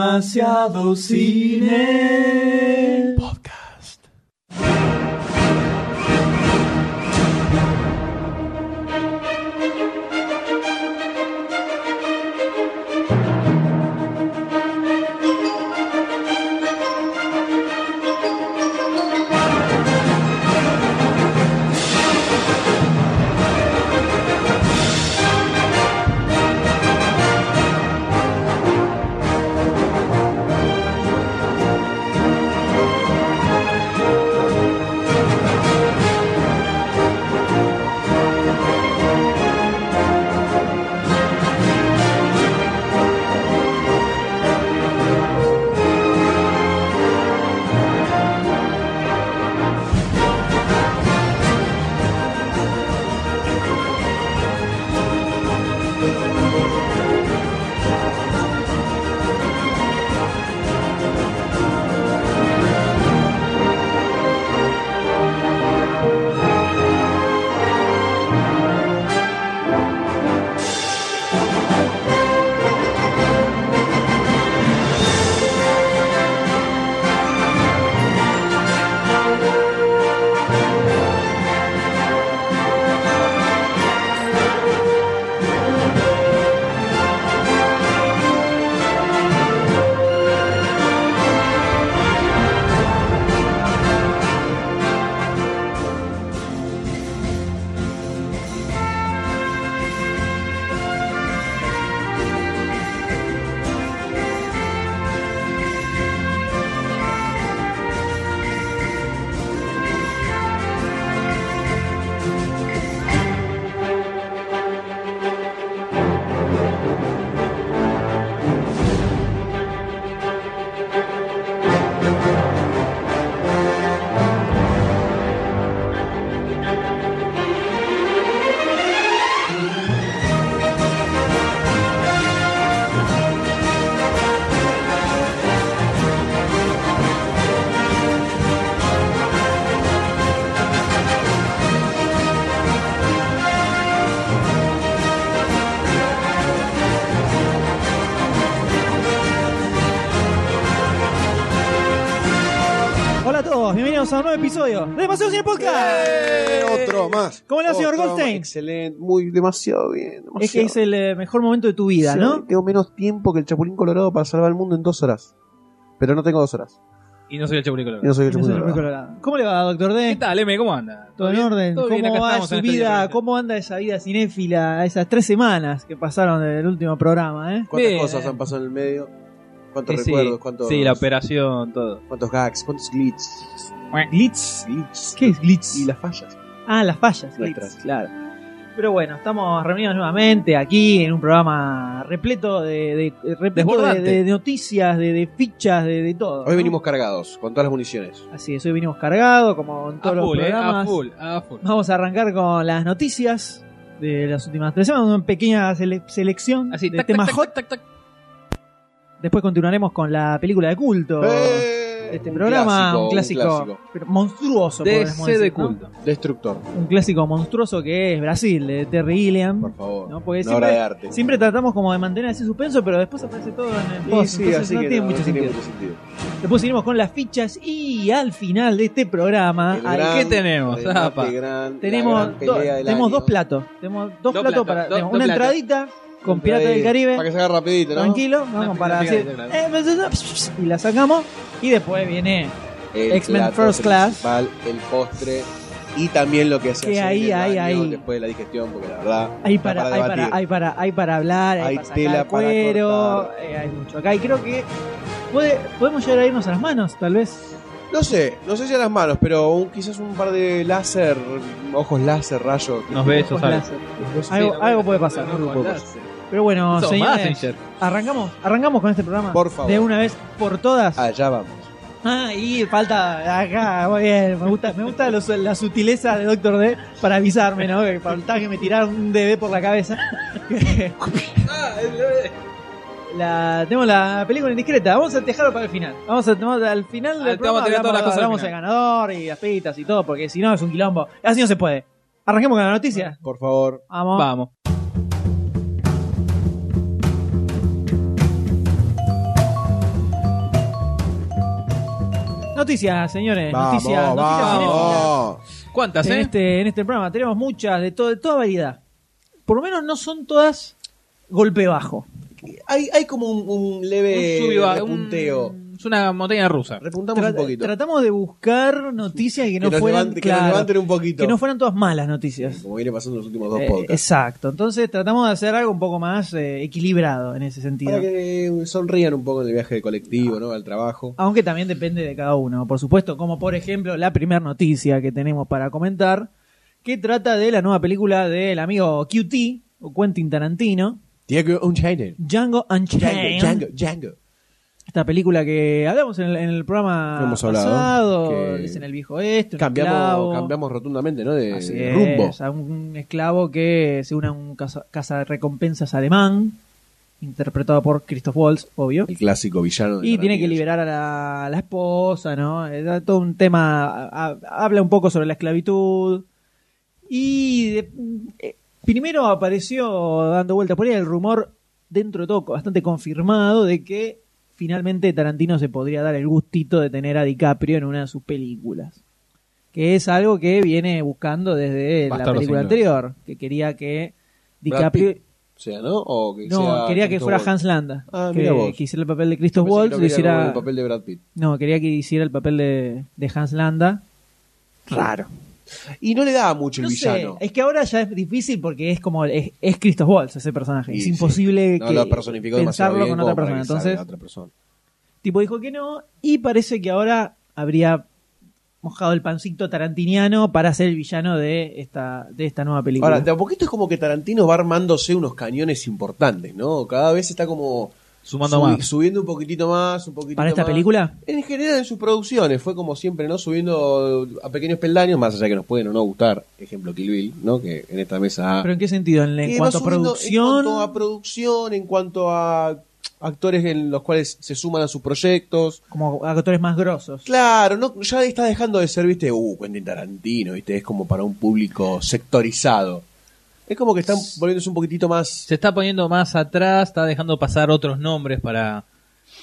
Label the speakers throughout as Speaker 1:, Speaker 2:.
Speaker 1: Demasiado cine. Podcast.
Speaker 2: Hola a todos, bienvenidos a un nuevo episodio de Demasiado Cine Podcast.
Speaker 3: Eh, Otro más.
Speaker 2: ¿Cómo le va, señor
Speaker 3: Otro
Speaker 2: Goldstein?
Speaker 4: Excelente, eh, muy demasiado bien. Demasiado,
Speaker 2: Es que es el eh, mejor momento de tu vida,
Speaker 4: demasiado.
Speaker 2: ¿no?
Speaker 4: Tengo menos tiempo que el Chapulín Colorado para salvar el mundo en dos horas. Pero no tengo dos horas.
Speaker 5: Y no soy el Chapulín Colorado.
Speaker 4: Y no soy el
Speaker 2: Eso
Speaker 4: Chapulín
Speaker 2: es muy
Speaker 4: Colorado.
Speaker 2: colorado. ¿Cómo le va, doctor
Speaker 5: ¿Qué
Speaker 2: D?
Speaker 5: tal, M? ¿Cómo anda?
Speaker 2: ¿Todo en
Speaker 5: bien?
Speaker 2: orden?
Speaker 5: Todo bien,
Speaker 2: ¿Cómo
Speaker 5: acá
Speaker 2: va
Speaker 5: estamos
Speaker 2: su
Speaker 5: en este
Speaker 2: vida?
Speaker 5: proyecto.
Speaker 2: ¿Cómo anda esa vida cinéfila? Esas tres semanas que pasaron del último programa, ¿eh?
Speaker 4: ¿Cuántas
Speaker 5: Bien.
Speaker 4: cosas han pasado en el medio? ¿Cuántos
Speaker 5: Sí, sí.
Speaker 4: recuerdos? ¿Cuántos,
Speaker 5: Sí, la operación, todo.
Speaker 4: ¿Cuántos gags? ¿Cuántos glitches?
Speaker 2: Glitz.
Speaker 4: Glitches.
Speaker 2: ¿Qué es glitz?
Speaker 4: Y las fallas.
Speaker 2: Ah, las fallas.
Speaker 4: Nuestras.
Speaker 2: Glitz, claro. Pero bueno, estamos reunidos nuevamente aquí en un programa repleto de, de- repleto de,
Speaker 5: Desbordante.
Speaker 2: de- de noticias, de, de fichas, de, de todo.
Speaker 4: Hoy
Speaker 2: ¿no?
Speaker 4: venimos cargados, con todas las municiones.
Speaker 2: Así es, hoy venimos cargados, como en
Speaker 5: A
Speaker 2: todos los
Speaker 5: full, eh, a
Speaker 2: programas.
Speaker 5: full, a full.
Speaker 2: Vamos a arrancar con las noticias de las últimas tres semanas, una pequeña sele- selección
Speaker 5: Así,
Speaker 2: de
Speaker 5: tac,
Speaker 2: temas
Speaker 5: tac,
Speaker 2: hot.
Speaker 5: tac, tac, tac.
Speaker 2: Después continuaremos con la película de culto de
Speaker 4: Eh,
Speaker 2: este
Speaker 4: un
Speaker 2: programa, un clásico,
Speaker 4: clásico.
Speaker 2: pero monstruoso, podemos
Speaker 5: DC de
Speaker 2: decir, ¿no?
Speaker 5: culto.
Speaker 4: Destructor,
Speaker 2: Un clásico monstruoso que es Brasil, de Terry
Speaker 4: por
Speaker 2: Gilliam.
Speaker 4: favor.
Speaker 2: ¿no? Porque
Speaker 4: Una obra de
Speaker 2: siempre,
Speaker 4: arte.
Speaker 2: siempre tratamos como de mantener ese suspenso, pero después aparece todo en el
Speaker 4: Y
Speaker 2: post,
Speaker 4: sí,
Speaker 2: entonces
Speaker 4: así
Speaker 2: no
Speaker 4: que
Speaker 2: tiene
Speaker 4: no,
Speaker 2: mucho
Speaker 4: no
Speaker 2: sentido.
Speaker 4: mucho sentido.
Speaker 2: Después seguimos con las fichas y al final de este programa
Speaker 4: El
Speaker 2: hay-
Speaker 4: gran
Speaker 5: ¿qué tenemos?
Speaker 4: remate
Speaker 5: Apa.
Speaker 4: gran- la gran
Speaker 2: Tenemos,
Speaker 4: pelea
Speaker 2: do-
Speaker 4: del
Speaker 2: tenemos
Speaker 4: año.
Speaker 2: dos platos. Tenemos dos,
Speaker 5: Dos
Speaker 2: platos
Speaker 5: platos,
Speaker 2: para.
Speaker 5: dos-
Speaker 2: tenemos
Speaker 5: dos
Speaker 2: una
Speaker 5: platos.
Speaker 2: entradita con
Speaker 4: Entra
Speaker 2: Pirata
Speaker 4: ahí,
Speaker 2: del Caribe.
Speaker 4: Para que se haga rapidito, ¿no?
Speaker 2: Tranquilo, vamos
Speaker 5: Una
Speaker 2: para así.
Speaker 5: picadita, claro.
Speaker 2: eh, Y la sacamos. Y después viene.
Speaker 4: El
Speaker 2: X-Men
Speaker 4: plato
Speaker 2: First Class.
Speaker 4: principal, El postre. Y también lo que se
Speaker 2: Que
Speaker 4: hace
Speaker 2: ahí,
Speaker 4: en el
Speaker 2: ahí,
Speaker 4: baño
Speaker 2: ahí.
Speaker 4: después de la digestión, porque la verdad...
Speaker 2: Hay
Speaker 4: Da
Speaker 2: para,
Speaker 4: para
Speaker 2: hay
Speaker 4: debatir.
Speaker 2: para, hay para, hay para hablar, hay,
Speaker 4: Hay
Speaker 2: para sacar
Speaker 4: tela para
Speaker 2: cuero,
Speaker 4: cortar.
Speaker 2: eh, hay mucho acá. Y creo que puede- podemos llegar a irnos a las manos, tal vez.
Speaker 4: No sé, no sé si a las manos, pero un- quizás un par de láser, ojos láser, rayos.
Speaker 5: Nos ve eso,
Speaker 2: Ojos
Speaker 5: ¿sabes?
Speaker 2: láser.
Speaker 4: Los-
Speaker 2: Algo-
Speaker 5: Sí,
Speaker 2: algo puede
Speaker 5: no,
Speaker 2: pasar,
Speaker 5: no,
Speaker 2: algo
Speaker 5: no,
Speaker 2: puede
Speaker 5: no,
Speaker 2: pasar. Pero bueno,
Speaker 5: Sos
Speaker 2: señores,
Speaker 5: Messenger.
Speaker 2: arrancamos, arrancamos con este programa.
Speaker 4: Por favor.
Speaker 2: De una vez por todas.
Speaker 4: Allá vamos.
Speaker 2: Ah, y falta acá, muy bien, me gusta, me gusta los- la sutileza de Doctor D para avisarme, ¿no? Que faltaba que me tirara un DB por la cabeza. La, tenemos la película indiscreta, vamos a dejarlo para el final. Vamos a vamos al final del
Speaker 5: Ah, te
Speaker 2: programa
Speaker 5: vamos a tirar
Speaker 2: hablamos,
Speaker 5: todas las cosas al
Speaker 2: hablamos del
Speaker 5: final.
Speaker 2: ganador y las pistas y todo, porque si no es un quilombo. Así no se puede. Arranquemos con la noticia.
Speaker 4: Por favor.
Speaker 2: Vamos.
Speaker 5: Vamos.
Speaker 2: Noticias, señores.
Speaker 4: Vamos,
Speaker 2: Eh, noticias, noticias cinéfilas.
Speaker 4: vamos.
Speaker 5: ¿Cuántas,
Speaker 2: en,
Speaker 5: eh?
Speaker 2: este, en este programa tenemos muchas, de, todo, de toda variedad. Por lo menos no son todas golpe bajo.
Speaker 4: Hay, hay como un, un leve
Speaker 5: Un subiba-
Speaker 4: repunteo.
Speaker 5: un- es una montaña rusa.
Speaker 4: Repuntamos
Speaker 2: Tra-
Speaker 4: un poquito.
Speaker 2: Tratamos de buscar noticias que no
Speaker 4: nos
Speaker 2: fueran
Speaker 4: levante- que nos
Speaker 2: claro,
Speaker 4: levanten un poquito.
Speaker 2: que no fueran todas malas noticias.
Speaker 4: Como viene pasando en los últimos dos
Speaker 2: Eh,
Speaker 4: podcasts.
Speaker 2: exacto. Entonces tratamos de hacer algo un poco más eh, equilibrado en ese sentido.
Speaker 4: Para que sonrían un poco en el viaje de colectivo, ¿no? Al trabajo.
Speaker 2: Aunque también depende de cada uno, por supuesto, como por ejemplo la primera noticia que tenemos para comentar, que trata de la nueva película del amigo QT, o Quentin Tarantino,
Speaker 4: Diego Unchained.
Speaker 2: Django Unchained.
Speaker 4: Django.
Speaker 2: Esta película que hablamos en el, en el programa
Speaker 4: Hemos hablado,
Speaker 2: pasado,
Speaker 4: que
Speaker 2: es en el viejo este, un esclavo.
Speaker 4: Cambiamos, cambiamos rotundamente, ¿no? De
Speaker 2: Así
Speaker 4: de
Speaker 2: es,
Speaker 4: rumbo.
Speaker 2: a un, un esclavo que se une a un caza, recompensas alemán, interpretado por Christoph Waltz, obvio.
Speaker 4: El clásico villano. de
Speaker 2: Y tiene que
Speaker 4: Tarantino.
Speaker 2: liberar a la, a la esposa, ¿no? Es todo un tema. a- a- habla un poco sobre la esclavitud. Y de- eh, primero apareció dando vueltas por ahí el rumor, dentro de todo bastante confirmado, de que finalmente Tarantino se podría dar el gustito de tener a DiCaprio en una de sus películas. Que es algo que viene buscando desde la
Speaker 5: Bastardo
Speaker 2: película
Speaker 5: sin
Speaker 2: anterior, que quería que DiCaprio.
Speaker 4: Brad Pitt, O sea, ¿no? O que
Speaker 2: No,
Speaker 4: sea
Speaker 2: quería que
Speaker 4: Christoph
Speaker 2: fuera
Speaker 4: Waltz.
Speaker 2: Hans Landa.
Speaker 4: Ah,
Speaker 2: que,
Speaker 4: mira vos.
Speaker 2: que hiciera el papel de Christoph
Speaker 4: Pensé que
Speaker 2: Waltz,
Speaker 4: lo
Speaker 2: lo
Speaker 4: quería
Speaker 2: hiciera.
Speaker 4: como El papel de Brad Pitt.
Speaker 2: No, quería que hiciera el papel de, de Hans Landa. Raro.
Speaker 4: Y no le daba mucho
Speaker 2: No
Speaker 4: el
Speaker 2: sé,
Speaker 4: villano.
Speaker 2: es que ahora ya es difícil porque es como es, es Christoph Waltz ese personaje.
Speaker 4: Y
Speaker 2: es
Speaker 4: sí.
Speaker 2: imposible
Speaker 4: No
Speaker 2: que
Speaker 4: lo personificó demasiado
Speaker 2: pensarlo
Speaker 4: bien
Speaker 2: con otra
Speaker 4: como para
Speaker 2: persona.
Speaker 4: que salga
Speaker 2: Entonces,
Speaker 4: otra persona.
Speaker 2: tipo dijo que no y parece que ahora habría mojado el pancito tarantiniano para ser el villano de esta de esta nueva película.
Speaker 4: Ahora, de a poquito es como que Tarantino va armándose unos cañones importantes, ¿no? Cada vez está como
Speaker 5: Sumando
Speaker 4: subi-
Speaker 5: más.
Speaker 4: subiendo un poquitito más, un poquitito
Speaker 2: para esta
Speaker 4: más.
Speaker 2: película
Speaker 4: En general, en sus producciones, fue como siempre, ¿no? Subiendo a pequeños peldaños, más allá que nos pueden o no gustar. Ejemplo, Kill Bill, ¿no? Que en esta mesa.
Speaker 2: pero en qué sentido en, en
Speaker 4: Que Ah. va
Speaker 2: cuanto a
Speaker 4: subiendo
Speaker 2: producción
Speaker 4: En cuanto a producción, en cuanto a actores en los cuales se suman a sus proyectos.
Speaker 2: como actores más grosos
Speaker 4: Claro, no, ya está dejando de ser, viste, uh, Quentin Tarantino, viste, es como para un público sectorizado. Es como que están volviéndose un poquitito más.
Speaker 5: Se está poniendo más atrás, está dejando pasar otros nombres para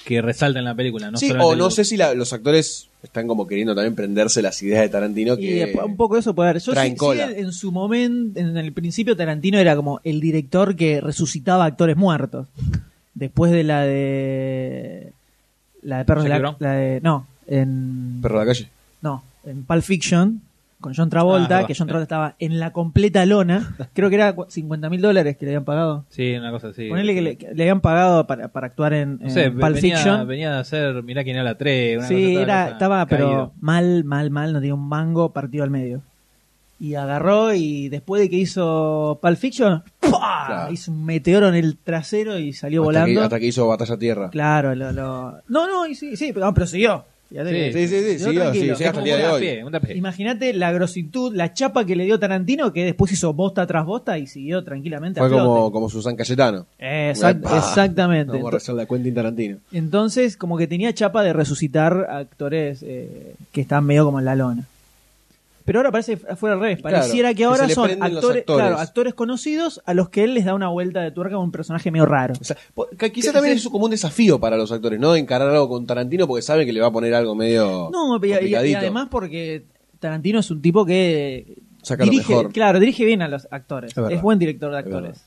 Speaker 5: que resalten la película. No
Speaker 4: sí, o
Speaker 5: solamente
Speaker 4: no
Speaker 5: el-
Speaker 4: sé si la- los actores están como queriendo también prenderse las ideas de Tarantino
Speaker 2: Y
Speaker 4: que
Speaker 2: después un poco eso puede haber. Yo sí,
Speaker 4: traen
Speaker 2: sí,
Speaker 4: cola.
Speaker 2: en su momento, en el principio Tarantino era como el director que resucitaba actores muertos. Después de la de la de Perros de la,
Speaker 5: Jackie
Speaker 2: la de no, en
Speaker 4: perro de la calle.
Speaker 2: no, en Pulp Fiction con John
Speaker 5: Ah, es
Speaker 2: Travolta,
Speaker 5: verdad.
Speaker 2: que John Travolta estaba en la completa lona, creo que era 50 mil dólares que le habían pagado.
Speaker 5: Sí, una cosa así.
Speaker 2: Ponele que le, que le habían pagado para, para actuar en,
Speaker 5: No sé,
Speaker 2: en Eh, Pulp
Speaker 5: venía,
Speaker 2: Fiction.
Speaker 5: venía a hacer Mirá quién habla 3.
Speaker 2: Sí, era, estaba, pero mal, mal, mal, no tenía un mango partido al medio. Y agarró y después de que hizo Pulp Fiction, ¡pua!
Speaker 4: Claro.
Speaker 2: hizo un meteoro en el trasero y salió
Speaker 4: Hasta que,
Speaker 2: volando.
Speaker 4: hasta que hizo Batalla a Tierra.
Speaker 2: Claro, lo, lo- no, no, y sí, sí, pero, no, pero siguió. Fíjate
Speaker 5: Sí.
Speaker 2: que-
Speaker 4: Sí, sí, sí,
Speaker 2: Yo
Speaker 4: sí,
Speaker 2: tranquilo.
Speaker 4: sí, sí,
Speaker 2: Es
Speaker 4: hasta el día de hoy.
Speaker 5: Un tapié.
Speaker 2: Imagínate la grositud, la chapa que le dio Tarantino, que después hizo bosta tras bosta y siguió tranquilamente. a
Speaker 4: Fue como,
Speaker 2: flote.
Speaker 4: como Susan Cayetano.
Speaker 2: Exact-
Speaker 4: Epa.
Speaker 2: exactamente.
Speaker 4: Vamos a rezar la Quentin Tarantino.
Speaker 2: Entonces, como que tenía chapa de resucitar actores eh, que están medio como en la lona. Pero ahora parece que fuera al revés.
Speaker 4: Claro,
Speaker 2: Pareciera que
Speaker 4: que
Speaker 2: ahora
Speaker 4: se le
Speaker 2: son
Speaker 4: prenden los
Speaker 2: actores,
Speaker 4: actores.
Speaker 2: claro, actores conocidos a los que él les da una vuelta de tuerca a un personaje medio raro.
Speaker 4: O sea, po- que quizá también es como un desafío para los actores, ¿no? Encarar algo con Tarantino porque sabe que le va a poner algo medio.
Speaker 2: No, y, y- y
Speaker 4: complicadito.
Speaker 2: además porque Tarantino es un tipo que
Speaker 4: Saca lo
Speaker 2: dirige,
Speaker 4: mejor.
Speaker 2: claro, dirige bien a los actores.
Speaker 4: Es verdad.
Speaker 2: Es buen director de
Speaker 4: Es
Speaker 2: actores.
Speaker 4: verdad.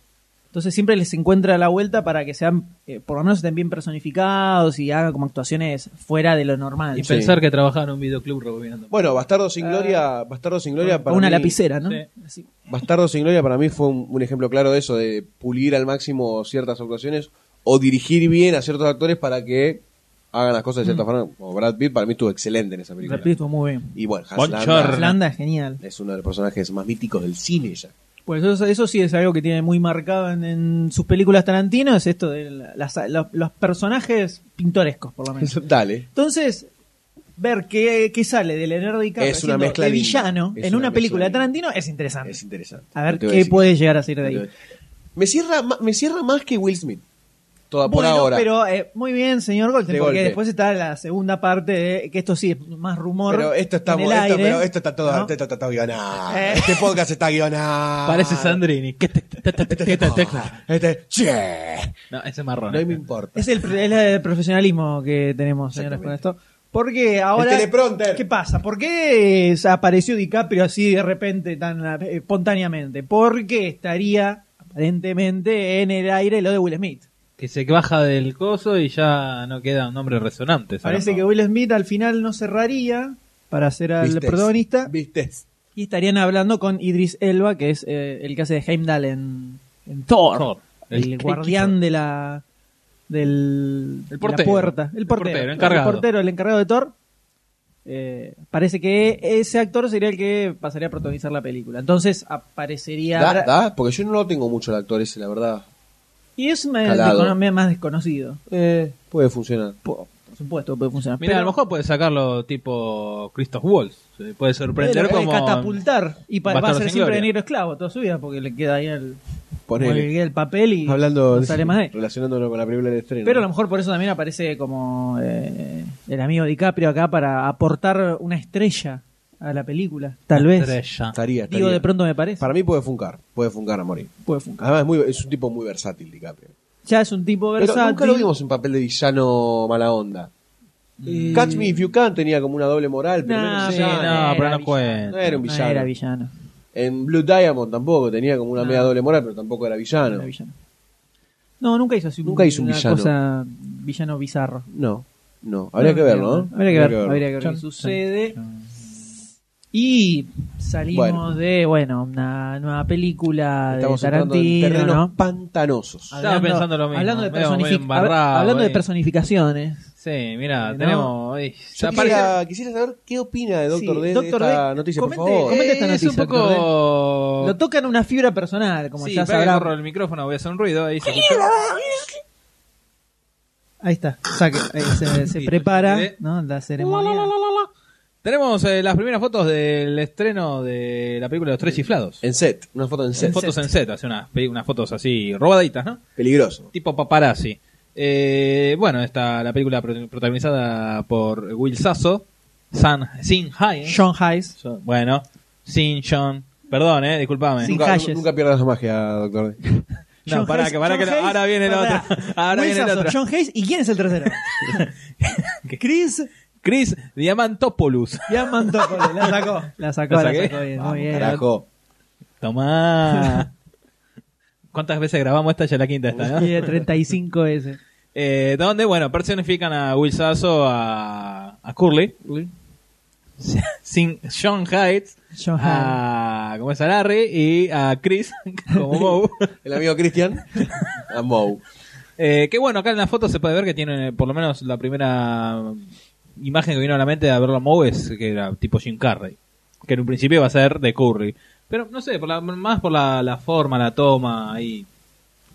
Speaker 2: Entonces siempre les encuentra la vuelta para que sean, eh, por lo menos estén bien personificados y hagan como actuaciones fuera de lo normal.
Speaker 5: Y
Speaker 4: Sí.
Speaker 5: pensar que trabajaba en un videoclub rebobinando.
Speaker 4: Bueno, Bastardo sin Gloria, Bastardo sin Gloria
Speaker 2: Ah. Con
Speaker 4: para
Speaker 2: una
Speaker 4: mí,
Speaker 2: lapicera, ¿no?
Speaker 5: Sí.
Speaker 2: Así.
Speaker 4: Bastardo sin Gloria para mí fue un, un ejemplo claro de eso, de pulir al máximo ciertas actuaciones o dirigir bien a ciertos actores para que hagan las cosas de
Speaker 2: Mm.
Speaker 4: cierta forma. Como Brad Pitt para mí estuvo excelente en esa película.
Speaker 2: Repito, estuvo muy bien.
Speaker 4: Y bueno, Hans
Speaker 5: Bon
Speaker 4: Landa
Speaker 5: Jovi.
Speaker 2: Irlanda es genial.
Speaker 4: es uno de los personajes más míticos del cine ya.
Speaker 2: Pues eso, eso sí es algo que tiene muy marcado en, en sus películas Tarantino, es esto de la- las- los, los personajes pintorescos, por lo menos.
Speaker 4: Dale.
Speaker 2: Entonces, ver qué, qué sale de Leonardo DiCaprio
Speaker 4: Es una
Speaker 2: siendo
Speaker 4: mezcla
Speaker 2: de
Speaker 4: linda.
Speaker 2: villano
Speaker 4: Es
Speaker 2: en
Speaker 4: una
Speaker 2: una, película de
Speaker 4: mezcla linda.
Speaker 2: Tarantino es interesante.
Speaker 4: Es interesante.
Speaker 2: a ver
Speaker 4: No te voy
Speaker 2: qué
Speaker 4: decir que-
Speaker 2: puede llegar a salir de ahí.
Speaker 4: Me cierra, ma- me cierra más que Will Smith. Toda por
Speaker 2: Bueno,
Speaker 4: ahora.
Speaker 2: pero eh, muy bien, señor Goldstein,
Speaker 4: De
Speaker 2: porque
Speaker 4: golpe.
Speaker 2: después está la segunda parte de que esto sí es más rumor.
Speaker 4: Pero esto está,
Speaker 2: en el
Speaker 4: esto,
Speaker 2: aire,
Speaker 4: pero esto está todo,
Speaker 2: ¿no?
Speaker 4: esto está todo guionado.
Speaker 2: Eh.
Speaker 4: Este podcast está guionado.
Speaker 5: Parece Sandrini. ¿Qué te- te- te- te- te- te- te-
Speaker 4: Este, che.
Speaker 5: No, ese es marrón. eh.
Speaker 4: No me importa.
Speaker 2: Es el, es el profesionalismo que tenemos, señores, con esto. Porque ahora.
Speaker 4: teleprompter.
Speaker 2: ¿Qué pasa? ¿Por qué eh, apareció DiCaprio así de repente, tan eh, espontáneamente? Porque estaría aparentemente en el aire lo de Will Smith.
Speaker 5: Que se baja del coso y ya no queda nombres resonantes.
Speaker 2: Parece que Will Smith al final no cerraría para ser al
Speaker 4: Viste.
Speaker 2: protagonista.
Speaker 4: ¿Viste?
Speaker 2: Y estarían hablando con Idris Elba, que es eh, el que hace de Heimdall en, en Thor.
Speaker 5: Thor,
Speaker 2: El,
Speaker 5: el
Speaker 2: guardián de la del
Speaker 5: El
Speaker 2: de la
Speaker 5: portero,
Speaker 2: puerta. El
Speaker 5: el
Speaker 2: portero.
Speaker 5: portero, encargado.
Speaker 2: El portero, el encargado de Thor. Eh, parece que ese actor sería el que pasaría a protagonizar la película. Entonces aparecería.
Speaker 4: Da, da, porque yo no lo tengo mucho el actor ese, la verdad.
Speaker 2: Y es me-
Speaker 4: Calado.
Speaker 2: descono- más desconocido.
Speaker 4: Eh, puede funcionar.
Speaker 2: Po- Por supuesto, puede funcionar.
Speaker 5: Mira, a
Speaker 2: Pero
Speaker 5: lo mejor puede sacarlo tipo Christoph Waltz. Se Puede sorprender
Speaker 2: lo puede
Speaker 5: como.
Speaker 2: catapultar y pa- va a
Speaker 5: Bastardos
Speaker 2: ser
Speaker 5: sin
Speaker 2: siempre
Speaker 5: Gloria.
Speaker 2: negro esclavo toda su vida porque le queda ahí el, como le
Speaker 4: Ponele.
Speaker 2: queda el papel y
Speaker 4: Hablando,
Speaker 2: no sale más de-
Speaker 4: relacionándolo con la película del estreno.
Speaker 2: Pero a lo mejor por eso también aparece como eh, el amigo DiCaprio acá para aportar una estrella a la película. Tal vez.
Speaker 5: Estrella.
Speaker 4: estaría, estaría.
Speaker 2: Digo, de pronto me parece.
Speaker 4: Para mí puede funcar, puede funcar a morir.
Speaker 2: Puede funcar.
Speaker 4: Además es, muy- es un tipo muy versátil, DiCaprio.
Speaker 2: Ya es un tipo
Speaker 4: Pero
Speaker 2: versátil.
Speaker 4: nunca lo vimos en papel de villano mala onda.
Speaker 2: Eh,
Speaker 4: Catch Me If You Can tenía como una doble moral, pero
Speaker 2: nah,
Speaker 4: no sé.
Speaker 5: Sí, no,
Speaker 2: era
Speaker 5: pero no
Speaker 2: villano.
Speaker 5: cuenta.
Speaker 4: No era un villano.
Speaker 2: era villano.
Speaker 4: En Blue Diamond tampoco tenía como una
Speaker 2: No.
Speaker 4: media doble moral, pero tampoco era
Speaker 2: no
Speaker 4: villano.
Speaker 2: era villano. No, nunca hizo así
Speaker 4: Nunca hizo un
Speaker 2: una
Speaker 4: villano.
Speaker 2: cosa villano bizarro.
Speaker 4: No, no. Habría que verlo, ¿no?
Speaker 2: Habría que ver, habría que ver qué sucede. Y salimos
Speaker 4: Bueno.
Speaker 2: de, bueno, una nueva película
Speaker 4: Estamos
Speaker 2: de
Speaker 4: entrando en
Speaker 2: Tarantino,
Speaker 4: terrenos
Speaker 2: ¿no? Ah,
Speaker 4: pantanosos.
Speaker 5: Estaba pensando lo mismo,
Speaker 2: Hablando de,
Speaker 5: medio- medio
Speaker 2: personific-
Speaker 5: embarrado eh.
Speaker 2: hablando de
Speaker 5: ahí.
Speaker 2: personificaciones.
Speaker 5: Sí, mira,
Speaker 2: Eh, no.
Speaker 5: tenemos. Ey,
Speaker 4: Yo
Speaker 5: aparece-
Speaker 4: quisiera, quisiera saber qué opina de Doctor
Speaker 2: Sí,
Speaker 4: D de
Speaker 2: Dr.
Speaker 4: esta
Speaker 2: D,
Speaker 4: noticia, por
Speaker 2: comente-
Speaker 4: favor.
Speaker 2: comente-
Speaker 5: Eh,
Speaker 2: esta
Speaker 5: es un
Speaker 2: noticia,
Speaker 5: poco.
Speaker 2: Lo tocan una fibra personal, como
Speaker 5: sí,
Speaker 2: ya
Speaker 5: espera que
Speaker 2: sabrán.
Speaker 5: corro el micrófono, voy a hacer un ruido. Ahí se escuchó.
Speaker 2: Ahí está, saque, eh, se, se
Speaker 5: Listo,
Speaker 2: prepara
Speaker 5: llegué.
Speaker 2: ¿no? la ceremonia.
Speaker 5: Tenemos eh, las primeras fotos del estreno de la película Los Tres Chiflados.
Speaker 4: En set, una foto en set.
Speaker 5: fotos en set, hace unas, pe- unas fotos así robaditas, ¿no?
Speaker 4: Peligroso.
Speaker 5: Tipo paparazzi. Eh, bueno, está la película pro- protagonizada por Will Sasso, San, Sin Hayes.
Speaker 2: John Hayes.
Speaker 5: So- Bueno, Sin John. Perdón, eh, disculpame.
Speaker 2: Sin
Speaker 4: Nunca,
Speaker 2: calles.
Speaker 4: nunca pierdas la magia, Doctor D.
Speaker 5: No,
Speaker 2: John
Speaker 5: pará,
Speaker 2: Hayes-
Speaker 5: que, pará,
Speaker 2: John
Speaker 5: que lo-
Speaker 2: Hayes,
Speaker 5: ahora viene el
Speaker 2: pará.
Speaker 5: otro. Ahora
Speaker 2: Will
Speaker 5: viene el
Speaker 2: Sasso,
Speaker 5: otro.
Speaker 2: John Hayes, ¿y quién es el tercero? Chris
Speaker 5: Chris Diamantopoulos.
Speaker 2: Diamantopoulos, la sacó. La sacó,
Speaker 5: ¿La
Speaker 2: la,
Speaker 5: saqué?
Speaker 2: sacó bien,
Speaker 4: Vamos,
Speaker 2: muy bien.
Speaker 4: carajo.
Speaker 5: Tomá. ¿Cuántas veces grabamos esta? Ya la quinta esta,
Speaker 2: Y
Speaker 5: ¿no?
Speaker 2: de 35 ese.
Speaker 5: Eh, donde, bueno, personifican a Will Sasso, a, a Curly, sin John Heights,
Speaker 2: John
Speaker 5: Ah, a, ¿cómo es? a Larry y a Chris, como Moe.
Speaker 4: El amigo Ah, Christian. A Moe.
Speaker 5: Eh, que bueno, acá en la foto se puede ver que tiene, eh, por lo menos la primera imagen que vino a la mente de verlo a Moe es que era tipo Jim Carrey, que en un principio iba a ser de Curry. Pero no sé, por la- más por la, la forma, la toma, ahí,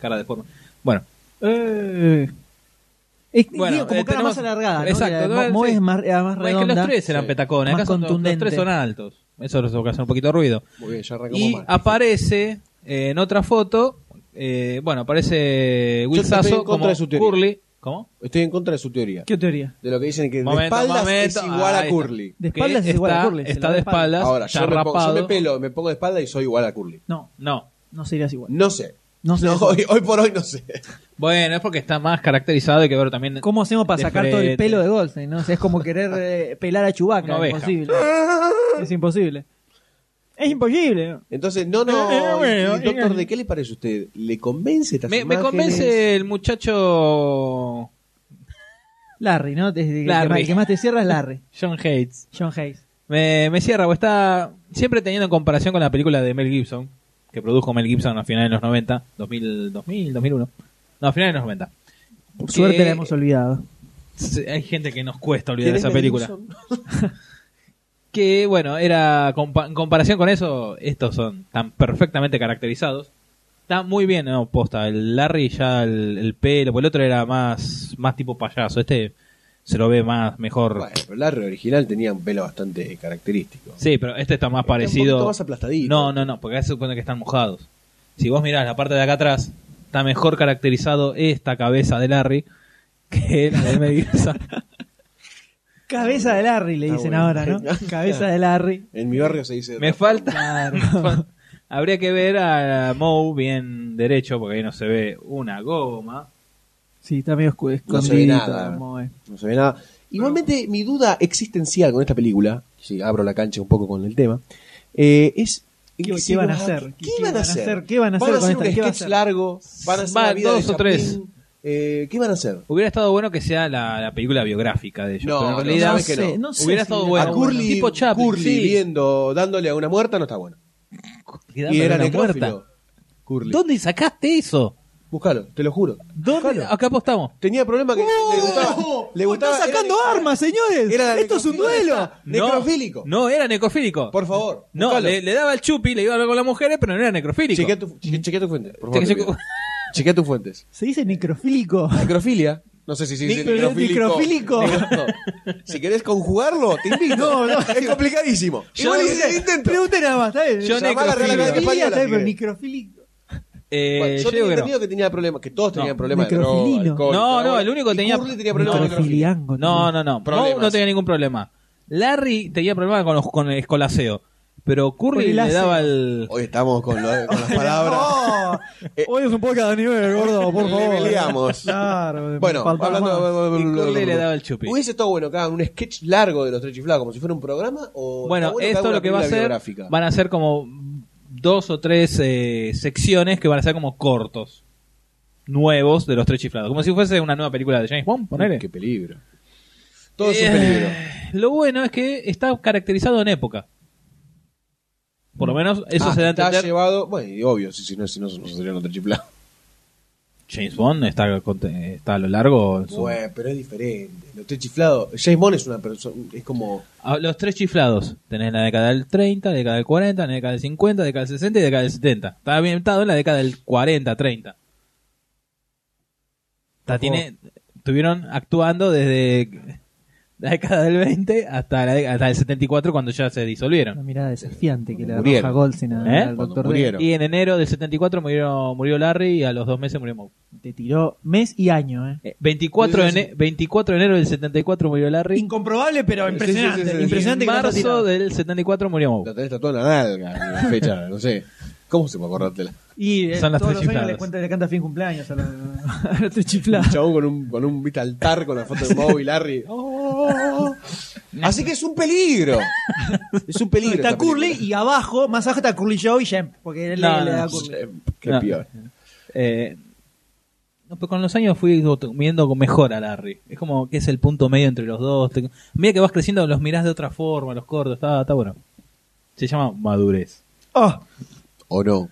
Speaker 5: cara de forma. Bueno,
Speaker 2: Eh. Es
Speaker 5: Bueno,
Speaker 2: digo, como
Speaker 5: eh,
Speaker 2: cara
Speaker 5: tenemos-
Speaker 2: más alargada. ¿no?
Speaker 5: Exacto,
Speaker 2: La-
Speaker 5: no,
Speaker 2: Mo
Speaker 5: sí.
Speaker 2: es más, era más
Speaker 5: es que
Speaker 2: redonda.
Speaker 5: los tres eran
Speaker 4: sí,
Speaker 5: petacones, acá
Speaker 2: más
Speaker 5: son, los- los
Speaker 2: contundente.
Speaker 5: tres son altos. Eso les ocasiona un poquito de ruido.
Speaker 4: Muy bien, ya arrancamos
Speaker 5: Y
Speaker 4: mal.
Speaker 5: aparece eh, en otra foto, eh, bueno, aparece
Speaker 4: Yo
Speaker 5: Will
Speaker 4: estoy en
Speaker 5: Sasso
Speaker 4: contra
Speaker 5: como
Speaker 4: de su teoría.
Speaker 5: Curly. ¿Cómo?
Speaker 4: Estoy en contra de su teoría.
Speaker 2: ¿Qué teoría?
Speaker 4: De lo que dicen que de
Speaker 5: Momento,
Speaker 4: espaldas
Speaker 5: momento.
Speaker 4: es igual
Speaker 5: Ahí
Speaker 4: a
Speaker 5: está.
Speaker 4: Curly.
Speaker 2: De
Speaker 5: Que
Speaker 2: espaldas es igual a
Speaker 5: está-
Speaker 2: Curly, se
Speaker 5: Está
Speaker 2: la
Speaker 5: de
Speaker 2: da espalda.
Speaker 5: espaldas,
Speaker 4: Ahora,
Speaker 5: está
Speaker 4: yo me, pongo, yo
Speaker 5: rapado.
Speaker 4: me pelo, me pongo de espalda y soy igual a Curly.
Speaker 2: No,
Speaker 5: No.
Speaker 2: no serías igual.
Speaker 4: No sé.
Speaker 2: No sé.
Speaker 4: hoy, hoy por hoy no sé.
Speaker 5: Bueno, es porque está más caracterizado y que ver también.
Speaker 2: ¿Cómo hacemos para
Speaker 5: de
Speaker 2: sacar todo el
Speaker 5: frente.
Speaker 2: pelo de Goldstein? ¿no? O sea, es como querer eh, pelar a
Speaker 5: Una
Speaker 2: Chubaca. Es
Speaker 5: oveja.
Speaker 2: imposible. Es imposible. Es imposible. ¿no?
Speaker 4: Entonces, no, no.
Speaker 5: Eh, eh, bueno,
Speaker 4: y- y, doctor,
Speaker 5: eh,
Speaker 4: ¿de qué le parece a usted? ¿Le convence estas
Speaker 5: Me, me
Speaker 4: imágenes?
Speaker 5: convence el muchacho
Speaker 2: Larry, ¿no? Desde que-
Speaker 5: Larry.
Speaker 2: El que más te cierra es Larry.
Speaker 5: John Hates.
Speaker 2: John Hayes.
Speaker 5: Me, me cierra, o está siempre teniendo en comparación con la película de Mel Gibson, que produjo Mel Gibson a finales de los 90, 2000, 2000 2001. No, a finales de los 90.
Speaker 2: Por
Speaker 5: Que-
Speaker 2: suerte la hemos olvidado.
Speaker 5: Sí, Hay gente que nos cuesta
Speaker 4: ¿Quién
Speaker 5: olvidar
Speaker 4: es
Speaker 5: esa
Speaker 4: Mel
Speaker 5: película.
Speaker 4: Gibson?
Speaker 5: Que bueno, era compa- en comparación con eso, estos son tan perfectamente caracterizados. Está muy bien, no, posta. El Larry ya el, el pelo, porque el otro era más, más tipo payaso. Este se lo ve más, mejor.
Speaker 4: Bueno, pero Larry original tenía un pelo bastante característico.
Speaker 5: Sí, pero este está más
Speaker 4: Un
Speaker 5: parecido.
Speaker 4: poquito más aplastadito.
Speaker 5: No, no, no, porque acá se supone que están mojados. Si vos mirás la parte de acá atrás, está mejor caracterizado esta cabeza de Larry que la de Mel Gibson.
Speaker 2: Cabeza de Larry, le
Speaker 4: Está
Speaker 2: dicen
Speaker 4: bueno.
Speaker 2: ahora, ¿no? Cabeza de Larry.
Speaker 4: En mi barrio se dice.
Speaker 5: Me falta. Habría que ver a Moe bien derecho, porque ahí no se ve una goma.
Speaker 2: Sí, está medio escu-
Speaker 4: No se ve
Speaker 2: escondidito, eh.
Speaker 4: nada.
Speaker 2: como es.
Speaker 4: No se ve nada. Igualmente, mi duda existencial con esta película, si abro la cancha un poco con el tema, eh, es.
Speaker 2: ¿Qué-
Speaker 4: en
Speaker 2: qué
Speaker 4: se
Speaker 2: van a
Speaker 4: basa-
Speaker 2: hacer?
Speaker 4: ¿Qué, van a hacer?
Speaker 2: ¿Qué van a hacer
Speaker 4: ¿Van a
Speaker 2: con
Speaker 4: hacer
Speaker 2: esta-
Speaker 4: un
Speaker 2: qué va a
Speaker 4: sketch
Speaker 2: hacer?
Speaker 4: largo? ¿Van a hacer
Speaker 5: Va,
Speaker 4: la vida de
Speaker 5: dos o
Speaker 4: Chaplin?
Speaker 5: tres.
Speaker 4: Eh, ¿Qué van a hacer?
Speaker 5: Hubiera estado bueno que sea la, la película biográfica de ellos.
Speaker 4: No,
Speaker 5: pero
Speaker 4: no,
Speaker 5: en realidad
Speaker 4: sabes que
Speaker 2: sé,
Speaker 4: no.
Speaker 2: sé si
Speaker 5: Hubiera estado
Speaker 2: era-
Speaker 5: bueno.
Speaker 4: a Curly,
Speaker 5: Tipo Chaplin,
Speaker 4: Curly
Speaker 5: sí.
Speaker 4: viendo, dándole a una muerta no está bueno. Y era necrófilo. Curly.
Speaker 5: ¿Dónde sacaste eso?
Speaker 4: Búscalo, te lo juro.
Speaker 5: ¿Dónde? Acá apostamos.
Speaker 4: Tenía problema que le gustaba. Le gustaba
Speaker 2: ¡Está sacando
Speaker 4: era-
Speaker 2: armas, señores!
Speaker 4: era la
Speaker 2: ¡Esto es un duelo!
Speaker 4: necrofílica. Necrofílico.
Speaker 5: No, no era necrofílico.
Speaker 4: Por favor.
Speaker 5: no,
Speaker 4: búscalo.
Speaker 5: le, le daba el chupi, le iba a hablar con las mujeres, pero no era necrofílico.
Speaker 4: Chequea tu, che- chequea tu fuente. Por favor,
Speaker 5: Chequea-
Speaker 4: te pido. Chequea tus fuentes.
Speaker 2: Se dice necrofílico.
Speaker 4: Necrofilia. No sé si se dice
Speaker 2: Necro- necrofílico.
Speaker 4: necrofílico. Necro- Si querés conjugarlo, te invito. No, no, es complicadísimo.
Speaker 5: Yo-
Speaker 4: Igual hice el intento.
Speaker 2: Pregunta nada más, está bien.
Speaker 5: Yo
Speaker 2: Llamá a la
Speaker 5: necrofílico.
Speaker 2: Real Academia Española,
Speaker 4: Española,
Speaker 2: está bien, pero
Speaker 4: si
Speaker 2: necrofílico.
Speaker 5: Eh,
Speaker 4: Bueno,
Speaker 5: yo
Speaker 4: yo
Speaker 5: digo
Speaker 4: tenía
Speaker 5: que no.
Speaker 4: entendido que tenía problemas, que todos tenían
Speaker 5: No,
Speaker 4: problemas de droga,
Speaker 2: necrofilino.
Speaker 4: alcohol,
Speaker 5: No, no,
Speaker 4: droga.
Speaker 5: el único que
Speaker 4: Y
Speaker 5: tenía-
Speaker 4: Curly tenía problemas de necrofilia.
Speaker 2: Necrofiliango.
Speaker 5: No, no, no.
Speaker 4: Problemas.
Speaker 5: Moe no tenía ningún problema. Larry tenía problemas con, los- con el escolaceo. Pero Curly
Speaker 2: Con el
Speaker 5: le
Speaker 2: ácido.
Speaker 5: daba el.
Speaker 4: Hoy estamos con, lo- con las palabras.
Speaker 2: No. Oh,
Speaker 5: Eh,
Speaker 2: Hoy es un podcast de nivel, gordo, por
Speaker 4: Le
Speaker 2: favor.
Speaker 4: peleamos.
Speaker 2: Claro,
Speaker 4: Bueno,
Speaker 2: faltaba más.
Speaker 4: hablando
Speaker 5: más. Y Curly le daba el chupi.
Speaker 4: Hubiese estado bueno que hagan un sketch largo de los tres chiflados, como si fuera un programa. O
Speaker 5: Bueno,
Speaker 4: está que
Speaker 5: esto
Speaker 4: hagan
Speaker 5: lo
Speaker 4: una
Speaker 5: que va a
Speaker 4: película
Speaker 5: ser.
Speaker 4: biográfica.
Speaker 5: Van a ser como dos o tres eh, secciones que van a ser como cortos. Nuevos de los tres chiflados. Como si fuese una nueva película de James Bond, ponele.
Speaker 4: Qué peligro. Todo es un
Speaker 5: Eh,
Speaker 4: peligro.
Speaker 5: Lo bueno es que está caracterizado en época. Por lo menos eso
Speaker 4: Ah,
Speaker 5: se da a
Speaker 4: está
Speaker 5: entender.
Speaker 4: llevado. Bueno, y obvio, si, si no, si no, no serían los tres chiflados.
Speaker 5: James Bond está, con- está a lo largo. en su-
Speaker 4: Bueno, pero es diferente. Los tres chiflados. James Bond es una persona. Es como.
Speaker 5: Ah, Los tres chiflados. Tenés la década del 30, la década del 40, la década del 50, la década del 60 y la década del 70. Está ambientado en la década del 40, 30. Está, tiene, estuvieron actuando desde la década del 20 hasta, la década- hasta el 74 cuando ya se
Speaker 2: Oh, Una
Speaker 5: disolvieron.
Speaker 2: mirada desafiante que le
Speaker 4: Murieron.
Speaker 2: arroja Goldstein a-
Speaker 5: ¿Eh?
Speaker 2: al
Speaker 4: Cuando
Speaker 2: doctor D.
Speaker 4: murieron.
Speaker 5: Y en enero del 74 murió, murió Larry y a los dos meses murió Moe.
Speaker 2: Te tiró mes y año, ¿eh?
Speaker 5: Eh, 24, de
Speaker 4: Sí, sí,
Speaker 5: ene- 24 de enero del 74 murió Larry.
Speaker 2: Incomprobable, pero
Speaker 4: impresionante. sí, sí, sí.
Speaker 5: En
Speaker 2: Impresionante que tanto
Speaker 5: marzo
Speaker 2: tirado.
Speaker 5: del 74 murió Moe.
Speaker 4: La tenés tatuada en la nalga. La fecha, no sé. ¿Cómo se puede acordártela?
Speaker 2: Y eh,
Speaker 5: Son las
Speaker 2: todos
Speaker 5: tres
Speaker 2: los años
Speaker 5: chifladas.
Speaker 2: le, cuenta, le canta fin cumpleaños a los, a los tres
Speaker 4: Un
Speaker 2: chiflados.
Speaker 4: chabón con un, con un viste, altar con la foto de Moe y Larry. Oh. Así que es un peligro. Es un peligro.
Speaker 2: Está
Speaker 4: esta
Speaker 2: Curly
Speaker 4: película.
Speaker 2: y abajo, más abajo está Curly Joe y Jem. Porque él
Speaker 5: No,
Speaker 2: le, le
Speaker 5: no,
Speaker 2: da
Speaker 5: no,
Speaker 2: Curly.
Speaker 4: Qué
Speaker 5: No.
Speaker 4: peor.
Speaker 5: Eh, no, pero con los años fui viendo mejor a Larry. Es como que es el punto medio entre los dos. Te- mira que vas creciendo, los mirás de otra forma, los cortos, está, está bueno. Se llama madurez.
Speaker 2: Oh,
Speaker 4: ¿O no?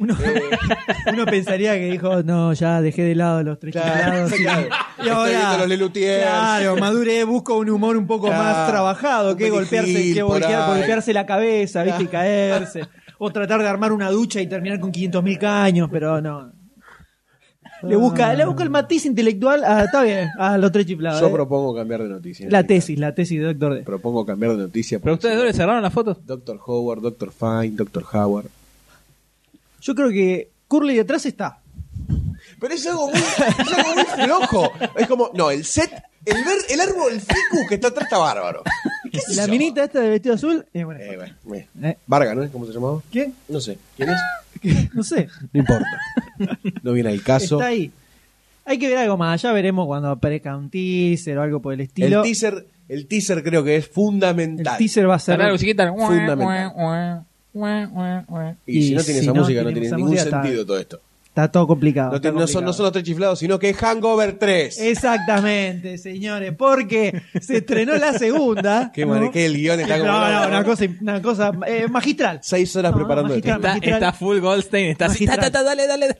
Speaker 2: uno,
Speaker 4: Eh.
Speaker 2: uno pensaría que dijo, no, ya dejé de lado los tres
Speaker 4: Claro,
Speaker 2: chiflados. y-
Speaker 4: claro.
Speaker 2: Y
Speaker 4: Estoy
Speaker 2: ahora,
Speaker 4: viendo los Lelutiers.
Speaker 2: claro, maduré, busco un humor un poco
Speaker 4: Claro,
Speaker 2: más trabajado,
Speaker 4: un
Speaker 2: que golpearse,
Speaker 4: perejil
Speaker 2: que
Speaker 4: por
Speaker 2: volquear-
Speaker 4: ahí.
Speaker 2: golpearse la cabeza, viste, y
Speaker 4: Claro.
Speaker 2: caerse. O tratar de armar una ducha y terminar con 500.000 caños, pero no. Le busca, le busca el matiz intelectual, a, está bien, a los tres chiflados.
Speaker 4: Ah. Yo
Speaker 2: eh.
Speaker 4: propongo cambiar de noticia.
Speaker 2: La tesis, la tesis de Doctor D.
Speaker 4: Propongo cambiar de noticia.
Speaker 5: ¿Pero ustedes dos le cerraron las fotos?
Speaker 4: Doctor Howard, Doctor Fine, Doctor Howard.
Speaker 2: Yo creo que Curly detrás está.
Speaker 4: Pero es algo muy, es algo muy flojo. Es como, no, el set, el, ver, el árbol, el ficus que está atrás está bárbaro. ¿Qué sé
Speaker 2: La
Speaker 4: yo?
Speaker 2: minita esta de vestido azul. eh, bueno,
Speaker 4: Eh, bueno, eh.
Speaker 2: eh,
Speaker 4: Varga, ¿no? ¿Cómo se llamaba?
Speaker 2: ¿Qué?
Speaker 4: No sé. ¿Quién es?
Speaker 2: ¿Qué? No sé.
Speaker 4: No importa. No viene al caso.
Speaker 2: Está ahí. Hay que ver algo más. Ya veremos cuando aparezca un teaser o algo por el
Speaker 4: El
Speaker 2: estilo.
Speaker 4: teaser, el teaser creo que es
Speaker 2: El
Speaker 4: fundamental.
Speaker 2: teaser va a ser.
Speaker 4: Fundamental. Y, si no tiene esa música, no tiene
Speaker 2: esa
Speaker 4: ningún
Speaker 2: música, está-
Speaker 4: sentido todo esto.
Speaker 2: Está todo complicado.
Speaker 4: No,
Speaker 2: está
Speaker 4: tiene- no son,
Speaker 2: complicado.
Speaker 4: no son los tres chiflados, sino que es Hangover 3.
Speaker 2: Exactamente, señores. Porque se estrenó la segunda.
Speaker 4: Qué
Speaker 2: ¿no?
Speaker 4: madre, qué el guión está
Speaker 2: No,
Speaker 4: como.
Speaker 2: no, una cosa, una cosa eh, magistral.
Speaker 4: Seis horas
Speaker 2: No,
Speaker 4: preparando
Speaker 2: magistral,
Speaker 4: esto.
Speaker 5: Está,
Speaker 2: magistral.
Speaker 5: está full Goldstein, está así.
Speaker 2: Magistral.
Speaker 5: ta, ta, ta, dale, dale.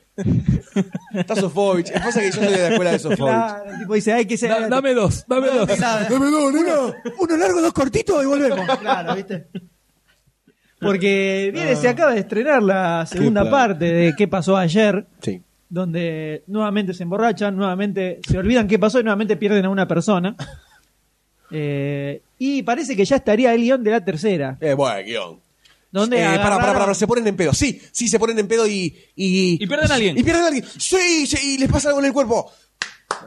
Speaker 4: Está Sofovich. Es cosa que yo soy de la escuela de Sofovich.
Speaker 2: Claro, el tipo dice, hay que ser.
Speaker 5: Da- dame dos, dame dos.
Speaker 2: uno, uno largo, dos cortitos y volvemos. Claro, ¿viste? Porque viene, se acaba de estrenar la segunda
Speaker 4: plan.
Speaker 2: parte de qué pasó ayer,
Speaker 4: Sí.
Speaker 2: donde nuevamente se emborrachan, nuevamente se olvidan qué pasó y nuevamente pierden a una persona. Eh, y parece que ya estaría el guión de la tercera.
Speaker 4: Eh, bueno, guión.
Speaker 2: Donde
Speaker 4: Eh, para, para, para,
Speaker 2: agarraron-
Speaker 4: para, se ponen en pedo. Sí, sí, se ponen en pedo y. Y,
Speaker 5: Y pierden a alguien.
Speaker 4: Y pierden a alguien. Sí, sí, y les pasa algo en el cuerpo.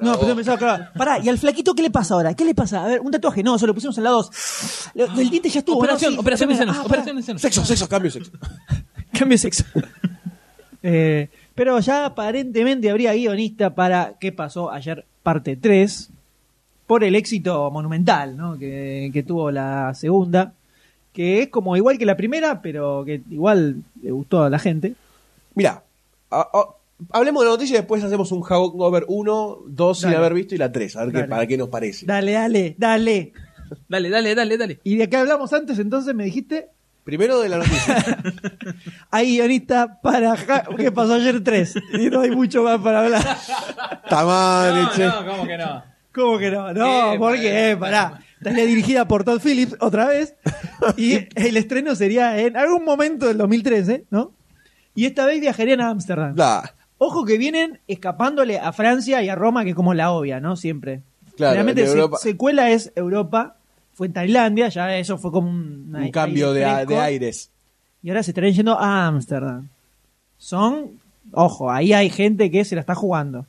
Speaker 2: No, pero empezaba claro. Pará, ¿y al flaquito qué le pasa ahora? ¿Qué le pasa? A ver, un tatuaje. No, se lo pusimos en la dos. Lo- El diente ya estuvo. ¿no?
Speaker 5: Operación,
Speaker 2: Sí.
Speaker 5: operación de senos,
Speaker 2: Ah, pará.
Speaker 5: operación de senos.
Speaker 4: Sexo, sexo, cambio, sexo.
Speaker 2: Cambio de sexo. Eh, pero ya aparentemente habría guionista para ¿Qué pasó ayer? Parte 3. por el éxito monumental ¿no? que, que tuvo la segunda, que es como igual que la primera, pero que igual le gustó a la gente.
Speaker 4: Mira, hablemos de la noticia y después hacemos un Hangover 1, 2 sin
Speaker 2: Dale.
Speaker 4: haber visto y la 3, a ver qué,
Speaker 2: Dale.
Speaker 4: para qué nos parece.
Speaker 2: Dale, dale, dale.
Speaker 5: Dale, dale, dale, dale.
Speaker 2: Y de qué hablamos antes, entonces me dijiste,
Speaker 4: Primero de la noticia.
Speaker 2: hay guionista para Ja- ¿Qué pasó ayer 3. Y no hay mucho más para hablar.
Speaker 5: Ah,
Speaker 4: Tamane, che.
Speaker 5: No, no, ¿cómo que no?
Speaker 2: ¿Cómo que no? No,
Speaker 5: Eh,
Speaker 2: porque, eh, pará. Estaría dirigida por Todd Phillips otra vez. Y el estreno sería en algún momento del 2013, ¿no? Y esta vez viajarían a Ámsterdam.
Speaker 4: Da,
Speaker 2: Ojo que vienen escapándole a Francia y a Roma, que como la obvia, ¿no? Siempre.
Speaker 4: Claro,
Speaker 2: Realmente
Speaker 4: en Europa-
Speaker 2: secuela es Europa, fue en Tailandia, ya eso fue como un,
Speaker 4: un cambio de, a- de
Speaker 2: fresco.
Speaker 4: aires.
Speaker 2: Y ahora se estarían yendo a Ámsterdam. Son, ojo, ahí hay gente que se la está jugando.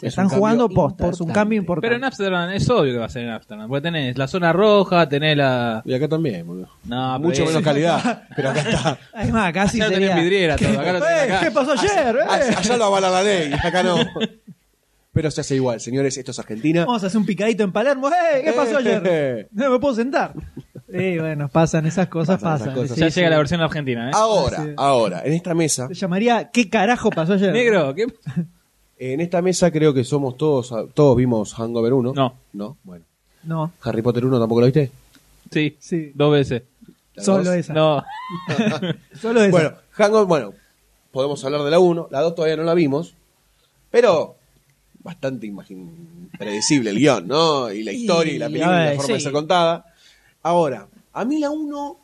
Speaker 2: Se
Speaker 4: Es
Speaker 2: están
Speaker 4: un cambio
Speaker 2: jugando posta, es un
Speaker 4: importante.
Speaker 2: cambio importante.
Speaker 5: Pero en Amsterdam es obvio que va a ser en Amsterdam. Porque tenés la zona roja, tenés la.
Speaker 4: Y acá también, boludo.
Speaker 5: No,
Speaker 4: Mucho
Speaker 5: pero-
Speaker 4: menos calidad, pero acá está.
Speaker 2: Además, casi
Speaker 5: Acá lo
Speaker 2: sería...
Speaker 5: tenés vidriera todo. Acá lo tenés
Speaker 2: ¡Eh,
Speaker 5: acá.
Speaker 2: ¿Qué pasó ayer? eh?
Speaker 4: Allá, allá lo avala la ley, acá no. Pero se hace igual, señores, esto es Argentina.
Speaker 2: Vamos a hacer un picadito en Palermo. ¡Eh, ¿Qué pasó ayer?
Speaker 4: Eh.
Speaker 2: No me puedo sentar. Sí, bueno, pasan esas cosas,
Speaker 4: Pasan esas
Speaker 2: pasan.
Speaker 4: cosas.
Speaker 2: sí,
Speaker 5: Ya
Speaker 2: sí.
Speaker 5: llega la versión argentina, ¿eh?
Speaker 4: Ahora,
Speaker 2: sí.
Speaker 4: ahora, en esta mesa,
Speaker 2: Se llamaría ¿Qué carajo pasó ayer?
Speaker 5: Negro, ¿qué?
Speaker 4: en esta mesa creo que somos todos, todos vimos Hangover 1.
Speaker 5: No.
Speaker 4: No, bueno.
Speaker 2: No,
Speaker 4: Harry Potter 1 tampoco lo viste.
Speaker 5: Sí,
Speaker 2: Sí.
Speaker 5: dos veces.
Speaker 4: La
Speaker 2: solo
Speaker 4: dos.
Speaker 2: esa.
Speaker 5: No,
Speaker 2: Solo esa.
Speaker 4: Bueno, Hangover, bueno, podemos hablar de la 1, la 2 todavía no la vimos, pero bastante imagin- predecible el guión, ¿no? Y la historia y, la
Speaker 2: Y,
Speaker 4: película
Speaker 2: a
Speaker 4: y
Speaker 2: ver,
Speaker 4: la forma de
Speaker 2: eh, sí.
Speaker 4: ser contada. Ahora, a mí la 1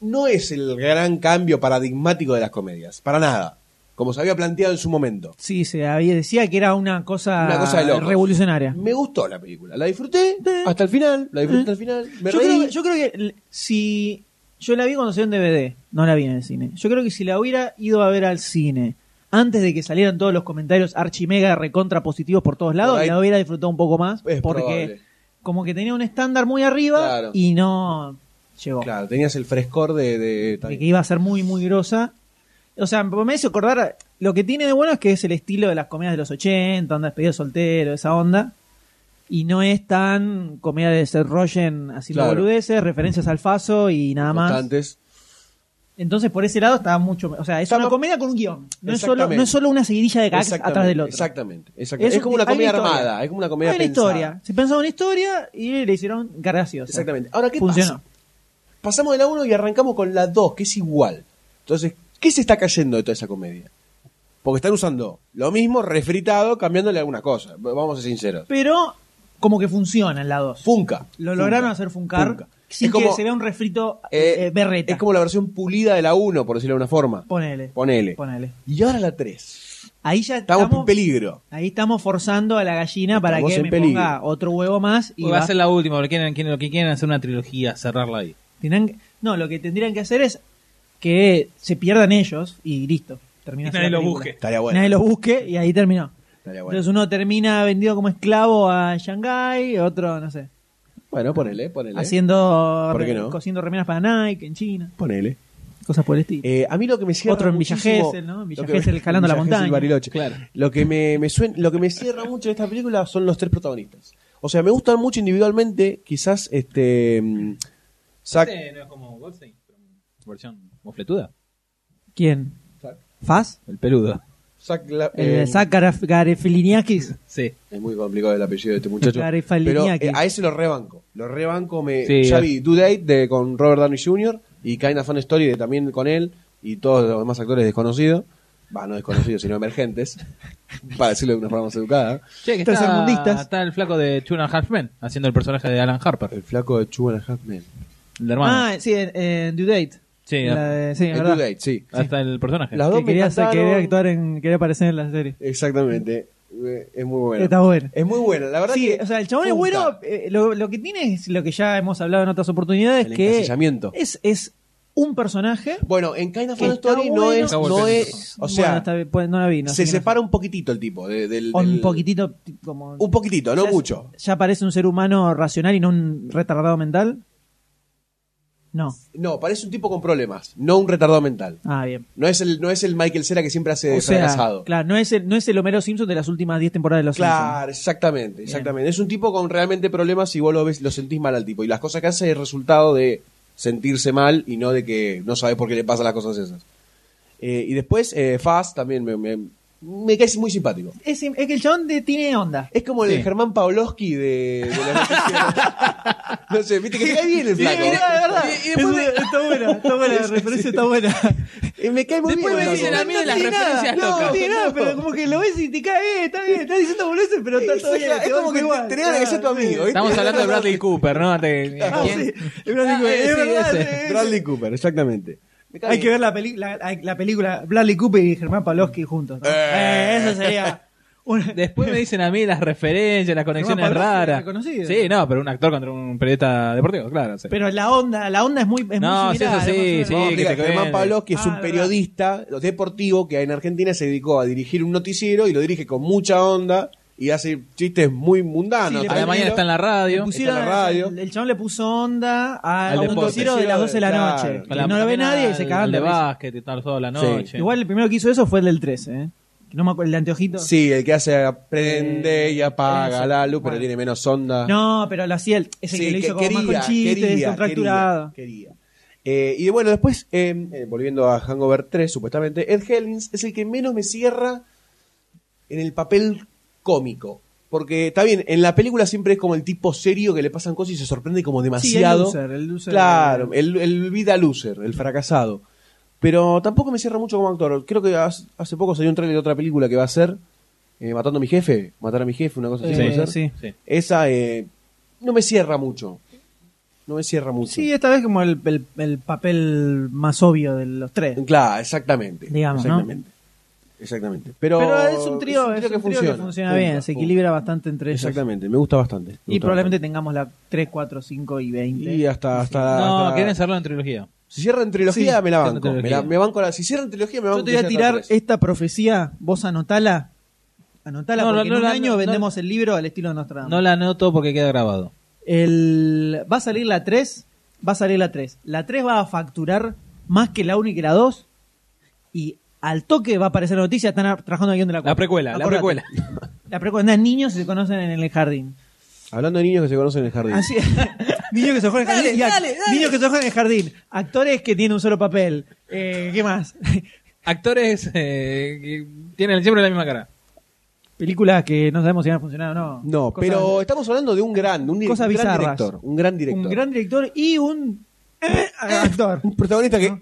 Speaker 4: no es el gran cambio paradigmático de las comedias, para nada, como se había planteado en su momento.
Speaker 2: Sí, se había, decía que era una cosa,
Speaker 4: Una cosa de locos.
Speaker 2: Ah, revolucionaria. Eh.
Speaker 4: Me gustó la película, la disfruté hasta el final, la disfruté hasta el final, me
Speaker 2: Yo
Speaker 4: reí.
Speaker 2: creo, que- yo creo que l- si yo la vi cuando salió en DVD, no la vi en el cine. Yo creo que si la hubiera ido a ver al cine antes de que salieran todos los comentarios archimega recontra positivos por todos lados,
Speaker 4: Por ahí-
Speaker 2: la hubiera disfrutado un poco más
Speaker 4: Es
Speaker 2: porque
Speaker 4: probable.
Speaker 2: como que tenía un estándar muy arriba
Speaker 4: Claro.
Speaker 2: y no llegó.
Speaker 4: Claro, tenías el frescor de... de-
Speaker 2: de que iba a ser muy muy grosa. O sea, me hizo acordar lo que tiene de bueno es que es el estilo de las comedias de los 80, onda despedido soltero, esa onda. Y no es tan comedia de Seth Rogen haciendo
Speaker 4: Claro.
Speaker 2: boludeces, referencias al Faso y nada más.
Speaker 4: constantes.
Speaker 2: Entonces, por ese lado está mucho, o sea, es
Speaker 4: Está
Speaker 2: una
Speaker 4: más-
Speaker 2: comedia con un guión, no es solo
Speaker 4: Exactamente.
Speaker 2: no es solo una seguidilla de gags
Speaker 4: Exactamente,
Speaker 2: atrás del otro.
Speaker 4: Exactamente, exactamente.
Speaker 2: Es
Speaker 4: Es,
Speaker 2: un-
Speaker 4: como una
Speaker 2: hay una
Speaker 4: comedia
Speaker 2: historia.
Speaker 4: armada, es como una comedia
Speaker 2: Hay una
Speaker 4: pensada.
Speaker 2: historia, se pensaba una historia y le hicieron graciosa.
Speaker 4: Exactamente. Ahora, ¿qué
Speaker 2: Funcionó.
Speaker 4: pasa? Pasamos de la 1 y arrancamos con la 2, que es igual. Entonces, ¿qué se está cayendo de toda esa comedia? Porque están usando lo mismo, refritado, cambiándole alguna cosa. V- Vamos a ser sinceros.
Speaker 2: Pero como que funciona en la 2.
Speaker 4: Funca.
Speaker 2: Lo
Speaker 4: Funca.
Speaker 2: lograron hacer funcar
Speaker 4: Funca.
Speaker 2: sin
Speaker 4: Es como-
Speaker 2: que se vea un refrito
Speaker 4: Eh,
Speaker 2: eh, berreta.
Speaker 4: Es como la versión pulida de la 1, por decirlo de una forma.
Speaker 2: Ponele.
Speaker 4: Ponele.
Speaker 2: Ponele.
Speaker 4: Y ahora la 3.
Speaker 2: Ahí ya
Speaker 4: Estamos,
Speaker 2: estamos,
Speaker 4: en peligro.
Speaker 2: Ahí estamos forzando a la gallina para
Speaker 4: Estamos
Speaker 2: que
Speaker 4: en
Speaker 2: me
Speaker 4: peligro.
Speaker 2: ponga otro huevo más y
Speaker 5: Pues va a
Speaker 2: va-
Speaker 5: ser la última, porque quieren, quieren- lo que quieren es hacer una trilogía, cerrarla ahí.
Speaker 2: tendrán que- No, lo que tendrían que hacer es que se pierdan ellos y listo. Termina
Speaker 5: Y
Speaker 2: así
Speaker 5: nadie
Speaker 2: la
Speaker 5: los
Speaker 2: película.
Speaker 5: busque.
Speaker 4: Estaría bueno.
Speaker 2: Nadie los busque y ahí terminó.
Speaker 4: Estaría bueno.
Speaker 2: Entonces uno termina vendido como esclavo a Shanghai, otro, no sé,
Speaker 4: bueno, ponele, ponele.
Speaker 2: haciendo
Speaker 4: ¿Por qué
Speaker 2: re-
Speaker 4: no?
Speaker 2: cosiendo remeras para Nike en China,
Speaker 4: Ponele.
Speaker 2: cosas por el estilo.
Speaker 4: Eh, a mí lo que me cierra
Speaker 2: Otro en Villa
Speaker 4: muchísimo-
Speaker 2: Gesell, ¿no? En Villa
Speaker 4: lo que-
Speaker 2: Gesell escalando la
Speaker 4: Villa
Speaker 2: montaña.
Speaker 4: Gesell, Bariloche.
Speaker 5: Claro.
Speaker 4: Lo que me, me suen- lo que me cierra mucho de esta película son los tres protagonistas. O sea, me gustan mucho individualmente, quizás este mm, Zac-
Speaker 5: Este no es como Goldstein, pero en versión mofletuda.
Speaker 2: ¿Quién?
Speaker 4: Zac-
Speaker 2: ¿Faz?
Speaker 5: El peludo.
Speaker 4: Zac La-
Speaker 2: El
Speaker 4: eh,
Speaker 2: de Zac Garaf- Garefiliniakis.
Speaker 5: Sí.
Speaker 4: es muy complicado el apellido de este muchacho. pero
Speaker 2: Garifaliniaki.
Speaker 4: eh, a ese lo rebanco. Lo rebanco me
Speaker 5: Sí,
Speaker 4: ya
Speaker 5: eh.
Speaker 4: vi Do Date de con Robert Downey Jr. y Kind of Fun Story de, también con él y todos los demás actores desconocidos. Va, no desconocidos, sino emergentes. para decirlo de una forma más educada.
Speaker 5: Che, que
Speaker 2: Tercermundistas.
Speaker 5: está, está el flaco de Two and a Half Men, haciendo el personaje de Alan Harper,
Speaker 4: El flaco de Chuan Hackman.
Speaker 5: el hermano.
Speaker 2: Ah, sí, en, en Due Date.
Speaker 5: sí,
Speaker 2: La de- sí,
Speaker 4: El
Speaker 2: ¿verdad?
Speaker 4: Due Date, sí.
Speaker 5: hasta el personaje.
Speaker 4: Las
Speaker 2: Que
Speaker 4: dos me
Speaker 2: quería, hacer- quería
Speaker 4: encantaron.
Speaker 2: actuar en, quería aparecer en la serie.
Speaker 4: Exactamente. Eh, Es muy buena.
Speaker 2: Está buena.
Speaker 4: Es muy buena, la verdad.
Speaker 2: Sí,
Speaker 4: que
Speaker 2: o sea, el chabón es
Speaker 4: punta.
Speaker 2: bueno. eh, lo, lo que tiene es lo que ya hemos hablado en otras oportunidades,
Speaker 4: El
Speaker 2: que
Speaker 4: encasillamiento.
Speaker 2: es, es un personaje.
Speaker 4: Bueno, en Kind of
Speaker 2: que
Speaker 4: Fun
Speaker 2: está
Speaker 4: Story
Speaker 2: bueno.
Speaker 4: no es.
Speaker 5: Está
Speaker 4: No
Speaker 5: bueno.
Speaker 4: es o sea,
Speaker 2: Bueno, está bien, pues, no la vi. no sé
Speaker 4: se
Speaker 2: qué no sé.
Speaker 4: separa un poquitito el tipo. de- del,
Speaker 2: O un
Speaker 4: del-
Speaker 2: poquitito, t- como.
Speaker 4: Un poquitito, no
Speaker 2: ya es-
Speaker 4: mucho.
Speaker 2: Ya parece un ser humano racional y no un retardado mental. No.
Speaker 4: No, parece un tipo con problemas, no un retardado mental.
Speaker 2: Ah, bien.
Speaker 4: No es el, no es el Michael Cera que siempre hace de
Speaker 2: O sea,
Speaker 4: fracasado.
Speaker 2: claro, no es, el, no es el Homero Simpson de las últimas 10 temporadas de los Simpsons.
Speaker 4: Claro, exactamente, exactamente. Es un tipo con realmente problemas y vos lo ves, lo sentís mal al tipo. Y las cosas que hace es resultado de sentirse mal y no de que no sabes por qué le pasan las cosas esas. Eh, y después, eh, Faz también me, me, me cae muy simpático.
Speaker 2: Es, es que el chabón de- tiene onda.
Speaker 4: Es como el
Speaker 5: Sí.
Speaker 4: Germán Pavlovsky de, de la No sé, viste que me cae bien el flaco. Y- y después me-
Speaker 2: está buena, está buena, la referencia está buena.
Speaker 4: eh, me cae muy
Speaker 5: Después
Speaker 4: bien.
Speaker 5: me
Speaker 4: el
Speaker 5: dicen
Speaker 4: flaco.
Speaker 5: a mí de las
Speaker 2: tiene
Speaker 5: referencias
Speaker 2: nada, No,
Speaker 5: locas.
Speaker 2: tiene nada, pero como que lo ves y te cae bien, está bien, está diciendo boludeces, pero está todo bien.
Speaker 4: Es
Speaker 2: te
Speaker 4: como
Speaker 2: banco
Speaker 4: que
Speaker 2: igual.
Speaker 4: tenés ganas de que sea tu amigo. ¿viste?
Speaker 5: Estamos hablando de Bradley Cooper, ¿no? Ante-
Speaker 2: Ah,
Speaker 5: ¿quién?
Speaker 2: sí, es Bradley
Speaker 5: Ah,
Speaker 2: Cooper,
Speaker 5: eh,
Speaker 2: es
Speaker 5: sí,
Speaker 2: verdad,
Speaker 5: ese.
Speaker 2: sí, sí.
Speaker 4: Bradley Cooper, exactamente. Me cae
Speaker 2: Hay que
Speaker 4: bien.
Speaker 2: ver la, peli- la, la película Bradley Cooper y Germán Pavlovsky juntos. ¿no? Eh, eso sería. una-
Speaker 5: Después me dicen a mí las referencias, las conexiones
Speaker 2: Pablo,
Speaker 5: raras.
Speaker 2: era conocido.
Speaker 5: Sí, no, pero un actor contra un periodista deportivo, claro. sí.
Speaker 2: Pero la onda, la onda es muy, es
Speaker 5: No,
Speaker 2: muy
Speaker 5: sí,
Speaker 2: similar.
Speaker 5: eso sí,
Speaker 2: es muy similar.
Speaker 4: Vamos a
Speaker 5: sí. que te
Speaker 4: explicar. Germán
Speaker 5: cuente.
Speaker 4: Pavlovsky es
Speaker 2: Ah,
Speaker 4: un
Speaker 2: verdad.
Speaker 4: periodista deportivo que en Argentina se dedicó a dirigir un noticiero y lo dirige con mucha onda y hace chistes muy
Speaker 2: Sí, le-
Speaker 4: mundanos.
Speaker 5: a la
Speaker 4: tranquilos.
Speaker 5: mañana está en la
Speaker 2: Le
Speaker 5: radio.
Speaker 2: pusieron-
Speaker 4: Está en la radio.
Speaker 2: El, el chabón le puso onda a
Speaker 5: Al
Speaker 2: un
Speaker 5: deporte.
Speaker 2: noticiero de las 12 de la
Speaker 4: Claro.
Speaker 2: noche.
Speaker 4: A
Speaker 5: Con
Speaker 2: Y
Speaker 5: la-
Speaker 2: no lo ve
Speaker 5: también
Speaker 2: nadie y
Speaker 5: al-
Speaker 2: se cagan
Speaker 5: al
Speaker 2: de
Speaker 5: de
Speaker 2: risa.
Speaker 5: básquet y tal, toda la
Speaker 4: Sí.
Speaker 5: noche.
Speaker 2: Igual el primero que hizo eso fue el del 13, ¿eh? Que No me acuerdo, el de anteojito.
Speaker 4: Sí, el que hace aprende y apaga
Speaker 2: Eh, eso.
Speaker 4: la luz, pero
Speaker 2: Bueno.
Speaker 4: tiene menos onda.
Speaker 2: No, pero lo hacía el, ese
Speaker 4: Sí,
Speaker 2: que lo hizo
Speaker 4: que
Speaker 2: como más con chistes,
Speaker 4: quería,
Speaker 2: contracturado.
Speaker 4: quería, quería. Eh, y bueno, después, eh, eh, volviendo a Hangover 3, supuestamente, Ed Helms es el que menos me cierra en el papel cómico. Porque está bien, en la película siempre es como el tipo serio que le pasan cosas y se sorprende como demasiado.
Speaker 2: loser, el loser.
Speaker 4: claro, el, el vida loser, el fracasado. Pero tampoco me cierra mucho como actor. Creo que hace, hace poco salió un trailer de otra película que va a ser eh, Matando a mi jefe, Matar a mi jefe, una cosa así.
Speaker 2: Sí,
Speaker 4: puede ser.
Speaker 2: Eh, sí.
Speaker 5: Sí.
Speaker 4: Esa eh, no me cierra mucho. No me cierra mucho.
Speaker 2: Sí, esta vez como el, el- el papel más obvio de los tres.
Speaker 4: Claro, exactamente.
Speaker 2: Digamos, ¿no?
Speaker 4: exactamente. Exactamente. Pero,
Speaker 2: Pero, es un trío, es un trío que, funciona, bien,
Speaker 4: Punta,
Speaker 2: se
Speaker 4: punta.
Speaker 2: equilibra bastante entre ellos.
Speaker 4: Exactamente, me gusta bastante. me
Speaker 2: Y
Speaker 4: gusta
Speaker 2: probablemente tengamos la 3, 4, 5 y 20.
Speaker 4: bastante. Y hasta. hasta,
Speaker 5: No,
Speaker 4: hasta-
Speaker 5: quieren hacerlo en trilogía.
Speaker 4: Si cierran trilogía,
Speaker 5: Sí,
Speaker 4: me la
Speaker 5: cierran
Speaker 4: banco. Me, la,
Speaker 5: trilogía.
Speaker 4: me banco la- si cierran trilogía, me banco.
Speaker 2: Yo te voy a
Speaker 4: que
Speaker 2: tirar
Speaker 4: cierran tres.
Speaker 2: esta profecía, vos anotala. Anotala
Speaker 5: No, no,
Speaker 2: porque
Speaker 5: no
Speaker 2: en un
Speaker 5: la-
Speaker 2: año
Speaker 5: no-
Speaker 2: vendemos el libro al estilo de Nostradamus.
Speaker 5: No la anoto porque queda grabado.
Speaker 2: El, va a salir la 3, va a salir la 3. La 3 va a facturar más que la 1 y que la 2 y al toque va a aparecer la noticia, están a- trabajando el guión de la
Speaker 5: La
Speaker 2: cuatro.
Speaker 5: precuela, la
Speaker 2: Acordate.
Speaker 5: precuela.
Speaker 2: La precuela, andan niños y se conocen en el jardín.
Speaker 4: Hablando de niños que se conocen en el jardín.
Speaker 2: Así niños que se juegan en el jardín. y ac- Niños que se juegan en el jardín. Actores que tienen un solo papel. Eh, ¿Qué más?
Speaker 5: Actores eh, que tienen siempre la misma cara.
Speaker 2: Películas que no sabemos si van a funcionar o no.
Speaker 4: No,
Speaker 2: Cosas-
Speaker 4: pero estamos hablando de un gran, un, dir-
Speaker 2: Cosas
Speaker 4: un gran
Speaker 2: bizarras.
Speaker 4: director. Un gran director.
Speaker 2: Un gran director y un eh, actor.
Speaker 4: Un protagonista que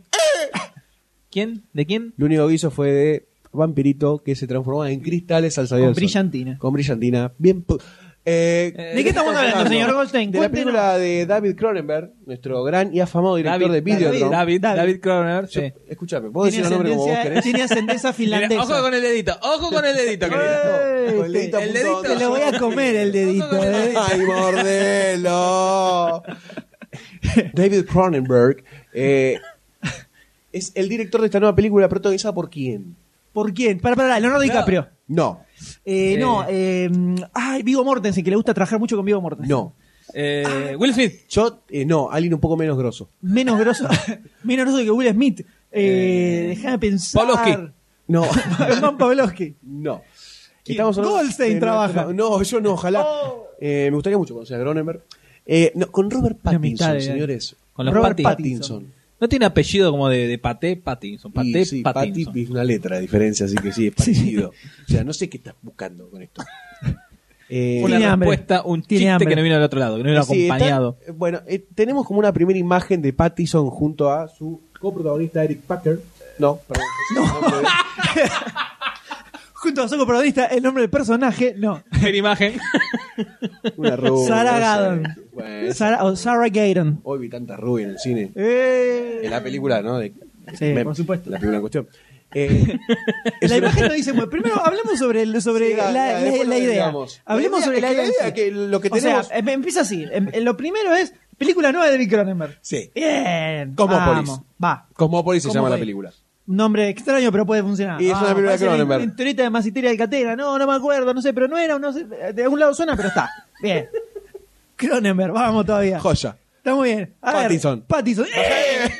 Speaker 5: ¿Quién? ¿De quién?
Speaker 4: lo único que hizo fue de vampirito que se transformaba en cristales al salir
Speaker 2: Con
Speaker 4: del sol.
Speaker 2: brillantina.
Speaker 4: Con brillantina. Bien. pu- Eh,
Speaker 5: ¿de qué estamos
Speaker 2: hablando, señor Goldstein?
Speaker 4: De la
Speaker 2: Cuéntenos.
Speaker 4: película de David Cronenberg, nuestro gran y afamado director de Videodrome.
Speaker 5: David,
Speaker 2: David.
Speaker 5: David Cronenberg, sí.
Speaker 4: Yo- Escúchame, ¿puedo decir el nombre como vos
Speaker 2: ascendencia,
Speaker 4: querés?
Speaker 2: tiene ascendencia
Speaker 5: Mira,
Speaker 2: finlandesa.
Speaker 5: ojo con el dedito, ojo con el dedito, querido.
Speaker 2: Ey,
Speaker 4: Con el dedito
Speaker 2: te-
Speaker 5: el dedito.
Speaker 2: Te lo voy a comer el
Speaker 5: Ojo
Speaker 2: dedito.
Speaker 5: con el
Speaker 2: eh.
Speaker 5: dedito.
Speaker 4: ¡Ay, mordelo! David Cronenberg eh, es el director de esta nueva película protagonizada por quién?
Speaker 2: ¿Por quién? Para, para, Leonardo DiCaprio.
Speaker 4: No,
Speaker 2: Eh,
Speaker 5: Sí.
Speaker 2: No, eh, ay, Vigo Mortensen, que le gusta trabajar mucho con Vigo Mortensen.
Speaker 4: no.
Speaker 5: Eh, Will Smith.
Speaker 4: Yo, eh, no, alguien un poco menos grosso.
Speaker 2: Menos grosso, menos grosso que Will Smith. Eh, Déjame pensar.
Speaker 5: Pavlovsky.
Speaker 4: No.
Speaker 2: Germán Pavlovsky.
Speaker 4: No.
Speaker 2: ¿Quién? Goldstein
Speaker 4: de
Speaker 2: trabaja.
Speaker 4: nuestra- No, yo no, ojalá.
Speaker 2: Oh.
Speaker 4: Eh, me gustaría mucho conocer a Cronenberg. Eh, no, con Robert
Speaker 2: Una amistad
Speaker 4: Pattinson,
Speaker 2: de-
Speaker 4: señores.
Speaker 5: Con los
Speaker 2: Robert
Speaker 5: Patty.
Speaker 4: Pattinson.
Speaker 5: No tiene apellido como de, de Paté Pattinson. Paté
Speaker 4: Y sí,
Speaker 5: Pattinson.
Speaker 4: Patti es una letra de diferencia, así que sí, es parecido. O sea, no sé qué estás buscando con esto. Eh,
Speaker 5: Una
Speaker 2: Tiene hambre.
Speaker 5: respuesta, un
Speaker 2: Tiene
Speaker 5: chiste
Speaker 2: hambre.
Speaker 5: que no vino del otro lado, que no vino
Speaker 4: sí, está-
Speaker 5: acompañado.
Speaker 4: bueno, eh, tenemos como una primera imagen de Pattinson junto a su coprotagonista Eric Packer. No, perdón.
Speaker 2: Junto a su coprotagonista, el nombre del personaje, no.
Speaker 5: En imagen.
Speaker 4: Una rubia.
Speaker 2: Sarah
Speaker 4: no sé.
Speaker 2: Gadon.
Speaker 4: Bueno,
Speaker 2: Sarah, o Sarah Gaydon.
Speaker 4: hoy vi tanta rubia en el cine.
Speaker 2: Eh.
Speaker 4: En la película, ¿no? De-
Speaker 2: Sí, por supuesto.
Speaker 4: La película en cuestión. Eh, es
Speaker 2: la
Speaker 4: una-
Speaker 2: imagen no dice mucho. Primero hablemos sobre, el- sobre
Speaker 4: Sí,
Speaker 2: la, la-
Speaker 4: después
Speaker 2: la
Speaker 4: lo
Speaker 2: idea.
Speaker 4: digamos.
Speaker 2: Hablemos
Speaker 4: La
Speaker 2: sobre
Speaker 4: idea
Speaker 2: la
Speaker 4: es
Speaker 2: idea.
Speaker 4: que la idea
Speaker 2: en sí.
Speaker 4: que lo que
Speaker 2: O sea,
Speaker 4: tenemos-
Speaker 2: em- empieza así. Em- em- lo primero es película nueva de David Cronenberg.
Speaker 4: Sí.
Speaker 2: Bien.
Speaker 4: Cosmópolis.
Speaker 2: Vamos, Va.
Speaker 4: Cosmópolis se llama la
Speaker 2: Cosmópolis.
Speaker 4: película.
Speaker 2: Un Nombre extraño, pero puede funcionar.
Speaker 4: Y es una película de
Speaker 2: parece la
Speaker 4: Cronenberg.
Speaker 2: in- Teorita de Masiteria de Catena. No, no me acuerdo, no sé, pero no era, no sé, de algún lado suena, pero está. Bien. Cronenberg, vamos todavía.
Speaker 4: Joya.
Speaker 2: Está muy bien. A ver,
Speaker 4: Pattinson.
Speaker 2: Pattinson. ¡Eh!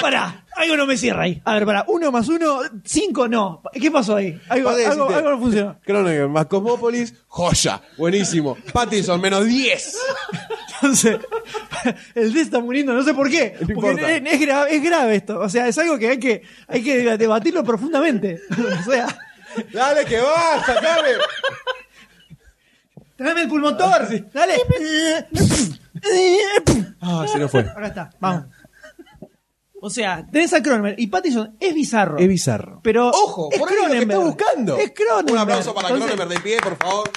Speaker 2: Pará, algo no me cierra ahí. A ver, pará, uno más uno, cinco no. ¿Qué pasó ahí? Algo,
Speaker 4: Podés
Speaker 2: algo-
Speaker 4: decirte,
Speaker 2: algo no funcionó.
Speaker 4: Cronenberg más Cosmópolis, joya, buenísimo. Pattinson, menos 10.
Speaker 2: Entonces, el D está muriendo, no sé por qué.
Speaker 4: No
Speaker 2: porque
Speaker 4: importa.
Speaker 2: es, es gra- es grave esto. O sea, es algo que hay que, hay que debatirlo profundamente. O sea,
Speaker 4: Dale que vas, sacame.
Speaker 2: tráeme el pulmotor. Dale.
Speaker 4: Ah, se nos fue.
Speaker 2: Ahora está, vamos. O sea, tenés a Cronenberg y Pattinson es bizarro.
Speaker 4: Es bizarro.
Speaker 2: Pero
Speaker 4: Ojo,
Speaker 2: es
Speaker 4: por ahí lo que está
Speaker 2: Cronenberg.
Speaker 4: buscando.
Speaker 2: Es Cronenberg.
Speaker 4: Un aplauso para
Speaker 2: Entonces,
Speaker 4: Cronenberg de pie, por favor.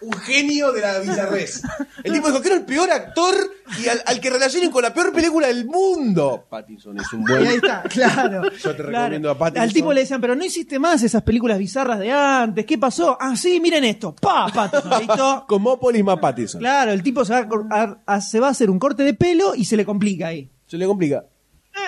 Speaker 4: Un genio de la bizarrez. El tipo dijo que era el peor actor y al, al que relacionen con la peor película del mundo. Pattinson es un
Speaker 2: Y ahí
Speaker 4: buen.
Speaker 2: está, claro.
Speaker 4: Yo te
Speaker 2: claro.
Speaker 4: recomiendo a Pattinson.
Speaker 2: Al tipo le decían, pero no hiciste más esas películas bizarras de antes. ¿Qué pasó? Ah, sí, miren esto. Pa, Pattinson, ¿listo?
Speaker 4: Cosmópolis más Pattinson.
Speaker 2: Claro, el tipo se va a cor- a, a- se va a hacer un corte de pelo y se le complica ahí.
Speaker 4: Se le complica.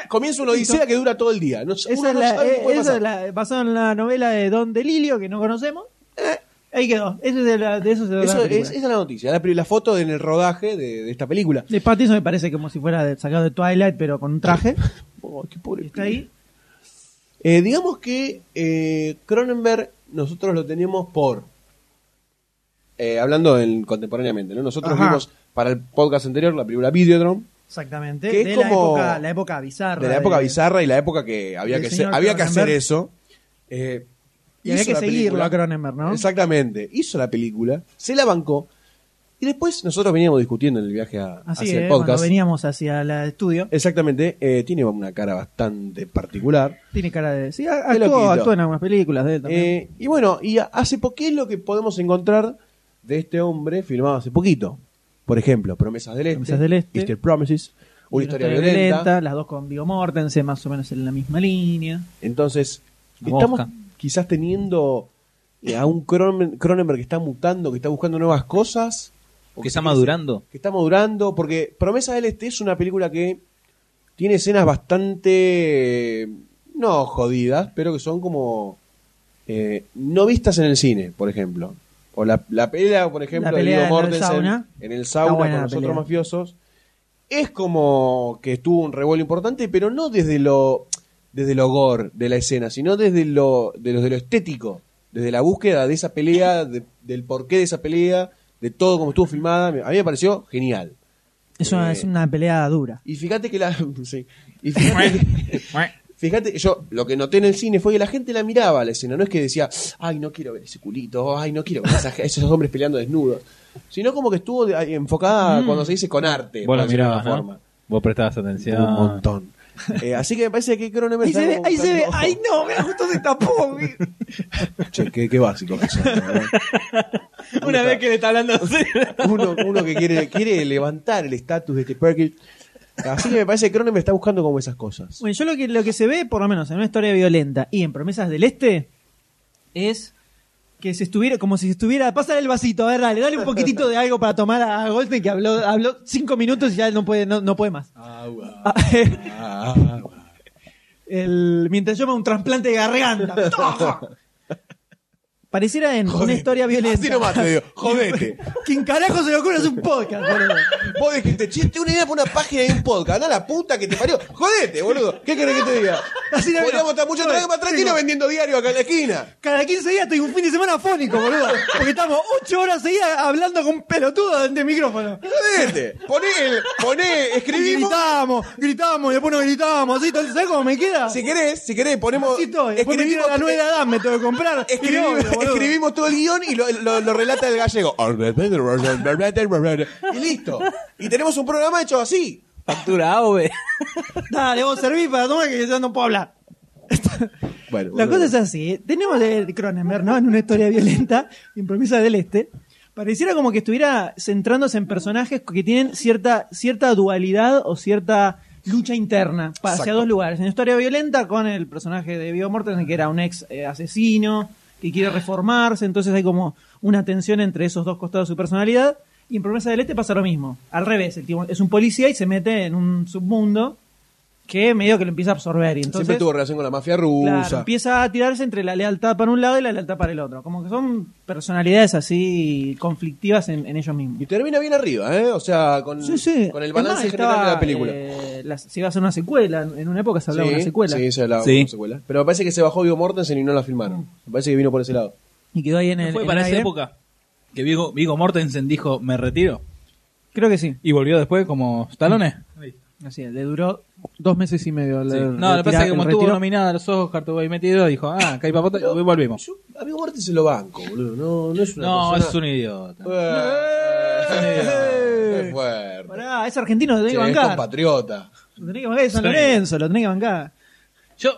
Speaker 4: Comienza una
Speaker 2: listo.
Speaker 4: odisea que dura todo el día. No,
Speaker 2: Esa
Speaker 4: Eh, uno
Speaker 2: es
Speaker 4: no
Speaker 2: la,
Speaker 4: sabe qué
Speaker 2: eh,
Speaker 4: puede
Speaker 2: esa
Speaker 4: pasar.
Speaker 2: es la- basado en la novela de Don Delilio, que no conocemos. Eh, ahí quedó. Eso es de, la- de eso se trata
Speaker 4: Eso
Speaker 2: la
Speaker 4: es-
Speaker 2: película.
Speaker 4: esa es la noticia, la, pri- la foto en el rodaje de, de esta película.
Speaker 2: De Pattinson me parece como si fuera de- sacado de Twilight, pero con un traje.
Speaker 4: Oh, qué pobre
Speaker 2: Está ahí.
Speaker 4: Eh, digamos que eh, Cronenberg nosotros lo tenemos por. eh, hablando en- contemporáneamente, ¿no? Nosotros
Speaker 2: Ajá.
Speaker 4: vimos para el podcast anterior la película Videodrome,
Speaker 2: Exactamente.
Speaker 4: Que es
Speaker 2: de
Speaker 4: como-
Speaker 2: la, época, la época bizarra.
Speaker 4: de la época bizarra y la época que había
Speaker 2: del
Speaker 4: que,
Speaker 2: señor
Speaker 4: ser- había que hacer
Speaker 2: Cronenberg.
Speaker 4: eso. Eh,
Speaker 2: Y había
Speaker 4: hizo
Speaker 2: que
Speaker 4: la
Speaker 2: seguirlo
Speaker 4: película.
Speaker 2: a Cronenberg, ¿no?
Speaker 4: Exactamente, hizo la película, se la bancó y después nosotros veníamos discutiendo en el viaje a,
Speaker 2: Así
Speaker 4: hacia
Speaker 2: es,
Speaker 4: el
Speaker 2: cuando
Speaker 4: podcast.
Speaker 2: veníamos hacia el estudio,
Speaker 4: Exactamente, eh, tiene una cara bastante particular.
Speaker 2: tiene cara de... Sí, a-
Speaker 4: Qué
Speaker 2: actuó,
Speaker 4: loquito.
Speaker 2: actuó en algunas películas de él también.
Speaker 4: Eh, y bueno, y a- hace poco, ¿qué es lo que podemos encontrar de este hombre filmado hace poquito? Por ejemplo, Promesas del Este,
Speaker 2: Promesas del Este.
Speaker 4: Easter Promises, Una, historia, violenta.
Speaker 2: Las dos con Viggo Mortensen, más o menos en la misma línea.
Speaker 4: Entonces,
Speaker 5: La
Speaker 4: estamos
Speaker 5: mosca.
Speaker 4: quizás teniendo eh, a un Cronen- Cronenberg que está mutando, que está buscando nuevas cosas. o
Speaker 5: que está
Speaker 4: se-
Speaker 5: madurando.
Speaker 4: Que está madurando, porque Promesas del Este es una película que tiene escenas bastante, eh, no jodidas, pero que son como eh, no vistas en el cine, por ejemplo. O la, la pelea, por ejemplo,
Speaker 2: La pelea
Speaker 4: de Viggo
Speaker 2: en el
Speaker 4: Mortensen
Speaker 2: sauna.
Speaker 4: en el
Speaker 2: Está
Speaker 4: sauna
Speaker 2: buena
Speaker 4: con
Speaker 2: la
Speaker 4: los
Speaker 2: pelea.
Speaker 4: otros mafiosos. Es como que tuvo un revuelo importante, pero no desde lo desde lo gore de la escena, sino desde lo de lo, de lo estético, desde la búsqueda de esa pelea, de- del porqué de esa pelea, de todo como estuvo filmada. A mí me pareció genial.
Speaker 2: Es una,
Speaker 4: Eh.
Speaker 2: es una pelea dura.
Speaker 4: Y fíjate que la. sí. Y fíjate, que- fíjate, yo lo que noté en el cine fue que la gente la miraba la escena. No es que decía, ay, no quiero ver ese culito, ay, no quiero ver esas- esos hombres peleando desnudos. Sino como que estuvo de- ahí enfocada,
Speaker 2: Mm.
Speaker 4: cuando se dice, con arte.
Speaker 5: Vos
Speaker 4: por
Speaker 5: la
Speaker 4: decirlo de
Speaker 5: mirabas,
Speaker 4: alguna
Speaker 5: ¿no? eh, Vos prestabas atención.
Speaker 4: Un montón. Eh, así que me parece que Cronenberg
Speaker 2: Ahí se
Speaker 4: está
Speaker 2: ve,
Speaker 4: como
Speaker 2: ahí se ve.
Speaker 4: buscando-
Speaker 2: ¡Ay, no! Mira, justo se tapó. güey.
Speaker 4: Che, qué, qué básico que son, ¿no?
Speaker 5: Una vez que le está hablando así.
Speaker 4: uno, uno que quiere, quiere levantar el estatus de este Perkins. Así que me parece que Cronenberg está buscando como esas cosas.
Speaker 2: bueno, yo lo que, lo que se ve, por lo menos en una historia violenta y en Promesas del Este, es que se estuviera, como si estuviera, pásale el vasito, a ver, dale, dale un poquitito de algo para tomar a Goldstein, que habló, habló cinco minutos y ya no puede, no, no puede más. Ah, eh,
Speaker 4: Ah,
Speaker 2: El, mientras yo me hago un trasplante de garganta. ¡Toma! Pareciera en una
Speaker 4: Jodete.
Speaker 2: historia violenta.
Speaker 4: Así nomás te digo, jodete.
Speaker 2: ¿Quién carajo se le ocurre hacer un podcast, boludo?
Speaker 4: Vos dijiste, chiste, una idea para una página de un podcast. Anda la puta que te parió. Jodete, boludo. ¿Qué querés que te diga?
Speaker 2: Así la veo.
Speaker 4: Podríamos estar mucho
Speaker 2: Joder,
Speaker 4: tra- más tranquilos
Speaker 2: tengo-
Speaker 4: vendiendo diario acá en la esquina.
Speaker 2: Cada 15 días estoy un fin de semana fónico, boludo. Porque estamos 8 horas seguidas hablando con un pelotudo ante el micrófono.
Speaker 4: Jodete. Poné, el, poné,
Speaker 2: Y
Speaker 4: escribimos.
Speaker 2: gritamos, gritamos, y después nos gritamos, así, entonces, ¿sabes cómo me queda?
Speaker 4: Si querés, si querés, ponemos.
Speaker 2: Así estoy. Después me tiro a la nueva edad, me tengo que comprar.
Speaker 4: Escribimos,
Speaker 2: Quilombo, boludo.
Speaker 4: escribimos todo el guión y lo, lo- lo relata el gallego. Y listo. Y tenemos un programa hecho así.
Speaker 5: Factura AOVE.
Speaker 2: Dale, vos servís para tomar que yo no puedo hablar.
Speaker 4: Bueno,
Speaker 2: La cosa es así, ¿eh? tenemos el Cronenberg, ¿no? En una historia violenta, impromisa del este. Pareciera como que estuviera centrándose en personajes que tienen cierta, cierta dualidad o cierta lucha interna pa- hacia
Speaker 4: Exacto.
Speaker 2: dos lugares. En la historia violenta con el personaje de Viggo Mortensen, que era un ex eh, asesino, que quiere reformarse, entonces hay como una tensión entre esos dos costados de su personalidad. Y en Promesa del Este pasa lo mismo, al revés, el tipo es un policía y se mete en un submundo que medio que lo empieza a absorber. Y entonces,
Speaker 4: Siempre tuvo relación con la mafia
Speaker 2: claro,
Speaker 4: rusa.
Speaker 2: empieza a tirarse entre la lealtad para un lado y la lealtad para el otro. Como que son personalidades así conflictivas en, en ellos mismos.
Speaker 4: y termina bien arriba, ¿eh? O sea, con,
Speaker 2: Sí, sí.
Speaker 4: con el
Speaker 2: Es
Speaker 4: balance
Speaker 2: más,
Speaker 4: general
Speaker 2: estaba,
Speaker 4: de la película.
Speaker 2: eh, la- se iba a hacer una secuela. En en una época se hablaba
Speaker 4: sí,
Speaker 2: de una secuela.
Speaker 4: Sí, se hablaba
Speaker 5: Sí.
Speaker 4: de una secuela. Pero me parece que se bajó Vigo Mortensen y no la filmaron. Me parece que vino por ese lado.
Speaker 2: Y quedó ahí en el.
Speaker 5: ¿No fue
Speaker 2: en
Speaker 5: para
Speaker 2: el
Speaker 5: esa
Speaker 2: aire?
Speaker 5: época que Vigo, Vigo Mortensen dijo, me retiro?
Speaker 2: Creo que sí.
Speaker 5: ¿Y volvió después como Stallone?
Speaker 2: Así es, le duró dos meses y medio.
Speaker 5: Sí. No, lo que pasa es que como estuvo nominada a los Oscars, estuvo ahí metido, dijo, ah, caí papota, y volvimos.
Speaker 4: Yo, a Vigo Mortensen lo banco, boludo. No, no es una
Speaker 5: No,
Speaker 4: persona-
Speaker 5: es un idiota.
Speaker 4: Eh, es fuerte.
Speaker 2: Pará, es argentino, lo tenés
Speaker 4: Che,
Speaker 2: que
Speaker 4: es
Speaker 2: bancar.
Speaker 4: compatriota.
Speaker 2: Lo tenés que bancar de San
Speaker 5: Sí.
Speaker 2: Lorenzo, lo tenés que bancar.
Speaker 5: Yo,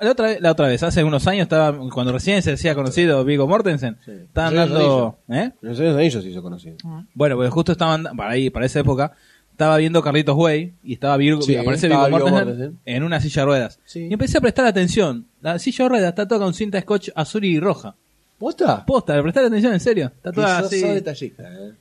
Speaker 5: la otra, vez, la otra vez, hace unos años, estaba cuando recién se decía conocido Vigo Mortensen,
Speaker 4: Sí.
Speaker 5: estaban
Speaker 4: Sí,
Speaker 5: dando... ¿eh?
Speaker 4: En los años de anillos se hizo conocido.
Speaker 5: Bueno, pues justo estaban, para ahí, para esa época, estaba viendo Carlitos Way y estaba Virgo,
Speaker 4: Sí,
Speaker 5: aparece
Speaker 4: estaba
Speaker 5: Virgo
Speaker 4: Viggo
Speaker 5: Mortensen,
Speaker 4: Mortensen.
Speaker 5: en una silla de ruedas.
Speaker 4: Sí.
Speaker 5: Y empecé a prestar atención. La silla de ruedas está toda con cinta scotch azul y roja.
Speaker 4: ¿Posta?
Speaker 5: Posta, prestar atención, en serio. Está toda
Speaker 4: Quizás
Speaker 5: así.
Speaker 4: sos detallista, eh.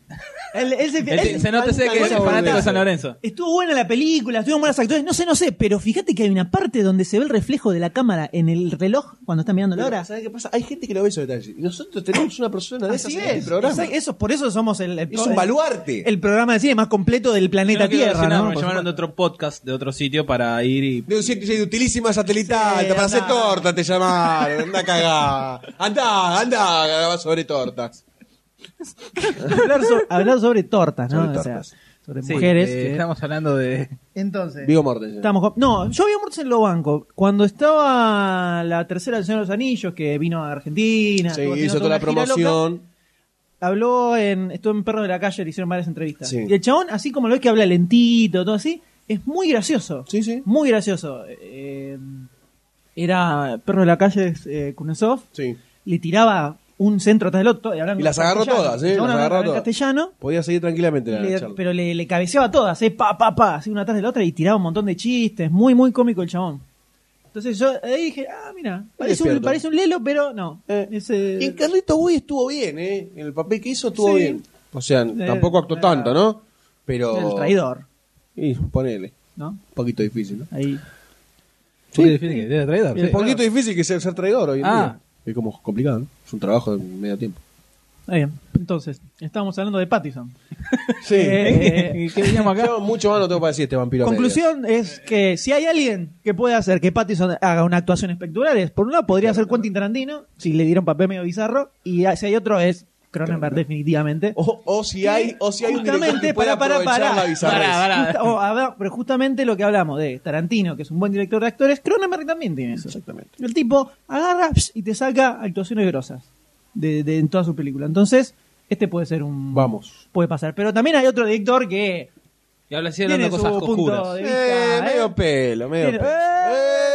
Speaker 2: Él, él se,
Speaker 5: El-
Speaker 2: él-
Speaker 5: se nota ese que es
Speaker 4: esa
Speaker 5: fanático de
Speaker 4: boludez.
Speaker 5: San Lorenzo.
Speaker 2: Estuvo buena la película, estuvieron buenas actores, no sé, no sé, pero fíjate que hay una parte donde se ve el reflejo de la cámara en el reloj cuando están mirando la hora.
Speaker 4: ¿Sabes qué pasa? Hay gente que lo ve esos detalles. Y nosotros tenemos una persona de
Speaker 2: Así
Speaker 4: esas en el
Speaker 2: es,
Speaker 4: programa.
Speaker 2: Exacto, eso, por eso somos el, el-
Speaker 4: Es un baluarte.
Speaker 2: el programa de cine más completo del
Speaker 5: Yo
Speaker 2: planeta
Speaker 5: no quiero
Speaker 2: Tierra.
Speaker 5: decir nada,
Speaker 2: ¿no?
Speaker 5: Me
Speaker 2: Por
Speaker 5: llamaron de
Speaker 2: supuesto.
Speaker 5: otro podcast, de otro sitio, para ir y...
Speaker 4: De un sitio de utilísima satelital,
Speaker 2: Sí,
Speaker 4: para
Speaker 2: andá.
Speaker 4: hacer torta te llamaron, anda cagá. Andá, andá, vas sobre tortas.
Speaker 2: hablar, so- hablar sobre tortas, ¿no?
Speaker 4: Sobre
Speaker 2: O sea,
Speaker 4: tortas.
Speaker 2: sobre
Speaker 5: Sí,
Speaker 2: mujeres.
Speaker 5: eh,
Speaker 2: que-
Speaker 5: Estamos hablando de...
Speaker 2: Entonces,
Speaker 4: Vigo Mortensen.
Speaker 2: estamos con- No, yo vi a Mortensen lo banco. Cuando estaba la tercera del Señor de los Anillos, que vino a Argentina,
Speaker 4: Sí,
Speaker 2: estuvo haciendo
Speaker 4: hizo toda la
Speaker 2: una gira loca,
Speaker 4: promoción.
Speaker 2: habló en. Estuvo en Perros de la Calle, le hicieron varias entrevistas.
Speaker 4: Sí.
Speaker 2: Y el chabón, así como lo ves que habla lentito, todo así, es muy gracioso.
Speaker 4: Sí, sí.
Speaker 2: Muy gracioso. Eh, era Perro de la Calle, eh, Kuznetsov,
Speaker 4: Sí.
Speaker 2: le tiraba un centro tras el otro. Y, hablando
Speaker 4: Y las
Speaker 2: en
Speaker 4: agarró
Speaker 2: castellano.
Speaker 4: todas, ¿eh?
Speaker 2: No, no,
Speaker 4: Las
Speaker 2: no,
Speaker 4: agarró
Speaker 2: en
Speaker 4: todas.
Speaker 2: castellano.
Speaker 4: Podía seguir tranquilamente la
Speaker 2: Le-
Speaker 4: charla.
Speaker 2: pero le, le cabeceaba todas, ¿eh? pa, pa, pa, así una tras de la otra y tiraba un montón de chistes, muy, muy cómico el chabón. Entonces yo ahí dije, ah, mira, parece un,
Speaker 4: despierto.
Speaker 2: parece un lelo, pero no.
Speaker 4: Eh,
Speaker 2: Es, eh,
Speaker 4: Y Carlitos Boy estuvo bien, ¿eh? El papel que hizo estuvo
Speaker 2: Sí.
Speaker 4: bien. O sea, tampoco actuó
Speaker 2: era-
Speaker 4: tanto, ¿no? Pero.
Speaker 2: el traidor,
Speaker 4: Y ponele.
Speaker 2: ¿no?
Speaker 4: Un poquito difícil, ¿no?
Speaker 2: Ahí.
Speaker 5: ¿Por qué define que era traidor?
Speaker 4: Un
Speaker 5: Sí.
Speaker 4: poquito difícil que sea ser traidor hoy en
Speaker 5: Ah.
Speaker 4: día. Es como complicado, ¿no? Es un trabajo de medio tiempo.
Speaker 2: Ahí bien. Entonces, estábamos hablando de Pattison.
Speaker 4: Sí.
Speaker 2: Eh,
Speaker 5: ¿Qué veníamos acá?
Speaker 4: Yo mucho más no tengo para decir este vampiro. a medias.
Speaker 2: Conclusión es que si hay alguien que puede hacer que Pattison haga una actuación espectacular, es por un lado podría ser Quentin Tarantino, si le dieron papel medio bizarro, y ah, si hay otro es Cronenberg, definitivamente.
Speaker 4: O, o si hay, o si hay un director
Speaker 2: Justamente,
Speaker 4: que pueda
Speaker 2: pará, pará,
Speaker 4: aprovechar
Speaker 2: pará.
Speaker 4: la bizarrez.
Speaker 5: Pará, pará.
Speaker 2: Justa- o, a ver, pero justamente lo que hablamos de Tarantino, que es un buen director de actores, Cronenberg también tiene eso.
Speaker 4: Exactamente.
Speaker 2: El tipo agarra psh, y te saca actuaciones grosas de, de- en toda su película. Entonces, este puede ser un.
Speaker 4: Vamos.
Speaker 2: Puede pasar. Pero también hay otro director que.
Speaker 5: Y habla así
Speaker 2: Tiene
Speaker 5: hablando
Speaker 2: su
Speaker 5: cosas
Speaker 2: punto
Speaker 5: oscuras.
Speaker 2: de
Speaker 4: Eh,
Speaker 2: vista. ¿eh?
Speaker 4: medio pelo, medio
Speaker 2: Tiene-
Speaker 4: pelo.
Speaker 2: ¡Eh!
Speaker 4: ¡Eh!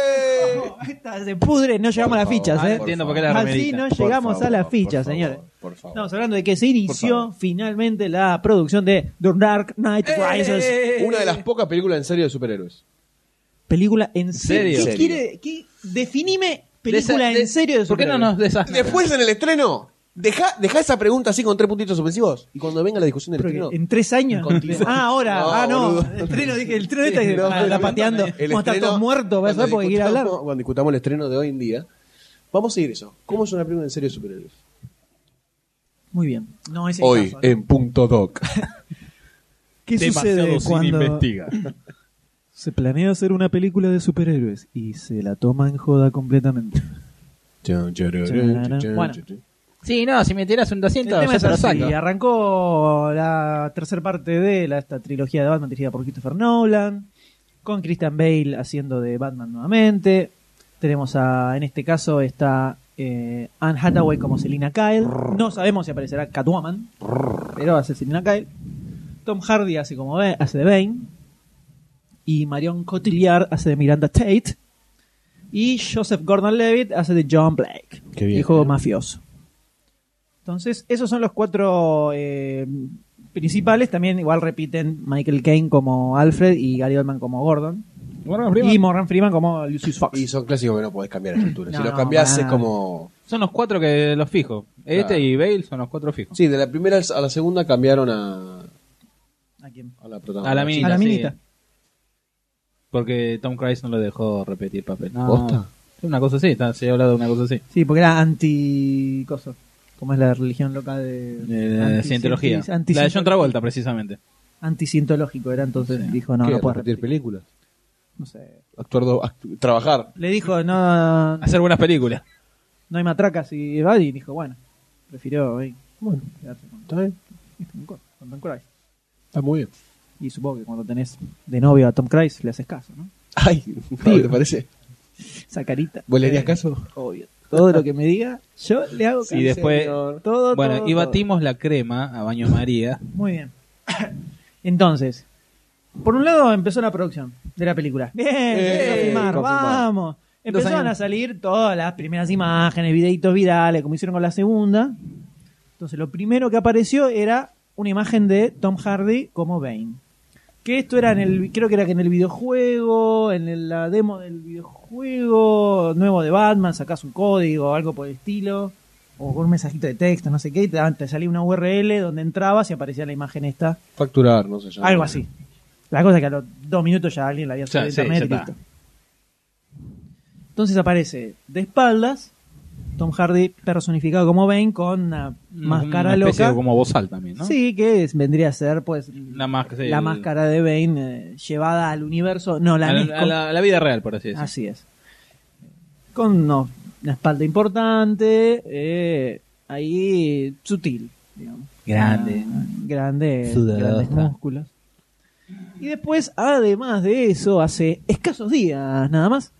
Speaker 2: Esta se pudre, no llegamos a las
Speaker 4: favor,
Speaker 2: fichas,
Speaker 5: ahora
Speaker 2: ¿eh?
Speaker 5: entiendo por qué la
Speaker 2: Así
Speaker 5: remerita.
Speaker 2: no
Speaker 4: Por
Speaker 2: llegamos
Speaker 4: favor,
Speaker 2: a las
Speaker 4: por
Speaker 2: fichas,
Speaker 4: favor,
Speaker 2: señores.
Speaker 4: Por favor.
Speaker 2: Estamos hablando de que se inició
Speaker 4: favor.
Speaker 2: finalmente la producción de The Dark Knight Rises.
Speaker 4: Una de las pocas películas en serio de superhéroes.
Speaker 2: Película en
Speaker 5: serio?
Speaker 2: serio. ¿Qué
Speaker 4: En
Speaker 2: quiere? qué- definime
Speaker 5: De esa-
Speaker 2: película
Speaker 5: de-
Speaker 2: en serio de
Speaker 5: ¿Por qué no
Speaker 2: superhéroes.
Speaker 5: nos desastres?
Speaker 4: Después en el estreno, deja, deja esa pregunta así con tres puntitos suspensivos. Y cuando venga la discusión del
Speaker 2: Porque
Speaker 4: estreno.
Speaker 2: en tres años.
Speaker 4: Incontinuo.
Speaker 2: Ah, ahora.
Speaker 4: No,
Speaker 2: ah, no.
Speaker 4: boludo.
Speaker 2: El estreno, dije, el estreno está,
Speaker 4: No,
Speaker 2: está
Speaker 4: no,
Speaker 2: pateando.
Speaker 4: el
Speaker 2: Vamos a estar
Speaker 4: estreno,
Speaker 2: todos muertos, ¿ves?
Speaker 4: cuando
Speaker 2: Porque quiere hablar.
Speaker 4: discutamos- Cuando discutamos el estreno de hoy en día, vamos a seguir eso. ¿Cómo es una película en serio de superhéroes?
Speaker 2: Muy bien. No, es el
Speaker 4: Hoy,
Speaker 2: caso, ¿eh? ¿no?
Speaker 4: en Punto Doc.
Speaker 2: ¿Qué sucede cuando se planea hacer una película de superhéroes y se la toma en joda completamente? Bueno.
Speaker 5: Sí, no, si me tiras un 200,
Speaker 2: El tema
Speaker 5: yo
Speaker 2: es
Speaker 5: te lo
Speaker 2: así,
Speaker 5: saco.
Speaker 2: arrancó la tercera parte de la, esta trilogía de Batman dirigida por Christopher Nolan, con Christian Bale haciendo de Batman nuevamente. Tenemos a, en este caso, está eh, Anne Hathaway como Selina Kyle. No sabemos si aparecerá Catwoman, pero hace Selina Kyle. Tom Hardy hace como Ba- hace de Bane. Y Marion Cotillard hace de Miranda Tate. Y Joseph Gordon-Levitt hace de John Blake,
Speaker 4: Qué bien. eh.
Speaker 2: hijo mafioso. Entonces, esos son los cuatro eh, principales. También igual repiten Michael Caine como Alfred y Gary Oldman como Gordon.
Speaker 5: Ah,
Speaker 2: Y Morgan Freeman como Lucius Fox.
Speaker 4: Y son clásicos que no podés cambiar a esta altura.
Speaker 2: No,
Speaker 4: si los cambiás
Speaker 2: para
Speaker 4: es
Speaker 2: nada.
Speaker 4: como...
Speaker 5: Son los cuatro que los fijo. Este
Speaker 4: Claro.
Speaker 5: y Bale son los cuatro fijos.
Speaker 4: Sí, de la primera a la segunda cambiaron a,
Speaker 2: ¿A quién?
Speaker 4: a la protagonista.
Speaker 5: A la mini.
Speaker 2: A la
Speaker 5: sí.
Speaker 2: minita.
Speaker 5: Porque Tom Cruise no lo dejó repetir papel. No,
Speaker 4: ¿Posta?
Speaker 5: Una cosa así, está- se ha hablado de una cosa así.
Speaker 2: Sí, porque era anti. Coso. ¿Cómo es la religión loca de.
Speaker 5: De la
Speaker 2: anti-
Speaker 5: Eh, cientología.
Speaker 2: anti-
Speaker 5: La de John Travolta, precisamente.
Speaker 2: Anticientológico era, entonces
Speaker 5: Sí.
Speaker 2: dijo, no,
Speaker 4: ¿Qué?
Speaker 2: no puedes
Speaker 4: ¿Repetir
Speaker 2: repetir.
Speaker 4: películas?
Speaker 2: No sé.
Speaker 4: Actuar do- act- trabajar.
Speaker 2: Le dijo, no, no
Speaker 5: Hacer buenas películas.
Speaker 2: hay matracas y va, y dijo, bueno, prefirió eh,
Speaker 4: Bueno,
Speaker 2: quedarse con,
Speaker 4: está bien.
Speaker 2: con Cor- con Tom Cruise.
Speaker 4: Está muy bien.
Speaker 2: Y supongo que cuando tenés de novio a Tom Cruise le haces caso, ¿no?
Speaker 4: Ay, Javi, ¿te parece?
Speaker 2: Esa carita.
Speaker 4: ¿Vos le harías caso?
Speaker 2: Obvio. Todo lo que me diga, yo le hago caso.
Speaker 5: Y después,
Speaker 4: señor.
Speaker 2: Todo,
Speaker 5: bueno,
Speaker 2: todo,
Speaker 5: y
Speaker 2: todo.
Speaker 5: batimos la crema a baño María.
Speaker 2: Muy bien. Entonces, por un lado empezó la producción de la película. Bien, se empezó a
Speaker 4: Eh,
Speaker 2: filmar,
Speaker 4: confirmado.
Speaker 2: vamos. Empezaron
Speaker 5: años.
Speaker 2: a salir todas las primeras imágenes, videitos virales, como hicieron con la segunda. Entonces, lo primero que apareció era una imagen de Tom Hardy como Bane. Que esto era en el, creo que era que en el videojuego, en el- la demo del videojuego nuevo de Batman, sacás un código o algo por el estilo, o con un mensajito de texto, no sé qué, y te, daban- te salía una URL donde entrabas y aparecía la imagen esta,
Speaker 4: Facturar, no sé. ya.
Speaker 2: algo así. La cosa es que a los dos minutos ya alguien la había
Speaker 5: O sea,
Speaker 2: subido a
Speaker 5: sí,
Speaker 2: internet
Speaker 5: ya
Speaker 2: y
Speaker 5: está.
Speaker 2: listo. Entonces aparece de espaldas Tom Hardy personificado como Bane con una máscara
Speaker 5: Una especie
Speaker 2: loca.
Speaker 5: de como bozal también, ¿no?
Speaker 2: Sí, que es- vendría a ser pues
Speaker 5: Una máscara. sí,
Speaker 2: la
Speaker 5: el-
Speaker 2: máscara de Bane eh, llevada al universo. No,
Speaker 5: a
Speaker 2: la, Ah,
Speaker 5: la,
Speaker 2: Nesco.
Speaker 5: a la- a la vida real, por así decirlo.
Speaker 2: Así es. Con uno- una espalda importante, eh, ahí sutil, digamos.
Speaker 5: Grande.
Speaker 2: Ah, grande,
Speaker 5: Sudorosa.
Speaker 2: grandes músculos. Y después, además de eso, hace escasos días nada más,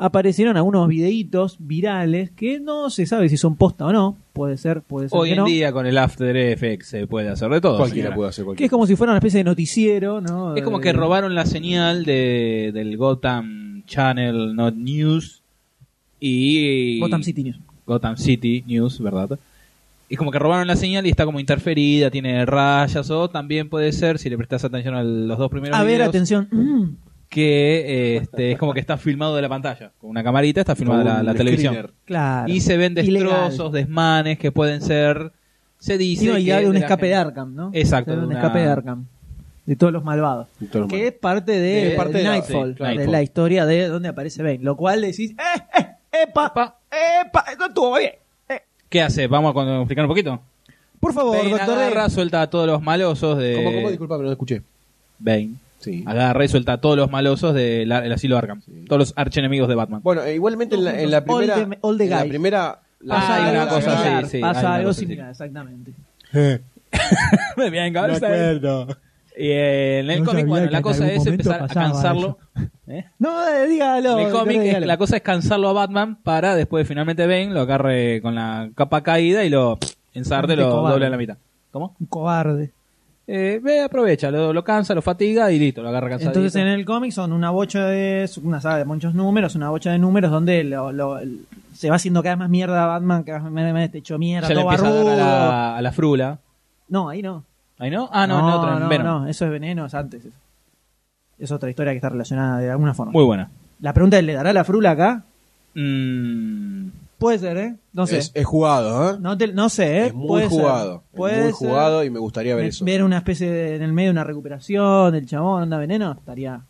Speaker 2: aparecieron algunos videitos virales que no se sabe si son posta o no. Puede ser, puede ser
Speaker 5: Hoy
Speaker 2: que
Speaker 5: en
Speaker 2: no.
Speaker 5: día con el After Effects se puede hacer de todo.
Speaker 4: Cualquiera
Speaker 5: señora.
Speaker 4: puede
Speaker 2: Que
Speaker 4: hacer
Speaker 2: es
Speaker 4: cualquiera.
Speaker 2: como si fuera una especie de noticiero, ¿no?
Speaker 5: Es como
Speaker 2: Eh,
Speaker 5: que robaron la señal de, del Gotham Channel Not News y
Speaker 2: Gotham City News.
Speaker 5: Gotham City News, ¿verdad? Y como que robaron la señal y está como interferida, tiene rayas o también puede ser, si le prestas atención a los dos primeros
Speaker 2: A ver,
Speaker 5: videos,
Speaker 2: atención. Mm.
Speaker 5: que eh, este, es como que está filmado de la pantalla, con una camarita está filmada la,
Speaker 4: Un
Speaker 5: la televisión.
Speaker 4: screener.
Speaker 2: Mm, Claro.
Speaker 5: Y se ven
Speaker 2: Ilegal.
Speaker 5: destrozos, desmanes que pueden ser, se dice...
Speaker 2: Sí, no, y
Speaker 5: que
Speaker 2: habla de
Speaker 5: es
Speaker 2: un
Speaker 5: de la
Speaker 2: escape de
Speaker 5: gente-
Speaker 2: Arkham, ¿no?
Speaker 5: Exacto,
Speaker 2: O sea, de un
Speaker 5: de una-
Speaker 2: escape de Arkham. De todos los malvados.
Speaker 4: De todos los
Speaker 2: que
Speaker 4: malvados.
Speaker 2: es parte de,
Speaker 5: De parte de la-
Speaker 2: Nightfall,
Speaker 5: sí, claro.
Speaker 2: de la historia de donde aparece Bane. Lo cual decís, ¡eh, eh, epa,
Speaker 5: Epa.
Speaker 2: epa, esto estuvo bien! eh".
Speaker 5: ¿Qué hace? Vamos a explicar un poquito.
Speaker 2: Por favor,
Speaker 5: Bane
Speaker 2: doctor D.
Speaker 5: agarra, suelta a todos los malosos de...
Speaker 4: ¿Cómo,
Speaker 2: Eh,
Speaker 4: cómo? Disculpame, no escuché.
Speaker 5: Bane.
Speaker 4: Sí.
Speaker 5: Agarra y suelta a todos los malosos del el asilo Arkham.
Speaker 4: Sí.
Speaker 5: Todos los archenemigos de Batman.
Speaker 4: Bueno, e igualmente en la, en la
Speaker 2: All
Speaker 4: primera.
Speaker 2: the- all the
Speaker 4: en la
Speaker 2: guys.
Speaker 4: primera. la-
Speaker 2: Pasa
Speaker 5: Ah, hay
Speaker 2: algo
Speaker 5: una cosa
Speaker 2: similar,
Speaker 5: así, sí, hay
Speaker 2: Pasa
Speaker 5: una
Speaker 2: algo
Speaker 5: cosa
Speaker 2: similar, exactamente.
Speaker 5: Me voy a encauzar. Y eh, en el
Speaker 2: No
Speaker 5: cómic,
Speaker 2: sabía
Speaker 5: bueno,
Speaker 2: que
Speaker 5: la
Speaker 2: en
Speaker 5: cosa
Speaker 2: algún
Speaker 5: es
Speaker 2: momento
Speaker 5: empezar a
Speaker 2: pasaba
Speaker 5: cansarlo. ¿Eh?
Speaker 2: No, eh, dígalo.
Speaker 5: En el
Speaker 2: doctor
Speaker 5: cómic,
Speaker 2: D,
Speaker 5: es-
Speaker 2: dígalo.
Speaker 5: la cosa es cansarlo a Batman para después finalmente Bane lo agarre con la capa caída y lo ensarte,
Speaker 2: Realmente
Speaker 5: lo
Speaker 2: cobarde.
Speaker 5: doble a la mitad. ¿Cómo?
Speaker 2: Un cobarde.
Speaker 5: Eh, ve, aprovecha, lo, lo cansa, lo fatiga y listo, lo agarra cansado.
Speaker 2: Entonces en el cómic son una bocha de. es una saga de muchos números, una bocha de números donde lo- lo- el- se va haciendo cada vez más mierda Batman, cada vez más mierda, te hecho mierda,
Speaker 5: ya le
Speaker 2: todo
Speaker 5: empieza a dar a
Speaker 2: barrudo.
Speaker 5: la, a la frula.
Speaker 2: No, ahí no.
Speaker 5: ¿Ahí no? Ah, no, en la otra, en
Speaker 2: no,
Speaker 5: Venom.
Speaker 2: no, eso es veneno, es antes. eso. Es otra historia que está relacionada de alguna forma.
Speaker 5: Muy buena.
Speaker 2: La pregunta es: ¿le dará la frula acá?
Speaker 5: Mm,
Speaker 2: Puede ser, ¿eh? No sé.
Speaker 4: es, es jugado, ¿eh?
Speaker 2: no, te- no sé, ¿eh?
Speaker 4: es muy
Speaker 2: Puede ser.
Speaker 4: jugado. Es
Speaker 2: Puede ser.
Speaker 4: muy jugado y me gustaría ver
Speaker 2: Ver-
Speaker 4: eso.
Speaker 2: Ver una especie de- en el medio de una recuperación del chabón, anda veneno, estaría.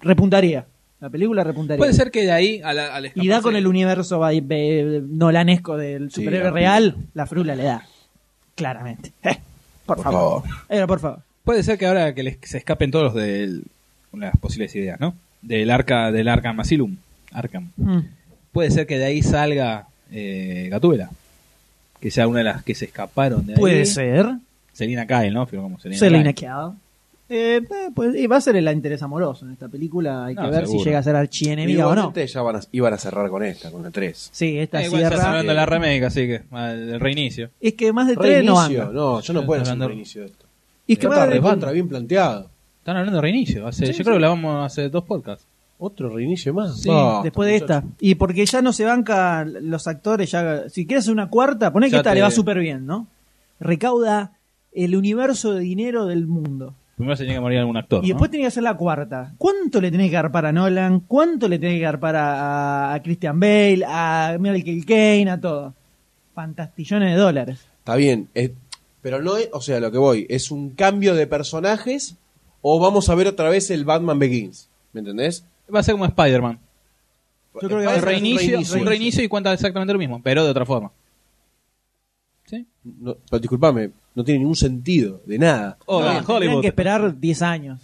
Speaker 2: Repuntaría. La película repuntaría.
Speaker 5: Puede ser que de ahí a la, al
Speaker 2: Y da
Speaker 5: escaparse-
Speaker 2: con el universo va- ve- eh, nolanesco del
Speaker 4: Sí,
Speaker 2: superhéroe
Speaker 4: la
Speaker 2: real, la frula le da. Claramente. Eh, por,
Speaker 4: Por
Speaker 2: favor.
Speaker 4: favor.
Speaker 2: Era, por favor.
Speaker 5: Puede ser que ahora que les- se escapen todos los de las posibles ideas, ¿no? Del arca del Arkham Asylum, Arkham.
Speaker 2: Mm.
Speaker 5: Puede ser que de ahí salga eh, Gatúbela, que sea una de las que se escaparon de ahí.
Speaker 2: Puede ser.
Speaker 5: Selina Kyle, ¿no? Firmó como Selina
Speaker 2: Selena
Speaker 5: Kyle.
Speaker 2: Kyle. Eh, eh, pues, y va a ser el interés amoroso en esta película. Hay
Speaker 5: No,
Speaker 2: que ver si
Speaker 5: seguro.
Speaker 2: llega a ser archienemiga o no.
Speaker 4: Igualmente ya van a- iban a cerrar con esta, con la 3.
Speaker 2: Sí, esta
Speaker 5: Eh, igual ya están
Speaker 2: cierra.
Speaker 5: hablando de la remake, así que al el reinicio.
Speaker 2: Es que más de tres no
Speaker 4: Reinicio.
Speaker 2: anda.
Speaker 4: No, yo no
Speaker 5: Yo
Speaker 4: puedo hacer un
Speaker 5: estoy hablando-
Speaker 4: reinicio de esto.
Speaker 2: Y es que
Speaker 4: Está
Speaker 2: más de-
Speaker 4: recontra bien planteado.
Speaker 5: Están hablando de reinicio. Hace,
Speaker 4: Sí,
Speaker 5: yo
Speaker 4: sí.
Speaker 5: creo que la vamos a hacer dos podcasts.
Speaker 4: Otro reinicio más.
Speaker 5: Sí,
Speaker 4: Basta,
Speaker 2: Después de
Speaker 4: muchachos.
Speaker 2: esta. Y porque ya no se banca los actores, ya si quieres una cuarta, poné que
Speaker 5: Ya
Speaker 2: esta
Speaker 5: te-
Speaker 2: le va súper bien, ¿no? Recauda el universo de dinero del mundo.
Speaker 5: Primero se tiene que morir algún actor.
Speaker 2: Y después
Speaker 5: ¿no?
Speaker 2: tiene que hacer la cuarta. ¿Cuánto le tenés que garpar a Nolan? ¿Cuánto le tenés que garpar a, a Christian Bale? A Michael Caine, a todo. Fantastillones de dólares.
Speaker 4: Está bien. eh, pero no es. O sea, lo que voy. ¿Es un cambio de personajes o vamos a ver otra vez el Batman Begins? ¿Me entendés?
Speaker 5: Va a ser como Spider-Man.
Speaker 2: Yo creo que va a
Speaker 5: El
Speaker 2: ser un
Speaker 5: reinicio, un
Speaker 4: reinicio.
Speaker 5: reinicio y cuenta exactamente lo mismo, pero de otra forma. ¿Sí?
Speaker 4: No, pero disculpame, no tiene ningún sentido, de nada.
Speaker 5: Hola,
Speaker 2: Tendrían
Speaker 5: Oh, Hollywood.
Speaker 2: que esperar 10 años.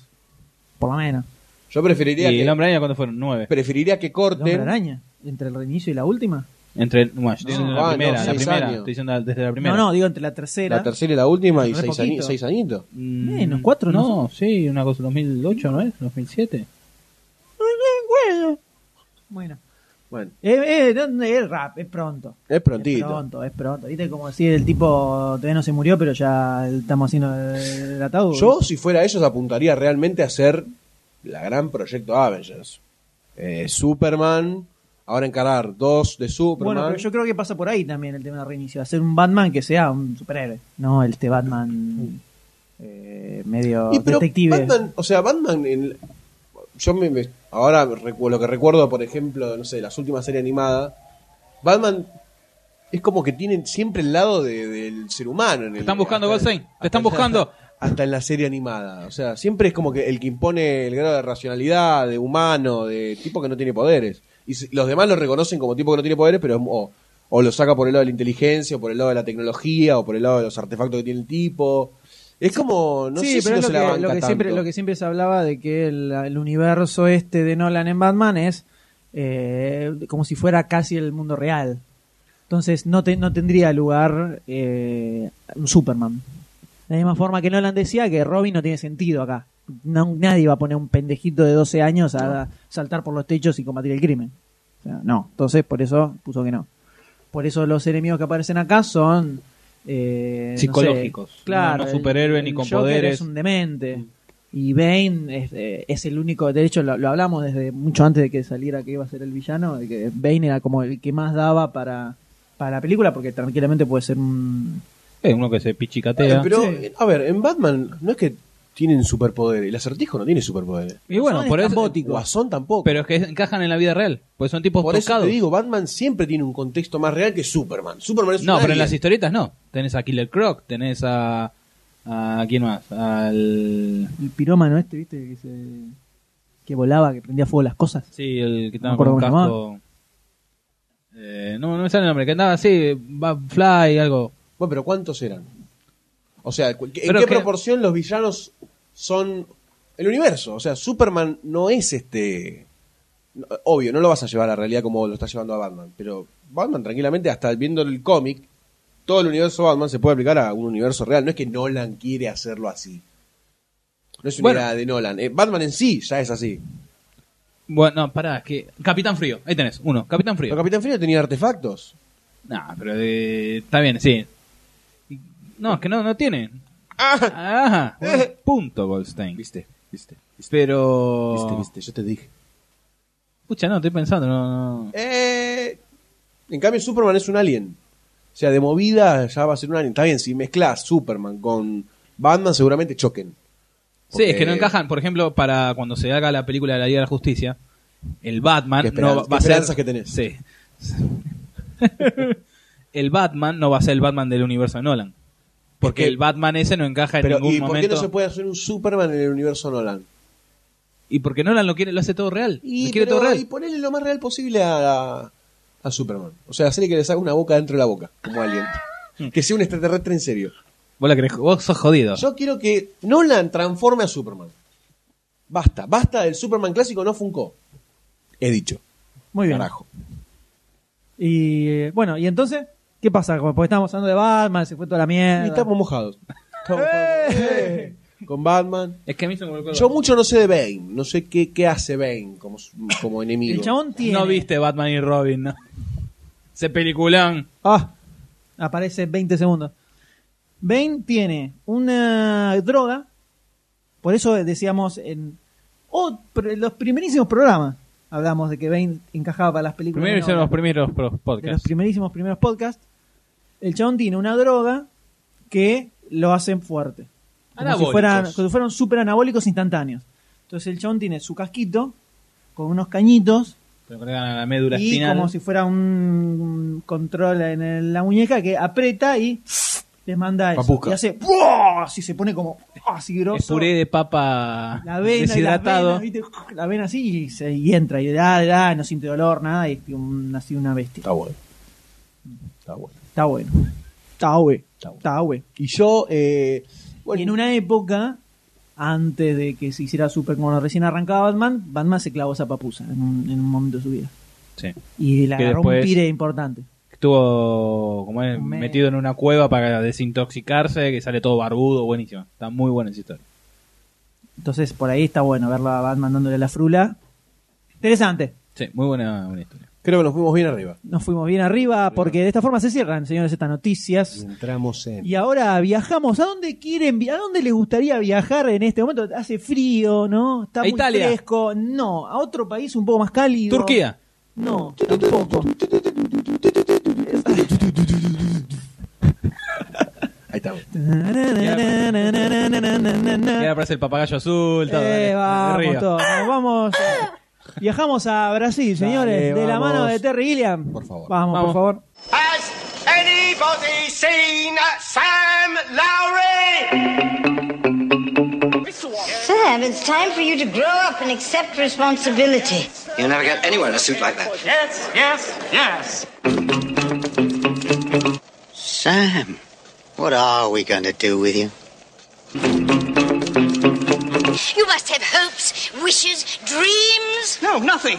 Speaker 2: Por lo menos.
Speaker 4: Yo preferiría
Speaker 5: ¿Y
Speaker 4: que,
Speaker 5: el hombre araña cuándo fueron? Nueve.
Speaker 4: preferiría que
Speaker 2: El hombre
Speaker 4: corten.
Speaker 2: araña. Entre el reinicio y la última.
Speaker 5: Entre, bueno, estoy diciendo
Speaker 4: Ah,
Speaker 5: la
Speaker 4: no,
Speaker 5: primera, la
Speaker 4: seis
Speaker 5: primera.
Speaker 4: años.
Speaker 5: Estoy diciendo desde la primera.
Speaker 2: No, no, digo entre la tercera.
Speaker 4: La tercera y la última y
Speaker 2: Re
Speaker 4: seis,
Speaker 2: poquito.
Speaker 4: añi- seis añitos.
Speaker 5: Mm,
Speaker 2: Menos, cuatro, ¿no?
Speaker 5: No, sí, una cosa, 2008, ¿no es? 2007.
Speaker 2: Bueno. Bueno.
Speaker 4: Bueno,
Speaker 2: Eh, eh, no, es rap, es pronto.
Speaker 4: es
Speaker 2: Es
Speaker 4: prontito.
Speaker 2: pronto, es pronto. Viste como decir el tipo todavía no se murió, pero ya estamos haciendo el, el ataúd.
Speaker 4: Yo, si fuera ellos, apuntaría realmente a hacer la gran proyecto Avengers. Eh, Superman, ahora encarar dos de Superman.
Speaker 2: Bueno, pero yo creo que pasa por ahí también el tema del reinicio. Hacer un Batman que sea un superhéroe, no este Batman eh, medio
Speaker 4: Y, pero
Speaker 2: detective.
Speaker 4: Batman, o sea, Batman. en- yo me, me- ahora recu- lo que recuerdo, por ejemplo, no sé, las últimas series animadas. Batman es como que tienen siempre el lado de- del ser humano. en el-
Speaker 5: están buscando,
Speaker 4: hasta-
Speaker 5: Goldstein, te
Speaker 4: hasta-
Speaker 5: están buscando.
Speaker 4: Hasta en la serie animada. O sea, siempre es como que el que impone el grado de racionalidad, de humano, de tipo que no tiene poderes. Y si- los demás lo reconocen como tipo que no tiene poderes, pero es- o, o lo saca por el lado de la inteligencia, o por el lado de la tecnología, o por el lado de los artefactos que tiene el tipo. Es como, no
Speaker 2: sí,
Speaker 4: sé si
Speaker 2: pero
Speaker 4: no
Speaker 2: es
Speaker 4: se
Speaker 2: lo,
Speaker 4: la
Speaker 2: que,
Speaker 4: banca
Speaker 2: lo que siempre,
Speaker 4: tanto.
Speaker 2: lo que siempre se hablaba de que el, el universo este de Nolan en Batman es eh, como si fuera casi el mundo real. Entonces no, te- no tendría lugar eh, un Superman. De la misma forma que Nolan decía que Robin no tiene sentido acá. No- nadie va a poner un pendejito de 12 años a saltar por los techos y combatir el crimen. O sea, no. Entonces por eso puso que no. Por eso los enemigos que aparecen acá son... eh, no sé,
Speaker 5: Psicológicos.
Speaker 2: claro.
Speaker 5: No- no superhéroe
Speaker 2: el-
Speaker 5: ni
Speaker 2: el
Speaker 5: con
Speaker 2: Joker
Speaker 5: poderes.
Speaker 2: Es un demente. Y Bane es, eh, es el único, de hecho lo, lo hablamos desde mucho antes de que saliera que iba a ser el villano, de que Bane era como el que más daba para, para la película, porque tranquilamente puede ser un...
Speaker 5: Es uno que se
Speaker 4: Eh,
Speaker 5: pichicatea.
Speaker 4: Pero, eh, a ver, en Batman no es que tienen superpoderes. El acertijo no tiene superpoderes.
Speaker 5: y bueno,
Speaker 2: Son
Speaker 5: por eso.
Speaker 2: estrambóticos.
Speaker 4: Guasón tampoco.
Speaker 5: Pero es que encajan en la vida real. Pues son tipos
Speaker 4: Por eso
Speaker 5: tocados.
Speaker 4: te digo, Batman siempre tiene un contexto más real que Superman. Superman es un
Speaker 5: no, pero en
Speaker 4: alien.
Speaker 5: las historietas no. Tenés a Killer Croc, tenés a. ¿A quién más? Al.
Speaker 2: El pirómano este, ¿viste? Que, se, que volaba, que prendía fuego las cosas.
Speaker 5: Sí, el que
Speaker 2: No
Speaker 5: estaba
Speaker 2: me
Speaker 5: con
Speaker 2: acuerdo
Speaker 5: un
Speaker 2: cómo se
Speaker 5: casco. Eh, no, no me sale el nombre. Que andaba así, Batfly, algo.
Speaker 4: Bueno, pero ¿cuántos eran? O sea, ¿cu- ¿en
Speaker 5: Pero
Speaker 4: qué
Speaker 5: que-
Speaker 4: proporción los villanos son el universo? O sea, Superman no es este... no, Obvio, no lo vas a llevar a la realidad como lo está llevando a Batman, pero Batman tranquilamente, hasta viendo el cómic, todo el universo Batman se puede aplicar a un universo real. No es que Nolan quiere hacerlo así. No es una
Speaker 5: Bueno.
Speaker 4: idea de Nolan. Eh, Batman en sí ya es así.
Speaker 5: Bueno, no, pará, es que. Capitán Frío, ahí tenés, uno, Capitán Frío.
Speaker 4: Pero Capitán Frío tenía artefactos.
Speaker 5: Nah, pero eh, está bien, sí. No, es que no, no tiene. Ah. Ajá. buen punto, Goldstein.
Speaker 4: Viste, viste, viste,
Speaker 5: Pero.
Speaker 4: viste, viste, yo te dije.
Speaker 5: Pucha, no, estoy pensando, no, no.
Speaker 4: Eh, en cambio, Superman es un alien. O sea, de movida ya va a ser un alien. Está bien, si mezclas Superman con Batman, seguramente choquen.
Speaker 5: Sí, es
Speaker 4: porque-
Speaker 5: que no encajan, por ejemplo, para cuando se haga la película de la Liga de la Justicia, el Batman
Speaker 4: Qué esperan-
Speaker 5: no va-
Speaker 4: qué
Speaker 5: va a
Speaker 4: esperanzas
Speaker 5: ser.
Speaker 4: que tenés.
Speaker 5: Sí. el Batman no va a ser el Batman del universo de Nolan. Porque
Speaker 4: Es que-
Speaker 5: el Batman ese no encaja en
Speaker 4: Pero,
Speaker 5: ningún
Speaker 4: ¿y por qué
Speaker 5: momento.
Speaker 4: no se puede hacer un Superman en el universo Nolan?
Speaker 5: Y porque Nolan lo quiere, lo hace todo real.
Speaker 4: Y,
Speaker 5: lo quiere
Speaker 4: pero-
Speaker 5: todo real.
Speaker 4: y ponerle lo más real posible a, a, Superman. O sea, hacerle que le saque una boca dentro de la boca, como alien.
Speaker 5: Mm.
Speaker 4: que sea un extraterrestre en serio.
Speaker 5: Vos, la querés- vos sos jodido.
Speaker 4: Yo quiero que Nolan transforme a Superman. Basta, basta del Superman clásico, no Funko. He dicho.
Speaker 2: Muy bien.
Speaker 4: Carajo.
Speaker 2: Y eh, bueno, y entonces, ¿qué pasa? Como- Porque estábamos hablando de Batman, se fue toda la mierda.
Speaker 4: Y estamos mojados. Estamos mojados. Eh, Con Batman.
Speaker 5: Es que a mí se me volcó el
Speaker 4: Yo
Speaker 5: Batman.
Speaker 4: mucho no sé de Bane. No sé qué, qué hace Bane como, como enemigo.
Speaker 2: el chabón tiene...
Speaker 5: No viste Batman y Robin, ¿no? Ese peliculón.
Speaker 2: Ah, aparece 20 segundos. Bane tiene una droga, por eso decíamos en oh, pr- los primerísimos programas hablamos de que Bane encajaba para las películas.
Speaker 5: Primero
Speaker 2: de
Speaker 5: hicieron los
Speaker 2: Nolan,
Speaker 5: primeros pro-
Speaker 2: de los
Speaker 5: podcasts.
Speaker 2: primerísimos primeros podcasts. El chabón tiene una droga que lo hacen fuerte. Como si,
Speaker 5: Anabólicos.
Speaker 2: fueran, como si fueran super anabólicos instantáneos. Entonces el chabón tiene su casquito con unos cañitos
Speaker 5: Te lo cargan a la médula
Speaker 2: y
Speaker 5: espinal.
Speaker 2: como si fuera un control en el- la muñeca que aprieta y les manda eso.
Speaker 4: Papusca.
Speaker 2: Y hace, ¡buah! así se pone como ¡ah! así
Speaker 5: Es
Speaker 2: grosso.
Speaker 5: puré de papa
Speaker 2: la vena, y las
Speaker 5: deshidratado.
Speaker 2: venas, ¿viste? la vena así y, se- y entra y le da, le da, no siente dolor, nada, y es un- así una bestia.
Speaker 4: Está bueno. Está bueno.
Speaker 2: Está bueno. Está bueno.
Speaker 4: Está bueno.
Speaker 2: Está bueno.
Speaker 4: Y yo, eh,
Speaker 2: Y
Speaker 4: bueno,
Speaker 2: en una época, antes de que se hiciera Super, cuando recién arrancaba Batman, Batman se clavó esa papusa en un, en un momento de su vida.
Speaker 5: Sí.
Speaker 2: Y le
Speaker 5: Que
Speaker 2: agarró
Speaker 5: después-
Speaker 2: un pire importante.
Speaker 5: Estuvo como es,
Speaker 2: Un mes.
Speaker 5: metido en una cueva para desintoxicarse, que sale todo barbudo, buenísimo. Está muy buena esa historia.
Speaker 2: Entonces, por ahí está bueno verlo a Batman dándole la frula. Interesante.
Speaker 5: Sí, muy buena, buena historia.
Speaker 4: creo que nos fuimos bien arriba.
Speaker 2: Nos fuimos bien arriba porque de esta forma se cierran, señores, estas noticias.
Speaker 4: Entramos en.
Speaker 2: Y ahora viajamos. ¿A dónde quieren? vi- ¿A dónde les gustaría viajar en este momento? Hace frío, ¿no? Está
Speaker 5: A
Speaker 2: muy
Speaker 5: Italia.
Speaker 2: fresco. No, a otro país un poco más cálido.
Speaker 5: Turquía.
Speaker 2: No, tampoco.
Speaker 4: Ahí estamos.
Speaker 5: Y ahora aparece el papagayo azul, todo. dale,
Speaker 2: Eh, vamos
Speaker 5: arriba.
Speaker 2: todos, vamos. Viajamos a Brasil, señores,
Speaker 4: Dale,
Speaker 2: de la
Speaker 4: vamos.
Speaker 2: mano de Terry Gilliam.
Speaker 4: Por favor.
Speaker 2: Vamos,
Speaker 5: Vamos.
Speaker 2: por favor.
Speaker 1: Has anybody seen Sam Lowry?
Speaker 6: Sam, it's time for you to grow up and accept responsibility.
Speaker 7: You'll never get anywhere in a suit like that.
Speaker 1: Yes, yes, yes.
Speaker 7: Sam, what are we going to do with you?
Speaker 6: You must have hopes, wishes, dreams.
Speaker 1: No, nothing.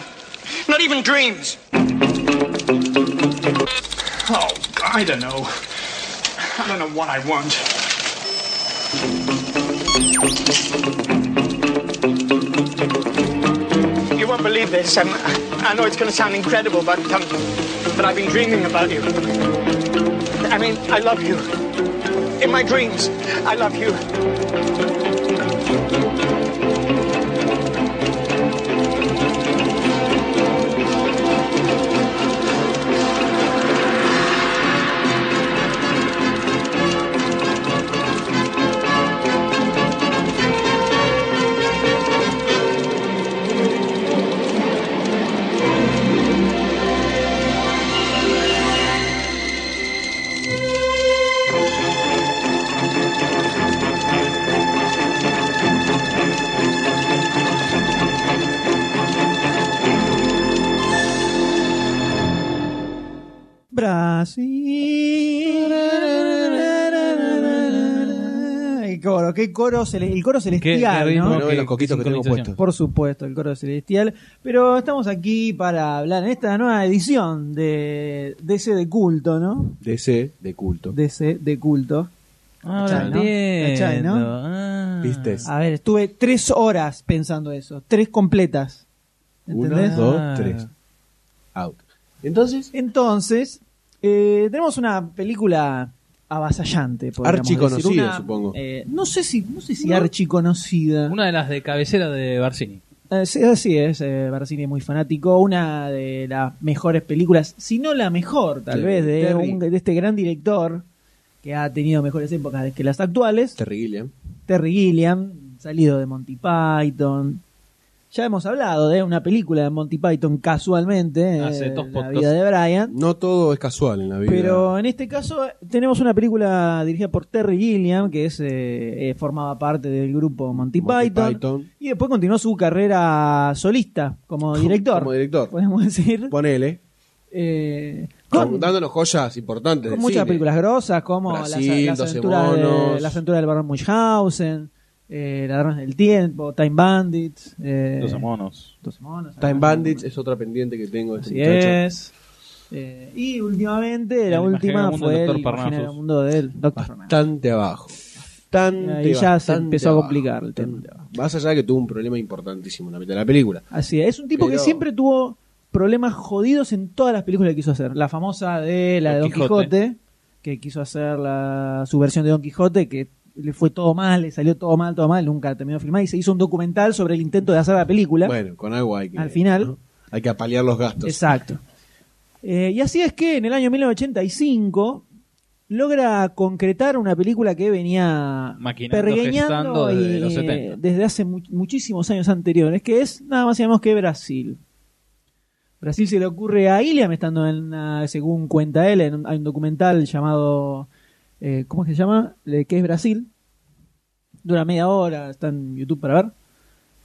Speaker 1: Not even dreams. Oh, I don't know. I don't know what I want. You won't believe this. Um, I know it's going to sound incredible, but um, but I've been dreaming about you. I mean, I love you. In my dreams, I love you.
Speaker 2: Brasil. El coro, qué coro, cele- el coro celestial,
Speaker 5: qué
Speaker 2: ¿no?
Speaker 5: ritmo,
Speaker 4: Uno de
Speaker 5: qué-
Speaker 4: los coquitos
Speaker 5: qué
Speaker 4: que tengo
Speaker 5: sincronización.
Speaker 4: puesto.
Speaker 2: Por supuesto, el coro celestial. Pero estamos aquí para hablar en esta nueva edición de DC de culto, ¿no?
Speaker 4: DC de culto.
Speaker 2: DC de culto.
Speaker 5: Ahora
Speaker 2: Cachai, ¿no?
Speaker 5: entiendo.
Speaker 2: Cachai, ¿no?
Speaker 5: Ah.
Speaker 4: ¿Viste?
Speaker 2: A ver, estuve tres horas pensando eso. Tres completas. ¿Entendés? Ah.
Speaker 4: Uno, dos, tres. Out. Entonces,
Speaker 2: Entonces, eh, tenemos una película avasallante. podríamos
Speaker 4: Archiconocida,
Speaker 2: decir. Una,
Speaker 4: supongo.
Speaker 2: eh, no sé si, no sé si archiconocida.
Speaker 5: Una de las de cabecera de Barcini.
Speaker 2: Eh, sí, así es, eh, Barcini es muy fanático. Una de las mejores películas, si no la mejor, tal
Speaker 4: Sí,
Speaker 2: vez, de,
Speaker 4: Terry.
Speaker 2: un- de este gran director que ha tenido mejores épocas que las actuales,
Speaker 4: Terry Gilliam.
Speaker 2: Terry Gilliam, salido de Monty Python. Ya hemos hablado de una película de Monty Python casualmente, eh,
Speaker 5: Hace dos
Speaker 2: La
Speaker 5: podcasts.
Speaker 2: vida de Brian.
Speaker 4: No todo es casual en la vida.
Speaker 2: Pero en este caso eh, tenemos una película dirigida por Terry Gilliam, que es, eh, eh, formaba parte del grupo Monty,
Speaker 4: Monty
Speaker 2: Python,
Speaker 4: Python.
Speaker 2: Y después continuó su carrera solista como director.
Speaker 4: Como director.
Speaker 2: Podemos decir.
Speaker 4: Ponele.
Speaker 2: eh,
Speaker 4: Con-
Speaker 2: con,
Speaker 4: dándonos joyas importantes.
Speaker 2: con
Speaker 4: del
Speaker 2: muchas
Speaker 4: cine.
Speaker 2: películas grosas, como
Speaker 4: Brasil,
Speaker 2: las, las
Speaker 4: 12
Speaker 2: aventuras de,
Speaker 4: monos.
Speaker 2: La aventura del Barón Munchausen, eh, Ladrones del Tiempo, Time Bandits. Eh,
Speaker 5: Los monos.
Speaker 2: 12 monos,
Speaker 4: Time
Speaker 2: ah,
Speaker 4: Bandits es otra pendiente que tengo. de este
Speaker 2: Así
Speaker 4: muchacho.
Speaker 2: es. Eh, y últimamente, la
Speaker 5: El
Speaker 2: última
Speaker 5: imaginario mundo
Speaker 2: fue
Speaker 5: del
Speaker 2: el
Speaker 5: Dr.
Speaker 2: imaginario
Speaker 5: Parnassus.
Speaker 2: mundo del Doctor
Speaker 4: Bastante abajo. Bastante
Speaker 2: Ahí ya se
Speaker 4: bastante
Speaker 2: empezó a
Speaker 4: abajo.
Speaker 2: complicar el tema.
Speaker 4: Más allá de que tuvo un problema importantísimo en la mitad de la película.
Speaker 2: Así es, es un tipo que
Speaker 4: Pero-
Speaker 2: siempre tuvo problemas jodidos en todas las películas que quiso hacer. La famosa de la de
Speaker 5: Don
Speaker 2: Don Quijote,
Speaker 5: Quijote.
Speaker 2: que quiso hacer la, su versión de Don Quijote, que le fue todo mal, le salió todo mal, todo mal, nunca terminó de filmar y se hizo un documental sobre el intento de hacer la película.
Speaker 4: Bueno, con algo hay que.
Speaker 2: Al final.
Speaker 4: ¿no? Hay que apalear los gastos.
Speaker 2: Exacto. Eh, y así es que en el año 1985 logra concretar una película que venía
Speaker 5: Maquinando,
Speaker 2: pergueñando
Speaker 5: gestando desde
Speaker 2: y,
Speaker 5: los 70.
Speaker 2: desde hace mu- muchísimos años anteriores, que es nada más y nada menos que Brasil. Brasil se le ah, ocurre a Iliam, estando en, una- según cuenta él, en un- hay un documental llamado eh, ¿cómo es que se llama? Le- Que es Brasil. Dura media hora, está en YouTube para ver.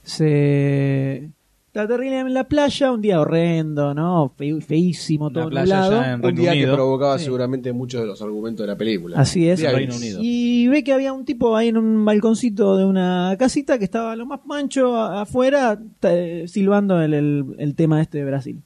Speaker 2: Se. Está terrible en la playa, un día horrendo, ¿no? Fe- feísimo, todo
Speaker 5: Una playa
Speaker 2: nublado.
Speaker 5: ya en
Speaker 4: Un
Speaker 5: Reino
Speaker 4: día que
Speaker 5: Unido.
Speaker 4: provocaba
Speaker 2: Sí.
Speaker 4: seguramente muchos de los argumentos de la película.
Speaker 2: Así es.
Speaker 4: Día
Speaker 5: Reino
Speaker 4: gris.
Speaker 5: Unido.
Speaker 2: Y ve que había un tipo ahí en un balconcito de una casita que estaba lo más mancho a- afuera, ta- eh, silbando el, el- el tema este de Brasil.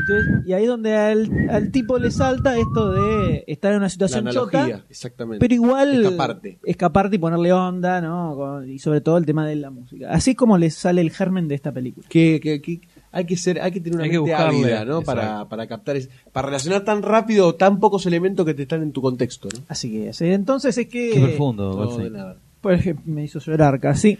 Speaker 2: Entonces, y ahí es donde al, al tipo le salta esto de estar en una
Speaker 4: La
Speaker 2: situación
Speaker 4: analogía,
Speaker 2: chota,
Speaker 4: exactamente.
Speaker 2: pero igual
Speaker 4: Escaparte.
Speaker 2: escaparte y ponerle onda, ¿no? Con- y sobre todo el tema de la música. Así es como le sale el germen de esta película.
Speaker 4: que, que- que hay que ser hay que tener una
Speaker 5: Hay que
Speaker 4: mente
Speaker 5: buscarle,
Speaker 4: ávida, ¿no?
Speaker 5: exacto.
Speaker 4: Para, para captar es- para relacionar tan rápido tan pocos elementos que te están en tu contexto ¿no?
Speaker 2: Así que es. Entonces es que...
Speaker 5: Qué profundo,
Speaker 4: Todo
Speaker 5: Goldstein.
Speaker 4: de nada.
Speaker 2: Por ejemplo, me hizo llorar casi.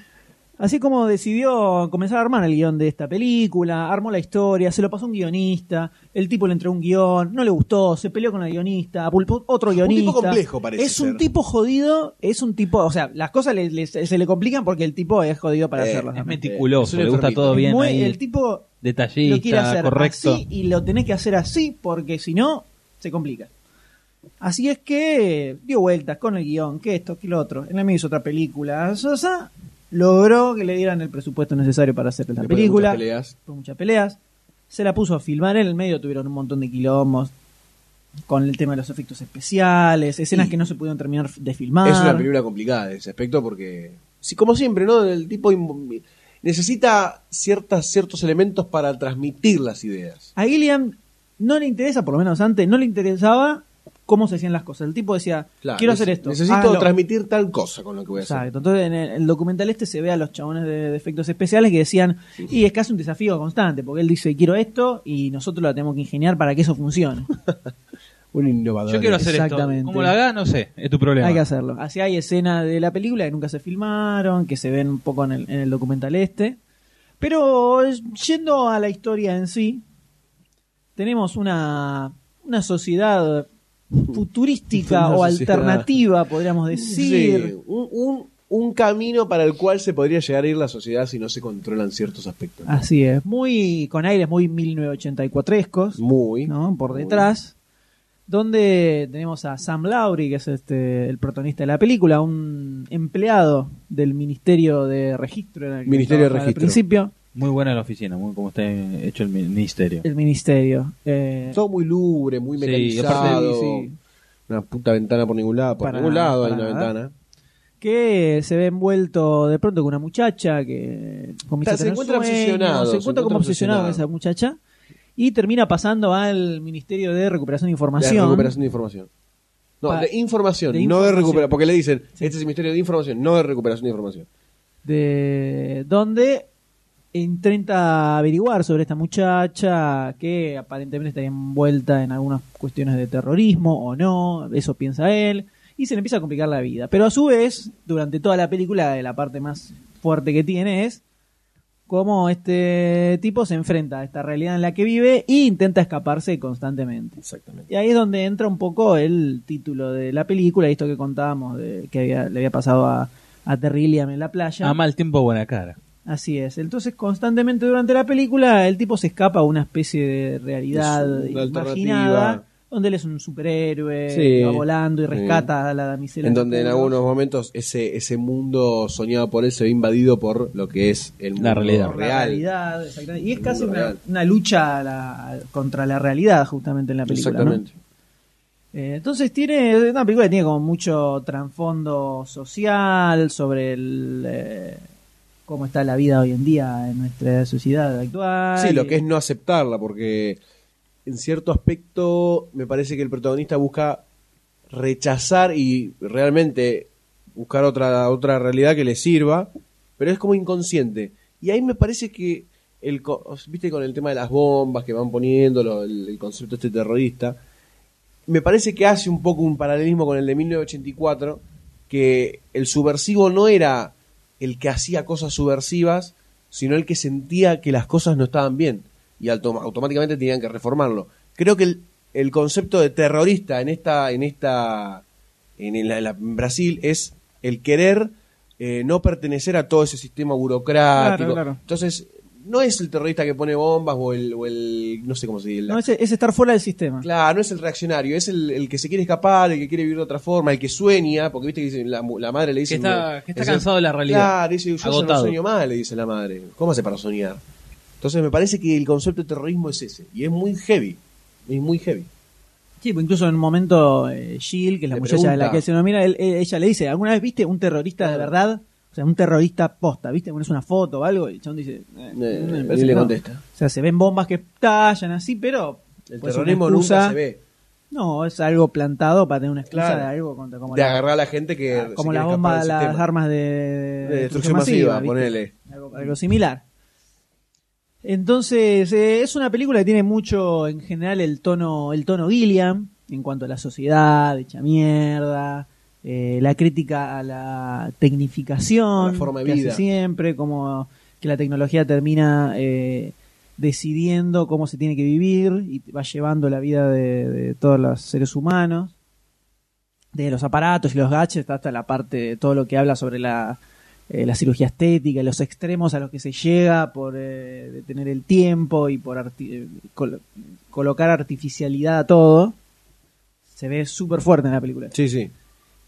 Speaker 2: Así como decidió comenzar a armar el guión de esta película, armó la historia, se lo pasó a un guionista, el tipo le entregó un guión, no le gustó, se peleó con el guionista, apulpó otro guionista.
Speaker 4: complejo, parece
Speaker 2: Es un
Speaker 4: ser.
Speaker 2: tipo jodido, es un tipo, o sea, las cosas le- le- se le complican porque el tipo es jodido para
Speaker 4: Eh,
Speaker 2: hacerlas.
Speaker 5: Es
Speaker 2: realmente.
Speaker 5: meticuloso,
Speaker 4: Es un
Speaker 5: le gusta
Speaker 4: enfermito.
Speaker 5: todo bien
Speaker 2: Muy-
Speaker 5: ahí.
Speaker 2: El tipo lo quiere
Speaker 5: detallista,
Speaker 2: hacer
Speaker 5: correcto.
Speaker 2: así y lo tenés que hacer así porque si no se complica. Así es que dio vueltas con el guión, que esto, que lo otro. En la medio hizo otra película. O sea, logró que le dieran el presupuesto necesario para hacer la
Speaker 4: Después de
Speaker 2: película.
Speaker 4: muchas peleas.
Speaker 2: Fue muchas peleas. Se la puso a filmar en el medio, tuvieron un montón de quilombos con el tema de los efectos especiales, escenas que no se pudieron terminar de filmar.
Speaker 4: es una película complicada en ese aspecto porque si como siempre no el tipo im- necesita ciertas ciertos elementos para transmitir las ideas
Speaker 2: A Gilliam no le interesa, por lo menos antes, no le interesaba cómo se hacían las cosas. El tipo decía,
Speaker 4: Claro,
Speaker 2: quiero
Speaker 4: nece-
Speaker 2: hacer esto.
Speaker 4: necesito
Speaker 2: hágalo.
Speaker 4: transmitir tal cosa con lo que voy a hacer
Speaker 2: Exacto. Entonces en el, el documental este se ve a los chabones de, de efectos especiales que decían, y es casi un desafío constante, porque él dice, quiero esto y nosotros lo tenemos que ingeniar para que eso funcione.
Speaker 4: un innovador
Speaker 5: Yo quiero hacer esto.
Speaker 2: Exactamente.
Speaker 5: Como la hagas, no sé, es tu problema.
Speaker 2: Hay que hacerlo. Así hay escenas de la película que nunca se filmaron, que se ven un poco en el, en el documental este. Pero eh, yendo a la historia en sí, tenemos una, una sociedad futurística
Speaker 4: Una
Speaker 2: o
Speaker 4: sociedad.
Speaker 2: alternativa, podríamos
Speaker 4: Sí,
Speaker 2: decir.
Speaker 4: un, un- un camino para el cual se podría llegar a ir la sociedad si no se controlan ciertos aspectos.
Speaker 2: Así es, muy con aires muy 1984escos,
Speaker 4: Muy.
Speaker 2: ¿no? Por
Speaker 4: muy.
Speaker 2: detrás, donde tenemos a Sam Lowry, que es este el protagonista de la película, un empleado del Ministerio de Registro, era el que
Speaker 4: Ministerio de
Speaker 2: trabajaba
Speaker 4: Registro.
Speaker 2: Al principio,
Speaker 5: Muy buena la oficina, muy como está hecho el ministerio.
Speaker 2: el ministerio. eh,
Speaker 4: Todo muy lubre, muy
Speaker 5: Sí,
Speaker 4: mecanizado.
Speaker 2: aparte- sí.
Speaker 4: Una puta ventana por ningún lado. Por
Speaker 2: Para
Speaker 4: ningún
Speaker 2: nada,
Speaker 4: lado hay
Speaker 2: para
Speaker 4: una
Speaker 2: nada.
Speaker 4: ventana.
Speaker 2: que se ve envuelto de pronto con una muchacha que comienza
Speaker 4: Está-
Speaker 2: a
Speaker 4: se
Speaker 2: tener
Speaker 4: encuentra
Speaker 2: sueños,
Speaker 4: obsesionado,
Speaker 2: se encuentra como obsesionado con esa muchacha y termina pasando al Ministerio de Recuperación de Información.
Speaker 4: De recuperación de información. No,
Speaker 2: Pa-
Speaker 4: de información,
Speaker 2: de
Speaker 4: no de
Speaker 2: información.
Speaker 4: recuperación. Porque le dicen, este es el Ministerio de Información, no de recuperación de información.
Speaker 2: de donde intenta averiguar sobre esta muchacha que aparentemente estaría envuelta en algunas cuestiones de terrorismo o no, eso piensa él, y se le empieza a complicar la vida. Pero a su vez, durante toda la película, la parte más fuerte que tiene es cómo este tipo se enfrenta a esta realidad en la que vive e intenta escaparse constantemente.
Speaker 4: Exactamente.
Speaker 2: Y ahí es donde entra un poco el título de la película, y esto que contábamos de que había- le había pasado a, a Terry Gilliam en la playa.
Speaker 5: A mal tiempo, buena cara.
Speaker 2: Así es. Entonces, constantemente durante la película, el tipo se escapa a una especie de realidad
Speaker 4: Es
Speaker 2: imaginada,
Speaker 4: una alternativa.
Speaker 2: donde él es un superhéroe,
Speaker 4: Sí.
Speaker 2: va volando y
Speaker 4: Sí.
Speaker 2: rescata a la damisela.
Speaker 4: En donde en
Speaker 2: Capullo.
Speaker 4: algunos momentos ese, ese mundo soñado por él se ve invadido por lo que es el mundo
Speaker 5: La realidad.
Speaker 2: La
Speaker 4: real.
Speaker 2: realidad, exactamente. Y es
Speaker 4: El
Speaker 2: casi
Speaker 4: mundo
Speaker 2: una,
Speaker 4: real.
Speaker 2: una lucha a la- contra la realidad, justamente en la película. ¿no?
Speaker 4: Exactamente.
Speaker 2: Eh, entonces tiene es una película que tiene como mucho trasfondo social sobre el eh, cómo está la vida hoy en día en nuestra sociedad actual.
Speaker 4: Sí, lo que es no aceptarla, porque en cierto aspecto me parece que el protagonista busca rechazar y realmente buscar otra, otra realidad que le sirva, pero es como inconsciente. Y ahí me parece que, el, co- viste con el tema de las bombas que van poniendo, lo- el, el concepto este terrorista, me parece que hace un poco un paralelismo con el de 1984, que el subversivo no era el que hacía cosas subversivas, sino el que sentía que las cosas no estaban bien y autom- automáticamente tenían que reformarlo. Creo que el, el concepto de terrorista en esta en esta en, el- en la- en Brasil es el querer eh, no pertenecer a todo ese sistema burocrático.
Speaker 2: Claro, claro.
Speaker 4: Entonces no es el terrorista que pone bombas o el, o el no sé cómo se dice.
Speaker 2: No, es, es estar fuera del sistema.
Speaker 4: Claro, no es el reaccionario, es el, el que se quiere escapar, el que quiere vivir de otra forma, el que sueña, porque viste que dicen- la, mu- la madre le dice...
Speaker 5: Que está- que está
Speaker 4: dice,
Speaker 5: cansado de la realidad,
Speaker 4: Claro, dice, yo ya no
Speaker 5: agotado".
Speaker 4: sueño más, le dice la madre. ¿Cómo hace para soñar? Entonces me parece que el concepto de terrorismo es ese, y es muy heavy, es muy heavy.
Speaker 2: Sí, pues incluso en un momento eh, Jill, que es la
Speaker 4: Le
Speaker 2: muchacha de la
Speaker 4: pregunta.
Speaker 2: que se nomina, él- él- ella le dice, ¿alguna vez viste un terrorista de verdad? O sea, un terrorista posta, ¿viste? Pones una foto o algo y el chabón dice... eh,
Speaker 4: Eh,
Speaker 2: me
Speaker 4: él
Speaker 2: parece
Speaker 4: le
Speaker 2: que no.
Speaker 4: contesta.
Speaker 2: O sea, se ven bombas que estallan así, pero...
Speaker 4: El
Speaker 2: pues,
Speaker 4: terrorismo
Speaker 2: una excusa-
Speaker 4: nunca se ve,
Speaker 2: No, es algo plantado para tener una excusa
Speaker 4: Claro.
Speaker 2: de algo contra como
Speaker 4: de
Speaker 2: la-
Speaker 4: agarrar a la gente que... se
Speaker 2: Ah, como
Speaker 4: quiere
Speaker 2: la
Speaker 4: escapar
Speaker 2: bomba,
Speaker 4: del
Speaker 2: las
Speaker 4: sistema.
Speaker 2: armas de,
Speaker 4: De destrucción masiva,
Speaker 2: ¿viste?
Speaker 4: ponele.
Speaker 2: Algo, algo similar. Entonces, eh, es una película que tiene mucho, en general, el tono, el tono Gilliam, en cuanto a la sociedad, hecha mierda, eh, la crítica a la tecnificación,
Speaker 4: A la forma de
Speaker 2: que hace
Speaker 4: vida.
Speaker 2: siempre, como que la tecnología termina eh, decidiendo cómo se tiene que vivir y va llevando la vida de, de todos los seres humanos, desde los aparatos y los gadgets hasta la parte de todo lo que habla sobre la, eh, la cirugía estética, y los extremos a los que se llega por eh, detener el tiempo y por arti- eh, col- colocar artificialidad a todo. Se ve súper fuerte en la película.
Speaker 4: Sí, sí,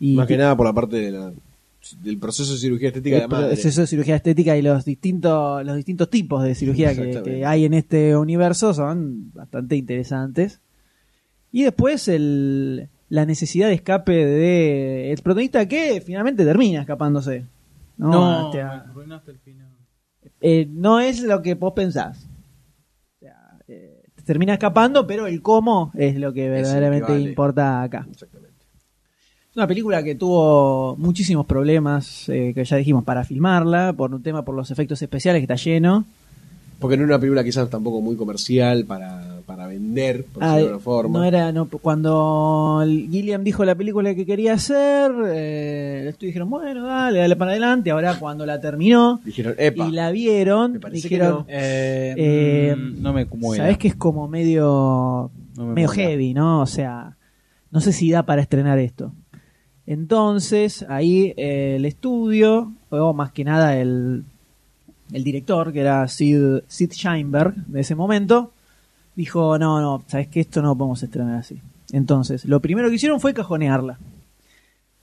Speaker 2: Y
Speaker 4: más que nada por la parte de la- del proceso de cirugía estética de la madre.
Speaker 2: Eh, Es eso de cirugía estética y los distintos, los distintos tipos de cirugía que,
Speaker 4: Exactamente.
Speaker 2: que hay en este universo son bastante interesantes. Y después el, la necesidad de escape de el protagonista que finalmente termina escapándose. No, Este, a- eh, no es lo que vos pensás. O sea, eh, termina escapando, pero el cómo es lo que
Speaker 4: el que
Speaker 2: verdaderamente
Speaker 4: vale.
Speaker 2: importa acá.
Speaker 4: Exactamente.
Speaker 2: Es una película que tuvo muchísimos problemas, eh, que ya dijimos, para filmarla, por un tema por los efectos especiales que está lleno.
Speaker 4: Porque no era una película quizás tampoco muy comercial para, para vender, por
Speaker 2: Ah,
Speaker 4: decirlo de alguna forma.
Speaker 2: no era, no, cuando el Gilliam dijo la película que quería hacer, eh, el estudio dijeron, bueno, dale, dale para adelante. Ahora cuando la terminó
Speaker 4: Dijeron, epa.
Speaker 2: y la vieron,
Speaker 4: Me parece que
Speaker 2: dijeron,
Speaker 4: no.
Speaker 5: Eh,
Speaker 2: Eh,
Speaker 5: mm, no me conmueve.
Speaker 2: sabes que es como medio
Speaker 5: No me
Speaker 2: medio
Speaker 5: muera.
Speaker 2: heavy, ¿no? O sea, no sé si da para estrenar esto. Entonces, ahí eh, el estudio, o más que nada el, el director, que era Sid, Sid Sheinberg de ese momento, dijo, no, no, sabes que esto no lo podemos estrenar así. Entonces, lo primero que hicieron fue cajonearla.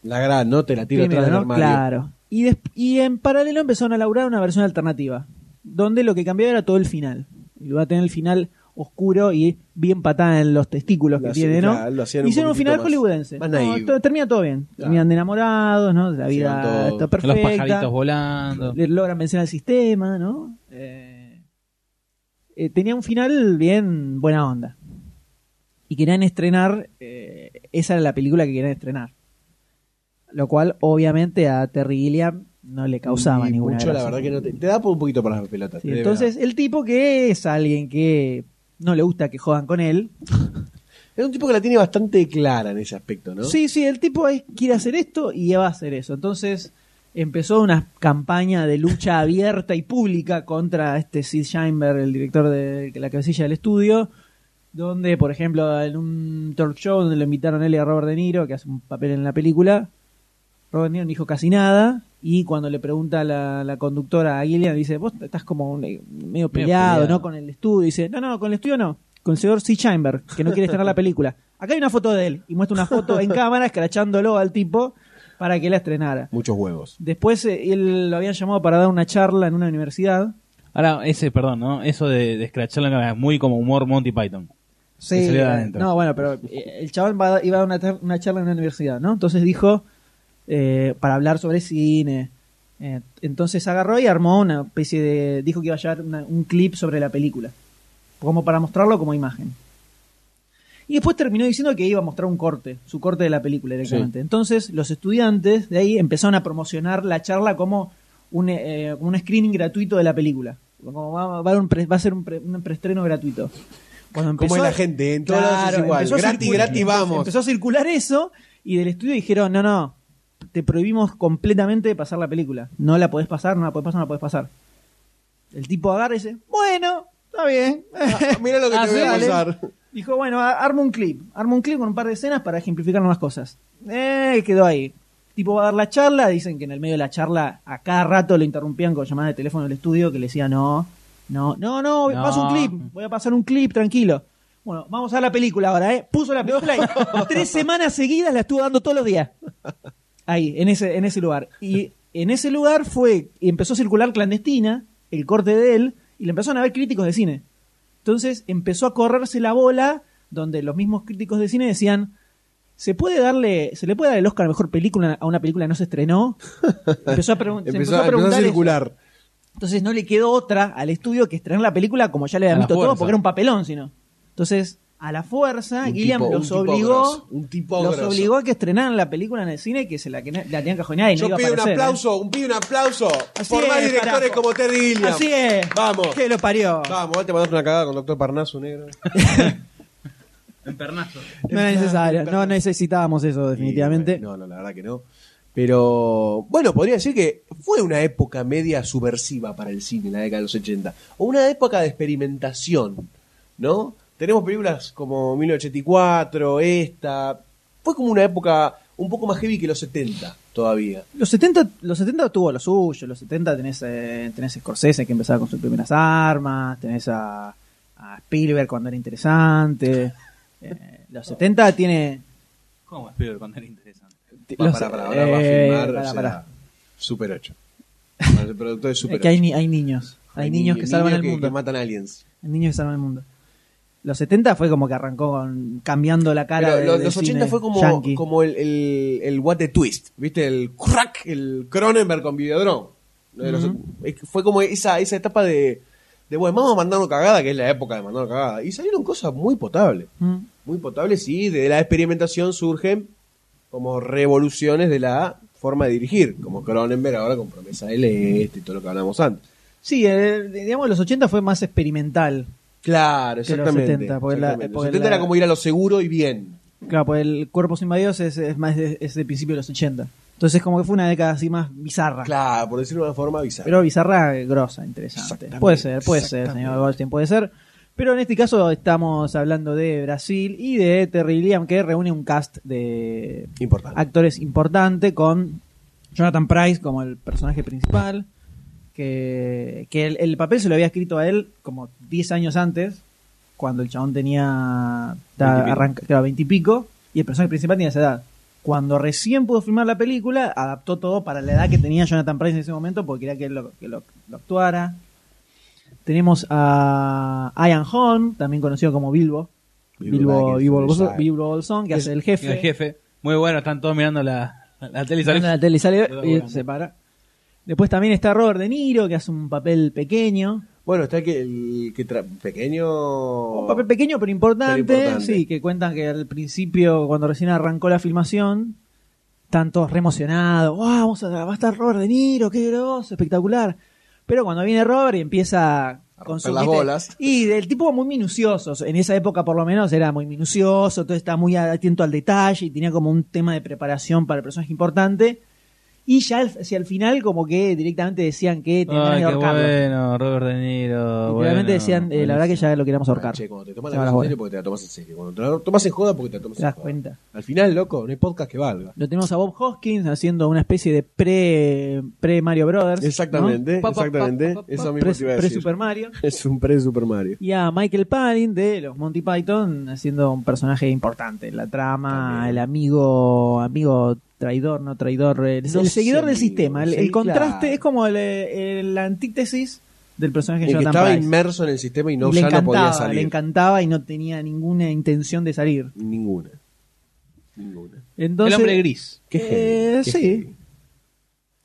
Speaker 4: La gran, ¿no? Te la tiro
Speaker 2: Primero,
Speaker 4: atrás del
Speaker 2: ¿no?
Speaker 4: armario.
Speaker 2: Claro. Y, des- y en paralelo empezaron a laburar una versión alternativa, donde lo que cambiaba era todo el final. Y va a tener el final oscuro y bien patada en los testículos
Speaker 4: Lo
Speaker 2: que
Speaker 4: hacían,
Speaker 2: tiene, ¿no?
Speaker 4: claro, lo hacían un
Speaker 2: Hicieron un,
Speaker 4: poquitito
Speaker 2: final
Speaker 4: más-
Speaker 2: hollywoodense.
Speaker 4: más
Speaker 2: No,
Speaker 4: naive.
Speaker 2: todo- termina todo bien.
Speaker 4: Claro.
Speaker 2: Terminan de enamorados, ¿no? La vida
Speaker 4: todo.
Speaker 2: está
Speaker 4: Los
Speaker 5: Los
Speaker 2: perfecta
Speaker 5: pajaritos volando.
Speaker 2: le logran vencer al sistema, ¿no? Eh, eh, tenía un final bien buena onda. Y querían estrenar, eh, esa era la película que querían estrenar. Lo cual, obviamente, a Terry Gilliam no le causaba
Speaker 4: Y
Speaker 2: ninguna
Speaker 4: mucho, la
Speaker 2: gracia.
Speaker 4: verdad que no te, te da por un poquito para las pelotas.
Speaker 2: Sí,
Speaker 4: de
Speaker 2: entonces,
Speaker 4: verdad.
Speaker 2: el tipo que es alguien que no le gusta que jodan con él.
Speaker 4: Es un tipo que la tiene bastante clara en ese aspecto, ¿no?
Speaker 2: Sí, sí, el tipo es- quiere hacer esto y va a hacer eso. Entonces, empezó una campaña de lucha abierta y pública contra este Sid Sheinberg, el director de la cabecilla del estudio, donde, por ejemplo, en un talk show donde lo invitaron él y a Robert De Niro, que hace un papel en la película, Robert De Niro no dijo casi nada, y cuando le pregunta la, la conductora a Gillian, dice, vos estás como un- medio peleado,
Speaker 5: peleado.
Speaker 2: ¿no? Con el estudio. Dice, no, no, con el estudio no, con el señor C. Chamber, que no quiere estrenar la película. Acá hay una foto de él, y muestra una foto en cámara escrachándolo al tipo para que la estrenara.
Speaker 4: Muchos huevos.
Speaker 2: Después eh, él lo habían llamado para dar una charla en una universidad.
Speaker 5: Ahora, ese, perdón, ¿no? Eso de, de escrachar la cara es muy como humor Monty Python. Que salió de adentro.
Speaker 2: no, bueno, pero eh, el chaval va- iba a dar una, tar- una charla en una universidad, ¿no? Entonces dijo, eh, para hablar sobre cine. Eh, entonces agarró y armó una especie de. Dijo que iba a llevar una- un clip sobre la película, como para mostrarlo como imagen. Y después terminó diciendo que iba a mostrar un corte, su corte de la película directamente. Entonces los estudiantes de ahí empezaron a promocionar la charla como un, eh, como un screening gratuito de la película. Como va, va a, un pre- va a ser un, pre- un preestreno gratuito. Cuando
Speaker 4: Como
Speaker 2: empezó
Speaker 4: es la
Speaker 2: a-
Speaker 4: gente, en todos lados es igual.
Speaker 2: empezó a
Speaker 4: Gratis,
Speaker 2: circular-
Speaker 4: gratis, vamos.
Speaker 2: Empezó a circular eso y del estudio dijeron, no, no, te prohibimos completamente de pasar la película. No la podés pasar, no la podés pasar, no la podés pasar. El tipo agarra y dice, bueno, está bien.
Speaker 4: Ah,
Speaker 2: Ah,
Speaker 4: Mira lo que te voy a
Speaker 2: Dale.
Speaker 4: pasar.
Speaker 2: Dijo, bueno, a- armo un clip. Armo un clip con un par de escenas para ejemplificar unas cosas. Eh, quedó ahí. Tipo va a dar la charla, dicen que en el medio de la charla a cada rato lo interrumpían con llamadas de teléfono del estudio que le decía no, No, no, no,
Speaker 5: No.
Speaker 2: paso un clip. Voy a pasar un clip, tranquilo. Bueno, vamos a la película ahora, ¿eh? Puso la película ahí. Tres semanas seguidas la estuvo dando todos los días. Ahí, en ese, en ese lugar. Y en ese lugar fue, y empezó a circular clandestina el corte de él y le empezaron a ver críticos de cine. Entonces empezó a correrse la bola donde los mismos críticos de cine decían, ¿se puede darle, se le puede dar el Oscar a mejor película a una película que no se estrenó? Empezó a, pregun- se
Speaker 4: Empezó,
Speaker 2: empezó a preguntar eso.
Speaker 4: circular.
Speaker 2: Entonces no le quedó otra al estudio que estrenar la película como ya le habían
Speaker 5: A la
Speaker 2: visto todo,
Speaker 5: fuerza.
Speaker 2: porque era un papelón, sino. Entonces, a la fuerza,
Speaker 4: Un
Speaker 2: Gilliam
Speaker 4: tipo-
Speaker 2: los
Speaker 4: un tipo
Speaker 2: obligó.
Speaker 4: grosso, un tipo
Speaker 2: los
Speaker 4: grosso.
Speaker 2: obligó a que estrenaran la película en el cine que se la, que la tenían que jonear y no
Speaker 4: Yo
Speaker 2: iba a
Speaker 4: pido un
Speaker 2: aparecer, ¿eh?
Speaker 4: aplauso, un pido un aplauso
Speaker 2: Así
Speaker 4: por más
Speaker 2: es,
Speaker 4: directores
Speaker 2: carajo.
Speaker 4: como Terry Gilliam.
Speaker 2: Así es.
Speaker 4: Vamos.
Speaker 2: Que lo parió.
Speaker 4: Vamos, vos te mandaste una cagada con Doctor Parnaso negro.
Speaker 2: No era necesario. No necesitábamos eso, definitivamente.
Speaker 4: Y, bueno, no, no, la verdad que no. Pero bueno, podría decir que fue una época media subversiva para el cine, la década de los 80. O una época de experimentación, ¿no? Tenemos películas como 1984, esta. Fue como una época un poco más heavy que los 70 todavía.
Speaker 2: Los 70, los 70 tuvo lo suyo, los 70 tenés, eh, tenés a Scorsese que empezaba con sus primeras armas, tenés a, a Spielberg cuando era interesante. Eh, los 70 tiene...
Speaker 5: ¿Cómo Spielberg cuando era interesante?
Speaker 4: Para,
Speaker 2: los-
Speaker 4: para, para, ahora va a
Speaker 2: eh,
Speaker 4: filmar
Speaker 2: para,
Speaker 4: o sea,
Speaker 2: para.
Speaker 4: Super 8. Para El productor de Super
Speaker 2: Es que hay,
Speaker 4: 8.
Speaker 2: ni- hay niños, hay, niños que salvan
Speaker 4: niños
Speaker 2: el
Speaker 4: que-
Speaker 2: mundo.
Speaker 4: Que matan aliens.
Speaker 2: Hay niños que salvan el mundo. Los 70 fue como que arrancó con, cambiando la cara
Speaker 4: Pero
Speaker 2: de,
Speaker 4: lo-
Speaker 2: del
Speaker 4: los 80
Speaker 2: cine
Speaker 4: fue como,
Speaker 2: yankee.
Speaker 4: como el, el, el What the Twist, ¿viste? El crack, el Cronenberg con Videodrome. Lo de los- es que Fue como esa, esa etapa de, de, bueno, vamos a mandarnos cagada, que es la época de mandarnos cagada. Y salieron cosas muy potables.
Speaker 2: Mm.
Speaker 4: Muy potables y de la experimentación surgen como revoluciones de la forma de dirigir, como Cronenberg ahora con Promesa del Este y todo lo que hablamos antes.
Speaker 2: Sí, eh, digamos los 80 fue más experimental.
Speaker 4: Claro,
Speaker 2: Que los
Speaker 4: exactamente.
Speaker 2: 70, porque la-
Speaker 4: exactamente. Los
Speaker 2: porque
Speaker 4: 70
Speaker 2: la-
Speaker 4: era como ir a lo seguro y bien.
Speaker 2: Claro, pues el Cuerpo sin Dios es, es más de, es del principio de los 80. Entonces como que fue una década así más bizarra.
Speaker 4: Claro, por decirlo de una forma bizarra.
Speaker 2: Ah. Pero bizarra, eh, grosa, interesante.
Speaker 4: Exactamente,
Speaker 2: Puede ser, puede ser,
Speaker 4: exactamente.
Speaker 2: señor Goldstein, puede ser. Pero en este caso estamos hablando de Brasil y de Terry Gilliam, que reúne un cast de
Speaker 4: Importante.
Speaker 2: actores importante con Jonathan Price como el personaje principal, que, que el, el papel se lo había escrito a él como 10 años antes, cuando el chabón tenía ta-
Speaker 4: 20 y pico.
Speaker 2: arranca- claro, 20 y pico, y el personaje principal tenía esa edad. Cuando recién pudo filmar la película, adaptó todo para la edad que tenía Jonathan Price en ese momento, porque quería que él lo, que lo- lo actuara. Tenemos a Ian Holm, también conocido como Bilbo. Bilbo,
Speaker 4: Baggins,
Speaker 2: Bilbo, Bolsón-
Speaker 4: exacto.
Speaker 2: Bilbo Bolsón, que hace el
Speaker 5: Y El jefe. Muy bueno, están todos mirando la, la tele y sale-
Speaker 2: Manda la tele y sale
Speaker 5: Está
Speaker 2: y
Speaker 5: laburando.
Speaker 2: se para. Después también está Robert De Niro, que hace un papel pequeño.
Speaker 4: Bueno, está que el que tra- pequeño.
Speaker 2: Un papel pequeño pero importante,
Speaker 4: Pero importante.
Speaker 2: Sí, que cuentan que al principio, cuando recién arrancó la filmación, están todos re emocionados. "Wow, vamos a, va a estar Robert De Niro, qué groso, espectacular. Pero cuando viene Robert y empieza con
Speaker 4: romper las
Speaker 2: ¿viste?
Speaker 4: bolas.
Speaker 2: Y del tipo muy minucioso. En esa época, por lo menos, era muy minucioso, todo estaba muy atento al detalle y tenía como un tema de preparación para el personaje importante. Y ya al- hacia el final, como que directamente decían que tenían ganas
Speaker 5: Ay,
Speaker 2: de
Speaker 5: qué
Speaker 2: ahorcarlo.
Speaker 5: bueno, Robert De Niro.
Speaker 2: Literalmente
Speaker 5: bueno,
Speaker 2: decían, eh, la verdad que
Speaker 5: buenísimo.
Speaker 2: ya lo queríamos ahorcar.
Speaker 4: Ah, Che, cuando te tomas
Speaker 2: Se
Speaker 4: la
Speaker 2: van las
Speaker 4: cosa en
Speaker 2: bolas.
Speaker 4: serio porque te la tomas en serio. Cuando te la tomas en joda porque te la tomas
Speaker 2: ¿Te
Speaker 4: en
Speaker 2: das
Speaker 4: joda.
Speaker 2: cuenta?
Speaker 4: Al final, loco, no hay podcast que valga.
Speaker 2: Lo tenemos a Bob Hoskins haciendo una especie de pre, pre Mario Brothers. ¿no?
Speaker 4: Exactamente,
Speaker 5: Pa, pa,
Speaker 4: exactamente.
Speaker 5: pa, pa, pa,
Speaker 4: Eso mismo
Speaker 2: Pre,
Speaker 4: te iba a
Speaker 2: pre
Speaker 4: decir.
Speaker 2: Super Mario.
Speaker 4: Es un pre-Super Mario.
Speaker 2: Y a Michael Palin de los Monty Python haciendo un personaje importante. en La trama,
Speaker 4: También.
Speaker 2: el amigo, amigo traidor, no traidor. El,
Speaker 4: No
Speaker 2: el
Speaker 4: sé,
Speaker 2: seguidor del
Speaker 4: amigo,
Speaker 2: sistema. El,
Speaker 4: sí,
Speaker 2: el contraste
Speaker 4: claro.
Speaker 2: es como el, eh, el- la antítesis del personaje
Speaker 4: El
Speaker 2: de
Speaker 4: que
Speaker 2: Jonathan
Speaker 4: estaba
Speaker 2: Pryce.
Speaker 4: inmerso en el sistema y no,
Speaker 2: le
Speaker 4: ya no
Speaker 2: encantaba,
Speaker 4: podía
Speaker 2: le
Speaker 4: salir.
Speaker 2: encantaba y no tenía ninguna intención de salir.
Speaker 4: Ninguna. Ninguna.
Speaker 2: Entonces,
Speaker 5: el hombre gris.
Speaker 4: Qué
Speaker 2: Eh,
Speaker 4: heavy, qué
Speaker 2: sí.
Speaker 4: heavy.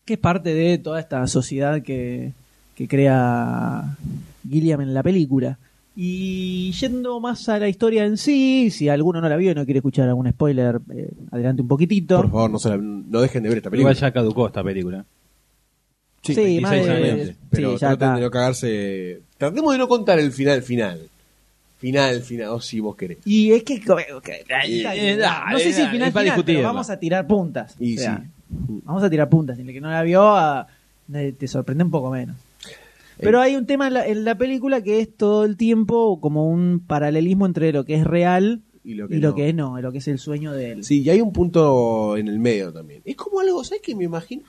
Speaker 2: que es parte de toda esta sociedad que, que crea Gilliam en la película. Y yendo más a la historia en sí, si alguno no la vio y no quiere escuchar algún spoiler, eh, adelante un poquitito.
Speaker 4: Por favor, no, se la- no dejen de ver esta película.
Speaker 5: Igual ya caducó esta película.
Speaker 2: sí,
Speaker 5: 26
Speaker 2: más de-
Speaker 5: años.
Speaker 2: sí,
Speaker 4: Pero
Speaker 2: ya
Speaker 4: traten
Speaker 2: está.
Speaker 4: de no cagarse. Tratemos de no contar el final, final. Final, final, o si vos querés.
Speaker 2: Y es que co- co-
Speaker 5: eh,
Speaker 2: no sé si
Speaker 5: eh,
Speaker 2: al final,
Speaker 5: es para
Speaker 2: final, pero
Speaker 5: discutirla.
Speaker 2: vamos a tirar puntas.
Speaker 4: Y
Speaker 2: O sea,
Speaker 4: sí.
Speaker 2: Vamos a tirar puntas. Y el que no la vio ah, eh, te sorprende un poco menos.
Speaker 4: Eh.
Speaker 2: Pero hay un tema en la, en la película que es todo el tiempo como un paralelismo entre lo que es real
Speaker 4: Y lo que no.
Speaker 2: es no, lo que es el sueño de él.
Speaker 4: Sí, y hay un punto en el medio también. Es como algo, ¿sabes qué me imagino?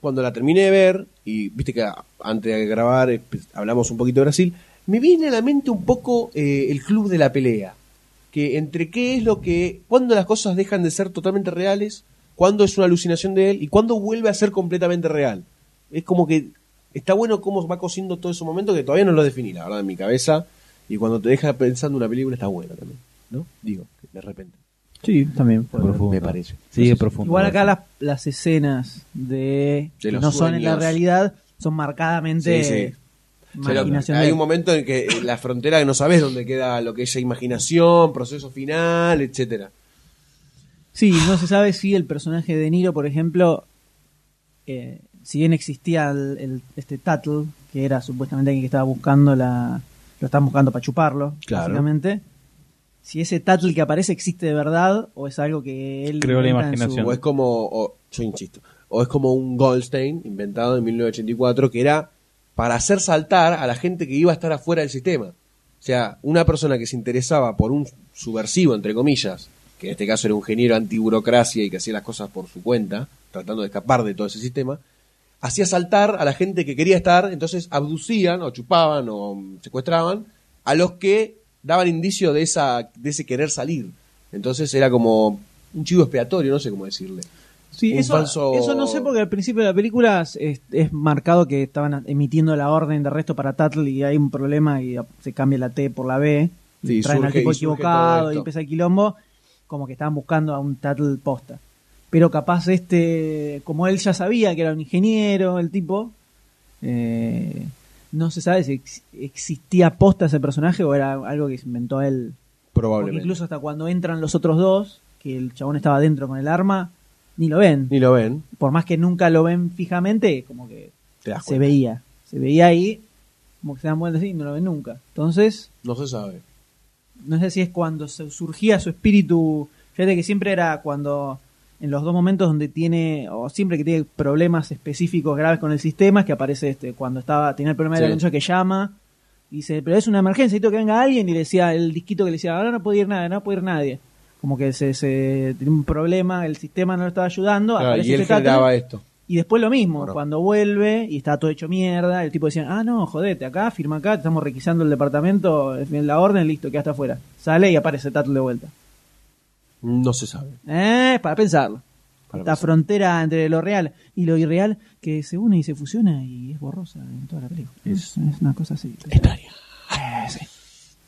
Speaker 4: cuando la terminé de ver, y viste que a- antes de grabar eh, hablamos un poquito de Brasil, me viene a la mente un poco eh, el club de la pelea. Que entre qué es lo que. cuando las cosas dejan de ser totalmente reales, cuándo es una alucinación de él y cuándo vuelve a ser completamente real. Es como que. Está bueno cómo va cosiendo todo ese momento que todavía no lo definí, la verdad, en mi cabeza. Y cuando te deja pensando una película está buena también, ¿no? Digo, de repente.
Speaker 2: Sí, también.
Speaker 4: Me parece.
Speaker 5: Sigue profundo.
Speaker 2: Igual acá las, las escenas de
Speaker 4: De
Speaker 2: que
Speaker 4: los
Speaker 2: no son en la
Speaker 4: sueños.
Speaker 2: realidad son marcadamente
Speaker 4: Sí, sí. Pero
Speaker 2: imaginación.
Speaker 4: hay
Speaker 2: de-
Speaker 4: un momento en que eh, la frontera que no sabes dónde queda lo que es la imaginación, proceso final, etcétera.
Speaker 2: Sí, no se sabe si el personaje de Niro, por ejemplo, eh, si bien existía el, el- este Tuttle, que era supuestamente alguien que estaba buscando la. lo estaban buscando para chuparlo,
Speaker 4: Claro.
Speaker 2: básicamente. Si ese Tuttle que aparece existe de verdad o es algo que él.
Speaker 5: Creó la
Speaker 2: inventa en
Speaker 5: imaginación.
Speaker 2: su-
Speaker 4: O es como, o- yo insisto, o es como un Goldstein inventado en 1984 que era para hacer saltar a la gente que iba a estar afuera del sistema. O sea, una persona que se interesaba por un subversivo, entre comillas, que en este caso era un ingeniero antiburocracia y que hacía las cosas por su cuenta, tratando de escapar de todo ese sistema, hacía saltar a la gente que quería estar, entonces abducían o chupaban o mm, secuestraban a los que daban indicio de, esa, de ese querer salir. Entonces era como un chivo expiatorio, no sé cómo decirle.
Speaker 2: Sí,
Speaker 4: un
Speaker 2: eso,
Speaker 4: falso-
Speaker 2: eso no sé porque al principio de la película es, es- es marcado que estaban emitiendo la orden de arresto para Tuttle y hay un problema y se cambia la T por la B. y
Speaker 4: Sí,
Speaker 2: traen al
Speaker 4: surge-
Speaker 2: tipo
Speaker 4: y surge todo
Speaker 2: equivocado y
Speaker 4: esto.
Speaker 2: empieza el quilombo. Como que estaban buscando a un Tuttle posta. Pero capaz este, como él ya sabía que era un ingeniero, el tipo, eh, no se sabe si ex- existía posta ese personaje o era algo que se inventó él porque
Speaker 4: Probablemente.
Speaker 2: incluso hasta cuando entran los otros dos, que el chabón estaba dentro con el arma, ni lo ven.
Speaker 4: Ni lo ven.
Speaker 2: Por más que nunca lo ven fijamente, como que
Speaker 4: Te das
Speaker 2: se
Speaker 4: cuenta.
Speaker 2: veía. Se veía ahí, como que se dan vueltas y no lo ven nunca. Entonces,
Speaker 4: No se sabe.
Speaker 2: no sé si es cuando se- surgía su espíritu. Fíjate que siempre era cuando, en los dos momentos donde tiene, o siempre que tiene problemas específicos graves con el sistema, es que aparece este, cuando estaba, tenía el problema de la
Speaker 4: Sí.
Speaker 2: concha que llama, y dice, pero es una emergencia, necesito que venga alguien, y le decía, el disquito que le decía, ahora no puede ir nadie, no puede ir nadie. Como que se, se tenía un problema, el sistema no lo estaba ayudando,
Speaker 4: Claro,
Speaker 2: aparece
Speaker 4: y él
Speaker 2: este tátil,
Speaker 4: generaba esto.
Speaker 2: y después lo mismo,
Speaker 4: Bueno.
Speaker 2: cuando vuelve y está todo hecho mierda, el tipo decía, ah, no, jodete, acá, firma acá, te estamos requisando el departamento, en la orden, listo, queda hasta afuera. Sale y aparece Tato de vuelta.
Speaker 4: No se sabe.
Speaker 2: Eh, para pensarlo.
Speaker 4: Para
Speaker 2: Esta
Speaker 4: pensar.
Speaker 2: frontera entre lo real y lo irreal que se une y se fusiona y es borrosa en toda la película. Es, es una cosa así. Extraña.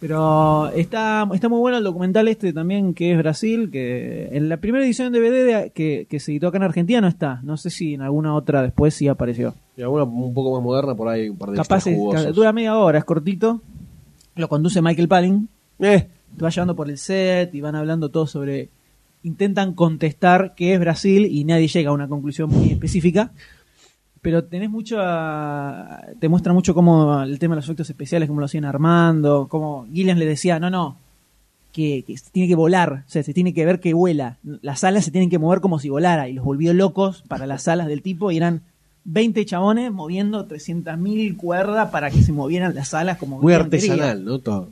Speaker 2: Pero está, está muy bueno el documental este también que es Brasil, que en la primera edición de DVD de- que, que se editó acá en Argentina no está. No sé si en alguna otra después sí apareció.
Speaker 4: Y alguna un poco más moderna, por ahí hay un par de
Speaker 2: Capaz
Speaker 4: extras
Speaker 2: es-
Speaker 4: jugosos.
Speaker 2: dura media hora, es cortito. Lo conduce Michael Palin.
Speaker 4: Eh,
Speaker 2: Te va llevando por el set y van hablando todo sobre. Intentan contestar qué es Brasil y nadie llega a una conclusión muy específica. Pero tenés mucho. a- te muestra mucho cómo el tema de los efectos especiales, cómo lo hacían armando, cómo Gillian le decía, no, no, que, que se tiene que volar, o sea, se tiene que ver que vuela. Las alas se tienen que mover como si volara y los volvió locos para las alas del tipo y eran 20 chabones moviendo 300.000 cuerdas para que se movieran las alas como
Speaker 4: muy
Speaker 2: Gillian quería.
Speaker 4: artesanal, ¿no? Todo.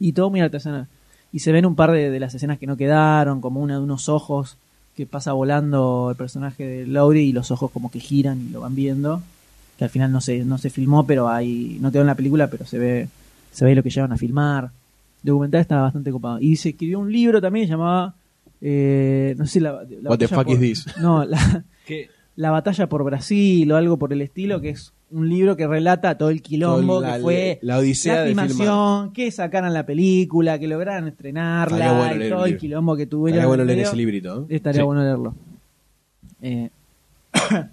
Speaker 2: Y todo muy artesanal. Y se ven un par de, de las escenas que no quedaron, como una de unos ojos que pasa volando el personaje de Laurie y los ojos como que giran y lo van viendo. Que al final no se, no se filmó, pero hay, no quedó en la película, pero se ve, se ve lo que llevan a filmar. El documental estaba bastante copado. Y se escribió un libro también llamado. eh, no sé, la, la
Speaker 4: What the
Speaker 2: batalla
Speaker 4: fuck
Speaker 2: por-
Speaker 4: is this?
Speaker 2: No, la,
Speaker 5: ¿Qué?
Speaker 2: la batalla por Brasil o algo por el estilo, que es un libro que relata todo el quilombo
Speaker 4: Todo la-
Speaker 2: que fue
Speaker 4: la odisea
Speaker 2: la
Speaker 4: de filmar.
Speaker 2: filmación, que sacaran la película, que lograran estrenarla,
Speaker 4: Estaría bueno
Speaker 2: y
Speaker 4: leer
Speaker 2: todo
Speaker 4: el
Speaker 2: el
Speaker 4: libro.
Speaker 2: quilombo que tuvieron.
Speaker 4: Estaría bueno
Speaker 2: en el
Speaker 4: leer ese
Speaker 2: medio.
Speaker 4: librito. ¿eh?
Speaker 2: Estaría
Speaker 4: Sí.
Speaker 2: bueno leerlo. Eh,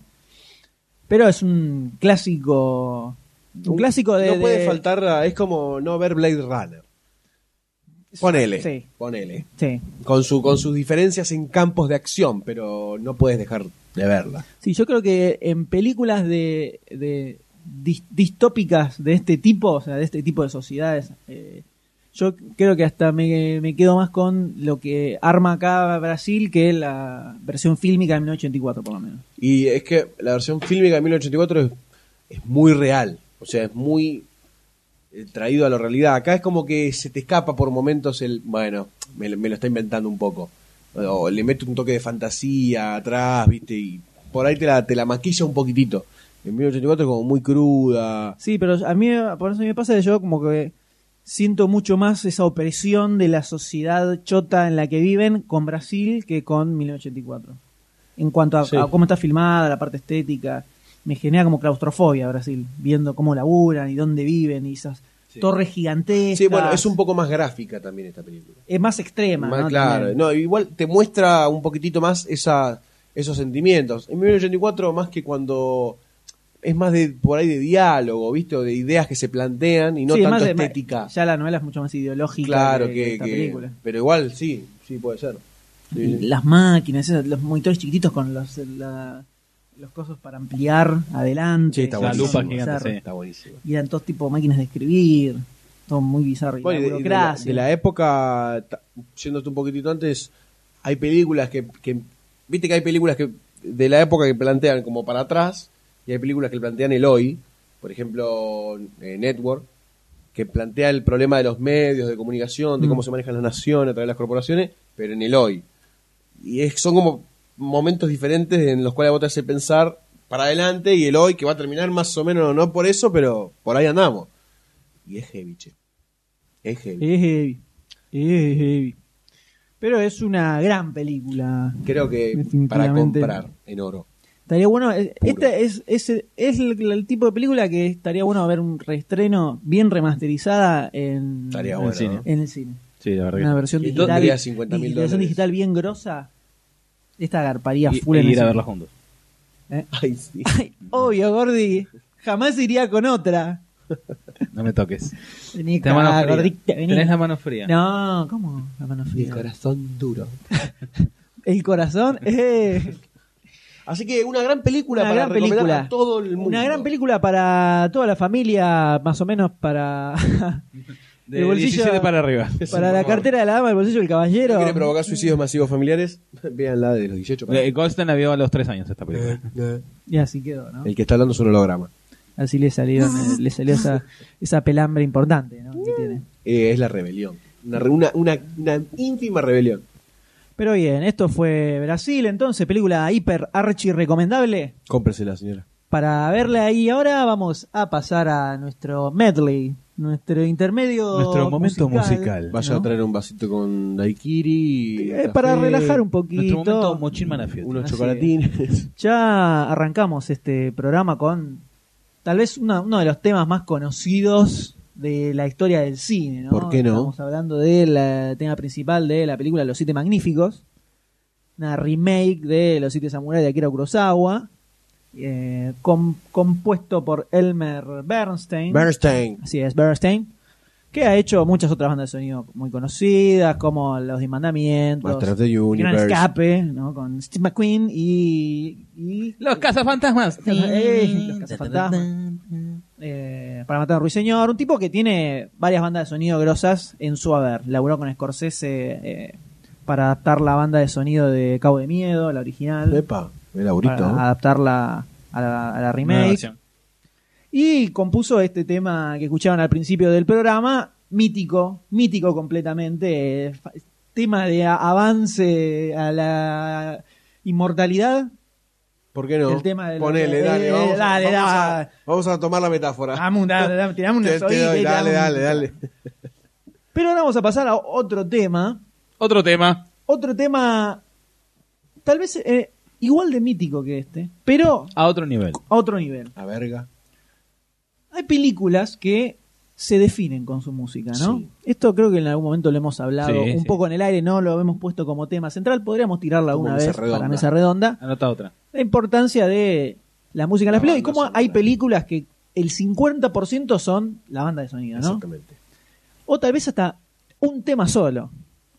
Speaker 2: pero es un clásico. Un clásico de.
Speaker 4: Uh, No puede
Speaker 2: de-
Speaker 4: faltar, a- es como no ver Blade Runner. Ponele,
Speaker 2: Sí.
Speaker 4: ponele.
Speaker 2: Sí.
Speaker 4: Con, su, con sus diferencias en campos de acción, pero no puedes dejar de verla.
Speaker 2: Sí, yo creo que en películas de, de dis- distópicas de este tipo, o sea, de este tipo de sociedades, eh, yo creo que hasta me, me quedo más con lo que arma acá Brasil que la versión fílmica de 1984, por lo menos.
Speaker 4: Y es que la versión fílmica de 1984 es, es muy real. O sea, es muy eh, traído a la realidad. Acá es como que se te escapa por momentos el. Bueno, me, lo- me lo está inventando un poco. O le mete un toque de fantasía atrás, ¿viste? Y por ahí te la, te la maquilla un poquitito. En 1984 es como muy cruda.
Speaker 2: Sí, pero a mí, por eso me pasa que yo como que siento mucho más esa opresión de la sociedad chota en la que viven con Brasil que con 1984. En cuanto a,
Speaker 4: Sí.
Speaker 2: a cómo está filmada, la parte estética, me genera como claustrofobia Brasil, viendo cómo laburan y dónde viven y esas torres gigantescas.
Speaker 4: Sí, bueno, es un poco más gráfica también esta película.
Speaker 2: Es más extrema,
Speaker 4: Más
Speaker 2: ¿no?
Speaker 4: claro.
Speaker 2: También.
Speaker 4: No, igual te muestra un poquitito más esa, esos sentimientos. En 1984, más que cuando es más de por ahí de diálogo, ¿viste? O de ideas que se plantean y no
Speaker 2: Sí, es
Speaker 4: tanto
Speaker 2: más de-
Speaker 4: estética.
Speaker 2: Ya la novela es mucho más ideológica
Speaker 4: claro
Speaker 2: que,
Speaker 4: que,
Speaker 2: que esta
Speaker 4: que-
Speaker 2: película.
Speaker 4: Pero igual, sí, sí puede ser. Sí,
Speaker 2: Y
Speaker 4: sí.
Speaker 2: Las máquinas, esas, los monitores chiquititos con los, la- los cosos para ampliar adelante.
Speaker 4: Sí, está
Speaker 5: La
Speaker 4: buenísimo.
Speaker 5: lupa
Speaker 2: Son
Speaker 5: gigante,
Speaker 2: bizarros.
Speaker 5: sí.
Speaker 4: Está buenísimo.
Speaker 2: Y eran todos tipo máquinas de escribir, todo muy bizarro. Y
Speaker 4: Bueno,
Speaker 2: la
Speaker 4: y de, y de la,
Speaker 2: burocracia.
Speaker 4: de la E. época, ta- yéndote un poquitito antes, hay películas que, que- Viste que hay películas que de la época que plantean como para atrás y hay películas que plantean el hoy. Por ejemplo, eh, Network, que plantea el problema de los medios de comunicación, de cómo se manejan las naciones a través de las corporaciones, pero en el hoy. Y es, son como momentos diferentes en los cuales vos te hace pensar para adelante y el hoy que va a terminar más o menos, no por eso, pero por ahí andamos. Y es heavy, che. Es heavy.
Speaker 2: Es heavy. Es heavy. Pero es una gran película.
Speaker 4: Creo que para
Speaker 2: Definitivamente.
Speaker 4: comprar en oro.
Speaker 2: Estaría bueno. eh, Esta es, es, es el, el tipo de película que estaría bueno ver un reestreno bien remasterizada en,
Speaker 4: Estaría
Speaker 5: En
Speaker 4: bueno.
Speaker 5: cine.
Speaker 4: ¿no?
Speaker 2: en el cine.
Speaker 5: Sí, la verdad. que
Speaker 2: Una
Speaker 5: sí.
Speaker 2: versión
Speaker 4: Y
Speaker 2: digital.
Speaker 4: diría 50.000
Speaker 2: y versión
Speaker 4: dólares.
Speaker 2: digital bien grosa. Esta garparía
Speaker 5: Y-
Speaker 2: full
Speaker 5: y
Speaker 2: en el
Speaker 5: ir a
Speaker 2: cine.
Speaker 5: verla juntos.
Speaker 4: Ay, sí.
Speaker 2: Ay, Obvio, Gordi. Jamás iría con otra.
Speaker 5: No me toques.
Speaker 2: Vení
Speaker 5: Tenés
Speaker 2: acá,
Speaker 5: mano fría.
Speaker 2: gordita, vení.
Speaker 5: Tenés la mano fría.
Speaker 2: No, ¿cómo? La mano fría.
Speaker 4: corazón duro.
Speaker 2: El corazón. eh.
Speaker 4: Así que una gran película
Speaker 2: Una
Speaker 4: para
Speaker 2: gran
Speaker 4: recomendar
Speaker 2: película.
Speaker 4: a todo el mundo.
Speaker 2: Una gran película para toda la familia, más o menos para,
Speaker 5: De
Speaker 2: el bolsillo-
Speaker 5: 17 para arriba.
Speaker 2: para la cartera de la dama, el bolsillo del
Speaker 4: ¿No
Speaker 2: caballero.
Speaker 4: quiere provocar suicidios masivos familiares? Vean la de los 18. para-
Speaker 5: Eh, Goldstein la vio a los 3 años esta
Speaker 2: eh,
Speaker 5: película.
Speaker 2: Y así quedó, ¿no?
Speaker 4: El que está hablando es un holograma.
Speaker 2: Así le salieron, eh, le salió esa, esa pelambre importante, ¿no? Que tiene.
Speaker 4: Eh, es la rebelión. Una, re- una, una- una ínfima rebelión.
Speaker 2: Pero bien, esto fue Brasil, entonces, película hiper archi recomendable.
Speaker 4: Cómpresela, señora.
Speaker 2: Para verla ahí ahora vamos a pasar a nuestro medley, nuestro intermedio
Speaker 5: Nuestro momento musical.
Speaker 4: Vaya
Speaker 2: ¿no?
Speaker 4: a traer un vasito con
Speaker 2: Eh,
Speaker 4: daiquiri. café,
Speaker 2: para relajar un
Speaker 5: Nuestro momento
Speaker 2: poquito.
Speaker 5: Mochil Manafio.
Speaker 4: Unos
Speaker 2: Así
Speaker 4: chocolatines.
Speaker 2: Ya arrancamos este programa con tal vez una- uno de los temas más conocidos de la historia del cine, ¿no?
Speaker 4: ¿Por qué no?
Speaker 2: Estamos hablando del tema principal de la película Los Siete Magníficos, una remake de Los Siete Samuráis de Akira Kurosawa, eh, com- compuesto por Elmer Bernstein.
Speaker 4: Bernstein.
Speaker 2: Así es, Bernstein. Que ha hecho muchas otras bandas de sonido muy conocidas, como Los Demandamientos,
Speaker 4: Master of the
Speaker 2: Gran
Speaker 4: Universe.
Speaker 2: Escape, ¿no? con Steve McQueen y. y-
Speaker 5: Los cazafantasmas.
Speaker 2: Eh, los Cazafantasmas. Eh, para matar a un Ruiseñor, un tipo que tiene varias bandas de sonido grosas en su haber. Laburó con Scorsese eh, para adaptar la banda de sonido de Cabo de Miedo, la original,
Speaker 4: Epa, el ¿eh? aurito.
Speaker 2: para
Speaker 4: ¿no?
Speaker 2: adaptarla a la, a la
Speaker 5: Nueva
Speaker 2: remake.
Speaker 5: versión.
Speaker 2: Y compuso este tema que escuchaban al principio del programa, mítico, mítico completamente, eh, fa- tema de a- avance a la inmortalidad.
Speaker 4: ¿Por qué no?
Speaker 2: El tema de la-
Speaker 4: Ponele,
Speaker 2: eh,
Speaker 4: dale, vamos, a-
Speaker 2: dale,
Speaker 4: vamos
Speaker 2: dale.
Speaker 4: A, vamos a tomar la metáfora.
Speaker 2: Dame un- dame- dame- tirame una
Speaker 4: Te- te doy,
Speaker 2: soguita y
Speaker 4: dale,
Speaker 2: tirame un-
Speaker 4: dale, dale.
Speaker 2: Pero ahora vamos a pasar a otro tema,
Speaker 5: Otro tema.
Speaker 2: otro tema tal vez eh, igual de mítico que este, pero
Speaker 5: A otro nivel.
Speaker 2: a otro nivel.
Speaker 4: A verga.
Speaker 2: Hay películas que se definen con su música, ¿no?
Speaker 4: Sí.
Speaker 2: Esto creo que en algún momento lo hemos hablado
Speaker 5: Sí,
Speaker 2: un
Speaker 5: sí.
Speaker 2: poco en el aire, no lo hemos puesto como tema central, podríamos tirarla
Speaker 4: Como
Speaker 2: una
Speaker 4: mesa
Speaker 2: vez para
Speaker 4: redonda.
Speaker 2: mesa redonda.
Speaker 5: Anota otra.
Speaker 2: La importancia de la música en
Speaker 4: La
Speaker 2: las películas y
Speaker 4: banda
Speaker 2: cómo hay
Speaker 4: sonora.
Speaker 2: películas que el 50% son la banda de sonido, ¿no?
Speaker 4: Exactamente.
Speaker 2: O tal vez hasta un tema solo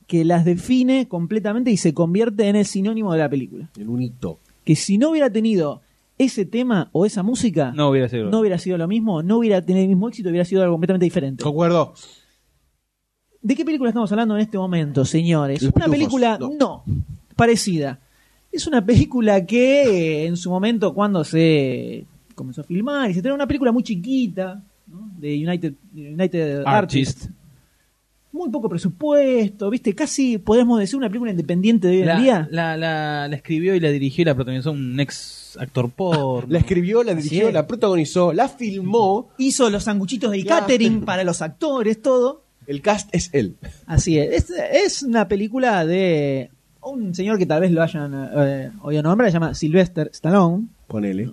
Speaker 2: que las define completamente y se convierte en el sinónimo de la película.
Speaker 4: En un hito.
Speaker 2: Que si no hubiera tenido ese tema o esa música,
Speaker 5: No hubiera sido.
Speaker 2: no hubiera sido lo mismo, no hubiera tenido el mismo éxito, hubiera sido algo completamente diferente.
Speaker 4: Concuerdo.
Speaker 2: ¿De qué película estamos hablando en este momento, señores?
Speaker 4: Los
Speaker 2: una
Speaker 4: Pitufos,
Speaker 2: película no.
Speaker 4: no.
Speaker 2: parecida. Es una película que eh, en su momento cuando se comenzó a filmar, y se era una película muy chiquita ¿no? de United, United Artists.
Speaker 5: Artist.
Speaker 2: muy poco presupuesto, ¿viste? Casi podemos decir una película independiente de hoy en
Speaker 5: La,
Speaker 2: día.
Speaker 5: la, la, la escribió y la dirigió y la protagonizó un ex actor por.
Speaker 4: La escribió, la
Speaker 2: Así
Speaker 4: dirigió,
Speaker 2: es.
Speaker 4: la protagonizó, la filmó.
Speaker 2: Hizo los sanguchitos del
Speaker 4: Claro.
Speaker 2: catering para los actores, todo.
Speaker 4: El cast es él.
Speaker 2: Así es. Es, es una película de un señor que tal vez lo hayan eh, oído nombrar, se llama Sylvester Stallone.
Speaker 4: Ponele.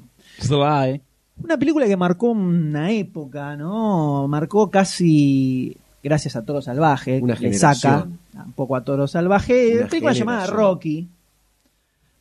Speaker 2: Una película que marcó una época, ¿no? Marcó casi, gracias a Toro Salvaje,
Speaker 4: Una
Speaker 2: que le saca
Speaker 4: generación.
Speaker 2: un poco a Toro Salvaje,
Speaker 4: Una
Speaker 2: película llamada
Speaker 4: generación.
Speaker 2: Rocky.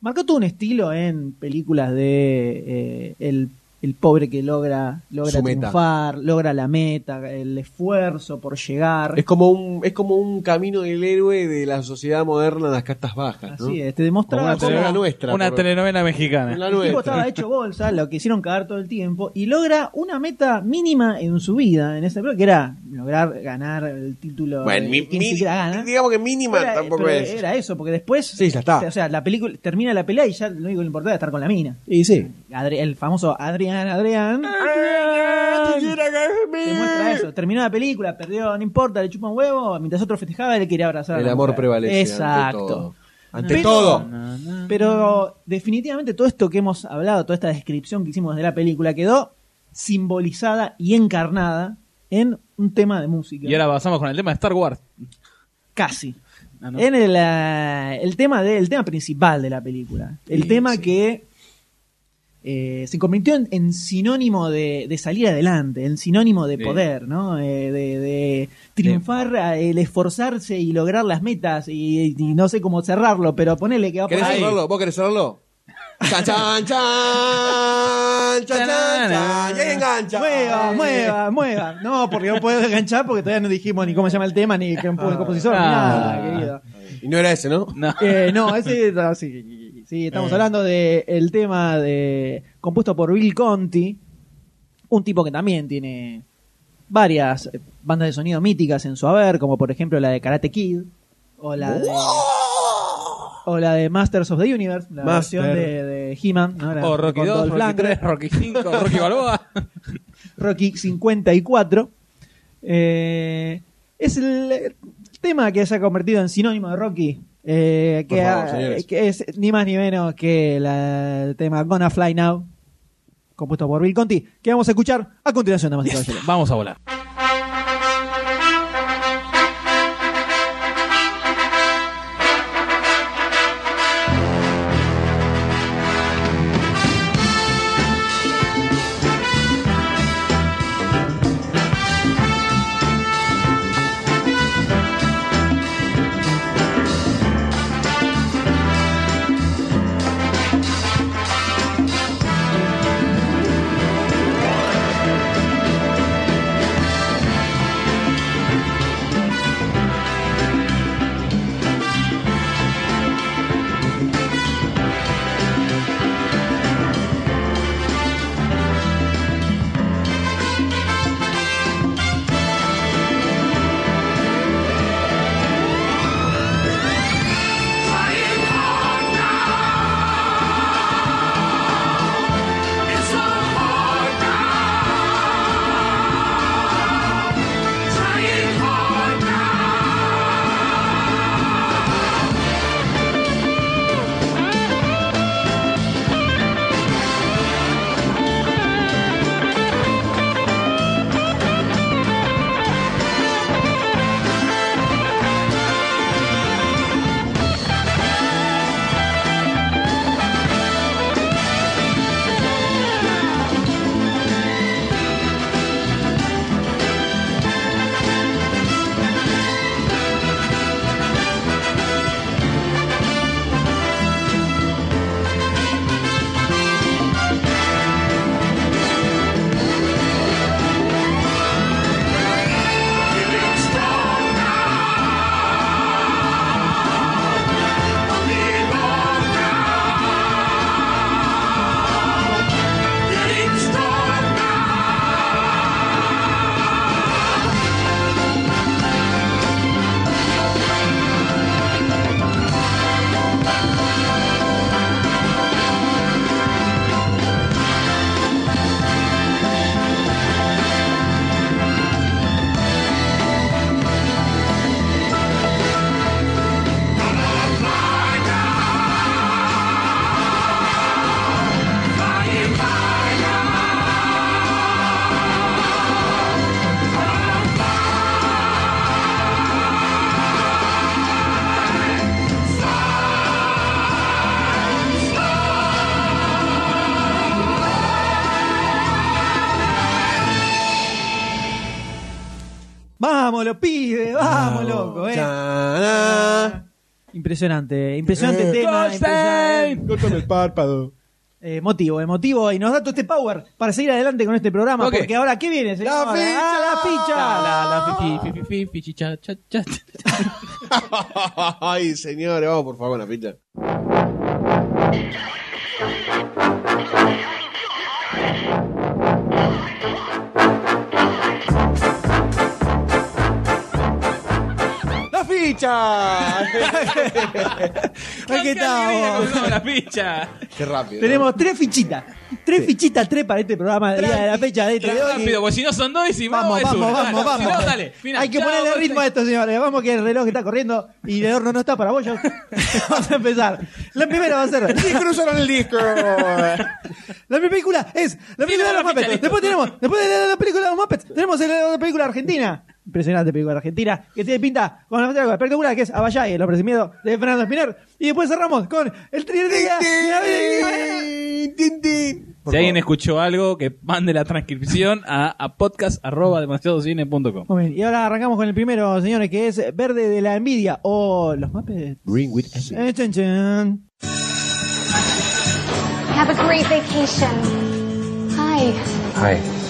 Speaker 2: Marcó todo un estilo en películas de eh, el, el pobre que logra, logra
Speaker 4: Su meta.
Speaker 2: triunfar, logra la meta, el esfuerzo por llegar.
Speaker 4: Es como un, es como un camino del héroe de la sociedad moderna en las castas bajas, ¿no?
Speaker 2: Así es, te demostraba
Speaker 4: Como una
Speaker 2: cómo-
Speaker 4: telenovela nuestra.
Speaker 5: Una
Speaker 4: por-
Speaker 5: telenovela
Speaker 4: la
Speaker 5: mexicana.
Speaker 2: El tipo
Speaker 4: nuestra.
Speaker 2: estaba hecho bolsa, lo quisieron cagar todo el tiempo y logra una meta mínima en su vida en ese bloque, que era lograr ganar el título.
Speaker 4: Bueno,
Speaker 2: de
Speaker 4: mi-
Speaker 2: quien
Speaker 4: mi-
Speaker 2: siquiera gana.
Speaker 4: digamos que mínima
Speaker 2: Pero era-
Speaker 4: tampoco
Speaker 2: pero
Speaker 4: es.
Speaker 2: Era eso, porque después.
Speaker 4: Sí, ya está.
Speaker 2: O sea, la película termina la pelea y ya lo único que le importaba era estar con la mina.
Speaker 4: Y sí.
Speaker 2: Adri- el famoso Adrián, Adrián. Demuestra eso. Terminó la película, perdió, no importa, le chupa un huevo, mientras otro festejaba, él quería abrazar. a
Speaker 4: El
Speaker 2: la
Speaker 4: amor
Speaker 2: mujer.
Speaker 4: prevalece. ante
Speaker 2: Exacto.
Speaker 4: todo. Ante
Speaker 2: Pero-
Speaker 4: todo.
Speaker 2: Pero definitivamente todo esto que hemos hablado, toda esta descripción que hicimos de la película quedó simbolizada y encarnada en un tema de música.
Speaker 5: Y ahora pasamos con el tema de Star Wars.
Speaker 2: Casi.
Speaker 5: Ah, no.
Speaker 2: En el, ah, el tema de- el tema principal de la película. El
Speaker 4: Sí,
Speaker 2: tema
Speaker 4: sí.
Speaker 2: que eh, se convirtió en, en sinónimo de, de salir adelante, en sinónimo de
Speaker 5: Sí.
Speaker 2: poder, ¿no? Eh, de, de triunfar, ah, el esforzarse y lograr las metas y, y no sé cómo cerrarlo, pero ponele que va por
Speaker 4: ¿Querés
Speaker 2: ahí.
Speaker 4: cerrarlo? ¿Vos querés cerrarlo? ¡Chan, chan, chan! ¡Chan, chan, chan! Y ahí engancha.
Speaker 2: Mueva, mueva, mueva. No, porque no puedo enganchar porque todavía no dijimos ni cómo se llama el tema, ni qué compo- compositor, ni
Speaker 5: Ah.
Speaker 2: nada, querido.
Speaker 4: Y no era ese, ¿no?
Speaker 5: No.
Speaker 2: Eh, no, ese no, sí, sí,
Speaker 5: Eh.
Speaker 2: estamos hablando del el tema de compuesto por Bill Conti, un tipo que también tiene varias eh, bandas de sonido míticas en su haber, como por ejemplo la de Karate Kid o la de, o la de Masters of the Universe, la
Speaker 4: Master.
Speaker 2: versión de, de He-Man, ¿no? La-
Speaker 5: O Oh, Rocky
Speaker 2: con
Speaker 5: 2,
Speaker 2: Dolph
Speaker 5: Rocky
Speaker 2: Lundgren.
Speaker 5: 3, Rocky 5, Rocky Balboa.
Speaker 2: Rocky 54. Eh, es el eh, tema que se ha convertido en sinónimo de Rocky. eh,
Speaker 4: Por
Speaker 2: que,
Speaker 4: favor,
Speaker 2: ha-
Speaker 4: señores.
Speaker 2: que es ni más ni menos que la- el tema Gonna Fly Now, compuesto por Bill Conti, que vamos a escuchar a continuación, damas y caballeros.
Speaker 5: Vamos a volar.
Speaker 8: Gonna
Speaker 2: Vámonos, pibe, vamos, loco, eh.
Speaker 4: Chana.
Speaker 2: Impresionante, impresionante
Speaker 4: Eh.
Speaker 2: tema. impresionante.
Speaker 4: Córtame el párpado.
Speaker 2: Eh, Emotivo, emotivo. Y nos da todo este power para seguir adelante con este programa.
Speaker 5: Ok.
Speaker 2: Porque ahora, ¿qué viene? señor?
Speaker 4: ¡La ficha!
Speaker 2: ¡Ah, la ficha! Ah.
Speaker 4: Ay, señores, vamos por favor con la ficha. ¡La ficha!
Speaker 2: Aquí estamos.
Speaker 5: la ficha.
Speaker 4: Qué rápido.
Speaker 2: Tenemos tres fichitas. Tres fichitas, tres para este programa. Día de la fecha de este de hoy.
Speaker 5: Rápido, porque si no son dos y si
Speaker 2: Vamos,
Speaker 5: vamos, es
Speaker 2: vamos,
Speaker 5: una.
Speaker 2: vamos,
Speaker 5: Dale, si
Speaker 2: vamos.
Speaker 5: no, dale. Mirá,
Speaker 2: Hay que
Speaker 5: chao,
Speaker 2: ponerle
Speaker 5: vos
Speaker 2: ritmo a
Speaker 5: te-
Speaker 2: esto, señores. Vamos que el reloj está corriendo y el horno no está para bollos. Vamos a empezar. La primera va a ser.
Speaker 4: ¡Sí, cruzaron el disco!
Speaker 2: La primera película es la película de los
Speaker 5: la ficha,
Speaker 2: Muppets.
Speaker 5: listo.
Speaker 2: Después tenemos, después de la película de los Muppets, tenemos la película argentina. Impresionante película argentina que tiene pinta con la película espectacular que es Abayay, el hombre sin miedo de Fernando Espinar. Y después cerramos con el trilogía.
Speaker 4: Tin, tin.
Speaker 5: Si alguien escuchó algo, que mande la transcripción a, a podcast.demasiadocine.com.
Speaker 2: Muy bien, y ahora arrancamos con el primero, señores, que es Verde de la Envidia o los Muppets.
Speaker 4: Ring with acid.
Speaker 2: Eh, chan, chan.
Speaker 8: Have a great vacation. Hi.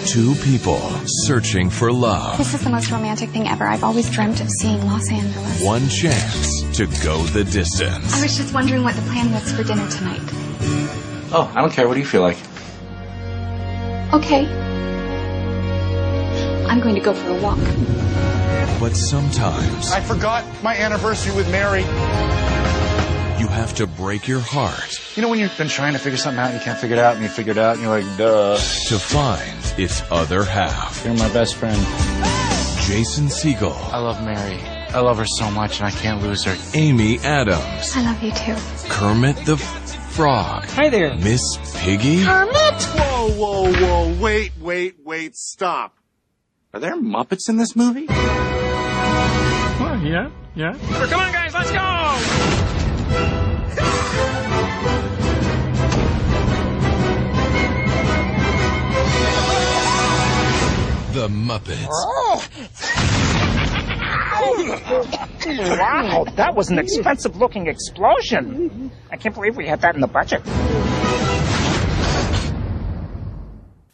Speaker 9: Two people searching for love.
Speaker 8: This is the most romantic thing ever. I've always dreamt of seeing Los Angeles.
Speaker 9: One chance to go the distance.
Speaker 8: I was just wondering what the plan was for dinner tonight.
Speaker 10: Oh, I don't care. What do you feel like?
Speaker 8: Okay. I'm going to go for a walk.
Speaker 9: But sometimes
Speaker 10: I forgot my anniversary with Mary.
Speaker 9: you have to break your heart
Speaker 10: You know when you've been trying to figure something out and you can't figure it out and you figure it out and you're like, duh.
Speaker 9: to find its other half.
Speaker 10: You're my best friend.
Speaker 9: Jason Segel,
Speaker 10: I love Mary. I love her so much and I can't lose her.
Speaker 9: Amy Adams,
Speaker 8: I love you too.
Speaker 9: Kermit the Frog. Hi there. Miss Piggy.
Speaker 10: Whoa, whoa, whoa. Wait, wait, wait. Stop. Are there Muppets in this movie?
Speaker 9: The Muppets.
Speaker 10: Wow, that was an expensive looking explosion. I can't believe we had that in the budget.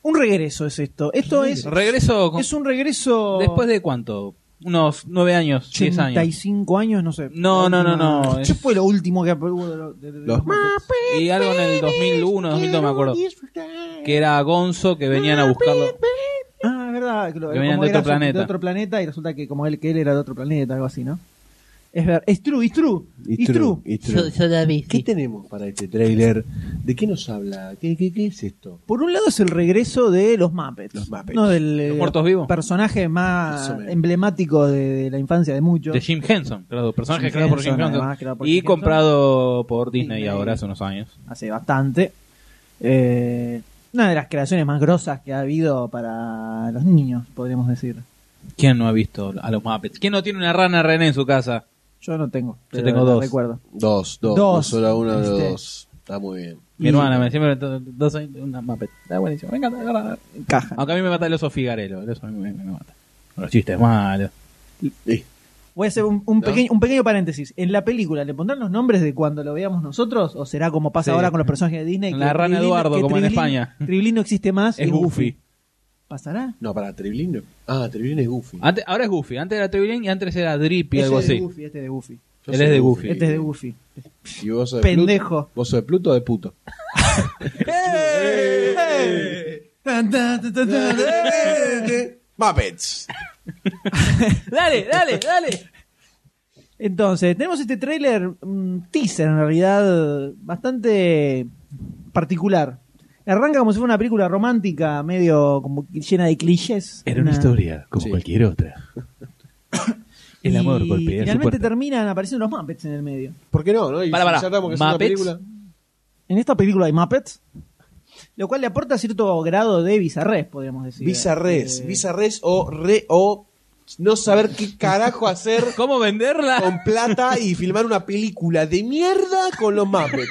Speaker 2: Un regreso es esto. Esto es,
Speaker 5: Regreso con-
Speaker 2: es un regreso
Speaker 5: después de cuánto? Unos nueve años, diez años.
Speaker 2: 85 años, no sé.
Speaker 5: No, no, no, no,
Speaker 2: ¿Qué
Speaker 5: es-
Speaker 2: fue lo último que hubo de, lo- de- de- de
Speaker 4: Los
Speaker 2: Muppets?
Speaker 5: Y algo en el 2001, 2002, me acuerdo. Que era Gonzo que venían a buscarlo.
Speaker 2: Ah, es verdad. Que, lo-
Speaker 5: Que venían
Speaker 2: como
Speaker 5: de
Speaker 2: era
Speaker 5: otro
Speaker 2: su-
Speaker 5: planeta.
Speaker 2: de otro planeta y resulta que como él que él era de otro planeta, algo así, ¿no? Es verdad. Es true, es true.
Speaker 4: Y
Speaker 2: Es true.
Speaker 4: y true. ¿Qué tenemos para este tráiler? ¿De qué nos habla? ¿Qué, qué, qué es esto?
Speaker 2: Por un lado es el regreso de los Muppets.
Speaker 4: Los Muppets.
Speaker 2: Uno del eh,
Speaker 5: muertos vivos.
Speaker 2: personaje
Speaker 4: Más
Speaker 2: más
Speaker 4: o menos.
Speaker 2: emblemático de, de la infancia de muchos.
Speaker 5: De Jim Henson, claro, personaje
Speaker 2: Jim
Speaker 5: creado por
Speaker 2: Henson,
Speaker 5: Jim Henson.
Speaker 2: además, creado por
Speaker 5: y
Speaker 2: Jim Henson.
Speaker 5: comprado por Disney,
Speaker 2: Disney.
Speaker 5: ahora hace unos años.
Speaker 2: hace bastante. Eh, una de las creaciones más grosas que ha habido para los niños, podríamos decir.
Speaker 5: ¿Quién no ha visto a los Muppets? ¿Quién no tiene una rana René en su casa?
Speaker 2: Yo no tengo.
Speaker 5: Yo
Speaker 2: pero
Speaker 5: tengo
Speaker 2: la
Speaker 5: dos.
Speaker 2: Recuerdo.
Speaker 4: Dos, dos.
Speaker 2: Dos.
Speaker 4: No solo uno de
Speaker 2: Este.
Speaker 4: dos. Está muy bien.
Speaker 5: Mi hermana me siempre dos años, una Muppet. Está buenísimo, me encanta. la rana.
Speaker 2: Caja.
Speaker 5: Aunque a mí me mata el oso Figarelo, el oso a mí me, me mata. Con Los chistes malos.
Speaker 4: Sí.
Speaker 2: Voy a hacer un, un pequeño, un pequeño paréntesis. En la película, ¿le pondrán los nombres de cuando lo veamos nosotros? ¿O será como pasa
Speaker 5: Sí.
Speaker 2: ahora con los personajes de Disney?
Speaker 5: La rana Eduardo, como en España.
Speaker 2: Triblín no existe más.
Speaker 5: Es
Speaker 2: y
Speaker 5: Goofy.
Speaker 2: ¿Pasará?
Speaker 4: No, para Triblín no. Ah, Triblín es Goofy.
Speaker 5: Antes- ahora es Goofy, antes era Trevelyan y antes era Drippy, algo
Speaker 2: Ese es de
Speaker 5: así.
Speaker 2: Goofy, este es de Goofy.
Speaker 4: Yo
Speaker 5: él
Speaker 4: soy
Speaker 5: es de Goofy.
Speaker 2: Este es de Goofy.
Speaker 4: ¿Y vos sos Este de
Speaker 2: Pendejo.
Speaker 4: Pluto? ¿Vos sos de Pluto o de puto?
Speaker 2: Tan, tan, tan, tan, tan.
Speaker 4: Muppets.
Speaker 5: Dale, dale, dale.
Speaker 2: Entonces, tenemos este trailer, teaser en realidad, bastante particular. Arranca como si fuera una película romántica, medio como que llena de clichés.
Speaker 5: como
Speaker 4: Sí.
Speaker 5: cualquier otra.
Speaker 2: Y finalmente terminan apareciendo los Muppets en el medio.
Speaker 4: ¿Por qué no? no? Y
Speaker 5: Para, para.
Speaker 4: ya sabemos que es una
Speaker 5: Muppets.
Speaker 4: película.
Speaker 2: En esta película hay Muppets, lo cual le aporta cierto grado de bizarrés, podríamos decir.
Speaker 4: Bizarres.
Speaker 2: Eh,
Speaker 4: Bizarres o re o no saber qué carajo hacer
Speaker 5: ¿Cómo venderla?
Speaker 4: con plata y filmar una película de mierda con los Muppets.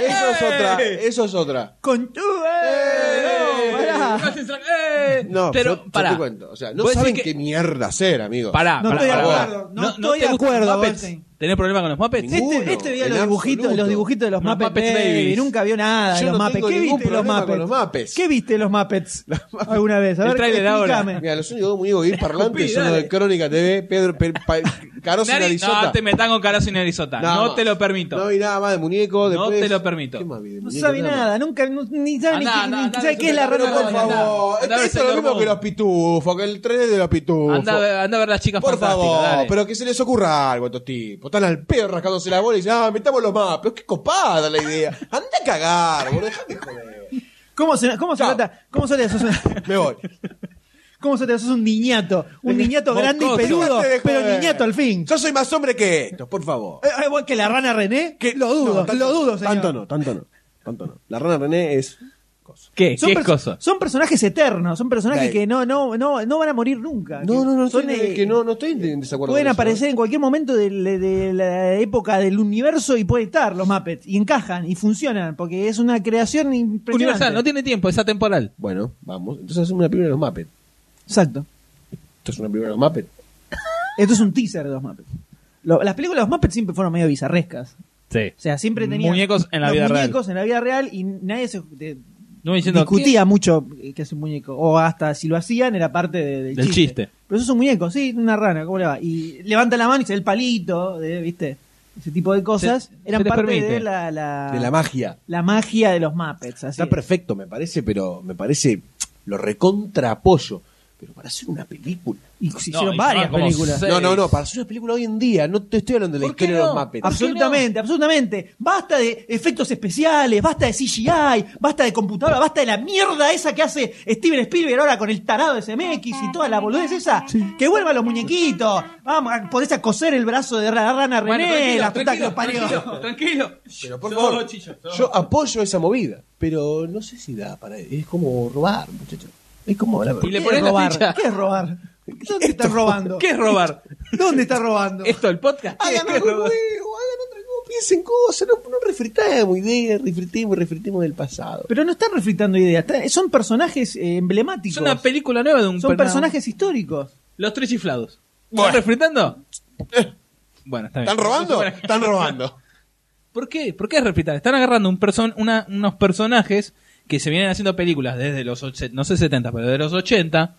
Speaker 4: Eso es otra. Eso es otra.
Speaker 2: Con... ¡Eh! no, pará.
Speaker 5: ¡Eh! eh.
Speaker 4: No,
Speaker 11: Pero,
Speaker 4: yo, yo
Speaker 11: pará.
Speaker 4: te cuento. O sea, no
Speaker 11: ¿Vos decís
Speaker 4: saben
Speaker 11: que-
Speaker 4: qué mierda hacer, amigo.
Speaker 5: Pará,
Speaker 2: No
Speaker 5: pará,
Speaker 2: estoy de
Speaker 5: pará.
Speaker 2: acuerdo, no estoy
Speaker 5: te
Speaker 2: de
Speaker 5: gustan los
Speaker 2: acuerdo,
Speaker 5: Muppets?
Speaker 2: Goldstein.
Speaker 5: ¿Tenés problema con los Muppets?
Speaker 4: Ninguno,
Speaker 2: Este, este veía
Speaker 4: en
Speaker 2: los dibujitos,
Speaker 4: absoluto.
Speaker 2: los dibujitos de los,
Speaker 5: Los
Speaker 2: Muppets,
Speaker 5: Muppets
Speaker 2: Baby,
Speaker 5: Babies.
Speaker 2: Nunca vio nada de
Speaker 4: Yo
Speaker 2: los
Speaker 4: no
Speaker 2: Muppets.
Speaker 4: tengo
Speaker 2: ¿Qué
Speaker 4: ningún
Speaker 2: viste los
Speaker 4: problema
Speaker 2: Muppets?
Speaker 4: con los Muppets.
Speaker 2: ¿Qué viste los Muppets alguna vez? A
Speaker 5: El
Speaker 2: ver,
Speaker 5: tráiler ahora.
Speaker 2: explícame.
Speaker 4: Mira, los únicos dos muñecos que parlantes
Speaker 5: Escupí,
Speaker 4: son los
Speaker 5: dale.
Speaker 4: de Crónica TV, Pedro Pe- Pa- Caroso y
Speaker 5: Nari-
Speaker 4: Narizota.
Speaker 5: no, te metan con Carazo y Narizota. No,
Speaker 4: más.
Speaker 5: te lo permito.
Speaker 4: No vi nada más de muñeco.
Speaker 5: No
Speaker 4: después-
Speaker 5: te lo permito.
Speaker 4: ¿Qué más vi de
Speaker 2: No
Speaker 4: muñeco?
Speaker 2: sabe
Speaker 4: más.
Speaker 2: nada, nunca, no- ni sabe ni
Speaker 5: Andá,
Speaker 2: qué-
Speaker 5: andá,
Speaker 2: ni
Speaker 5: andá,
Speaker 2: sabe
Speaker 5: no
Speaker 2: qué
Speaker 5: te
Speaker 2: es la
Speaker 5: metas,
Speaker 2: rana
Speaker 4: Pero por
Speaker 5: Andá, andá.
Speaker 4: favor,
Speaker 5: Andá a
Speaker 4: esto
Speaker 5: ver
Speaker 4: Este es lo
Speaker 5: Sailor
Speaker 4: mismo
Speaker 5: Moon.
Speaker 4: que los pitufos, que el 3 de los pitufos.
Speaker 5: Anda, a ver- anda a ver las chicas
Speaker 4: Por
Speaker 5: fantásticas.
Speaker 4: favor,
Speaker 5: dale.
Speaker 4: pero que se les ocurra algo a estos tipos. Están al pedo rascándose la bola y dicen, ah, metamos los mapas. Qué copada la idea. Anda a cagar, boludo. Dejame joder.
Speaker 2: ¿Cómo se, cómo se
Speaker 4: Chao.
Speaker 2: nota? ¿Cómo se nota? Sos un-
Speaker 4: Me voy.
Speaker 2: ¿Cómo se te sos un niñato? Un niñato grande y
Speaker 5: Mocoso.
Speaker 2: peludo,
Speaker 4: Dejate de
Speaker 2: pero
Speaker 4: joder.
Speaker 2: niñato al fin.
Speaker 4: Yo soy más hombre que esto, por favor.
Speaker 2: Eh, eh, bueno, ¿Que la rana René? Lo dudo,
Speaker 4: No, tanto
Speaker 2: lo
Speaker 4: no,
Speaker 2: dudo, señor.
Speaker 4: Tanto no, tanto no. Tanto no. La rana René es.
Speaker 5: ¿Qué?
Speaker 2: Son,
Speaker 5: ¿Qué
Speaker 2: perso-
Speaker 5: cosa?
Speaker 2: son personajes eternos, son personajes
Speaker 4: Dai.
Speaker 2: que no, no, no, no van a morir nunca.
Speaker 4: No,
Speaker 2: Que
Speaker 4: no, no,
Speaker 2: son,
Speaker 4: estoy,
Speaker 2: eh,
Speaker 4: que no, no estoy en desacuerdo.
Speaker 2: Pueden
Speaker 4: con eso, ¿eh?
Speaker 2: aparecer en cualquier momento del- de, la época del universo y pueden estar los Muppets. Y encajan y funcionan, porque es una creación impresionante.
Speaker 5: Universal, no tiene tiempo, es atemporal.
Speaker 4: ¿eh? Bueno, vamos. Entonces hacemos una película de los Muppets.
Speaker 2: Exacto.
Speaker 4: Esto es una película de los Muppets.
Speaker 2: Esto es un teaser de los Muppets. Lo- las películas de los Muppets siempre fueron medio bizarrescas.
Speaker 5: Sí.
Speaker 2: O sea, siempre tenían
Speaker 5: Muñecos en la
Speaker 2: los
Speaker 5: vida real.
Speaker 2: muñecos en la vida real y nadie se de-
Speaker 5: No me diciendo
Speaker 2: discutía mucho eh, que es un muñeco. O hasta si lo hacían era parte de- del,
Speaker 5: Del
Speaker 2: chiste.
Speaker 5: chiste.
Speaker 2: Pero eso es un muñeco, sí, una rana, ¿cómo le va? Y levanta la mano y se ve el palito, de- ¿viste? Ese tipo de cosas
Speaker 5: Se-
Speaker 2: eran
Speaker 5: se les
Speaker 2: parte de
Speaker 5: permite.
Speaker 2: la, la,
Speaker 4: De la magia.
Speaker 2: la magia de los Muppets. Así
Speaker 4: Está
Speaker 2: Ah. es.
Speaker 4: perfecto, me parece, pero me parece. Lo recontra apoyo. Pero para hacer una película.
Speaker 2: Y se
Speaker 5: No,
Speaker 2: hicieron
Speaker 5: y
Speaker 2: varias
Speaker 5: son como
Speaker 2: películas.
Speaker 5: seis.
Speaker 4: No, no, no, para hacer una película hoy en día. No te estoy hablando de la
Speaker 5: ¿Por qué
Speaker 4: historia de los
Speaker 5: no?
Speaker 4: Muppets.
Speaker 2: Absolutamente, absolutamente. Basta de efectos especiales, basta de CGI, basta de computadora, basta de la mierda esa que hace Steven Spielberg ahora con el tarado de SMX y toda la boludez esa. Que vuelvan los muñequitos. Vamos, a- podés a coser el brazo de la rana René,
Speaker 5: Bueno, tranquilo,
Speaker 2: la puta que
Speaker 5: tranquilo,
Speaker 2: lo parió.
Speaker 5: tranquilo, tranquilo.
Speaker 4: Pero por
Speaker 5: Yo
Speaker 4: favor,
Speaker 5: chillo,
Speaker 4: yo apoyo esa movida. Pero no sé si da para. Es como robar, muchachos. Es como.
Speaker 5: Y le
Speaker 2: ¿Qué
Speaker 5: pones
Speaker 2: es
Speaker 5: la
Speaker 2: robar?
Speaker 5: ficha.
Speaker 2: ¿Qué es robar? ¿Dónde estás robando?
Speaker 5: ¿Qué es robar?
Speaker 2: ¿Dónde estás robando?
Speaker 5: ¿Esto, el podcast? ¿Qué
Speaker 4: Hagan
Speaker 5: es
Speaker 4: algo nuevo,
Speaker 5: robar?
Speaker 4: hagan otra cosa, piensen cosas, no, no refritemos ideas, refritemos, refritemos del pasado.
Speaker 2: Pero no están refritando ideas, está- son personajes eh, emblemáticos.
Speaker 5: Es una película nueva de un
Speaker 2: son
Speaker 5: perna-
Speaker 2: personajes históricos.
Speaker 5: Los tres chiflados.
Speaker 4: Bueno. Eh.
Speaker 5: ¿Están refritando? Bueno, está bien.
Speaker 4: ¿Están robando? Están robando.
Speaker 5: ¿Por qué? ¿Por qué es refritar? Están agarrando un person- una- unos personajes que se vienen haciendo películas desde los 80, no sé 70, pero desde los 80.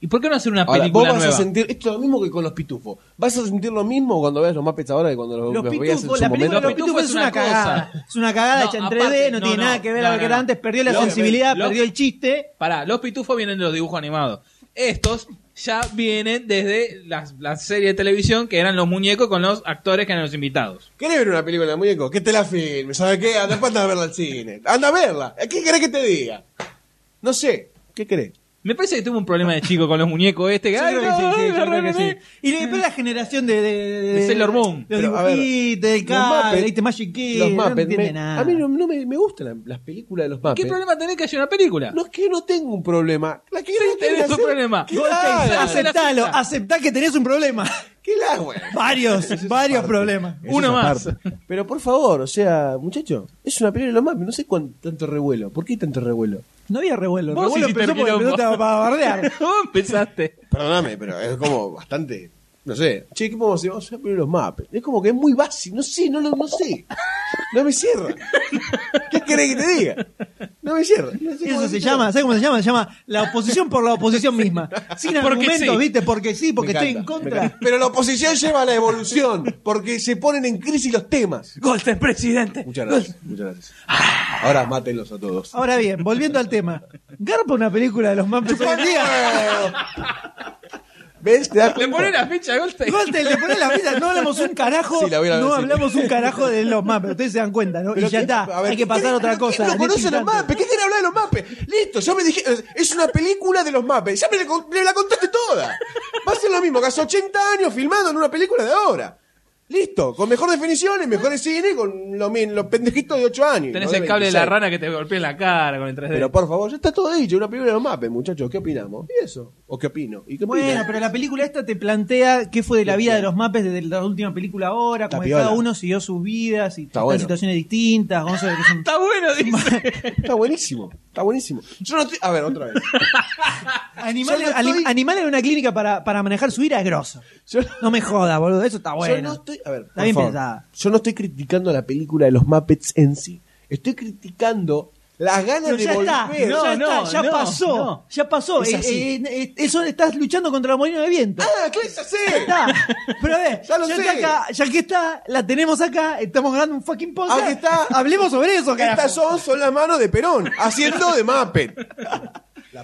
Speaker 5: ¿Y por qué no hacer una
Speaker 4: Ahora, vos
Speaker 5: película
Speaker 4: vas
Speaker 5: nueva?
Speaker 4: a sentir, esto es lo mismo que con los pitufos, vas a sentir lo mismo cuando veas los Muppets ahora que cuando los,
Speaker 2: Los
Speaker 4: los veías en
Speaker 2: pitufos,
Speaker 4: su
Speaker 2: la película
Speaker 4: momento.
Speaker 2: de los pitufos
Speaker 5: Pitufos
Speaker 2: es
Speaker 5: es
Speaker 2: una
Speaker 5: una cosa.
Speaker 2: cagada. Es una cagada
Speaker 5: No,
Speaker 2: hecha en
Speaker 5: aparte,
Speaker 2: 3D, no,
Speaker 5: no,
Speaker 2: tiene
Speaker 5: no,
Speaker 2: nada que ver a lo
Speaker 5: no,
Speaker 2: que
Speaker 5: no,
Speaker 2: era
Speaker 5: no.
Speaker 2: antes, perdió la
Speaker 5: Los-
Speaker 2: sensibilidad,
Speaker 5: los-
Speaker 2: perdió el chiste.
Speaker 5: Pará, los pitufos vienen de los dibujos animados. Estos ya vienen desde las- la, serie de televisión que eran los muñecos con los actores que eran los invitados.
Speaker 4: ¿Querés ver una película de muñeco? Que te la filme, ¿sabes qué? Anda, después anda a verla al cine. Anda a verla. ¿Qué querés que te diga? No sé, ¿qué querés?
Speaker 5: Me parece que tuvo un problema de chico con los muñecos este. que,
Speaker 2: Yo
Speaker 5: "Ay,
Speaker 2: creo que
Speaker 5: no,
Speaker 2: sí, sí, yo
Speaker 5: la
Speaker 2: creo que
Speaker 5: rené".
Speaker 2: sí. Y después la generación de, de, de-
Speaker 5: De Sailor Moon.
Speaker 2: Los
Speaker 4: Pero, a ver,
Speaker 2: dibujitos, del
Speaker 4: los
Speaker 2: cable,
Speaker 4: Muppets-
Speaker 2: ¿viste? Magic Kid,
Speaker 4: los
Speaker 2: no
Speaker 4: Muppets,
Speaker 2: entiende
Speaker 4: me-
Speaker 2: nada.
Speaker 4: A mí no, no me, me gustan la- las películas de los Muppets.
Speaker 5: ¿Qué problema tenés que haya una película?
Speaker 4: No es que no tengo un problema. La que no
Speaker 5: tenés
Speaker 4: quieren
Speaker 5: un
Speaker 4: hacer,
Speaker 5: problema.
Speaker 4: que
Speaker 2: Goldstein,
Speaker 4: la hagan.
Speaker 5: hace-
Speaker 2: aceptalo,
Speaker 5: la fiesta.
Speaker 2: aceptá que tenés un problema.
Speaker 4: Que la hagan.
Speaker 2: Varios, varios problemas.
Speaker 4: Eso
Speaker 5: Uno
Speaker 4: es
Speaker 5: más.
Speaker 4: aparte. Pero por favor, o sea, muchacho, es una película de los Muppets. No sé cuánto tanto revuelo. ¿Por qué tanto revuelo?
Speaker 2: No había revuelo, el
Speaker 5: Vos
Speaker 2: revuelo
Speaker 5: hiciste
Speaker 2: empezó
Speaker 5: el
Speaker 2: porque
Speaker 5: quilombo.
Speaker 2: empezó a- para bardear.
Speaker 5: ¿Cómo empezaste?
Speaker 4: Perdóname, pero es como bastante. No sé. Che, ¿qué podemos hacer? Vamos a hacer una película de los Muppets. Es como que es muy básico. No sé, no, lo- no sé. No me cierra. ¿Qué querés que te diga? No me cierra. No
Speaker 2: Eso
Speaker 4: sé cómo
Speaker 2: se
Speaker 4: decirlo.
Speaker 2: llama, ¿sabes cómo se llama? Se llama la oposición por la oposición misma. Sin
Speaker 5: Porque
Speaker 2: argumentos,
Speaker 5: sí.
Speaker 2: ¿viste? Porque sí, porque
Speaker 4: Me
Speaker 2: estoy en
Speaker 4: encanta, me
Speaker 2: contra.
Speaker 4: encanta. Pero la oposición lleva a la evolución, porque se ponen en crisis los temas.
Speaker 5: Goldstein, presidente.
Speaker 4: Muchas gracias, muchas gracias. Ahora mátenlos a todos.
Speaker 2: Ahora bien, volviendo al tema. Garpa una película de los Muppets hoy en día.
Speaker 4: ¿Ves? ¿Te das
Speaker 5: Le
Speaker 4: cuenta?
Speaker 5: pones la ficha a Goldstein.
Speaker 2: Goldstein, le ponés la vida, no hablamos un carajo,
Speaker 4: Sí, la voy a
Speaker 2: no
Speaker 4: ver, sí.
Speaker 2: hablamos un carajo de los Muppets, ustedes se dan cuenta, ¿no?
Speaker 4: Pero
Speaker 2: y ya
Speaker 4: qué-
Speaker 2: está,
Speaker 4: a ver,
Speaker 2: hay que
Speaker 4: ¿qué
Speaker 2: pasar a
Speaker 4: quiere-
Speaker 2: otra
Speaker 4: pero
Speaker 2: cosa.
Speaker 4: ¿quién
Speaker 2: en
Speaker 4: no
Speaker 2: este
Speaker 4: conocen los
Speaker 2: instante.
Speaker 4: mapes? ¿Qué quiere hablar de los mapes? Listo, yo me dije, es una película de los mapes. Ya me, la con- me la contaste toda. Va a ser lo mismo, que hace 80 años filmando en una película de ahora. Listo, con mejor definiciones, mejores cine, con los min- los pendejitos de 8 años.
Speaker 5: Tenés
Speaker 4: no de
Speaker 5: el cable de la
Speaker 4: 26.
Speaker 5: rana que te golpea en la cara con el 3D.
Speaker 4: Pero por favor, ya está todo dicho, una película de los mapes, muchachos, ¿qué opinamos? ¿Y eso? ¿O qué opino? ¿Y qué
Speaker 2: Bueno,
Speaker 4: opinan?
Speaker 2: pero la película esta te plantea qué fue de la vida de los mapes desde la última película ahora,
Speaker 4: Está
Speaker 2: como que
Speaker 4: piola.
Speaker 2: cada uno siguió sus vidas y
Speaker 4: Está
Speaker 2: están
Speaker 4: bueno.
Speaker 2: en situaciones distintas. Vamos a ver que son-
Speaker 5: Está bueno, dice.
Speaker 4: Está buenísimo, está buenísimo. Yo no estoy... A ver, otra vez.
Speaker 2: Animal,
Speaker 4: Yo no
Speaker 2: ali-
Speaker 4: estoy-
Speaker 2: animal en una clínica para, para manejar su ira es grosso.
Speaker 4: Yo-
Speaker 2: No me joda, boludo, eso está bueno.
Speaker 4: Yo no estoy, a ver,
Speaker 2: Está
Speaker 4: por
Speaker 2: bien
Speaker 4: favor.
Speaker 2: pensada.
Speaker 4: Yo no estoy criticando la película de los Muppets en sí. Estoy criticando las ganas
Speaker 2: Pero
Speaker 4: de
Speaker 2: ya está,
Speaker 4: volver.
Speaker 2: ya,
Speaker 5: No,
Speaker 2: está,
Speaker 5: no,
Speaker 2: ya
Speaker 5: no,
Speaker 2: pasó,
Speaker 5: no.
Speaker 2: ya pasó.
Speaker 4: Es
Speaker 2: Eh,
Speaker 4: así.
Speaker 2: eh, eh, eso estás luchando contra la molina de viento.
Speaker 4: Ah, ¿qué es así?
Speaker 2: Ya está. Pero a ver,
Speaker 4: Ya
Speaker 2: ya,
Speaker 4: lo sé.
Speaker 2: está acá, ya que está, la tenemos acá, estamos ganando un fucking podcast.
Speaker 4: Aquí está.
Speaker 2: Hablemos sobre eso, carajo.
Speaker 4: Estas son, son las manos de Perón, haciendo de Muppet.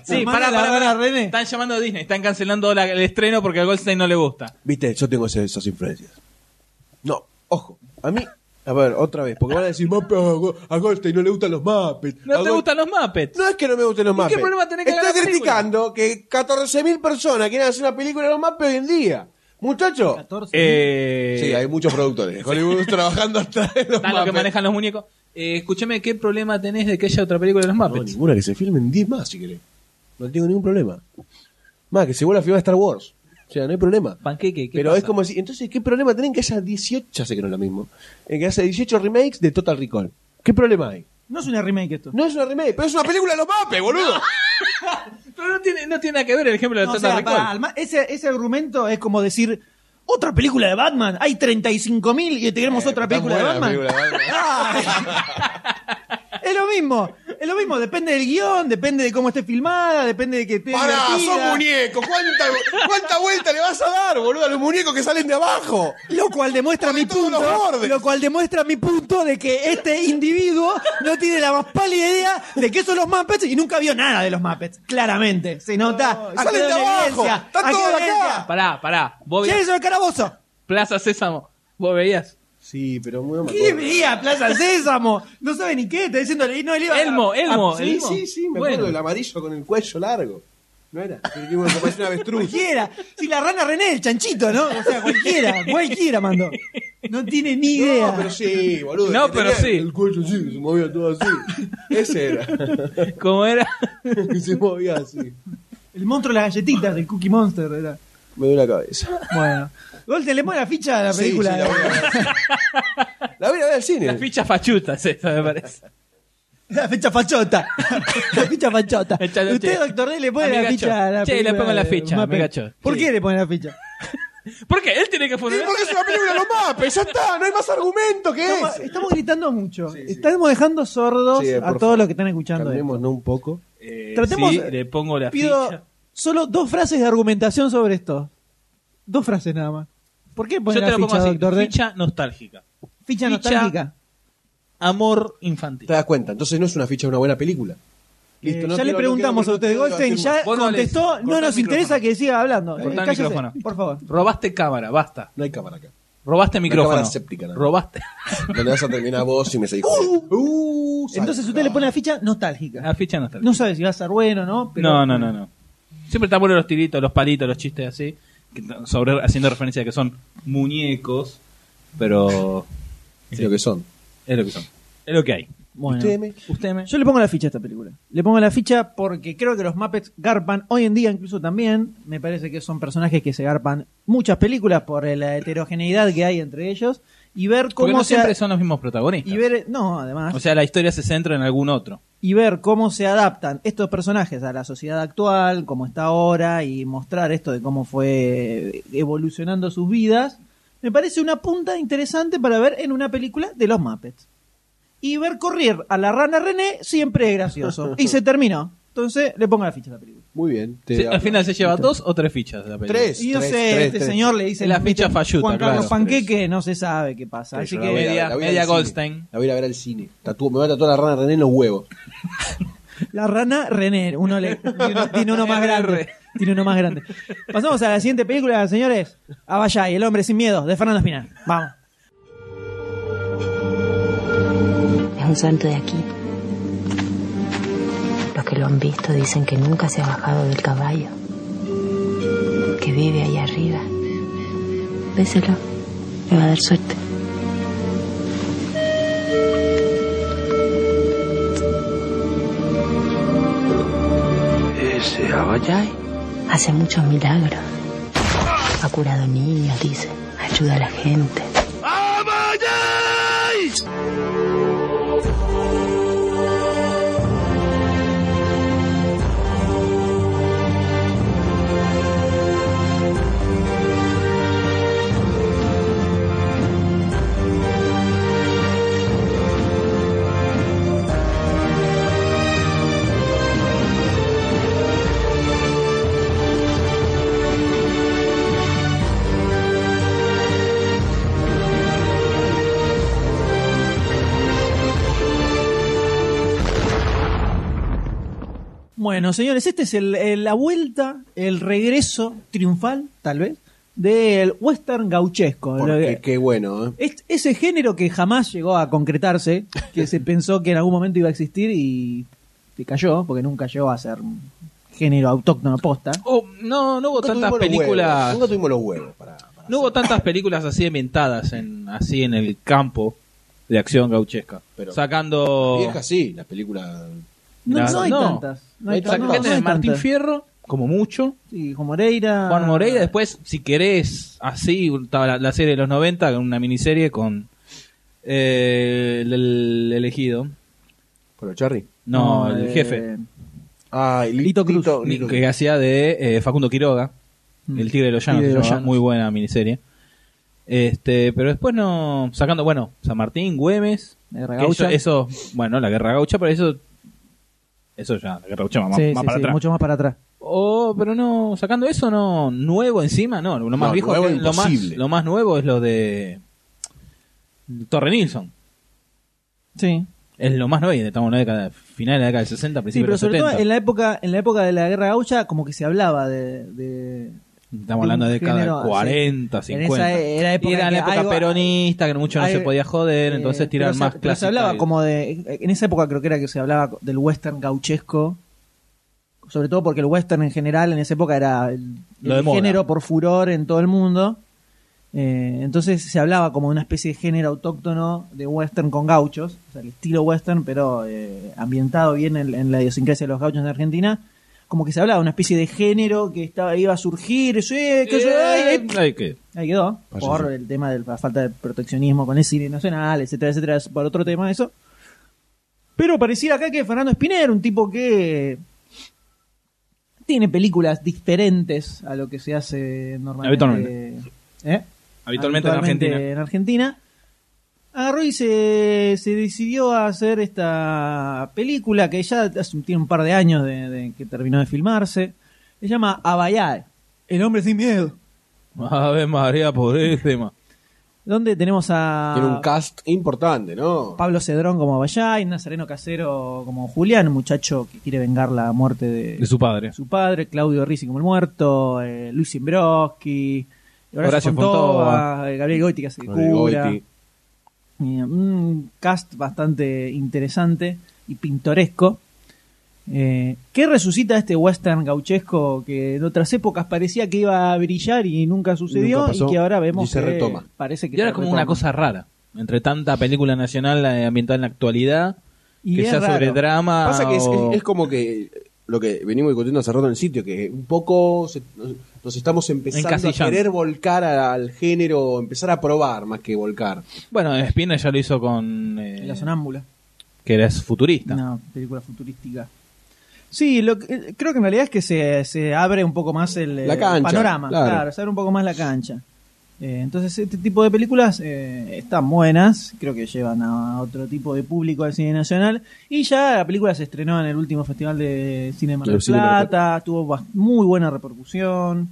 Speaker 5: Sí,
Speaker 2: Manda
Speaker 5: para,
Speaker 2: la
Speaker 5: para,
Speaker 2: rana, René.
Speaker 5: Están llamando a Disney, están cancelando la- el estreno porque al Goldstein no le gusta.
Speaker 4: Viste, yo tengo ese- esas influencias. No, ojo, a mí... A ver, otra vez, porque van a decir, "Muppet, a Go- a Goldstein este, no le gustan los Muppets.
Speaker 5: No
Speaker 4: A
Speaker 5: te
Speaker 4: Gold-
Speaker 5: gustan los Muppets.
Speaker 4: No es que no me gusten los Muppets.
Speaker 5: problema tenés que
Speaker 4: Estoy
Speaker 5: hacer la película?
Speaker 4: criticando que 14.000 personas quieren hacer una película de los Muppets hoy en día. Muchachos.
Speaker 5: Eh,
Speaker 4: Sí, hay muchos productores. de Hollywood trabajando hasta en los
Speaker 5: están los que
Speaker 4: Muppets.
Speaker 5: manejan los muñecos. Eh, escúchame, ¿qué problema tenés de que haya otra película de los
Speaker 4: No,
Speaker 5: Muppets?
Speaker 4: ninguna que se filmen 10 más, si querés. No tengo ningún problema. Más, que se vuelva a filmar Star Wars. O sea, no hay problema.
Speaker 5: Panqueque, ¿qué
Speaker 4: Pero
Speaker 5: pasa?
Speaker 4: es como si... Entonces, ¿qué problema tienen que haya 18... Ya sé que no es lo mismo. En que haya 18 remakes de Total Recall. ¿Qué problema hay?
Speaker 2: No es una remake esto.
Speaker 4: No es una remake, pero es una película de los Muppets, boludo.
Speaker 5: Pero no tiene, no tiene nada que ver el ejemplo de
Speaker 2: No,
Speaker 5: Total
Speaker 2: o sea,
Speaker 5: Recall.
Speaker 2: pará, alma- ese, ese argumento es como decir, otra película de Batman, hay 35.000 y tenemos otra
Speaker 4: pero Eh,
Speaker 2: película de
Speaker 4: está buena la
Speaker 2: Batman.
Speaker 4: película de Batman.
Speaker 2: Ay. es lo mismo, es lo mismo, depende del guión, depende de cómo esté filmada, depende de que esté
Speaker 4: Pará,
Speaker 2: divertida.
Speaker 4: sos muñeco. ¿Cuánta, ¿Cuánta vuelta le vas a dar, boludo, a los muñecos que salen de abajo?
Speaker 2: Lo cual demuestra
Speaker 4: Pone
Speaker 2: mi
Speaker 4: todos los
Speaker 2: punto,
Speaker 4: bordes.
Speaker 2: lo cual demuestra mi punto de que este individuo no tiene la más pálida idea de que son los Muppets y nunca vio nada de los Muppets, claramente. Se nota. Acá
Speaker 4: salen de
Speaker 2: hay una
Speaker 4: abajo,
Speaker 2: evidencia,
Speaker 4: están
Speaker 2: hay
Speaker 4: todos
Speaker 2: una
Speaker 4: acá.
Speaker 2: evidencia.
Speaker 5: Pará, pará. Vos
Speaker 2: ¿Quién
Speaker 5: veías-
Speaker 2: es el carabozo?
Speaker 5: Plaza Sésamo. Vos veías.
Speaker 4: Sí, pero muy
Speaker 2: ¿Qué veía Plaza Sésamo? No sabe ni qué, está diciendo no él iba
Speaker 5: Elmo, Elmo.
Speaker 4: Sí,
Speaker 5: Elmo.
Speaker 4: sí, sí, me
Speaker 5: Bueno.
Speaker 4: acuerdo, el amarillo con el cuello largo. ¿No era? Que dijimos que parecía un avestruz.
Speaker 2: Cualquiera. Si la rana René, el chanchito, ¿no? O sea, cualquiera, cualquiera mandó. No tiene ni idea.
Speaker 4: No, pero sí, boludo.
Speaker 5: No,
Speaker 4: que
Speaker 5: pero
Speaker 4: tenía
Speaker 5: sí.
Speaker 4: El cuello sí, que se movía todo así. Ese era.
Speaker 5: ¿Cómo era?
Speaker 4: Que se movía así.
Speaker 2: El monstruo de las galletitas del Cookie Monster era.
Speaker 4: Me dio la cabeza.
Speaker 2: Bueno. Golden le pone la ficha a la
Speaker 4: Sí,
Speaker 2: película.
Speaker 4: sí, la voy a ver. La voy a ver al cine.
Speaker 5: Las fichas fachutas, eso me parece.
Speaker 2: La ficha fachota. La ficha fachota.
Speaker 5: Echa- che.
Speaker 2: Usted, doctor D, le pone la
Speaker 5: Amigacho.
Speaker 2: ficha a la
Speaker 5: Che, le
Speaker 2: película
Speaker 5: pongo la
Speaker 2: de
Speaker 5: ficha,
Speaker 2: Muppet.
Speaker 5: amigacho.
Speaker 2: ¿Por
Speaker 5: Sí.
Speaker 2: qué le pone la ficha?
Speaker 5: ¿Por qué? Él tiene que
Speaker 4: Sí,
Speaker 5: funcionar.
Speaker 4: porque es una película de los mapes, ya está, no hay más argumento que
Speaker 2: Estamos,
Speaker 4: ese.
Speaker 2: estamos gritando mucho.
Speaker 4: Sí, sí.
Speaker 2: Estamos dejando sordos
Speaker 4: eh, Sí, por
Speaker 2: a todos
Speaker 4: favor.
Speaker 2: los que están escuchando. esto.
Speaker 4: Calmémonos un poco.
Speaker 5: Eh,
Speaker 2: Tratemos-
Speaker 5: sí, le pongo la ficha.
Speaker 2: Pido solo dos frases de argumentación sobre esto. Dos frases nada más. ¿Por qué
Speaker 5: Yo
Speaker 2: poner
Speaker 5: te
Speaker 2: la
Speaker 5: lo pongo
Speaker 2: ficha,
Speaker 5: así.
Speaker 2: doctor D? Ficha,
Speaker 5: Ficha nostálgica.
Speaker 2: nostálgica.
Speaker 5: Amor
Speaker 4: Te
Speaker 5: infantil.
Speaker 4: das cuenta, entonces no es una ficha de una buena película.
Speaker 2: Eh,
Speaker 4: Listo, no
Speaker 2: ya le
Speaker 4: quiero-
Speaker 2: preguntamos
Speaker 4: no
Speaker 2: a usted,
Speaker 4: quiero- no quiero
Speaker 2: Goldstein, ya
Speaker 4: debatir
Speaker 5: Vos no
Speaker 2: contestó, no,
Speaker 5: hables. Cortá
Speaker 2: nos
Speaker 5: el micrófono.
Speaker 2: interesa que siga hablando.
Speaker 5: Cortá el
Speaker 2: Eh, cállese,
Speaker 5: micrófono.
Speaker 2: por favor.
Speaker 5: Robaste cámara, basta.
Speaker 4: más. No hay cámara acá.
Speaker 5: Robaste micrófono.
Speaker 4: cámara séptica, ¿no?
Speaker 5: Robaste
Speaker 4: Donde vas a terminar vos y me seguís. Uh,
Speaker 2: Entonces usted le pone la ficha nostálgica.
Speaker 5: la ficha nostálgica.
Speaker 2: No sabe si va a ser bueno o no, pero
Speaker 5: No, no, no, no. Siempre están buenos los tiritos, los palitos, los chistes así, que t- sobre, haciendo referencia a que son muñecos, pero
Speaker 4: Es lo que son.
Speaker 5: es lo que son. Es lo que hay.
Speaker 2: Bueno.
Speaker 4: Usted me-
Speaker 5: Usted me...
Speaker 2: Yo le pongo la ficha a esta película. Le pongo la ficha porque creo que los Muppets garpan hoy en día incluso también. Me parece que son personajes que se garpan muchas películas por la heterogeneidad que hay entre ellos y ver
Speaker 5: Porque
Speaker 2: cómo
Speaker 5: no
Speaker 2: se
Speaker 5: siempre
Speaker 2: a-
Speaker 5: son los mismos protagonistas.
Speaker 2: y ver no además
Speaker 5: O sea, la historia se centra en algún otro.
Speaker 2: y ver cómo se adaptan estos personajes a la sociedad actual, cómo está ahora y mostrar esto de cómo fue evolucionando sus vidas, me parece una punta interesante para ver en una película de los Muppets. Y ver correr a la rana René siempre es gracioso. y se terminó. Entonces le pongo la ficha a la película.
Speaker 4: Muy bien. te
Speaker 5: Sí,
Speaker 4: hablo.
Speaker 5: al final se lleva dos o tres fichas de la película.
Speaker 4: ah, Tres.
Speaker 2: Y yo sé, este
Speaker 4: tres.
Speaker 2: señor le dice
Speaker 5: La ficha falluta,
Speaker 2: Juan Carlos
Speaker 5: claro.
Speaker 2: Panqueque, no se sabe qué pasa. Así
Speaker 4: Yo
Speaker 2: que
Speaker 4: la voy a-
Speaker 5: media-
Speaker 4: la voy a
Speaker 5: media
Speaker 4: ir al cine.
Speaker 5: Goldstein.
Speaker 4: La voy a ir a ver al cine. Tatúo- me va a tatuar la rana René en los huevos.
Speaker 2: La rana René, uno le, tiene, uno- tiene uno más grande. Tiene uno más grande. Pasamos a la siguiente película, señores. Abayay, El hombre sin miedo, de Fernando Espinar. Vamos.
Speaker 8: Es un santo de aquí. Los que lo han visto dicen que nunca se ha bajado del caballo. Que vive ahí arriba. Béselo. me va a dar suerte. Hace muchos milagros. Ha curado niños, dice. Ayuda a la gente.
Speaker 2: Bueno, señores, este es el- el- la vuelta, el regreso triunfal, tal vez, del western gauchesco.
Speaker 4: Porque
Speaker 2: Lo-
Speaker 4: qué bueno, ¿eh?
Speaker 2: es- ese género que jamás llegó a concretarse, que se pensó que en algún momento iba a existir y se cayó, porque nunca llegó a ser un género autóctono posta.
Speaker 5: Oh, no, no hubo
Speaker 4: Nunca tuvimos
Speaker 5: tantas
Speaker 4: los huevos,
Speaker 5: películas.
Speaker 4: Nunca tuvimos los huevos para. para-
Speaker 5: No hubo tantas películas así ambientadas en, así en el campo de acción gauchesca.
Speaker 4: Pero-
Speaker 5: Sacando.
Speaker 4: Viejas sí, las películas.
Speaker 2: No,
Speaker 5: Mirá,
Speaker 2: no hay
Speaker 5: no.
Speaker 2: tantas. No hay,
Speaker 4: Hay tantas.
Speaker 2: no, no
Speaker 5: Sacando
Speaker 2: hay
Speaker 5: de Martín
Speaker 2: tantas.
Speaker 5: Fierro, como mucho.
Speaker 2: Sí, Juan
Speaker 4: Ah.
Speaker 2: Moreira.
Speaker 5: Juan Moreira, después, si querés, así, estaba la, la serie de los 90, con una miniserie con eh, el, el elegido.
Speaker 4: ¿Con los Charry?
Speaker 5: No, el
Speaker 2: eh,
Speaker 5: jefe.
Speaker 4: Ah, y
Speaker 2: Lito Cruz.
Speaker 4: Lito
Speaker 5: que hacía de eh, Facundo Quiroga, El Tigre de los Llanos,
Speaker 2: Mm. Tigre de
Speaker 5: se
Speaker 2: los
Speaker 5: llamaba,
Speaker 2: Llanos.
Speaker 5: muy buena miniserie. Este, pero después no, sacando, bueno, San Martín, Güemes,
Speaker 2: Guerra
Speaker 5: que eso,
Speaker 2: Gaucha.
Speaker 5: eso, bueno, la Guerra Gaucha, pero eso, eso ya, la Guerra Gaucha más,
Speaker 2: Sí,
Speaker 5: más
Speaker 2: sí,
Speaker 5: para
Speaker 2: sí,
Speaker 5: atrás.
Speaker 2: mucho más para atrás.
Speaker 5: Oh, pero no, sacando eso, no, nuevo encima, no, lo más
Speaker 4: No,
Speaker 5: viejo,
Speaker 4: nuevo
Speaker 5: que- lo, más,
Speaker 4: imposible.
Speaker 5: lo más nuevo es lo de Torre Nilsson.
Speaker 2: Sí.
Speaker 5: Es lo más nuevo, y estamos en la década, final de la década del 60,
Speaker 2: Sí,
Speaker 5: principio
Speaker 2: pero
Speaker 5: de los
Speaker 2: sobre
Speaker 5: 70.
Speaker 2: todo en la época en la época de la Guerra Gaucha como que se hablaba de, de-
Speaker 5: Estamos hablando de
Speaker 2: de un
Speaker 5: década
Speaker 2: género,
Speaker 5: 40,
Speaker 2: sí. En
Speaker 5: 50.
Speaker 2: esa era época
Speaker 5: Y era
Speaker 2: en
Speaker 5: la
Speaker 2: que
Speaker 5: época
Speaker 2: algo-
Speaker 5: peronista, que mucho no se
Speaker 2: algo-
Speaker 5: podía joder,
Speaker 2: eh,
Speaker 5: entonces tirar
Speaker 2: pero se-
Speaker 5: más
Speaker 2: pero se
Speaker 5: clásica
Speaker 2: hablaba
Speaker 5: y-
Speaker 2: como de en esa época creo que era que se hablaba del western gauchesco. Sobre todo porque el western en general en esa época era el,
Speaker 5: Lo
Speaker 2: el
Speaker 5: de moda.
Speaker 2: género por furor en todo el mundo. Eh, entonces se hablaba como de una especie de género autóctono de western con gauchos, o sea, el estilo western, pero eh, ambientado bien en, en la idiosincrasia de los gauchos en Argentina. Como que se hablaba de una especie de género que estaba iba a surgir, sí, que yo- ay, ay,
Speaker 5: Eh, ay, que-
Speaker 2: Ahí quedó.
Speaker 4: Vaya,
Speaker 2: por
Speaker 4: Ah, sí.
Speaker 2: el tema de la falta de proteccionismo con el cine nacional, etcétera, etcétera. es Por otro tema, eso. Pero pareciera acá que Fernando Spinner, un tipo que tiene películas diferentes a lo que se hace normalmente.
Speaker 5: Habitualmente.
Speaker 2: ¿Eh?
Speaker 5: Habitualmente en Argentina.
Speaker 2: en Argentina. Agarró y se, se decidió a hacer esta película que ya hace un- tiene un par de años de, de que terminó de filmarse. Se llama Abayar, El hombre sin miedo.
Speaker 5: Ave María, pobrísima.
Speaker 2: Donde tenemos a
Speaker 4: Tiene un cast importante, ¿no?
Speaker 2: Pablo Cedrón como Bayay, Nazareno Casero como Julián, un muchacho que quiere vengar la muerte de,
Speaker 5: De su padre.
Speaker 2: su padre, Claudio Rizzi como el muerto, eh, Luis Imbroski, Horacio,
Speaker 5: Horacio
Speaker 2: Fontova,
Speaker 5: Fontova.
Speaker 2: eh, Gabriel Goiti que hace de
Speaker 4: Rodrigo
Speaker 2: cura.
Speaker 4: Goiti.
Speaker 2: Eh, un cast bastante interesante y pintoresco. eh, que resucita este western gauchesco que en otras épocas parecía que iba a brillar y nunca sucedió
Speaker 4: Nunca pasó,
Speaker 2: y que ahora vemos
Speaker 4: y se
Speaker 2: que
Speaker 4: retoma.
Speaker 2: parece que
Speaker 5: Y ahora
Speaker 2: se
Speaker 5: es como una
Speaker 2: retoma.
Speaker 5: cosa rara. Entre tanta película nacional eh, ambientada en la actualidad,
Speaker 2: Y
Speaker 5: que
Speaker 2: es
Speaker 5: sea sobre
Speaker 2: raro.
Speaker 5: drama.
Speaker 4: Pasa que es,
Speaker 5: o-
Speaker 4: es- es como que lo que venimos discutiendo hace rato en el sitio, que un poco se- nos, nos estamos empezando a
Speaker 5: Encasillando.
Speaker 4: querer volcar a- al género, empezar a probar más que volcar.
Speaker 5: Bueno, Spina ya lo hizo con. eh,
Speaker 2: La sonámbula.
Speaker 5: que eres futurista.
Speaker 2: Una película futurística. Sí, lo que- eh, creo que en realidad es que se, se abre un poco más el, eh,
Speaker 4: La cancha,
Speaker 2: panorama.
Speaker 4: claro.
Speaker 2: Claro. se abre un poco más la cancha. Eh, entonces, este tipo de películas eh, están buenas. Creo que llevan a otro tipo de público al cine nacional. Y ya la película se estrenó en el último festival de cine de Mar del
Speaker 4: El cine de Mar del
Speaker 2: Plata. Tuvo bas- muy buena repercusión.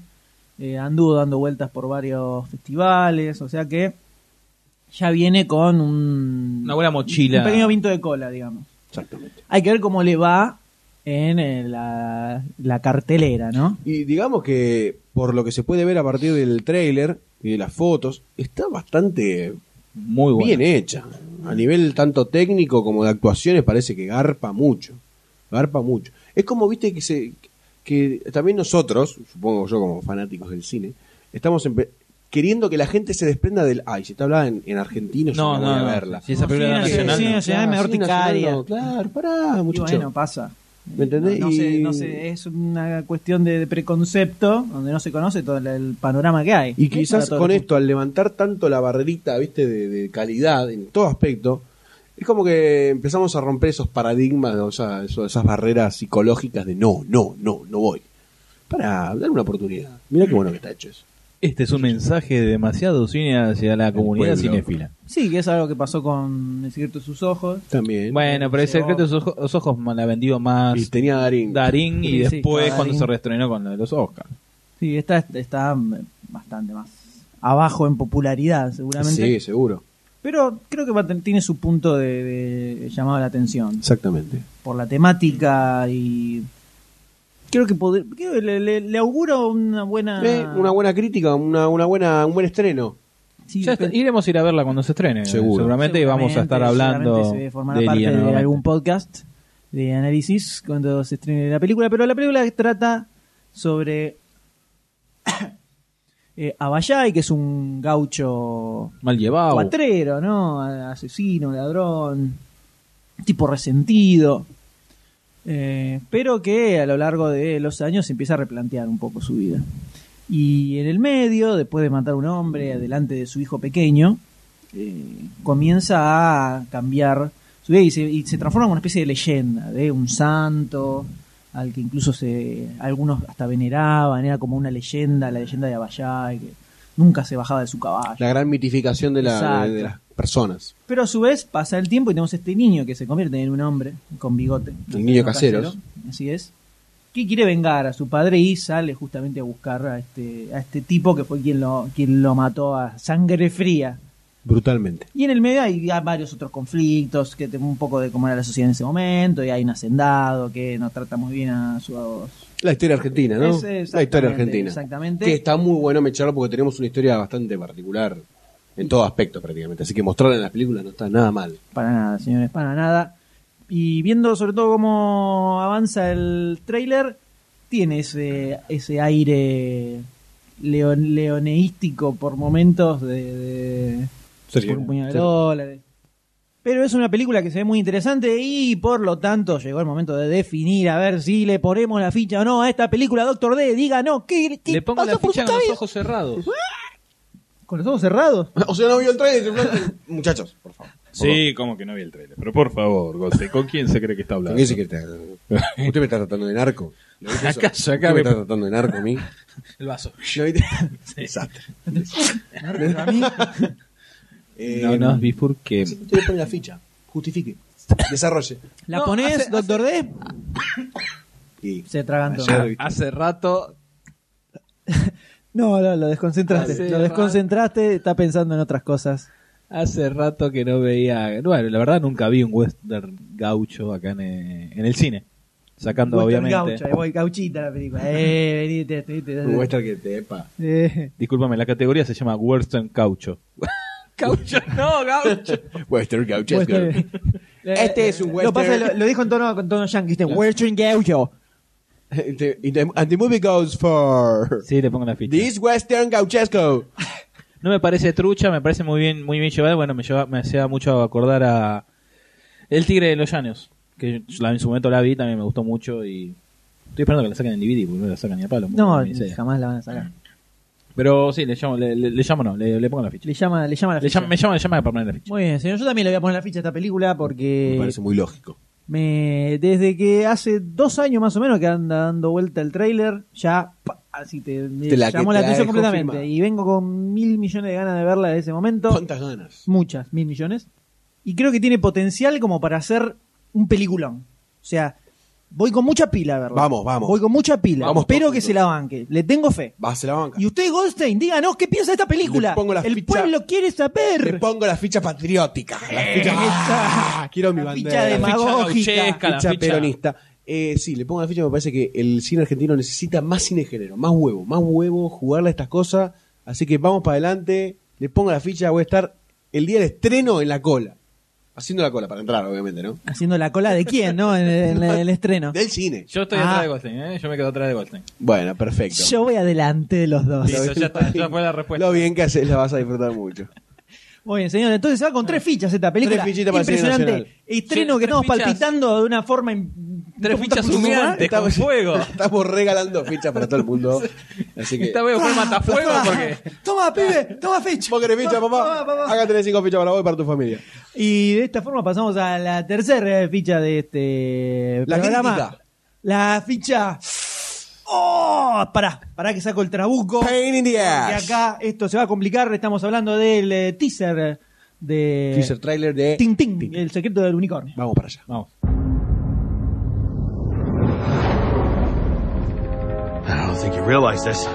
Speaker 2: eh, anduvo dando vueltas por varios festivales. O sea que ya viene con un,
Speaker 5: Una buena mochila.
Speaker 2: un pequeño vinto de cola, digamos.
Speaker 4: Exactamente.
Speaker 2: Hay que ver cómo le va en eh, la, la cartelera, ¿no?
Speaker 4: Y digamos que por lo que se puede ver a partir del tráiler y de las fotos, está bastante
Speaker 5: Muy buena.
Speaker 2: eh.
Speaker 4: bien hecha. A nivel tanto técnico como de actuaciones parece que garpa mucho. Garpa mucho. Es como, viste, que se que también nosotros, supongo yo como fanáticos del cine, estamos empe- queriendo que la gente se desprenda del. Ay, si te hablaba en, en argentino, yo
Speaker 5: No,
Speaker 4: no, voy
Speaker 5: no,
Speaker 4: a
Speaker 5: no.
Speaker 4: verla.
Speaker 5: Si esa
Speaker 2: No,
Speaker 5: película
Speaker 2: sí,
Speaker 5: era
Speaker 2: sí,
Speaker 5: nacional.
Speaker 2: sí,
Speaker 5: no.
Speaker 2: nacional me
Speaker 4: sí,
Speaker 2: horticaria.
Speaker 4: nacional no, claro, pará,
Speaker 2: Y
Speaker 4: muchacho.
Speaker 2: bueno, pasa.
Speaker 4: ¿Me entendés?
Speaker 2: No, no sé,
Speaker 4: Y-
Speaker 2: no sé, es una cuestión de, de preconcepto donde no se conoce todo el, el panorama que hay.
Speaker 4: Y quizás
Speaker 2: Para todo
Speaker 4: con
Speaker 2: el-
Speaker 4: esto, al levantar tanto la barrerita, viste, de, de calidad en todo aspecto, es como que empezamos a romper esos paradigmas, o sea, eso- esas barreras psicológicas de no, no, no, no voy. Para dar una oportunidad. Mira qué bueno que está hecho eso.
Speaker 5: Este es un mensaje de demasiado cine hacia la comunidad
Speaker 4: Pueblo.
Speaker 5: cinéfila.
Speaker 2: Sí, que es algo que pasó con El secreto de sus ojos.
Speaker 4: También.
Speaker 5: Bueno, pero el secreto de sus Ojo- los ojos la vendió
Speaker 4: y
Speaker 5: más
Speaker 4: tenía Darín.
Speaker 5: Darín y
Speaker 2: Sí, sí,
Speaker 5: después
Speaker 2: claro,
Speaker 5: cuando
Speaker 2: Darín.
Speaker 5: se reestrenó con lo de los Oscars.
Speaker 2: Sí, esta está bastante más abajo en popularidad, seguramente.
Speaker 4: Sí, seguro.
Speaker 2: Pero creo que va a ten- tiene su punto de, de llamado a la atención.
Speaker 4: Exactamente.
Speaker 2: Por la temática y. Creo que, pod- creo que le, le- le auguro una buena.
Speaker 4: Eh, una buena crítica, una, una buena, un buen estreno.
Speaker 2: Sí,
Speaker 5: Ya está- iremos a ir a verla cuando se estrene,
Speaker 4: Seguro.
Speaker 5: seguramente, y vamos a estar hablando
Speaker 2: seguramente se formará
Speaker 5: de
Speaker 2: parte
Speaker 5: ella
Speaker 2: de
Speaker 5: nuevamente.
Speaker 2: algún podcast de análisis cuando se estrene la película pero la película trata sobre eh, Abayay que es un gaucho
Speaker 5: mal llevado.
Speaker 2: cuatrero no asesino ladrón tipo resentido eh, pero que a lo largo de los años empieza a replantear un poco su vida y en el medio después de matar a un hombre delante de su hijo pequeño eh, comienza a cambiar su vida y se, y se transforma en una especie de leyenda, de un santo, al que incluso se algunos hasta veneraban, era como una leyenda, la leyenda de Abayay, que nunca se bajaba de su caballo.
Speaker 4: La gran mitificación de, la, de- de
Speaker 2: Exacto.
Speaker 4: las personas.
Speaker 2: Pero a su vez pasa el tiempo y tenemos este niño que se convierte en un hombre con bigote.
Speaker 4: El niño Caseros.
Speaker 2: Así es. Que quiere vengar a su padre y sale justamente a buscar a este, a este tipo que fue quien lo, quien lo mató a sangre fría.
Speaker 4: Brutalmente.
Speaker 2: Y en el medio hay hay varios otros conflictos, que te- un poco de cómo era la sociedad en ese momento, y hay un hacendado que no trata muy bien a sus...
Speaker 4: La historia argentina, ¿no?
Speaker 2: Es-
Speaker 4: la historia
Speaker 2: exactamente,
Speaker 4: argentina.
Speaker 2: exactamente.
Speaker 4: Que está muy bueno mecharlo porque tenemos una historia bastante particular en todo aspecto prácticamente. Así que mostrarla en las películas no está nada mal.
Speaker 2: Para nada, señores, para nada. Y viendo sobre todo cómo avanza el tráiler, tiene ese, ese aire leon- leoneístico por momentos de... de-
Speaker 4: Sergio,
Speaker 2: por un puñado de
Speaker 4: Sergio.
Speaker 2: dólares. Pero es una película que se ve muy interesante y por lo tanto llegó el momento de definir a ver si le ponemos la ficha o no a esta película Doctor D. Diga no, ¿qué, qué
Speaker 5: Le pongo
Speaker 2: pasa
Speaker 5: la
Speaker 2: por
Speaker 5: ficha
Speaker 2: su
Speaker 5: con los
Speaker 2: cabeza?
Speaker 5: ojos cerrados.
Speaker 2: ¿eh? ¿Con los ojos cerrados?
Speaker 4: O sea, no vio el trailer. Muchachos, por favor.
Speaker 5: Sí, como que no vi el trailer. Pero por favor, Gose, ¿con quién se cree que está
Speaker 4: ¿Con
Speaker 5: hablando?
Speaker 4: quién se quiere tratar? ¿Usted me está tratando de narco? ¿No viste eso?
Speaker 5: Acá,
Speaker 4: ¿Usted
Speaker 5: acá
Speaker 4: me
Speaker 5: me-
Speaker 4: está tratando de narco a mí?
Speaker 5: El vaso.
Speaker 4: ¿No viste? Desastre. Eh,
Speaker 5: No, no, vi porque...
Speaker 4: sí, Usted le pone la ficha. Justifique. Desarrolle.
Speaker 2: ¿La
Speaker 5: No,
Speaker 2: pones,
Speaker 5: hace-
Speaker 2: Doctor D?
Speaker 4: Y
Speaker 2: Se tragan todo.
Speaker 4: Ayer-
Speaker 5: Hace rato
Speaker 2: No, no, lo desconcentraste.
Speaker 5: Hace
Speaker 2: lo desconcentraste, está pensando en otras cosas.
Speaker 5: Hace rato que no veía. Bueno, la verdad nunca vi un western gaucho acá en, eh, en el cine. Sacando,
Speaker 2: Western eh.
Speaker 5: obviamente.
Speaker 2: Gaucha,
Speaker 4: eh,
Speaker 2: ahí voy, gauchita la película. Eh, venite, venite.
Speaker 4: un western que te... Epa.
Speaker 2: Eh,
Speaker 5: Discúlpame, la categoría se llama western caucho. caucho, no, gaucho.
Speaker 4: Western Gauchesco.
Speaker 2: western.
Speaker 4: Este es un
Speaker 2: Lo, pasa,
Speaker 4: western.
Speaker 2: lo, lo dijo en tono, con tono yankee. este, Western Gaucho.
Speaker 4: And the, and the- and the movie goes for
Speaker 5: Sí, le pongo la ficha.
Speaker 4: this Western Gauchesco.
Speaker 5: No me parece trucha, me parece muy bien, muy bien llevada. Bueno, me, lleva, me hacía mucho acordar a El Tigre de los Llanos. Que yo la- en su momento la vi, también me gustó mucho. y Estoy esperando que la saquen en DVD, porque no la sacan ni a palo.
Speaker 2: No,
Speaker 5: ni idea.
Speaker 2: jamás la van a
Speaker 4: Mm.
Speaker 2: sacar.
Speaker 5: Pero sí, le llamo, le, le- le llamo no, le, le pongo la ficha.
Speaker 2: Le llama, le llama la
Speaker 5: Le
Speaker 2: ficha.
Speaker 5: llama- me llama, me llama para poner la ficha.
Speaker 2: Muy bien, señor. Yo también le voy a poner la ficha a esta película porque.
Speaker 4: Me parece muy lógico.
Speaker 2: Me, desde que hace dos años más o menos que anda dando vuelta el tráiler, ya pa, así te, me
Speaker 4: Te la que
Speaker 2: llamó la
Speaker 4: te la
Speaker 2: atención
Speaker 4: dejó
Speaker 2: completamente.
Speaker 4: firmada.
Speaker 2: Y vengo con mil millones de ganas de verla desde ese momento.
Speaker 4: ¿Cuántas ganas?
Speaker 2: Muchas, mil millones. Y creo que tiene potencial como para hacer un peliculón. O sea, voy con mucha pila a verla.
Speaker 4: Vamos, vamos.
Speaker 2: Voy con mucha pila.
Speaker 4: Vamos
Speaker 2: Espero
Speaker 4: todos
Speaker 2: que
Speaker 4: juntos.
Speaker 2: se la banque. Le tengo fe.
Speaker 4: Vas a la banca.
Speaker 2: Y usted, Goldstein, díganos qué piensa de esta película.
Speaker 4: Le pongo la
Speaker 2: el
Speaker 4: ficha-
Speaker 2: pueblo quiere saber.
Speaker 4: Le pongo la ficha patriótica. La ficha, Ah, quiero mi
Speaker 2: La
Speaker 4: bandera.
Speaker 2: ficha
Speaker 4: La
Speaker 2: demagógica.
Speaker 5: gauchesca, la
Speaker 4: ficha
Speaker 5: ficha-
Speaker 4: peronista. Eh, sí, le pongo la ficha. Me parece que el cine argentino necesita más cine de género, más huevo, más huevo, jugarle a estas cosas. Así que vamos para adelante. Le pongo la ficha. Voy a estar el día del estreno en la cola. Haciendo la cola para entrar, obviamente, ¿no?
Speaker 2: Haciendo la cola de quién, ¿no? En, en- en el estreno.
Speaker 4: Del cine.
Speaker 5: Yo estoy
Speaker 2: Ah.
Speaker 5: atrás de Goldstein, ¿eh? Yo me quedo atrás de Goldstein.
Speaker 4: Bueno, perfecto.
Speaker 2: Yo voy adelante de los dos.
Speaker 5: Listo, ya está, ya fue la respuesta.
Speaker 4: Lo bien que haces, la vas a disfrutar mucho.
Speaker 2: Muy bien, señor. Entonces se va con tres fichas esta película.
Speaker 4: Tres fichitas para el cine
Speaker 2: Impresionante.
Speaker 4: nacional.
Speaker 2: Estreno
Speaker 5: Sí,
Speaker 2: que
Speaker 5: tres
Speaker 2: estamos
Speaker 5: fichas.
Speaker 2: palpitando de una forma. im-
Speaker 5: Tres fichas humeantes con
Speaker 4: Estamos-
Speaker 5: fuego.
Speaker 4: Estamos regalando fichas para todo el mundo. Así que.
Speaker 5: Esta vez fue el matafuego porque.
Speaker 2: Toma, pibe, toma ficha.
Speaker 4: ¿Vos querés ficha, papá?
Speaker 2: Toma, papá.
Speaker 4: Acá tenés cinco fichas para vos y para tu familia.
Speaker 2: Y de esta forma pasamos a la tercera eh, ficha de este
Speaker 4: La
Speaker 2: programa.
Speaker 4: crítica.
Speaker 2: La ficha. ¡Oh! Pará, pará que saco el trabuco.
Speaker 4: Pain in the
Speaker 2: Y
Speaker 4: ass.
Speaker 2: acá esto se va a complicar. Estamos hablando del eh, teaser de.
Speaker 4: Teaser trailer de.
Speaker 2: Tintín, el secreto del unicornio.
Speaker 4: Vamos para allá.
Speaker 5: Vamos.
Speaker 9: I don't think you realize this,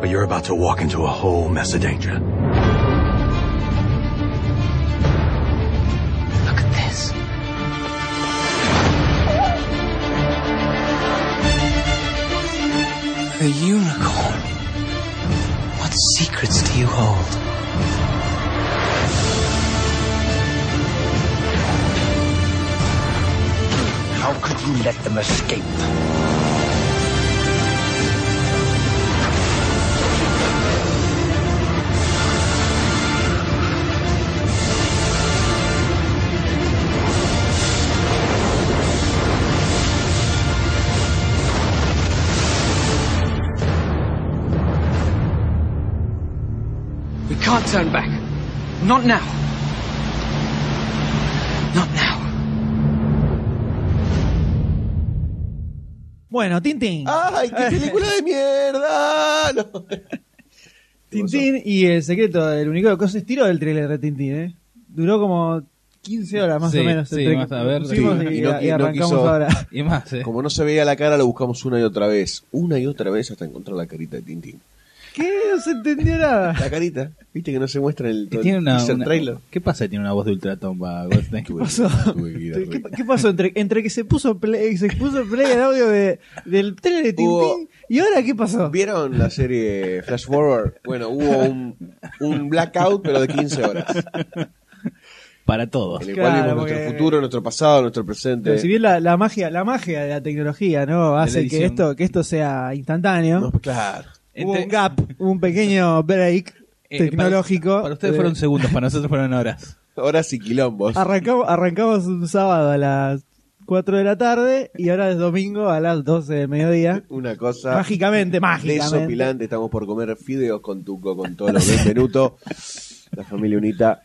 Speaker 9: but you're about to walk into a whole mess of danger.
Speaker 8: Look at this.
Speaker 9: The unicorn. What secrets do you hold? How could you let them escape?
Speaker 11: We can't turn back. Not now. Not now.
Speaker 2: Bueno, Tintín.
Speaker 4: ¡Ay, qué película de mierda! No.
Speaker 2: Tintín y el secreto del unicornio. Cosa estiró el trailer de Tintín, ¿eh? Duró como 15 horas más
Speaker 5: Sí,
Speaker 2: o menos.
Speaker 5: sí, más a ver,
Speaker 2: pusimos
Speaker 4: sí.
Speaker 2: y,
Speaker 4: Y no-
Speaker 2: y
Speaker 4: y no
Speaker 2: arrancamos
Speaker 4: quiso-
Speaker 2: ahora.
Speaker 5: Y más, ¿eh?
Speaker 4: Como no se veía la cara, lo buscamos una y otra vez. Una y otra vez hasta encontrar la carita de Tintín.
Speaker 2: ¿Qué? No se entendió nada.
Speaker 4: La carita, viste que no se muestra en el,
Speaker 5: Que tiene una,
Speaker 4: teaser
Speaker 5: una-
Speaker 4: trailer.
Speaker 5: ¿Qué pasa? que Tiene una voz de ultratomba, Goldstein.
Speaker 4: Tuve-
Speaker 2: pasó?
Speaker 4: tuve que ir a
Speaker 2: ¿Qué,
Speaker 4: reír.
Speaker 2: qué pasó entre, entre que se puso play, se puso play el audio de, del trailer de Tintín
Speaker 4: Hubo-
Speaker 2: y ahora qué pasó?
Speaker 4: ¿Vieron la serie Flash Forward? Bueno, hubo un, un blackout, pero de 15 horas.
Speaker 5: Para todos.
Speaker 4: En el
Speaker 2: Claro,
Speaker 4: cual vimos
Speaker 2: porque-
Speaker 4: nuestro futuro, nuestro pasado, nuestro
Speaker 2: Pero
Speaker 4: presente.
Speaker 2: si bien la, la magia, la magia de la tecnología, ¿no? Hace que
Speaker 5: edición.
Speaker 2: esto, que esto sea instantáneo.
Speaker 4: No, claro.
Speaker 2: Hubo
Speaker 5: Entre-
Speaker 2: un gap, un pequeño break
Speaker 5: Eh,
Speaker 2: tecnológico.
Speaker 5: Para, para ustedes
Speaker 2: Eh,
Speaker 5: fueron segundos, para nosotros fueron horas.
Speaker 4: Horas y quilombos.
Speaker 2: arrancamos, arrancamos un sábado a las 4 de la tarde y ahora es domingo a las 12 del mediodía.
Speaker 4: Una cosa.
Speaker 2: mágicamente, mágicamente.
Speaker 4: Desopilante, estamos por comer fideos con tuco, con todo lo Benvenuto. La familia Unita.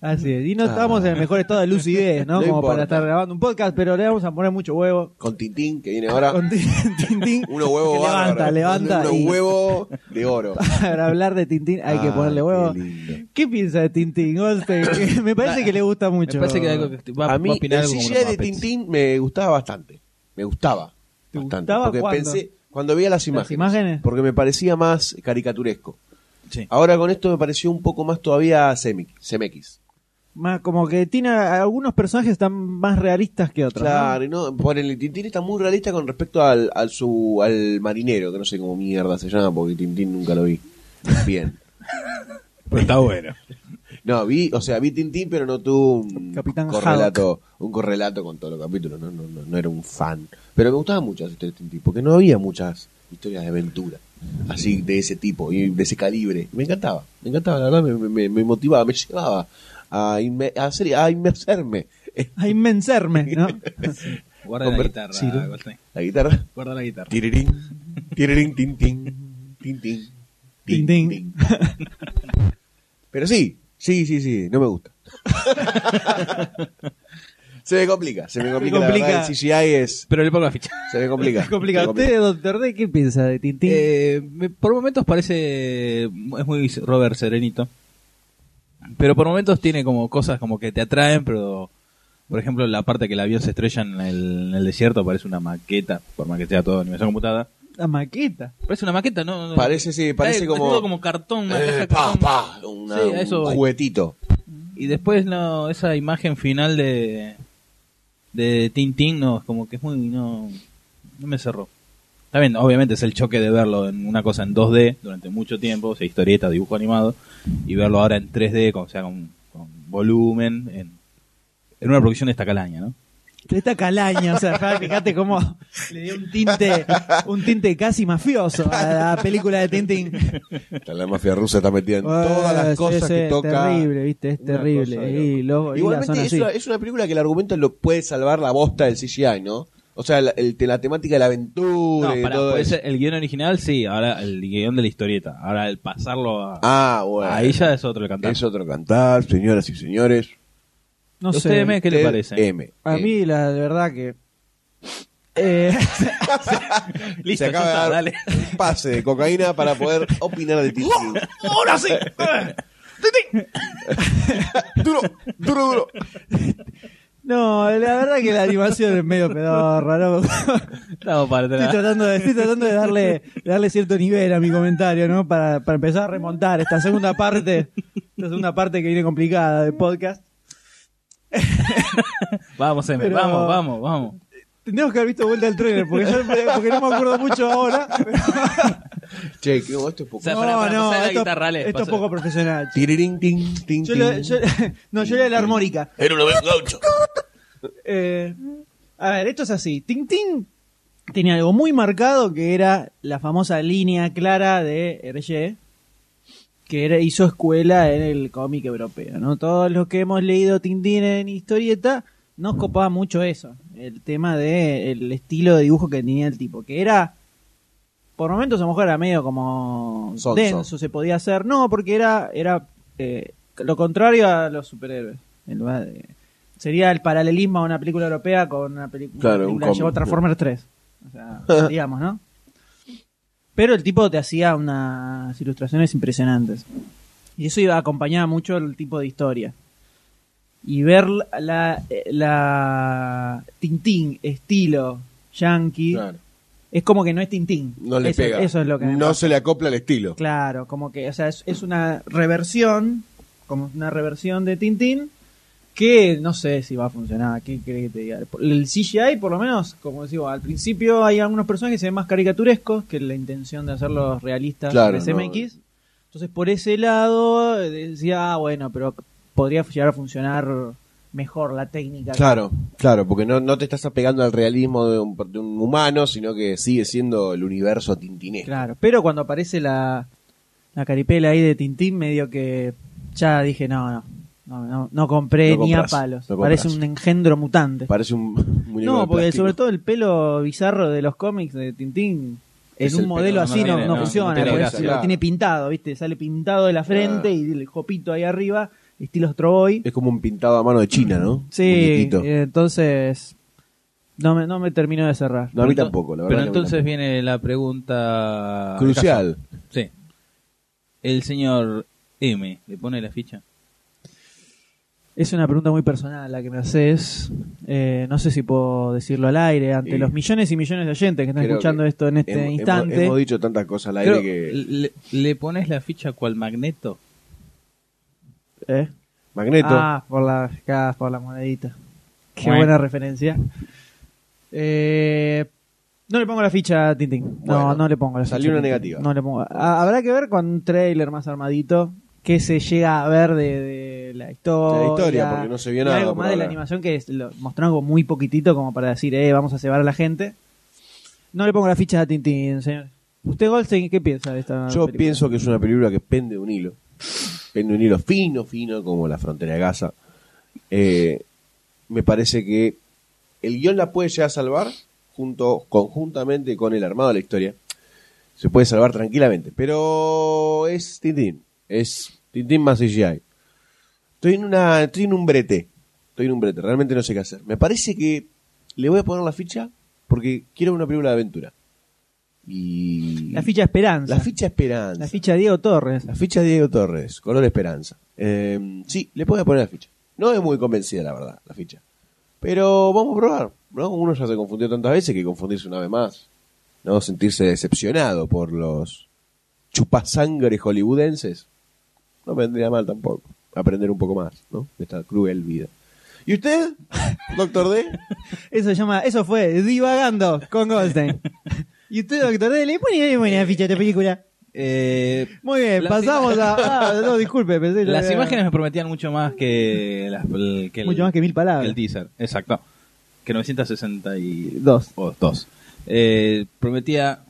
Speaker 2: Así es. Y no estamos en el mejor estado de lucidez, ¿no?
Speaker 4: No
Speaker 2: Como para
Speaker 4: importa.
Speaker 2: estar grabando un podcast, pero le vamos a poner mucho huevo.
Speaker 4: Con Tintín, que viene ahora.
Speaker 2: Con Tin- Tintín.
Speaker 4: Unos huevos
Speaker 2: que Levanta,
Speaker 4: bárbaros.
Speaker 2: levanta.
Speaker 4: Unos
Speaker 2: y
Speaker 4: huevos de oro.
Speaker 2: Para hablar de Tintín hay que
Speaker 4: Ah,
Speaker 2: ponerle huevo.
Speaker 4: qué lindo.
Speaker 2: ¿Qué piensa de Tintín, Goldstein? Que Me parece que le gusta mucho.
Speaker 5: Me parece que algo que va,
Speaker 4: a
Speaker 5: va
Speaker 4: mí,
Speaker 5: a opinar
Speaker 4: el
Speaker 5: algo como
Speaker 4: CGI
Speaker 5: los
Speaker 4: de
Speaker 5: Muppets.
Speaker 4: Tintín me gustaba bastante. Me gustaba.
Speaker 2: ¿Te
Speaker 4: bastante.
Speaker 2: gustaba
Speaker 4: porque
Speaker 2: cuándo?
Speaker 4: pensé, cuando veía las imágenes,
Speaker 2: imágenes?
Speaker 4: Porque me parecía más caricaturesco.
Speaker 5: Sí.
Speaker 4: Ahora con esto me pareció un poco más todavía semi, CMX.
Speaker 2: Más como que tiene algunos personajes están más realistas que otros. ¿no?
Speaker 4: Claro, y no, por el Tintín está muy realista con respecto al, al su al marinero, que no sé cómo mierda se llama, porque Tintín nunca lo vi. Bien.
Speaker 5: Pero está bueno.
Speaker 4: No, vi, o sea, vi Tintín, pero no tuvo un
Speaker 2: Capitán
Speaker 4: correlato, un correlato con todos los capítulos, no, no, no, no era un fan. Pero me gustaban muchas las historias de Tintín, porque no había muchas historias de aventura, así de ese tipo, y de ese calibre. Me encantaba, me encantaba, la verdad me, me- me motivaba, me llevaba a, inme- a, hacer- a inmersarme.
Speaker 2: A invencerme, ¿no?
Speaker 5: Guarda la
Speaker 4: Conver-
Speaker 5: guitarra,
Speaker 4: Sí, ¿no?
Speaker 5: Goldstein.
Speaker 4: La guitarra.
Speaker 5: Guarda la guitarra.
Speaker 4: Tirirín, tirirín, tin, tin, tin, tin, tin,
Speaker 2: Tin, tin.
Speaker 4: tin. Pero sí, sí, sí, sí, no me gusta. se me complica, se me complica. la
Speaker 2: complica.
Speaker 4: verdad, el CGI es.
Speaker 5: Pero le pongo la ficha.
Speaker 4: Se me complica.
Speaker 2: Complicado.
Speaker 4: se me complica.
Speaker 2: ¿Usted, doctor D, qué piensa de Tintín?
Speaker 5: Eh, me- por momentos parece. Es muy Robert Serenito. Pero por momentos tiene como cosas como que te atraen, pero. Por ejemplo, la parte que el avión se estrella en el, en el desierto parece una maqueta, por más que sea todo animación computada.
Speaker 2: La maqueta.
Speaker 5: Parece una maqueta, ¿no? No, no.
Speaker 4: Parece, sí, parece
Speaker 5: Está
Speaker 4: como-
Speaker 5: todo como cartón. una cosa de
Speaker 4: Eh, pa,
Speaker 5: cartón.
Speaker 4: pa, una-
Speaker 5: Sí, a eso
Speaker 4: un
Speaker 5: voy.
Speaker 4: juguetito.
Speaker 5: Y después no, esa imagen final de de Tintín no, es como que es muy no no me cerró. Está bien, obviamente es el choque de verlo en una cosa en 2D durante mucho tiempo, o sea, historieta, dibujo animado y verlo ahora en 3D, con, o sea, con, con volumen en en una producción de esta calaña, ¿no?
Speaker 2: De esta calaña, o sea, fíjate cómo le dio un tinte, un tinte casi mafioso a la película de Tintín.
Speaker 4: La mafia rusa está metida en
Speaker 2: Ah,
Speaker 4: todas
Speaker 2: sí,
Speaker 4: las cosas
Speaker 2: sí,
Speaker 4: que
Speaker 2: es
Speaker 4: toca.
Speaker 2: terrible, viste, es
Speaker 4: Una
Speaker 2: terrible.
Speaker 4: cosa de
Speaker 2: Y los gorilas son
Speaker 4: Igualmente eh, es
Speaker 2: así.
Speaker 4: una, es una película que el argumento lo puede salvar la bosta del CGI, ¿no? O sea, la, el- la temática de la aventura
Speaker 5: No,
Speaker 4: y de
Speaker 5: pará,
Speaker 4: todo
Speaker 5: puede
Speaker 4: eso.
Speaker 5: ser el guión original, sí, ahora el guión de la historieta. Ahora el pasarlo a.
Speaker 4: Ah, bueno.
Speaker 5: Ahí ya es otro el cantar.
Speaker 4: Es otro cantar, señoras y señores.
Speaker 2: No
Speaker 5: ¿Usted,
Speaker 2: sé.
Speaker 5: M, qué le
Speaker 4: Usted,
Speaker 5: parece?
Speaker 4: M.
Speaker 2: A
Speaker 4: Eh,
Speaker 2: mí, la verdad que. eh,
Speaker 5: Listo,
Speaker 4: se acaba
Speaker 5: ya
Speaker 4: de
Speaker 5: está,
Speaker 4: dar
Speaker 5: dale. ¡Oh!
Speaker 4: un pase de cocaína para poder opinar de ti.
Speaker 5: ¡Ahora sí! ¡Eh!
Speaker 4: duro, duro, duro.
Speaker 2: no, la verdad que la animación es medio pedorra, ¿no? Estoy
Speaker 5: Estamos para atrás.
Speaker 2: tratando de, estoy tratando de darle, de darle cierto nivel a mi comentario, ¿no? Para, para empezar a remontar esta segunda parte, esta segunda parte que viene complicada del podcast.
Speaker 5: Vamos, M,
Speaker 2: Pero-
Speaker 5: vamos, vamos, vamos.
Speaker 2: Tendríamos que haber visto vuelta al trailer, porque, yo- porque no me acuerdo mucho ahora. pero-
Speaker 4: Che, que esto es poco.
Speaker 5: O sea, pará, pará, pasá la
Speaker 2: esto,
Speaker 5: guitarra, Ale,
Speaker 2: esto es
Speaker 5: pasá.
Speaker 2: poco profesional.
Speaker 4: Tirirín, tin, tin,
Speaker 2: Yo lo-
Speaker 4: tin.
Speaker 2: yo- no, yo era la armónica.
Speaker 4: Era una vez gaucho.
Speaker 2: Eh, a ver, esto es así. Tintín tenía algo muy marcado que era la famosa línea clara de Hergé, que era, hizo escuela en el cómic europeo. ¿no? Todos los que hemos leído Tintín en historieta nos copaba mucho eso, el tema del estilo de dibujo que tenía el tipo, que era... Por momentos a lo mejor era medio como
Speaker 4: Sonso.
Speaker 2: denso, se podía hacer. No, porque era, era eh, lo contrario a los superhéroes. En lugar de- sería el paralelismo a una película europea con una, peli- una
Speaker 4: Claro, un
Speaker 2: película que
Speaker 4: cómic,
Speaker 2: llevó Transformers 3. O sea, digamos, ¿no? Pero el tipo te hacía unas ilustraciones impresionantes. Y eso iba acompañaba mucho el tipo de historia. Y ver la, la Tintín estilo yankee
Speaker 4: Claro.
Speaker 2: es como que no es Tintín.
Speaker 4: No le
Speaker 2: eso,
Speaker 4: pega.
Speaker 2: Eso es lo que me
Speaker 4: No
Speaker 2: pasa.
Speaker 4: se le acopla al estilo.
Speaker 2: Claro, como que, o sea, es, es una reversión, como una reversión de Tintín, que no sé si va a funcionar. ¿Qué crees que te diga? El CGI, por lo menos, como decimos, al principio hay algunos personajes que se ven más caricaturescos que la intención de hacerlos realistas
Speaker 4: Claro,
Speaker 2: en SMX. Entonces, por ese lado, eh, decía, ah, bueno, pero podría llegar a funcionar mejor la técnica.
Speaker 4: Claro, claro, porque no, no te estás apegando al realismo de un, de un humano, sino que sigue siendo el universo tintinesco.
Speaker 2: Claro, pero cuando aparece la, la caripela ahí de Tintín, medio que ya dije, no, no, no, no, no compré
Speaker 4: No
Speaker 2: ni
Speaker 4: compras,
Speaker 2: a palos.
Speaker 4: no compras.
Speaker 2: Parece un engendro mutante.
Speaker 4: Parece un muñeco
Speaker 2: no,
Speaker 4: de
Speaker 2: porque
Speaker 4: plástico.
Speaker 2: sobre todo el pelo bizarro de los cómics de Tintín, en
Speaker 4: Es
Speaker 2: un
Speaker 4: el
Speaker 2: modelo
Speaker 5: pelo,
Speaker 2: así
Speaker 5: no
Speaker 2: no,
Speaker 5: tiene-
Speaker 2: no
Speaker 5: no, no
Speaker 2: funciona,
Speaker 5: tiene
Speaker 2: porque
Speaker 5: gracia,
Speaker 2: se lo
Speaker 4: claro.
Speaker 2: tiene pintado, ¿viste? Sale pintado de la frente
Speaker 4: Ah.
Speaker 2: y el jopito ahí arriba, estilo Stroboy.
Speaker 4: Es como un pintado a mano de China, ¿no?
Speaker 2: Sí,
Speaker 4: Muñequito.
Speaker 2: eh, entonces no me, no me terminó de cerrar.
Speaker 4: no, a mí
Speaker 5: Pero ento-
Speaker 4: tampoco, la verdad.
Speaker 5: Pero
Speaker 4: que a mí
Speaker 5: entonces viene la pregunta.
Speaker 4: tampoco. Crucial.
Speaker 5: Sí. El señor M, ¿le pone la ficha?
Speaker 2: Es una pregunta muy personal la que me haces. Eh, no sé si puedo decirlo al aire ante
Speaker 4: Sí.
Speaker 2: los millones y millones de oyentes que están
Speaker 4: Creo
Speaker 2: escuchando
Speaker 4: que
Speaker 2: esto en este
Speaker 4: Hemos- hemos-
Speaker 2: instante.
Speaker 4: Hemos, dicho tantas cosas al aire
Speaker 5: Creo-
Speaker 4: que...
Speaker 5: le, le pones la ficha cual magneto?
Speaker 2: ¿Eh?
Speaker 4: Magneto.
Speaker 2: Ah, por la, acá, por la monedita. Qué
Speaker 5: Bueno.
Speaker 2: buena referencia. Eh, no le pongo la ficha a Tintín. No,
Speaker 4: Bueno,
Speaker 2: no le pongo la
Speaker 4: salió
Speaker 2: ficha a
Speaker 4: una
Speaker 2: Tintín.
Speaker 4: negativa.
Speaker 2: No le pongo. Ah, habrá que ver con un trailer más armadito que se llega a ver de, de la historia.
Speaker 4: De la historia, porque no se vio
Speaker 2: Y
Speaker 4: nada
Speaker 2: Algo
Speaker 4: por
Speaker 2: más de la
Speaker 4: ahora.
Speaker 2: animación que es- lo- mostró algo muy poquitito como para decir, eh, vamos a cebar a la gente. No le pongo la ficha a Tintín, señor. ¿Usted, Goldstein, qué piensa de esta
Speaker 4: Yo
Speaker 2: película?
Speaker 4: pienso que es una película que pende un hilo. Pende un hilo fino, fino, como la frontera de Gaza. Eh, me parece que el guión la puede llegar a salvar junto, conjuntamente con el armado de la historia. Se puede salvar tranquilamente. Pero es Tintín. Es Tintín más CGI. Estoy en, una, estoy en un brete. Estoy en un brete. Realmente no sé qué hacer. Me parece que le voy a poner la ficha porque quiero una película de aventura. Y...
Speaker 2: La ficha Esperanza.
Speaker 4: La ficha Esperanza.
Speaker 2: La ficha Diego Torres.
Speaker 4: La ficha Diego Torres, color Esperanza. Eh, sí, le puedo poner la ficha. No es muy convencida, la verdad, la ficha. Pero vamos a probar, ¿no? Uno ya se confundió tantas veces que confundirse una vez más. No sentirse decepcionado por los chupasangres hollywoodenses. No me vendría mal tampoco. Aprender un poco más, ¿no? De esta cruel vida. ¿Y usted, doctor D?
Speaker 2: Eso se llama, eso fue Divagando con Goldstein. y usted, doctor D, le pone, le pone la ficha a esta película.
Speaker 5: Eh,
Speaker 2: Muy bien,
Speaker 5: las
Speaker 2: pasamos
Speaker 5: ima-
Speaker 2: a. ah, no, disculpe, pensé que
Speaker 5: Las
Speaker 2: era-
Speaker 5: imágenes me prometían mucho más que, las- que el,
Speaker 2: eh, Mucho más que mil palabras.
Speaker 5: que el teaser. Exacto. Que 962.
Speaker 2: Dos.
Speaker 5: O dos. Eh, prometía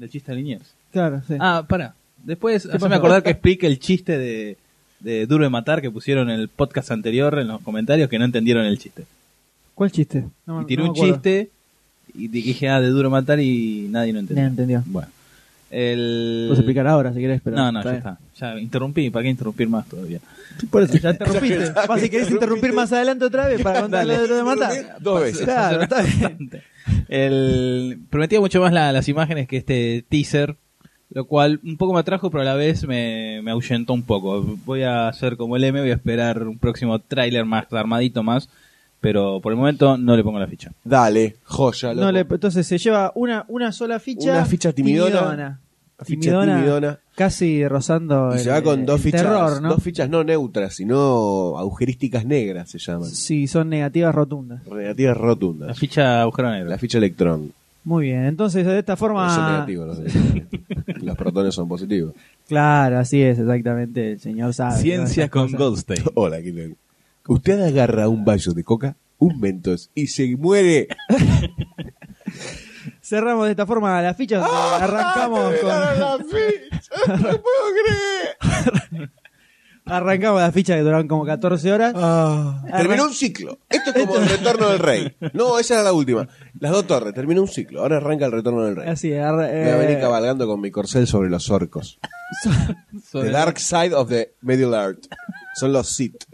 Speaker 5: el chiste de Liniers.
Speaker 2: Claro, sí.
Speaker 5: Ah, para. Después,
Speaker 2: ¿Qué
Speaker 5: haceme
Speaker 2: pasó?
Speaker 5: acordar que explique el chiste de, de Duro de Matar que pusieron en el podcast anterior en los comentarios que no entendieron el chiste.
Speaker 2: ¿Cuál chiste? No,
Speaker 5: y tiré
Speaker 2: no me
Speaker 5: un
Speaker 2: acuerdo.
Speaker 5: chiste y dije, ah, de Duro de Matar y nadie lo
Speaker 2: No
Speaker 5: entendió.
Speaker 2: entendió.
Speaker 5: Bueno. El...
Speaker 2: Puedes explicar ahora si querés, pero.
Speaker 5: No, no,
Speaker 2: está
Speaker 5: ya
Speaker 2: bien.
Speaker 5: está. Ya interrumpí, ¿para qué interrumpir más todavía?
Speaker 2: Por eso, ya interrumpiste.
Speaker 4: Ya que-
Speaker 2: Va, si querés interrumpir más adelante otra vez para contarle
Speaker 5: Dale.
Speaker 2: lo de matar.
Speaker 4: Dos veces.
Speaker 2: Claro, está bien.
Speaker 5: Bastante. El, prometía mucho más la- las imágenes que este teaser, lo cual un poco me atrajo, pero a la vez me, me ahuyentó un poco. Voy a hacer como el M, voy a esperar un próximo tráiler más armadito más, pero por el momento no le pongo la ficha.
Speaker 4: Dale, joya, loco.
Speaker 2: No le- entonces se lleva una, una sola ficha.
Speaker 4: Una ficha timidona. Una ficha
Speaker 2: Timidona,
Speaker 4: timidona.
Speaker 2: Casi rozando.
Speaker 4: Y
Speaker 2: el-
Speaker 4: se va con dos
Speaker 2: Eh, el
Speaker 4: fichas,
Speaker 2: Terror, ¿no?
Speaker 4: dos fichas no neutras, sino agujerísticas negras se llaman.
Speaker 2: sí, son negativas rotundas.
Speaker 4: Negativas
Speaker 5: La
Speaker 4: rotundas.
Speaker 5: ficha agujero negro.
Speaker 4: La ficha electrón.
Speaker 2: Muy bien, entonces de esta
Speaker 4: No Son
Speaker 2: forma.
Speaker 4: negativos los electrones. los protones son positivos.
Speaker 2: Claro, así es, exactamente. El señor sabe. ¿no?
Speaker 5: Ciencia
Speaker 2: Estas
Speaker 5: con
Speaker 2: cosas.
Speaker 5: Goldstein.
Speaker 4: Hola, ¿qué tal? Usted agarra un vaso de coca, un mentos y se muere.
Speaker 2: Cerramos de esta forma las fichas.
Speaker 4: ¡Ah!
Speaker 2: arrancamos con.
Speaker 4: la ficha! ¡No puedo creer!
Speaker 2: Arrancamos las fichas que duraron como 14 horas.
Speaker 4: Ah.
Speaker 2: Ah.
Speaker 4: Terminó un ciclo. Esto es como el retorno del rey. No, esa era la última. Las dos torres, terminó un ciclo. Ahora arranca el retorno del rey.
Speaker 2: Así, arra-
Speaker 4: Voy a venir
Speaker 2: eh,
Speaker 4: cabalgando con mi corcel sobre los orcos. The
Speaker 5: Sobre-
Speaker 4: Dark Side of the Middle Earth. Son los Sith.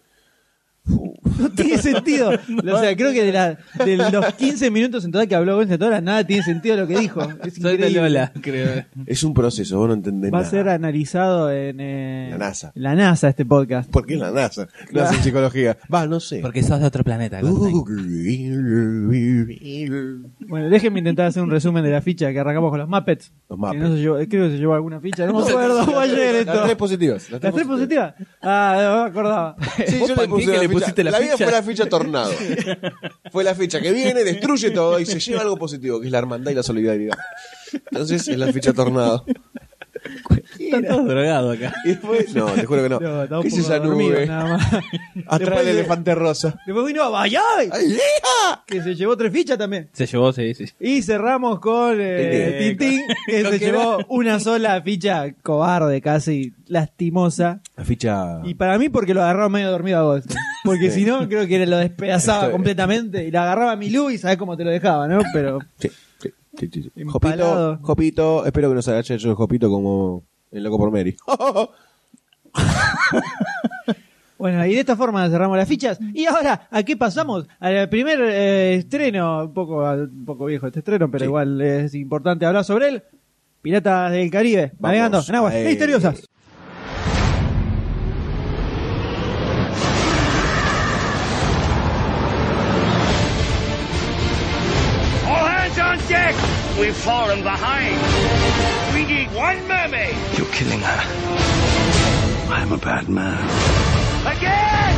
Speaker 2: No tiene sentido. O sea, creo que de, la- de los 15 minutos en total que habló Gonzalo Tola, nada tiene sentido lo que dijo. Es
Speaker 5: Soy de
Speaker 2: increíble.
Speaker 5: Lola, creo.
Speaker 4: Es un proceso, vos no entendés
Speaker 2: Va a
Speaker 4: nada.
Speaker 2: ser analizado en eh,
Speaker 4: La NASA.
Speaker 2: La NASA este podcast.
Speaker 4: ¿Por qué la NASA? No hacen psicología. Va, no sé.
Speaker 5: Porque sos de otro planeta. Goldstein.
Speaker 4: Los
Speaker 2: Bueno, déjenme intentar hacer un resumen de la ficha que arrancamos con los Muppets.
Speaker 4: Muppets.
Speaker 2: Que no se llevó- eh, creo que se llevó alguna ficha, no me acuerdo. Fue ayer esto.
Speaker 4: Las tres positivas.
Speaker 2: ¿Las tres positivas? Ah, no me acordaba.
Speaker 4: Sí,
Speaker 5: ¿Vos,
Speaker 4: yo le
Speaker 5: Panquín,
Speaker 4: puse la,
Speaker 5: que le
Speaker 4: ficha.
Speaker 5: pusiste la
Speaker 4: La mía
Speaker 5: ficha?
Speaker 4: fue la ficha tornado. fue la ficha que viene, destruye todo y se lleva algo positivo, que es la hermandad y la solidaridad. Entonces es la ficha tornado.
Speaker 5: Están todos drogados acá.
Speaker 4: Y después, no, te juro que no.
Speaker 2: No, estaba un
Speaker 4: ¿Qué es
Speaker 2: poco
Speaker 4: esa
Speaker 2: dormido,
Speaker 4: nube?
Speaker 2: nada más.
Speaker 4: Atrás
Speaker 2: Después
Speaker 4: del
Speaker 2: de-
Speaker 4: elefante rosa.
Speaker 2: Después vino a Bayay,
Speaker 4: ¡Ay, hija!
Speaker 2: que se llevó tres fichas también.
Speaker 5: Se llevó, sí, sí.
Speaker 2: Y cerramos con eh,
Speaker 5: Tintín.
Speaker 2: Tintín, que
Speaker 5: Con
Speaker 2: se
Speaker 5: que
Speaker 2: llevó una sola ficha cobarde, casi lastimosa.
Speaker 4: La ficha.
Speaker 2: Y para mí porque lo agarraba medio dormido a Goldstein. Porque si no, creo que lo despedazaba
Speaker 4: Estoy-
Speaker 2: completamente. Y la agarraba a Milú y sabés cómo te lo dejaba, ¿no? Pero
Speaker 4: Sí, sí, sí, sí, sí.
Speaker 2: Empalado.
Speaker 4: Jopito, Jopito, espero que nos haya hecho el Jopito como el loco por Mary.
Speaker 2: bueno, y de esta forma cerramos las fichas. Y ahora, ¿a qué pasamos? Al primer eh, estreno, un poco, un poco viejo este estreno, pero
Speaker 4: Sí.
Speaker 2: igual es importante hablar sobre él. Piratas del Caribe, navegando en aguas
Speaker 4: a él.
Speaker 2: misteriosas.
Speaker 10: All hands on deck! We've fallen behind. We need one mermaid!
Speaker 9: You're killing her. I'm a bad man.
Speaker 10: Again!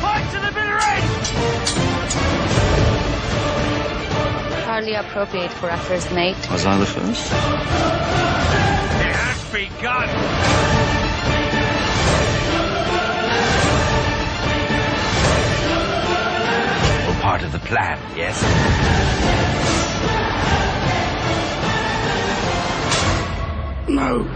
Speaker 10: Fight to the bitter end!
Speaker 8: Hardly appropriate for a first mate.
Speaker 9: Was I the first?
Speaker 10: It has begun!
Speaker 9: Or part of the plan, yes? No.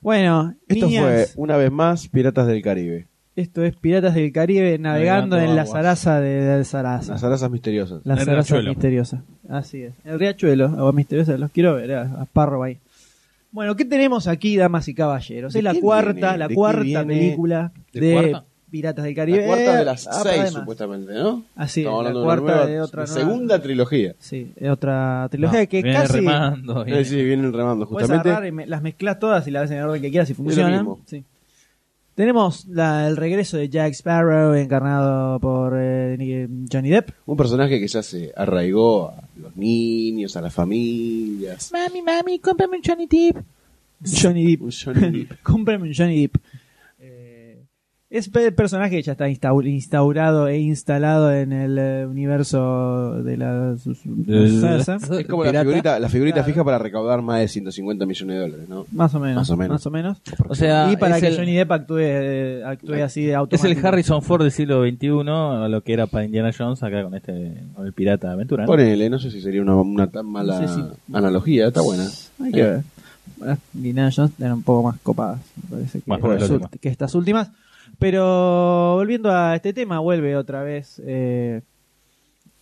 Speaker 2: Bueno,
Speaker 4: Esto
Speaker 2: niñas,
Speaker 4: fue, una vez más, Piratas del Caribe.
Speaker 2: esto es Piratas del Caribe navegando,
Speaker 5: Navegando
Speaker 2: en la
Speaker 5: aguas.
Speaker 2: zaraza de, del zaraza.
Speaker 4: Las arazas misteriosas.
Speaker 2: La
Speaker 5: El
Speaker 2: zaraza
Speaker 5: riachuelo.
Speaker 2: misteriosa. Así es. El riachuelo, aguas misteriosas, los quiero ver, eh, a, a Sparrow ahí. Bueno, ¿qué tenemos aquí, damas y caballeros?
Speaker 4: ¿De
Speaker 2: Es la
Speaker 4: qué
Speaker 2: cuarta,
Speaker 4: viene?
Speaker 2: la
Speaker 4: ¿De qué
Speaker 2: cuarta
Speaker 4: viene?
Speaker 2: película de,
Speaker 5: ¿De cuarta?
Speaker 2: Piratas del
Speaker 4: La
Speaker 2: Caribe.
Speaker 4: cuarta de las
Speaker 2: Ah, para
Speaker 4: seis,
Speaker 2: demás.
Speaker 4: supuestamente, ¿no?
Speaker 2: Así es,
Speaker 4: Estamos
Speaker 2: la
Speaker 4: hablando
Speaker 2: cuarta
Speaker 4: una nueva-
Speaker 2: de otra nueva-
Speaker 4: Segunda trilogía.
Speaker 2: Sí, es otra trilogía que
Speaker 5: Viene
Speaker 2: casi
Speaker 5: remando, viene.
Speaker 4: Eh, sí, vienen remando,
Speaker 2: puedes
Speaker 4: justamente.
Speaker 2: Pues agarrar y me- las mezclas todas y las ves en el orden que quieras y funcionan.
Speaker 4: mismo.
Speaker 2: Sí. Tenemos la- el regreso de Jack Sparrow, encarnado por eh, Nick- Johnny Depp.
Speaker 4: Un personaje que ya se arraigó a los niños, a las familias.
Speaker 2: Mami, mami, cómprame un Johnny Depp. Johnny Depp.
Speaker 4: Un Johnny Depp.
Speaker 2: cómprame un Johnny Depp. Eh, Es el personaje que ya está instau- instaurado e instalado en el eh, universo de la sus- salsa.
Speaker 4: Es como la figurita, la figurita fija para recaudar más de 150 millones de dólares, ¿no?
Speaker 2: Más o menos.
Speaker 4: Más o menos.
Speaker 5: O sea,
Speaker 2: y para
Speaker 5: es
Speaker 2: que
Speaker 5: el-
Speaker 2: Johnny Depp actúe, eh, actúe así de
Speaker 5: Es
Speaker 2: automático.
Speaker 5: el Harrison Ford del siglo XXI, a lo que era para Indiana Jones acá con este con el pirata de aventura. ¿no?
Speaker 4: Ponele, no sé si sería una, una tan mala
Speaker 2: ¿Ah? No sé si-
Speaker 4: analogía, está buena. Eh,
Speaker 2: Hay que ver. Las Indiana Jones eran un poco más copadas, me parece, que,
Speaker 5: Más por el
Speaker 2: las
Speaker 5: último.
Speaker 2: ult- que estas últimas. Pero volviendo a este tema, vuelve otra vez eh,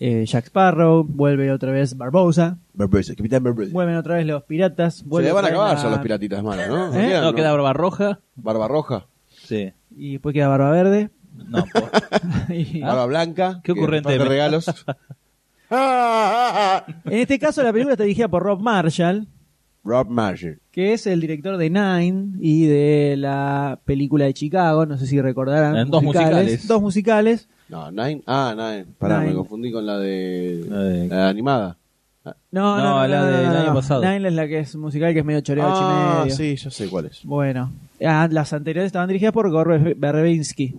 Speaker 2: eh, Jack Sparrow, vuelve otra vez Barbosa,
Speaker 4: Barbosa, Capitán Barbosa.
Speaker 2: vuelven otra vez los piratas.
Speaker 4: Se
Speaker 2: vuelve
Speaker 4: le van a
Speaker 2: otra vez
Speaker 4: acabar
Speaker 2: la-
Speaker 4: ya los piratitas malas, ¿no?
Speaker 2: ¿Eh?
Speaker 4: quedan,
Speaker 5: No, queda Barba Roja.
Speaker 4: Barba roja,
Speaker 5: Sí.
Speaker 2: Y después queda Barba Verde.
Speaker 5: No, po-
Speaker 2: Y-
Speaker 4: barba blanca.
Speaker 5: Qué
Speaker 4: que
Speaker 5: ocurrente.
Speaker 4: reparte regalos.
Speaker 2: en este caso, la película está dirigida por Rob Marshall,
Speaker 4: Rob Marshall.
Speaker 2: que es el director de Nine y de la película de Chicago, no sé si recordarán.
Speaker 5: En dos musicales.
Speaker 2: Dos musicales.
Speaker 4: No, Nine. Ah, Nine. Pará,
Speaker 2: Nine.
Speaker 4: me confundí con la de.
Speaker 5: La de-
Speaker 4: La de animada.
Speaker 2: No, no,
Speaker 5: No,
Speaker 2: no,
Speaker 5: la
Speaker 2: no, no,
Speaker 5: del
Speaker 2: no, no.
Speaker 5: año pasado.
Speaker 2: Nine es la que es musical, que es medio choreo ocho y
Speaker 4: ah,
Speaker 2: medio.
Speaker 4: sí, yo sé cuál es.
Speaker 2: Bueno, ah, las anteriores estaban dirigidas por Gore Berbinsky.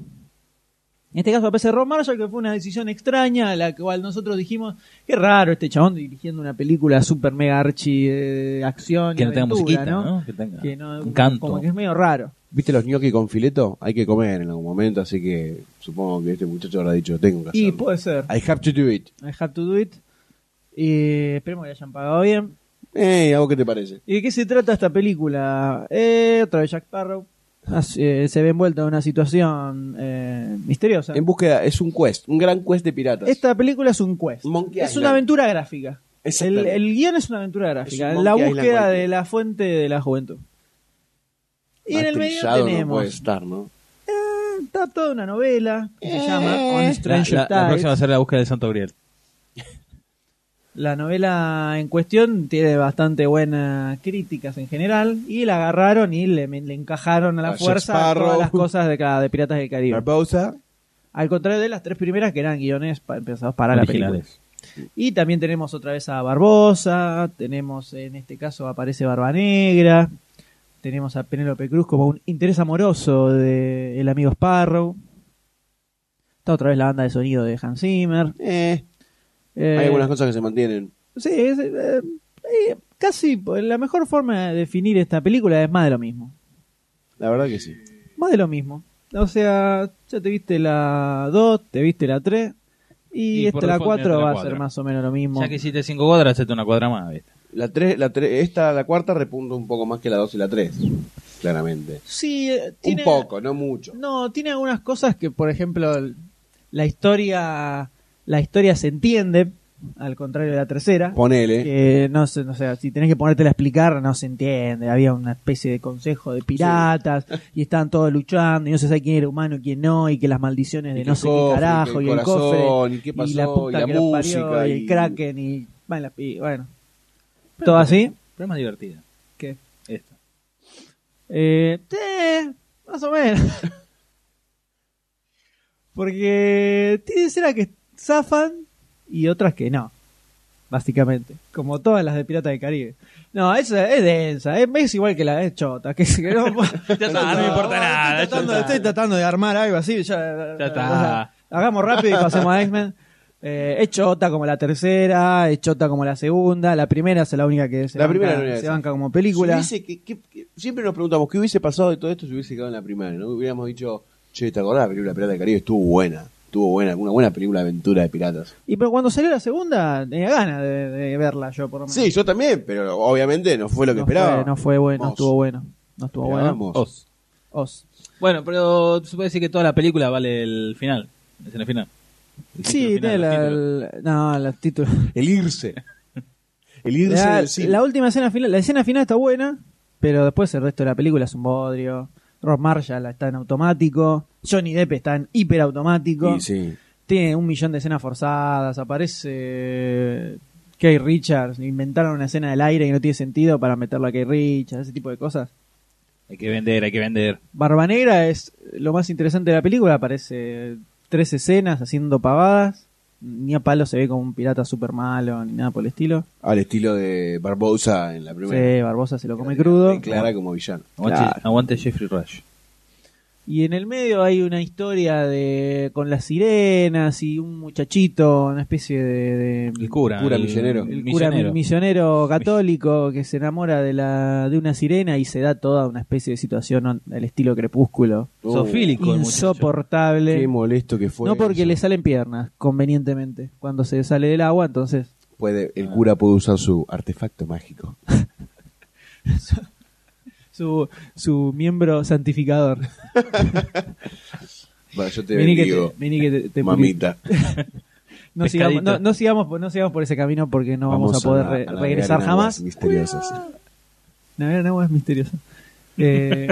Speaker 2: En este caso aparece Ron Marshall, que fue una decisión extraña, la cual nosotros dijimos, qué raro este chabón dirigiendo una película super mega archi de acción y
Speaker 5: que no tenga
Speaker 2: aventura,
Speaker 5: musiquita,
Speaker 2: ¿no?
Speaker 5: ¿no? Que tenga
Speaker 2: Que no-
Speaker 5: un canto.
Speaker 2: Como que es medio raro.
Speaker 4: ¿Viste los gnocchi con fileto? Hay que comer en algún momento, así que supongo que este muchacho habrá dicho, tengo que
Speaker 2: Y
Speaker 4: hacerlo.
Speaker 2: puede ser.
Speaker 4: I have to do it.
Speaker 2: I have to do it. Eh, esperemos que le hayan pagado bien.
Speaker 4: Eh, ¿a vos qué te parece?
Speaker 2: ¿Y de qué se trata esta película? Eh, otra vez Jack Sparrow. Ah, sí, eh, se ve envuelto en una situación eh, misteriosa.
Speaker 4: En búsqueda, es un quest, un gran quest de piratas.
Speaker 2: Esta película es un quest.
Speaker 4: Monkey
Speaker 2: es
Speaker 4: Island.
Speaker 2: una aventura gráfica. El,
Speaker 4: Exactamente.
Speaker 2: el guión es una aventura gráfica.
Speaker 4: Es un
Speaker 2: la
Speaker 4: Monkey Island
Speaker 2: búsqueda
Speaker 4: cualquiera.
Speaker 2: de la fuente de la juventud. Y en
Speaker 4: Más
Speaker 2: el medio
Speaker 4: trillado no
Speaker 2: tenemos.
Speaker 4: puede estar, ¿no?
Speaker 2: eh, está toda una novela que se llama On a
Speaker 5: Eh. La,
Speaker 2: Stranger
Speaker 5: la- la
Speaker 2: Tides.
Speaker 5: próxima va a ser la búsqueda de Santo Griel.
Speaker 2: La novela en cuestión tiene bastante buenas críticas en general y la agarraron y le, le encajaron a la
Speaker 4: A Jack
Speaker 2: fuerza todas
Speaker 4: Sparrow.
Speaker 2: las cosas de, cada- de Piratas del Caribe.
Speaker 4: Barbosa.
Speaker 2: Al contrario de las tres primeras que eran guiones pa- pensados para la película.
Speaker 5: Originales.
Speaker 2: Y también tenemos otra vez a Barbosa, tenemos en este caso aparece Barba Negra, tenemos a Penélope Cruz como un interés amoroso de el amigo Sparrow. Está otra vez la banda de sonido de Hans Zimmer.
Speaker 4: Eh,
Speaker 2: Eh,
Speaker 4: hay algunas cosas que se mantienen.
Speaker 2: Sí, es, eh, eh, casi pues, la mejor forma de definir esta película es más de lo mismo.
Speaker 4: La verdad que sí.
Speaker 2: Más de lo mismo. O sea, ya te viste la 2, te viste la 3 y,
Speaker 5: Y
Speaker 2: esta
Speaker 5: por
Speaker 2: la
Speaker 5: default
Speaker 2: 4
Speaker 5: mirate la
Speaker 2: va a
Speaker 5: cuatro.
Speaker 2: ser más o menos lo mismo.
Speaker 5: Ya que hiciste cinco cuadras, hacete una cuadra más, ¿viste?
Speaker 4: La tres, la tres, esta, la cuarta, repunta un poco más que la dos y la tres. Claramente.
Speaker 2: Sí, eh, tiene,
Speaker 4: Un poco, no mucho.
Speaker 2: No, tiene algunas cosas que, por ejemplo, el- la historia la historia se entiende, al contrario de la tercera.
Speaker 4: Ponele.
Speaker 2: que no sé, no sé, si tenés que ponértela a explicar, no se entiende. Había una especie de consejo de piratas y estaban todos luchando y no se sabe quién era humano y quién no, y que las maldiciones de
Speaker 4: Y que
Speaker 2: no
Speaker 4: el
Speaker 2: sé
Speaker 4: cofre, y
Speaker 2: qué
Speaker 4: que
Speaker 2: carajo,
Speaker 4: el
Speaker 2: y el
Speaker 4: corazón,
Speaker 2: cofre,
Speaker 4: y qué pasó,
Speaker 2: la puta
Speaker 4: y la
Speaker 2: que lo parió,
Speaker 4: música,
Speaker 2: y el
Speaker 4: y-
Speaker 2: kraken, y bueno, y bueno. todo así.
Speaker 5: Pero es más divertida.
Speaker 2: ¿Qué?
Speaker 5: Esta.
Speaker 2: Eh, eh, más o menos. Porque tiene escenas que zafan y otras que no. Básicamente. Como todas las de Pirata del Caribe. No, esa es densa. Es, es igual que la de Chota. Que, que no,
Speaker 5: está, no me importa nada,
Speaker 2: Estoy tratando,
Speaker 5: ya está.
Speaker 2: estoy tratando de armar algo así. Ya,
Speaker 5: Ya está.
Speaker 2: o sea, hagamos rápido y pasemos a X-Men. Eh, es chota como la tercera, es chota como la segunda. La primera es la única que se,
Speaker 4: La
Speaker 2: banca,
Speaker 4: primera es la única
Speaker 2: se
Speaker 4: que-
Speaker 2: banca como película.
Speaker 4: Si hubiese- que- que- que- siempre nos preguntamos qué hubiese pasado de todo esto si hubiese quedado en la primera. ¿no? Hubiéramos dicho, che, ¿te acordás la película Pirata del Caribe? Estuvo buena. Estuvo buena, una buena película de aventura de piratas.
Speaker 2: Y pero cuando salió la segunda, tenía ganas de, de verla yo, por lo menos.
Speaker 4: Sí, yo también, pero obviamente no fue lo que
Speaker 2: no
Speaker 4: esperaba.
Speaker 2: Fue, no fue bueno, no
Speaker 4: Vamos.
Speaker 2: estuvo bueno. No estuvo bueno.
Speaker 4: Esperábamos.
Speaker 5: Os.
Speaker 2: Os.
Speaker 5: Bueno, pero se puede decir que toda la película vale el final. Es en el final. El título
Speaker 2: Sí,
Speaker 5: final,
Speaker 2: tiene
Speaker 5: el
Speaker 2: la,
Speaker 5: título.
Speaker 2: el- no, los títulos.
Speaker 4: El irse. El irse
Speaker 2: La,
Speaker 4: del cine.
Speaker 2: la última escena final, la escena final está buena, pero después el resto de la película es un bodrio. Ross Marshall está en automático. Johnny Depp está en hiperautomático.
Speaker 4: Y sí.
Speaker 2: Tiene un millón de escenas forzadas. Aparece Kay Richards. Inventaron una escena del aire que no tiene sentido para meterlo a Kay Richards, ese tipo de cosas.
Speaker 5: Hay que vender, hay que vender.
Speaker 2: Barba Negra es lo más interesante de la película. Aparece tres escenas haciendo pavadas. Ni a palo se ve como un pirata super malo ni nada por el estilo.
Speaker 4: Al estilo de Barbosa en la primera.
Speaker 2: Sí, Barbosa se lo come crudo.
Speaker 4: Clara como villano.
Speaker 5: Aguante,
Speaker 2: Claro.
Speaker 5: aguante Jeffrey Rush.
Speaker 2: Y en el medio hay una historia de con las sirenas y un muchachito, una especie de... de-
Speaker 5: El cura.
Speaker 4: Cura
Speaker 5: el-
Speaker 4: misionero.
Speaker 2: el cura
Speaker 5: misionero.
Speaker 2: mi- misionero católico que se enamora de la de una sirena y se da toda una especie de situación on- al estilo crepúsculo.
Speaker 4: Oh.
Speaker 5: Zoofílico el muchacho.
Speaker 2: Insoportable.
Speaker 4: Qué molesto que fue.
Speaker 2: No porque
Speaker 4: eso.
Speaker 2: le salen piernas, convenientemente. Cuando se sale del agua, entonces...
Speaker 4: Puede, el cura puede usar su artefacto mágico.
Speaker 2: Su, su miembro santificador.
Speaker 4: Bueno, yo te
Speaker 2: Vení que
Speaker 4: bendigo,
Speaker 2: te- vení que te- te
Speaker 4: mamita.
Speaker 2: No sigamos,
Speaker 5: Pescadito.
Speaker 2: no, no sigamos, por- no sigamos por ese camino porque no vamos, a poder
Speaker 4: na-
Speaker 2: re-
Speaker 4: navegar
Speaker 2: regresar
Speaker 4: en aguas
Speaker 2: jamás.
Speaker 4: Misteriosas.
Speaker 2: Navegar en agua es misterioso. Eh,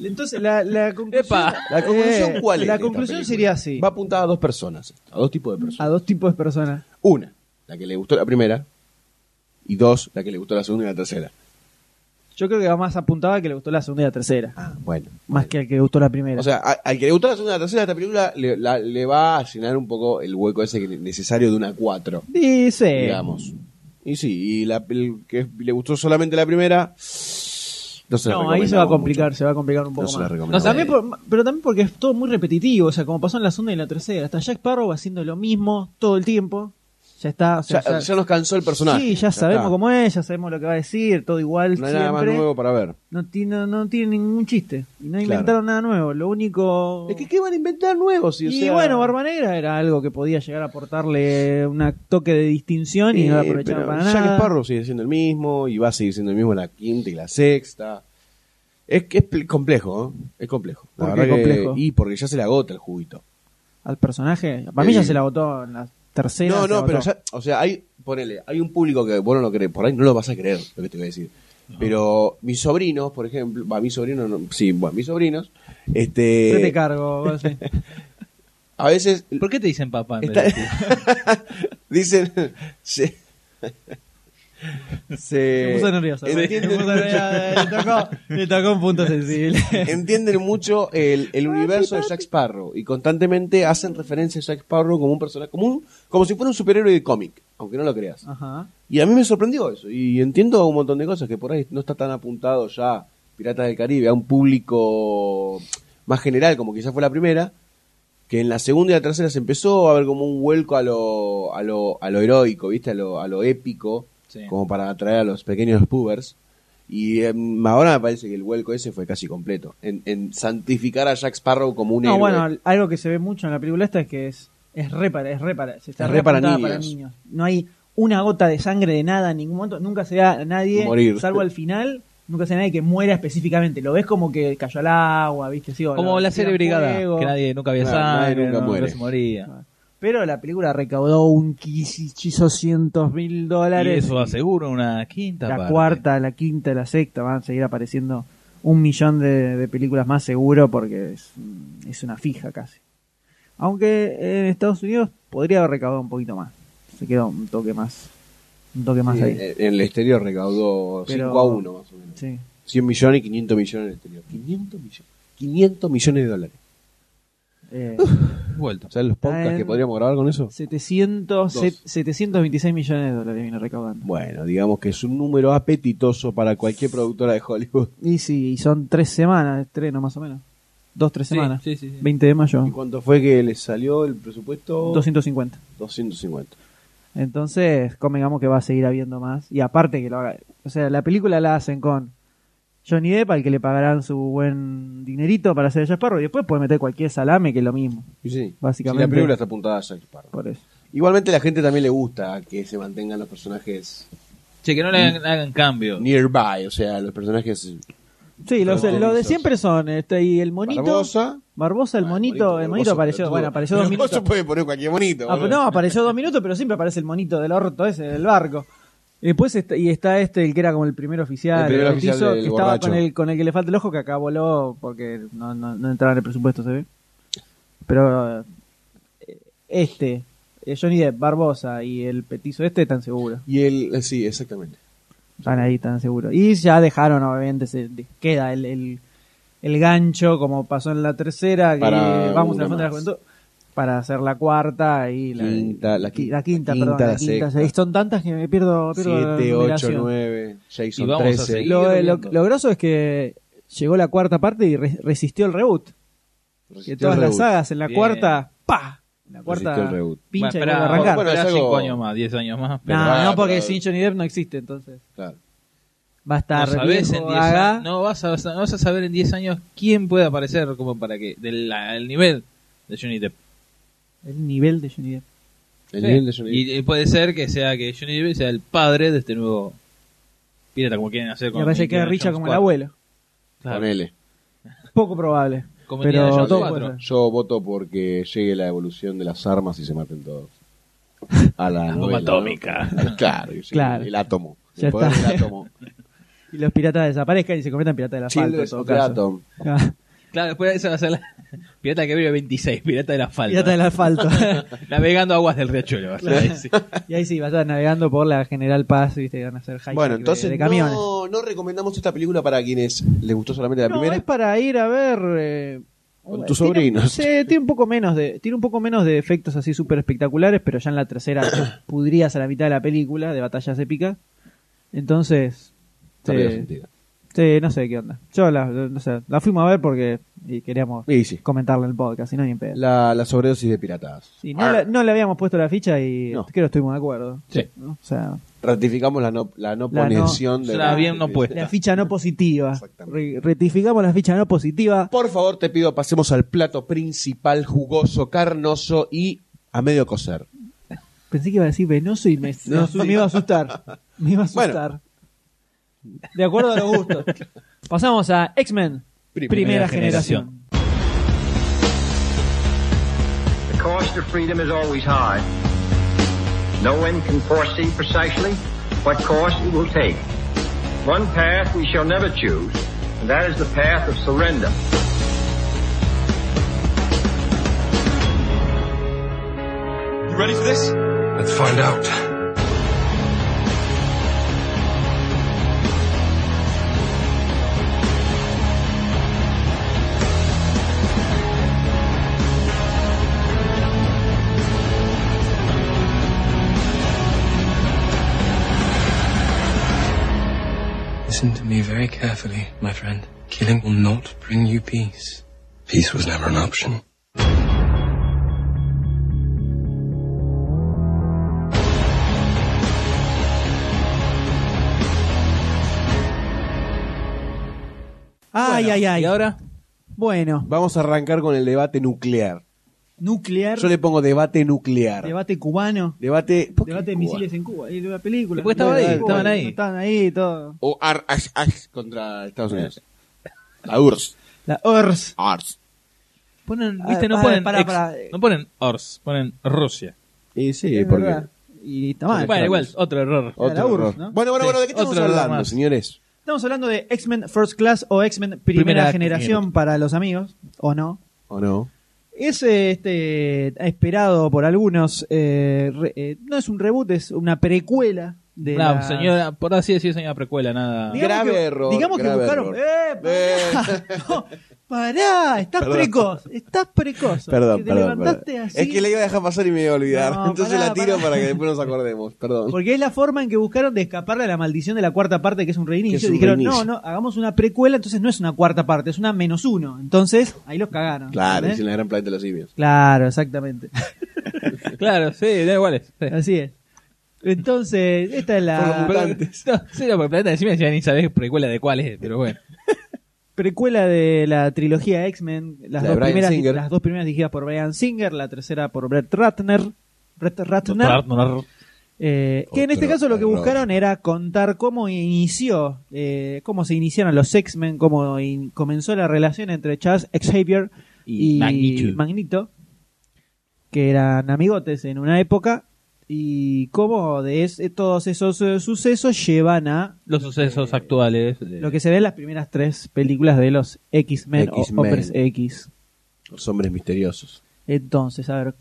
Speaker 2: entonces, la, la conclusión,
Speaker 4: ¿La conclusión
Speaker 2: eh,
Speaker 4: cuál es?
Speaker 2: La
Speaker 4: de esta
Speaker 2: conclusión
Speaker 4: película?
Speaker 2: sería así.
Speaker 4: Va apuntada a dos personas, a dos tipos de personas.
Speaker 2: A dos tipos de personas.
Speaker 4: Una, la que le gustó la primera, y dos, la que le gustó la segunda y la tercera.
Speaker 2: Yo creo que va más apuntada al que le gustó la segunda y la tercera.
Speaker 4: Ah, bueno.
Speaker 2: Más que al que le gustó la primera.
Speaker 4: O sea, a- al que le gustó la segunda y la tercera, esta película le, la- le va a llenar un poco el hueco ese que- necesario de una 4,
Speaker 2: Dice.
Speaker 4: Eh. digamos. Y sí, y la, el que le gustó solamente la primera, no se la
Speaker 2: No, ahí se va a
Speaker 4: recomendamos
Speaker 2: complicar,
Speaker 4: mucho.
Speaker 2: se va a complicar un poco
Speaker 4: No se la
Speaker 2: más.
Speaker 4: recomendamos.
Speaker 2: también por- pero también porque es todo muy repetitivo, o sea, como pasó en la segunda y en la tercera, hasta Jack Sparrow haciendo lo mismo todo el tiempo. Ya está, o sea,
Speaker 4: Ya, ya nos cansó el personaje.
Speaker 2: Sí, ya, sabemos
Speaker 4: está.
Speaker 2: cómo es, ya sabemos lo que va a decir, todo igual
Speaker 4: No hay
Speaker 2: siempre.
Speaker 4: nada más nuevo para ver.
Speaker 2: No tiene, no, tiene ningún chiste. Y no
Speaker 4: Claro.
Speaker 2: inventaron nada nuevo. Lo único.
Speaker 4: Es que, ¿qué van a inventar nuevos?
Speaker 2: y bueno, Barba Negra era algo que podía llegar a aportarle un toque de distinción y no lo
Speaker 4: Eh,
Speaker 2: aprovecharon
Speaker 4: pero
Speaker 2: para
Speaker 4: Jack
Speaker 2: nada.
Speaker 4: Sparrow sigue siendo el mismo y va a seguir siendo el mismo en la quinta y la sexta. Es que es pl- complejo, ¿eh? Es complejo. La
Speaker 2: ¿Por qué
Speaker 4: verdad que-
Speaker 2: complejo?
Speaker 4: y porque ya se le agota el juguito.
Speaker 2: Al personaje. Para mí ya
Speaker 4: Eh.
Speaker 2: se la agotó en la tercera.
Speaker 4: No,
Speaker 2: se la
Speaker 4: no,
Speaker 2: agotó.
Speaker 4: pero ya, o sea, hay, ponele, hay un público que vos no lo crees, por ahí no lo vas a creer, lo que te voy a decir. Pero mis sobrinos, por ejemplo, va, mis sobrinos, no, sí, bueno, mis sobrinos,
Speaker 2: Yo te
Speaker 4: este,
Speaker 2: cargo. vos, sí.
Speaker 4: a veces
Speaker 5: ¿Por qué te dicen papá? en
Speaker 4: Está-
Speaker 5: vez de tío?
Speaker 4: dicen, se,
Speaker 2: Se
Speaker 4: se
Speaker 2: puso nervioso.
Speaker 4: entienden
Speaker 2: Se puso nervioso, le, tocó, le tocó un punto sensible.
Speaker 4: entienden mucho el, el universo de Jack Sparrow y constantemente hacen referencia a Jack Sparrow como un personaje común, como si fuera un superhéroe de cómic, aunque no lo creas.
Speaker 2: Ajá.
Speaker 4: Y a mí me sorprendió eso y entiendo un montón de cosas que por ahí no está tan apuntado ya Piratas del Caribe a un público más general como quizás fue la primera, que en la segunda y la tercera se empezó a ver como un vuelco a lo, a lo, a lo heroico, ¿viste? A lo, a lo épico,
Speaker 5: Sí.
Speaker 4: como para atraer a los pequeños pubers. Y em, ahora me parece que el vuelco ese fue casi completo, en, en santificar a Jack Sparrow como un
Speaker 2: No,
Speaker 4: héroe. eh,
Speaker 2: bueno, algo que se ve mucho en la película esta es que es, es re para, es re para, se está
Speaker 4: Es re para
Speaker 2: apuntada
Speaker 4: niños.
Speaker 2: No hay una gota de sangre de nada en ningún momento, nunca se ve a nadie,
Speaker 4: Morir.
Speaker 2: salvo al final, nunca se ve a nadie que muera específicamente. Lo ves como que cayó al agua, ¿viste? Sí, o
Speaker 5: Como
Speaker 2: lo-
Speaker 5: la
Speaker 2: tiran
Speaker 5: serie Brigada,
Speaker 2: fuego.
Speaker 5: que nadie nunca había
Speaker 4: Claro, nadie
Speaker 5: sangre,
Speaker 4: nunca
Speaker 5: no- no
Speaker 4: muere.
Speaker 5: se moría.
Speaker 2: Pero la película recaudó un cientos mil
Speaker 5: Y
Speaker 2: dólares.
Speaker 5: eso asegura una quinta
Speaker 2: la
Speaker 5: parte.
Speaker 2: cuarta, la quinta, la sexta, van a seguir apareciendo un millón de, de películas más seguro porque es, es una fija casi. Aunque en Estados Unidos podría haber recaudado un poquito más. Se quedó un toque más. Un toque más
Speaker 4: Sí,
Speaker 5: eh.
Speaker 2: ahí.
Speaker 4: en- en el exterior recaudó
Speaker 2: Pero-
Speaker 4: 5 a 1 más o menos.
Speaker 2: Sí.
Speaker 4: 100 millones y 500 millones en el exterior. 500 millones. 500 millones de dólares.
Speaker 2: Eh,
Speaker 5: Vuelta.
Speaker 4: ¿Sabes los
Speaker 2: Está
Speaker 4: podcasts
Speaker 2: en-
Speaker 4: que podríamos grabar con eso?
Speaker 2: 700,
Speaker 4: Dos.
Speaker 2: set- 726 millones de dólares viene recaudando.
Speaker 4: Bueno, digamos que es un número apetitoso para cualquier productora de Hollywood.
Speaker 2: Y sí, y son tres semanas de estreno más o menos. Dos, tres
Speaker 5: Sí,
Speaker 2: semanas.
Speaker 5: sí, sí, sí.
Speaker 2: 20 de
Speaker 4: ¿Y
Speaker 2: mayo.
Speaker 4: cuánto fue que les salió el presupuesto?
Speaker 2: 250.
Speaker 4: 250.
Speaker 2: Entonces, convengamos que va a seguir habiendo más. Y aparte que lo haga. O sea, la película la hacen con Johnny Depp, al que le pagarán su buen dinerito para hacer el Jack Sparrow. Y después puede meter cualquier salame, que es lo mismo.
Speaker 4: Y sí,
Speaker 2: Básicamente-
Speaker 4: sí, la película está apuntada a Jack Sparrow.
Speaker 2: Por eso.
Speaker 4: Igualmente la gente también le gusta que se mantengan los personajes
Speaker 5: Che, que no le hagan, hagan cambio.
Speaker 4: nearby, o sea, los personajes
Speaker 2: Sí, los,
Speaker 4: Pero-
Speaker 2: los de siempre son. Este, y el monito.
Speaker 4: Barbosa.
Speaker 2: Barbosa, el
Speaker 4: Ah,
Speaker 2: monito. El monito
Speaker 4: Barbosa,
Speaker 2: apareció.
Speaker 4: pelotudo.
Speaker 2: Bueno, apareció dos
Speaker 4: Barbosa
Speaker 2: minutos.
Speaker 4: puede poner cualquier monito.
Speaker 2: Ah,
Speaker 4: boludo.
Speaker 2: no, apareció dos minutos, pero siempre aparece el monito del orto ese, del barco. Y después está, y está este, el que era como el primer oficial,
Speaker 4: El primer
Speaker 2: bautizo,
Speaker 4: oficial del
Speaker 2: que estaba
Speaker 4: borracho.
Speaker 2: con el, con el que le falta el ojo, que acá voló porque no, no, no entraba en el presupuesto, se ve. Pero eh, este, eh, Johnny Depp, Barbosa y el petizo este están seguros.
Speaker 4: Y él, eh, sí, exactamente.
Speaker 2: Están ahí, están seguros. Y ya dejaron, obviamente, se de- queda el, el, el gancho, como pasó en la tercera, que
Speaker 4: Para
Speaker 2: vamos a la
Speaker 4: una
Speaker 2: Fuente de la
Speaker 4: más.
Speaker 2: Juventud, para hacer la cuarta y la
Speaker 4: Quinta, la
Speaker 2: qui- la
Speaker 4: quin-
Speaker 2: quinta,
Speaker 4: la quinta,
Speaker 2: perdón, la
Speaker 4: la
Speaker 2: quinta,
Speaker 4: sexta.
Speaker 2: seis. Son tantas que me pierdo, pierdo la
Speaker 4: 7, 8,
Speaker 2: numeración.
Speaker 4: 9,
Speaker 5: Y
Speaker 4: Jason
Speaker 5: vamos a
Speaker 4: 13.
Speaker 5: seguir.
Speaker 2: Lo, lo,
Speaker 5: viendo.
Speaker 2: lo grosso es que llegó la cuarta parte y re- resistió el reboot. Que todas las sagas, en la cuarta, ¡pa! En la
Speaker 4: Resistió el
Speaker 2: cuarta,
Speaker 4: reboot.
Speaker 2: pincha y
Speaker 5: Bueno,
Speaker 2: vuelve a
Speaker 5: esperá,
Speaker 2: arrancar.
Speaker 5: bueno, esperá
Speaker 4: es algo-
Speaker 5: cinco años más, 10 años más. pero-
Speaker 2: no,
Speaker 4: Ah,
Speaker 2: no, porque
Speaker 4: pero-
Speaker 2: sin Johnny Depp no existe, entonces.
Speaker 4: Claro.
Speaker 2: Va a
Speaker 5: No
Speaker 2: estar
Speaker 5: sabés en
Speaker 2: viejo,
Speaker 5: 10
Speaker 2: gaga.
Speaker 5: años- no vas a, no vas a saber en 10 años quién puede aparecer como para que del la- el nivel de Johnny Depp.
Speaker 2: El nivel de Johnny Depp.
Speaker 4: El
Speaker 5: Sí.
Speaker 4: nivel de Johnny Depp.
Speaker 5: Y, y puede ser que sea que Johnny Depp sea el padre de este nuevo pirata como quieren hacer con
Speaker 2: Me parece que queda
Speaker 5: Indiana
Speaker 2: Richard
Speaker 5: Jones
Speaker 2: como el
Speaker 5: 4.
Speaker 2: abuelo.
Speaker 5: Claro.
Speaker 4: Ponele.
Speaker 2: Poco probable.
Speaker 5: Como Indiana
Speaker 2: pero
Speaker 5: Jones
Speaker 2: todo
Speaker 5: 4.
Speaker 2: puede ser.
Speaker 4: Yo voto porque llegue la evolución de las armas y se maten todos. A la, novela,
Speaker 5: bomba
Speaker 4: ¿no?
Speaker 5: atómica.
Speaker 4: Claro, y sí,
Speaker 2: Claro.
Speaker 4: el átomo. El
Speaker 2: Ya
Speaker 4: poder
Speaker 2: está.
Speaker 4: del átomo.
Speaker 2: Y los piratas desaparezcan y se conviertan en piratas del asfalto. En
Speaker 4: Childress
Speaker 2: todo
Speaker 4: of the
Speaker 2: caso. Ah,
Speaker 4: Atom.
Speaker 5: Claro, después esa va a ser la pirata que vive 26, pirata del asfalto.
Speaker 2: Pirata del asfalto.
Speaker 5: Navegando aguas del riachuelo. vas a decir.
Speaker 2: y ahí sí, vas a navegando por la General Paz, viste, y van a hacer highway
Speaker 4: Bueno, entonces
Speaker 2: de, camiones.
Speaker 4: No, no recomendamos esta película para quienes les gustó solamente la
Speaker 2: No,
Speaker 4: primera.
Speaker 2: es para ir a ver eh,
Speaker 4: Con tus
Speaker 2: tiene-
Speaker 4: sobrinos.
Speaker 2: sí, Tiene, un poco menos de tiene un poco menos de efectos así súper espectaculares, pero ya en la tercera te pudrías a la mitad de la película de batallas épicas. Entonces,
Speaker 4: No tiene
Speaker 2: sí,
Speaker 4: sentido.
Speaker 2: sí, no sé qué onda. Yo la, no sé, la fuimos a ver porque y queríamos
Speaker 4: Y sí,
Speaker 2: comentarla en el podcast, si no ni en pedo.
Speaker 4: la, la sobredosis de piratas.
Speaker 2: Sí, no, la- no le habíamos puesto la ficha y
Speaker 4: No.
Speaker 2: creo que estuvimos de acuerdo.
Speaker 4: Sí.
Speaker 2: ¿no? O sea,
Speaker 4: Ratificamos la no, la no
Speaker 2: La no-
Speaker 4: ponición de...
Speaker 5: Será bien no puesta.
Speaker 2: la ficha no positiva.
Speaker 4: Exactamente.
Speaker 2: Re- rectificamos la ficha no positiva.
Speaker 4: Por favor, te pido, pasemos al plato principal, jugoso, carnoso y a medio cocer.
Speaker 2: Pensé que iba a decir venoso y me, me asu- me iba a asustar. Me iba a
Speaker 4: Bueno.
Speaker 2: asustar. De acuerdo a los gustos. Pasamos a X-Men. Primera,
Speaker 4: Primera
Speaker 2: generación.
Speaker 5: generación.
Speaker 9: The cost of freedom is always high. No one can foresee precisely what course it will take. One path we shall never choose, and that is the path of surrender.
Speaker 12: You ready for this?
Speaker 9: Let's find out.
Speaker 13: Listen to me very carefully, my friend. Killing will not bring you peace.
Speaker 9: Peace was never an option.
Speaker 2: Ay, ay, ay.
Speaker 5: ¿Y ahora?
Speaker 2: Bueno,
Speaker 4: Vamos a arrancar con el debate nuclear.
Speaker 2: nuclear,
Speaker 4: Yo le pongo debate nuclear.
Speaker 2: debate cubano,
Speaker 4: Debate... ¿por qué
Speaker 2: debate de
Speaker 4: Cuba?
Speaker 2: misiles en Cuba. Y la película.
Speaker 5: Porque estaba
Speaker 2: Bueno,
Speaker 5: ahí,
Speaker 2: Cuba,
Speaker 5: estaban ahí.
Speaker 2: Estaban ahí, todo.
Speaker 4: O ar, as, as contra Estados Unidos.
Speaker 2: Ah.
Speaker 4: La URSS.
Speaker 2: La URSS.
Speaker 4: Ars.
Speaker 5: Ponen,
Speaker 2: Ah,
Speaker 5: viste, no
Speaker 2: para,
Speaker 5: ponen
Speaker 2: para,
Speaker 5: ex-
Speaker 2: para.
Speaker 5: no ponen ORS, ponen Rusia.
Speaker 4: Y sí,
Speaker 2: Es
Speaker 4: porque...
Speaker 2: verdad. Y está mal.
Speaker 5: Bueno, igual, otro error.
Speaker 2: Era la URSS,
Speaker 4: error.
Speaker 2: ¿no?
Speaker 4: Bueno, bueno,
Speaker 5: Sí,
Speaker 4: bueno, ¿de qué estamos
Speaker 5: otro error
Speaker 4: hablando,
Speaker 5: más.
Speaker 4: señores?
Speaker 2: Estamos hablando de X-Men First Class o X-Men Primera,
Speaker 5: Primera
Speaker 2: Generación
Speaker 5: generación.
Speaker 2: para los amigos, o no.
Speaker 4: ¿O no?
Speaker 2: Es eh, este esperado por algunos. eh, re- eh, no es un reboot, es una precuela de.
Speaker 5: No,
Speaker 2: la-
Speaker 5: señora, por así decir, señora precuela, nada.
Speaker 2: Digamos
Speaker 4: Grave
Speaker 2: que-
Speaker 4: error,
Speaker 2: Digamos que
Speaker 4: grave
Speaker 2: buscaron.
Speaker 4: error.
Speaker 2: ¡Eh, pará! No, pará, estás
Speaker 4: Perdón.
Speaker 2: precoz, estás precoz.
Speaker 4: Perdón,
Speaker 2: Que te
Speaker 4: perdón,
Speaker 2: levantaste
Speaker 4: perdón.
Speaker 2: así.
Speaker 4: Es que la iba a dejar pasar y me iba a olvidar.
Speaker 2: No,
Speaker 4: Entonces
Speaker 2: pará,
Speaker 4: la tiro
Speaker 2: pará.
Speaker 4: para que después nos acordemos. Perdón.
Speaker 2: Porque es la forma en que buscaron de escaparle a la maldición de la cuarta parte, que es un reinicio.
Speaker 4: Que es un
Speaker 2: Dijeron,
Speaker 4: reinicio.
Speaker 2: no, no, hagamos una precuela, entonces no es una cuarta parte, es una menos uno. Entonces, ahí los cagaron.
Speaker 4: Claro,
Speaker 2: ¿entendés?
Speaker 4: dicen la gran planeta de los simios.
Speaker 2: Claro, exactamente.
Speaker 5: Claro, sí, da igual. es, sí.
Speaker 2: Así es. Entonces, esta es la.
Speaker 5: Pero- No, sí, no, porque planeta encima ya ni sabés precuela de cuál es, pero bueno.
Speaker 2: precuela de la trilogía X-Men, las,
Speaker 4: La de
Speaker 2: dos
Speaker 4: Bryan
Speaker 2: primeras-
Speaker 4: Singer.
Speaker 2: las dos primeras dirigidas por Brian Singer, la tercera por Brett Ratner. Brett Ratner, eh, que en
Speaker 4: Otro
Speaker 2: este caso lo que
Speaker 4: error.
Speaker 2: buscaron era contar cómo inició, eh, cómo se iniciaron los X-Men, cómo in- comenzó la relación entre Charles Xavier y,
Speaker 5: Y Magneto.
Speaker 2: Magneto, que eran amigotes en una época, y cómo de es- todos esos eh, sucesos llevan a
Speaker 5: Los sucesos actuales. eh. de-
Speaker 2: lo que se ve en las primeras tres películas de los X-Men o
Speaker 4: X-Men.
Speaker 2: Hombres X.
Speaker 4: Los hombres misteriosos.
Speaker 2: Entonces, a ver,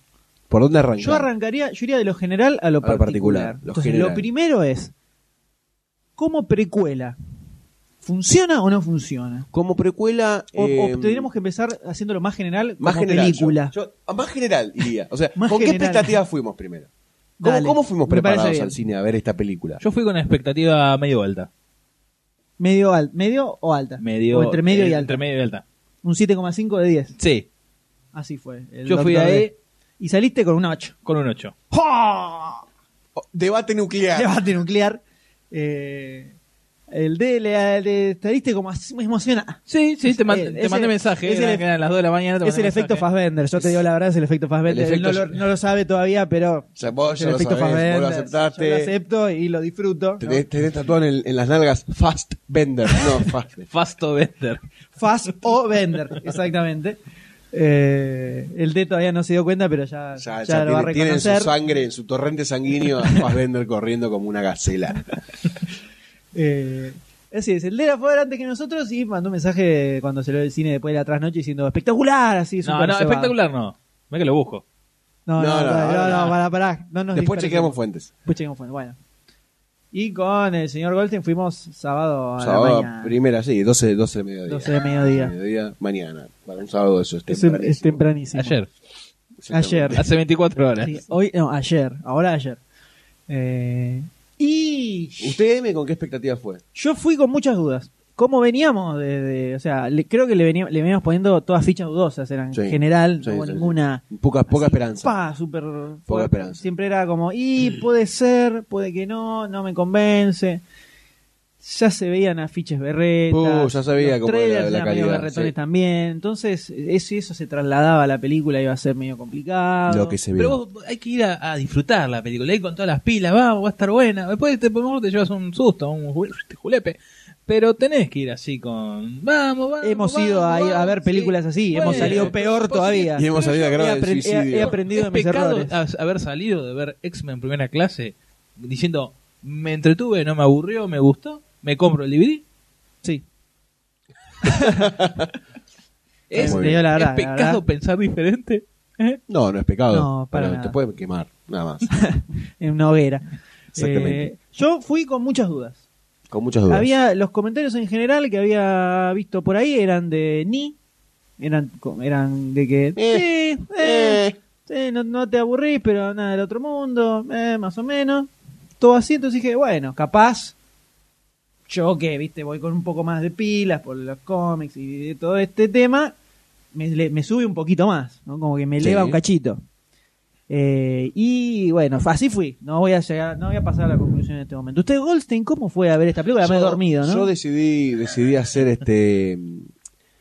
Speaker 4: ¿Por dónde arrancamos?
Speaker 2: yo arrancaría, yo iría de lo general a lo
Speaker 4: A lo
Speaker 2: particular.
Speaker 4: particular, lo
Speaker 2: Entonces,
Speaker 4: general.
Speaker 2: lo primero es, ¿cómo precuela? ¿Funciona o no funciona?
Speaker 4: Como precuela...
Speaker 2: O, o
Speaker 4: eh,
Speaker 2: tendríamos que empezar haciéndolo más general
Speaker 4: más
Speaker 2: como
Speaker 4: general,
Speaker 2: película.
Speaker 4: yo- yo- ah, más general, diría. O sea, ¿con
Speaker 2: Más
Speaker 4: qué
Speaker 2: general.
Speaker 4: expectativas fuimos primero? ¿Cómo,
Speaker 2: Dale,
Speaker 4: cómo fuimos
Speaker 2: me parece
Speaker 4: preparados
Speaker 2: bien.
Speaker 4: al cine a ver esta película?
Speaker 5: Yo fui con una expectativa medio alta.
Speaker 2: Medio, al, medio o alta.
Speaker 5: Medio,
Speaker 2: O entre medio y
Speaker 5: eh,
Speaker 2: alta.
Speaker 5: Entre medio y alta.
Speaker 2: Un 7,5 de 10.
Speaker 5: Sí.
Speaker 2: Así fue. el
Speaker 5: Yo fui
Speaker 2: doctor
Speaker 5: ahí-
Speaker 2: D. Y saliste con un 8.
Speaker 5: Con un 8.
Speaker 4: oh, Debate nuclear.
Speaker 2: Debate nuclear. Eh, el D le, le saliste como así, me emociona.
Speaker 5: Sí, sí, te, man-
Speaker 2: Eh,
Speaker 5: te
Speaker 2: ese-
Speaker 5: mandé mensaje.
Speaker 2: ese
Speaker 5: eran-
Speaker 2: era-
Speaker 5: eran las 2 de la mañana. te
Speaker 2: Es
Speaker 5: mandé
Speaker 2: el efecto
Speaker 5: mensaje.
Speaker 2: Fassbender, yo te digo la verdad, es el efecto Fassbender.
Speaker 5: El
Speaker 2: Él no,
Speaker 5: efecto-
Speaker 2: lo, no lo sabe todavía, pero
Speaker 4: sea, vos
Speaker 2: es
Speaker 4: ya
Speaker 2: el
Speaker 4: lo
Speaker 2: efecto
Speaker 4: sabés, vos lo
Speaker 2: Fassbender.
Speaker 4: aceptaste.
Speaker 2: Yo lo acepto y lo disfruto. ¿no?
Speaker 4: Tenés, tenés tatuado en, el- en las nalgas Fast Bender. No, Fast.
Speaker 5: Fasto Bender.
Speaker 2: Fast o Bender, exactamente. Eh, el D todavía no se dio cuenta, pero ya, ya,
Speaker 4: Ya, ya
Speaker 2: lo va a
Speaker 4: tiene, tiene en su
Speaker 2: reconocer.
Speaker 4: sangre, en su torrente sanguíneo, a Fast Bender corriendo como una gacela.
Speaker 2: Eh, así es, el D era fuera antes que nosotros y mandó un mensaje cuando salió del cine después de la trasnoche diciendo espectacular, así
Speaker 5: No,
Speaker 2: súper
Speaker 5: no,
Speaker 2: cebado.
Speaker 5: espectacular no. Ve que lo busco.
Speaker 2: No, no,
Speaker 4: No,
Speaker 2: no, no,
Speaker 4: no, no,
Speaker 2: no,
Speaker 4: no.
Speaker 2: pará, pará. No nos
Speaker 4: Después
Speaker 2: dispersemos.
Speaker 4: chequeamos fuentes.
Speaker 2: Después chequeamos fuentes, bueno. Y con el señor Goldstein fuimos sábado a la
Speaker 4: Sábado,
Speaker 2: mañana.
Speaker 4: primera, sí, 12, 12 de mediodía.
Speaker 2: 12 de mediodía.
Speaker 4: Mediodía, mañana. Para un sábado eso es
Speaker 2: Es, un-
Speaker 4: tempranísimo.
Speaker 2: es tempranísimo.
Speaker 5: Ayer.
Speaker 4: Exactamente.
Speaker 2: Ayer.
Speaker 5: Hace 24 horas.
Speaker 2: Sí, hoy, no, ayer. Ahora ayer. Eh, y
Speaker 4: ¿Usted, M, con qué expectativa fue?
Speaker 2: yo fui con muchas dudas. ¿Cómo veníamos? De, de- o sea, le- creo que le, venía- le veníamos poniendo todas fichas dudosas. Eran
Speaker 4: Sí,
Speaker 2: en general,
Speaker 4: sí,
Speaker 2: no hubo
Speaker 4: sí, sí.
Speaker 2: ninguna.
Speaker 4: Poca, poca esperanza.
Speaker 2: Pa, súper
Speaker 4: Poca
Speaker 2: fuerte.
Speaker 4: esperanza.
Speaker 2: Siempre era como, y puede ser, puede que no, no me convence. Ya se veían afiches berretas.
Speaker 4: Uh, ya sabía
Speaker 2: los
Speaker 4: cómo era
Speaker 2: trailers
Speaker 4: la
Speaker 2: eran medio
Speaker 4: calidad,
Speaker 2: berretones
Speaker 4: sí.
Speaker 2: también. Entonces, eso, eso se trasladaba a la película, iba a ser medio complicado.
Speaker 4: Lo que se vio.
Speaker 5: Pero vos hay que ir a, a disfrutar la película, ir con todas las pilas, vamos, va a estar buena. Después te, por lo mejor te llevas un susto, un ju- este julepe. Pero tenés que ir así con. Vamos, vamos.
Speaker 2: Hemos
Speaker 5: vamos,
Speaker 2: ido a, ir a
Speaker 5: vamos,
Speaker 2: ver
Speaker 5: sí.
Speaker 2: películas así,
Speaker 5: Bueno,
Speaker 2: hemos salido
Speaker 5: pero-
Speaker 2: peor
Speaker 5: pues,
Speaker 2: todavía.
Speaker 4: Y hemos salido a
Speaker 2: He,
Speaker 4: grabar el
Speaker 2: aprend- he- he
Speaker 4: suicidio.
Speaker 2: aprendido de
Speaker 5: es
Speaker 2: mis
Speaker 5: pecado ah,
Speaker 2: errores.
Speaker 5: as- haber salido de ver X-Men primera clase diciendo me entretuve, no me aburrió, me gustó, me compro el DVD.
Speaker 2: Sí.
Speaker 5: Es,
Speaker 4: Muy bien.
Speaker 2: Te digo la verdad,
Speaker 5: es
Speaker 2: la
Speaker 5: pecado
Speaker 2: verdad.
Speaker 5: pensar diferente. ¿eh?
Speaker 4: No, no es pecado.
Speaker 2: No, para
Speaker 4: pero
Speaker 2: nada.
Speaker 4: te pueden quemar, nada más.
Speaker 2: en una hoguera.
Speaker 4: Exactamente.
Speaker 2: Eh, yo fui con muchas dudas.
Speaker 4: Con muchas dudas.
Speaker 2: Había los comentarios en general que había visto por ahí eran de ni, eran co- eran de que
Speaker 4: Eh,
Speaker 2: sí, eh, sí, no, no te aburrís, pero nada del otro mundo, eh, más o menos. Todo así, entonces dije, bueno, capaz yo que, viste, voy con un poco más de pilas por los cómics y de todo este tema, me, le- me sube un poquito más, ¿no? Como que me
Speaker 4: Sí.
Speaker 2: eleva un cachito. Eh, y bueno, así fui. No voy a llegar, no voy a pasar a la conclusión en este momento. Usted, Goldstein, ¿cómo fue a ver esta película? Me he
Speaker 4: Yo-
Speaker 2: dormido, ¿no?
Speaker 4: Yo decidí, decidí hacer este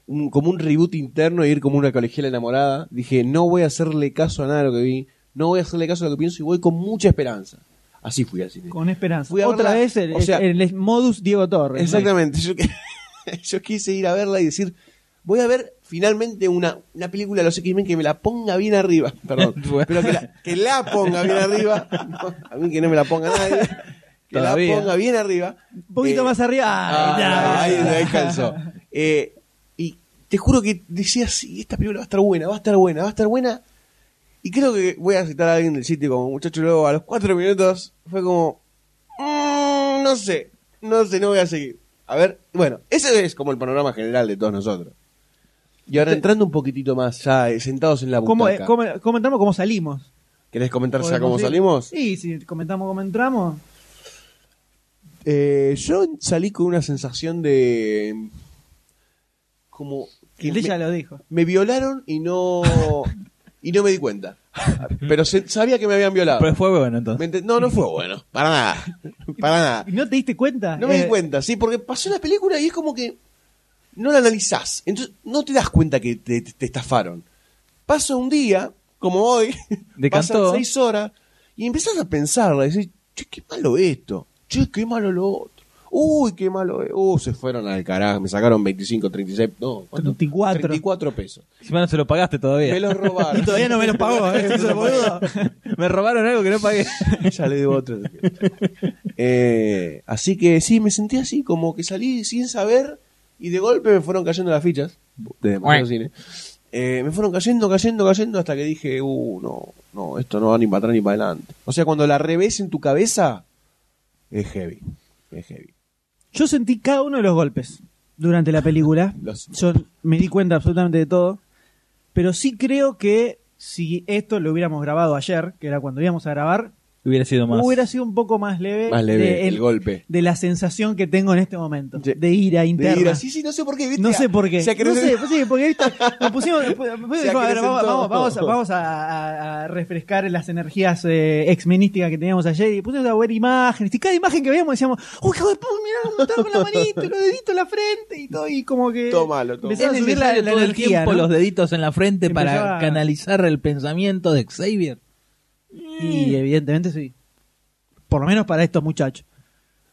Speaker 4: un- como un reboot interno e ir como una colegiala enamorada. Dije, no voy a hacerle caso a nada de lo que vi, no voy a hacerle caso a lo que pienso y voy con mucha esperanza. Así fui al cine.
Speaker 2: Con esperanza.
Speaker 4: Fui a
Speaker 2: Otra
Speaker 4: verla,
Speaker 2: vez el,
Speaker 4: o sea-
Speaker 2: el- el modus Diego Torres.
Speaker 4: Exactamente. Yo, que- yo quise ir a verla y decir, voy a ver finalmente una, una película de los X-Men que me la ponga bien arriba. Perdón. Pero que la, que la ponga bien arriba. No, a mí que no me la ponga nadie. Que
Speaker 5: Todavía.
Speaker 4: la ponga bien arriba.
Speaker 2: Un poquito
Speaker 4: Eh,
Speaker 2: más arriba.
Speaker 4: Ah,
Speaker 2: Ay, ya.
Speaker 4: ahí, ahí calzó. Eh, y te juro que decía, sí, esta película va a estar buena, va a estar buena, va a estar buena. Y creo que voy a citar a alguien del sitio como muchacho luego a los cuatro minutos. Fue como, "Mm, no sé, no sé, no voy a seguir. A ver, bueno, ese es como el panorama general de todos nosotros. Y ahora entrando un poquitito más, ya eh, sentados en la butaca.
Speaker 2: ¿Cómo, eh, cómo, cómo entramos? ¿Cómo salimos?
Speaker 4: ¿Querés comentar ya
Speaker 2: ¿Podemos
Speaker 4: cómo
Speaker 2: ir?
Speaker 4: salimos?
Speaker 2: Sí, sí, comentamos cómo entramos.
Speaker 4: Eh, yo salí con una sensación de... Como... que
Speaker 2: Usted
Speaker 4: me-
Speaker 2: ya lo dijo.
Speaker 4: me violaron y no y no me di cuenta. Pero se- sabía que me habían violado.
Speaker 5: Pero fue bueno entonces.
Speaker 4: ¿Me ente- no, no fue bueno. Para nada. Para nada.
Speaker 2: ¿Y ¿No te diste cuenta?
Speaker 4: No me
Speaker 2: Eh,
Speaker 4: di cuenta, sí, porque pasó la película y es como que no la analizás. Entonces no te das cuenta que te, te- te estafaron. Pasa un día, como hoy,
Speaker 5: Decantó.
Speaker 4: pasan seis horas y empezás a pensarla. Y decís, che, qué malo esto. Che, qué malo lo otro. Uy, qué malo. es. Uh, se fueron al carajo. Me sacaron 25, 36, no, ¿cuánto?
Speaker 2: 34.
Speaker 4: 34 pesos.
Speaker 5: Encima no se lo pagaste todavía.
Speaker 4: Me los robaron.
Speaker 2: Y todavía no me los pagó, ¿eh? Eso, boludo.
Speaker 5: Me robaron algo que no pagué.
Speaker 4: ya le debo otro. Eh, así que sí, me sentí así, como que salí sin saber y de golpe me fueron cayendo las fichas de demasiado cine. Eh, me fueron cayendo, cayendo, cayendo hasta que dije, uh, no, no, esto no va ni para atrás ni para adelante. O sea, cuando la revés en tu cabeza, es heavy, es heavy.
Speaker 2: Yo sentí cada uno de los golpes durante la película.
Speaker 4: Los-
Speaker 2: Yo me di cuenta absolutamente de todo. Pero sí creo que si esto lo hubiéramos grabado ayer, que era cuando íbamos a grabar,
Speaker 5: hubiera sido más.
Speaker 2: Hubiera sido un poco más leve,
Speaker 4: Más leve
Speaker 2: de-
Speaker 4: el golpe.
Speaker 2: de la sensación que tengo en este momento. De ira interna.
Speaker 4: ira, sí, sí, no sé por qué, ¿viste?
Speaker 2: No sé por qué.
Speaker 4: Se acrecen-
Speaker 2: No sé, sí, porque ahí está- nos pusimos. nos pusimos-
Speaker 4: Se
Speaker 2: dijimos, a ver,
Speaker 4: acrecentó.
Speaker 2: vamos, vamos- vamos a, vamos a- a- a refrescar las energías eh, exmenísticas que teníamos ayer y pusimos a ver imágenes. Y cada imagen que veíamos decíamos, uy, hijo de puta, mirá cómo estaba con la manito, y los deditos en la frente y todo. Y como que.
Speaker 4: Todo malo, todo
Speaker 2: Empezaba a subir la, la
Speaker 5: todo el
Speaker 2: energía,
Speaker 5: tiempo
Speaker 2: ¿no?
Speaker 5: los deditos en la frente para
Speaker 2: Empezaba-
Speaker 5: canalizar el pensamiento de Xavier.
Speaker 2: Y evidentemente sí. Por lo menos para estos muchachos.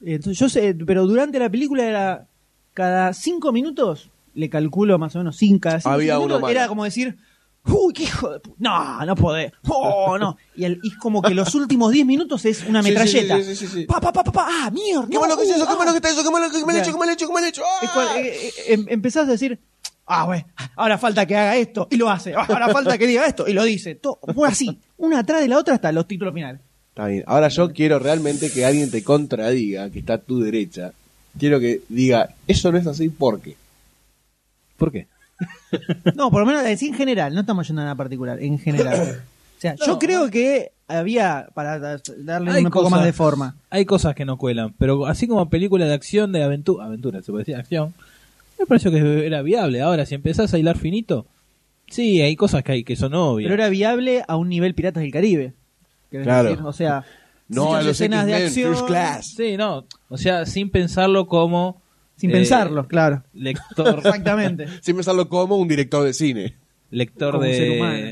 Speaker 2: Entonces, yo sé, pero durante la película era cada cinco minutos, le calculo más o menos cinco, cada cinco
Speaker 4: Había
Speaker 2: minutos,
Speaker 4: uno malo.
Speaker 2: era como decir, uy, qué hijo de pu- No, no podés. Oh, no. Y, el- y es como que los últimos diez minutos es una
Speaker 4: Sí, sí,
Speaker 2: metralleta.
Speaker 4: sí, sí, sí, sí.
Speaker 2: Pa, pa, pa, pa, pa, ah, mierda.
Speaker 4: Qué
Speaker 2: no,
Speaker 4: malo que es
Speaker 2: uh,
Speaker 4: eso, qué
Speaker 2: ah.
Speaker 4: malo que está eso, qué malo que me han
Speaker 2: Ya.
Speaker 4: hecho, qué mal hecho, qué mal hecho. ¡Ah!
Speaker 2: Es cual- eh, eh, em- empezás a decir, ah, bueno, ahora falta que haga esto, y lo hace. Ah, Ahora falta que diga esto, y lo dice. Todo, fue así, una atrás de la otra hasta los títulos finales.
Speaker 4: Está bien. Ahora yo quiero realmente que alguien te contradiga, que está a tu derecha. Quiero que diga, eso no es así, ¿por qué?
Speaker 5: ¿Por qué?
Speaker 2: No, por lo menos decir en general, no estamos yendo a nada particular, en general. O sea, yo creo que había, para da- darle
Speaker 5: Hay
Speaker 2: un poco
Speaker 5: cosas-
Speaker 2: más de forma,
Speaker 5: Hay cosas que no cuelan, pero así como película de acción, de aventura, aventura, se puede decir, acción, me pareció que era viable. Ahora, si empezás a hilar finito, sí, hay cosas que hay que son obvias.
Speaker 2: pero era viable a un nivel Piratas del Caribe. querés
Speaker 4: Claro.
Speaker 2: decir, o sea,
Speaker 4: No
Speaker 2: muchas
Speaker 4: a los
Speaker 2: escenas de
Speaker 4: X-Men,
Speaker 2: acción.
Speaker 4: First Class.
Speaker 5: Sí, no, o sea, sin pensarlo como
Speaker 2: Sin
Speaker 5: Eh,
Speaker 2: pensarlo, claro.
Speaker 5: lector,
Speaker 2: Exactamente.
Speaker 4: Sin pensarlo como un director de cine.
Speaker 5: lector
Speaker 2: Como un
Speaker 5: de
Speaker 2: ser humano.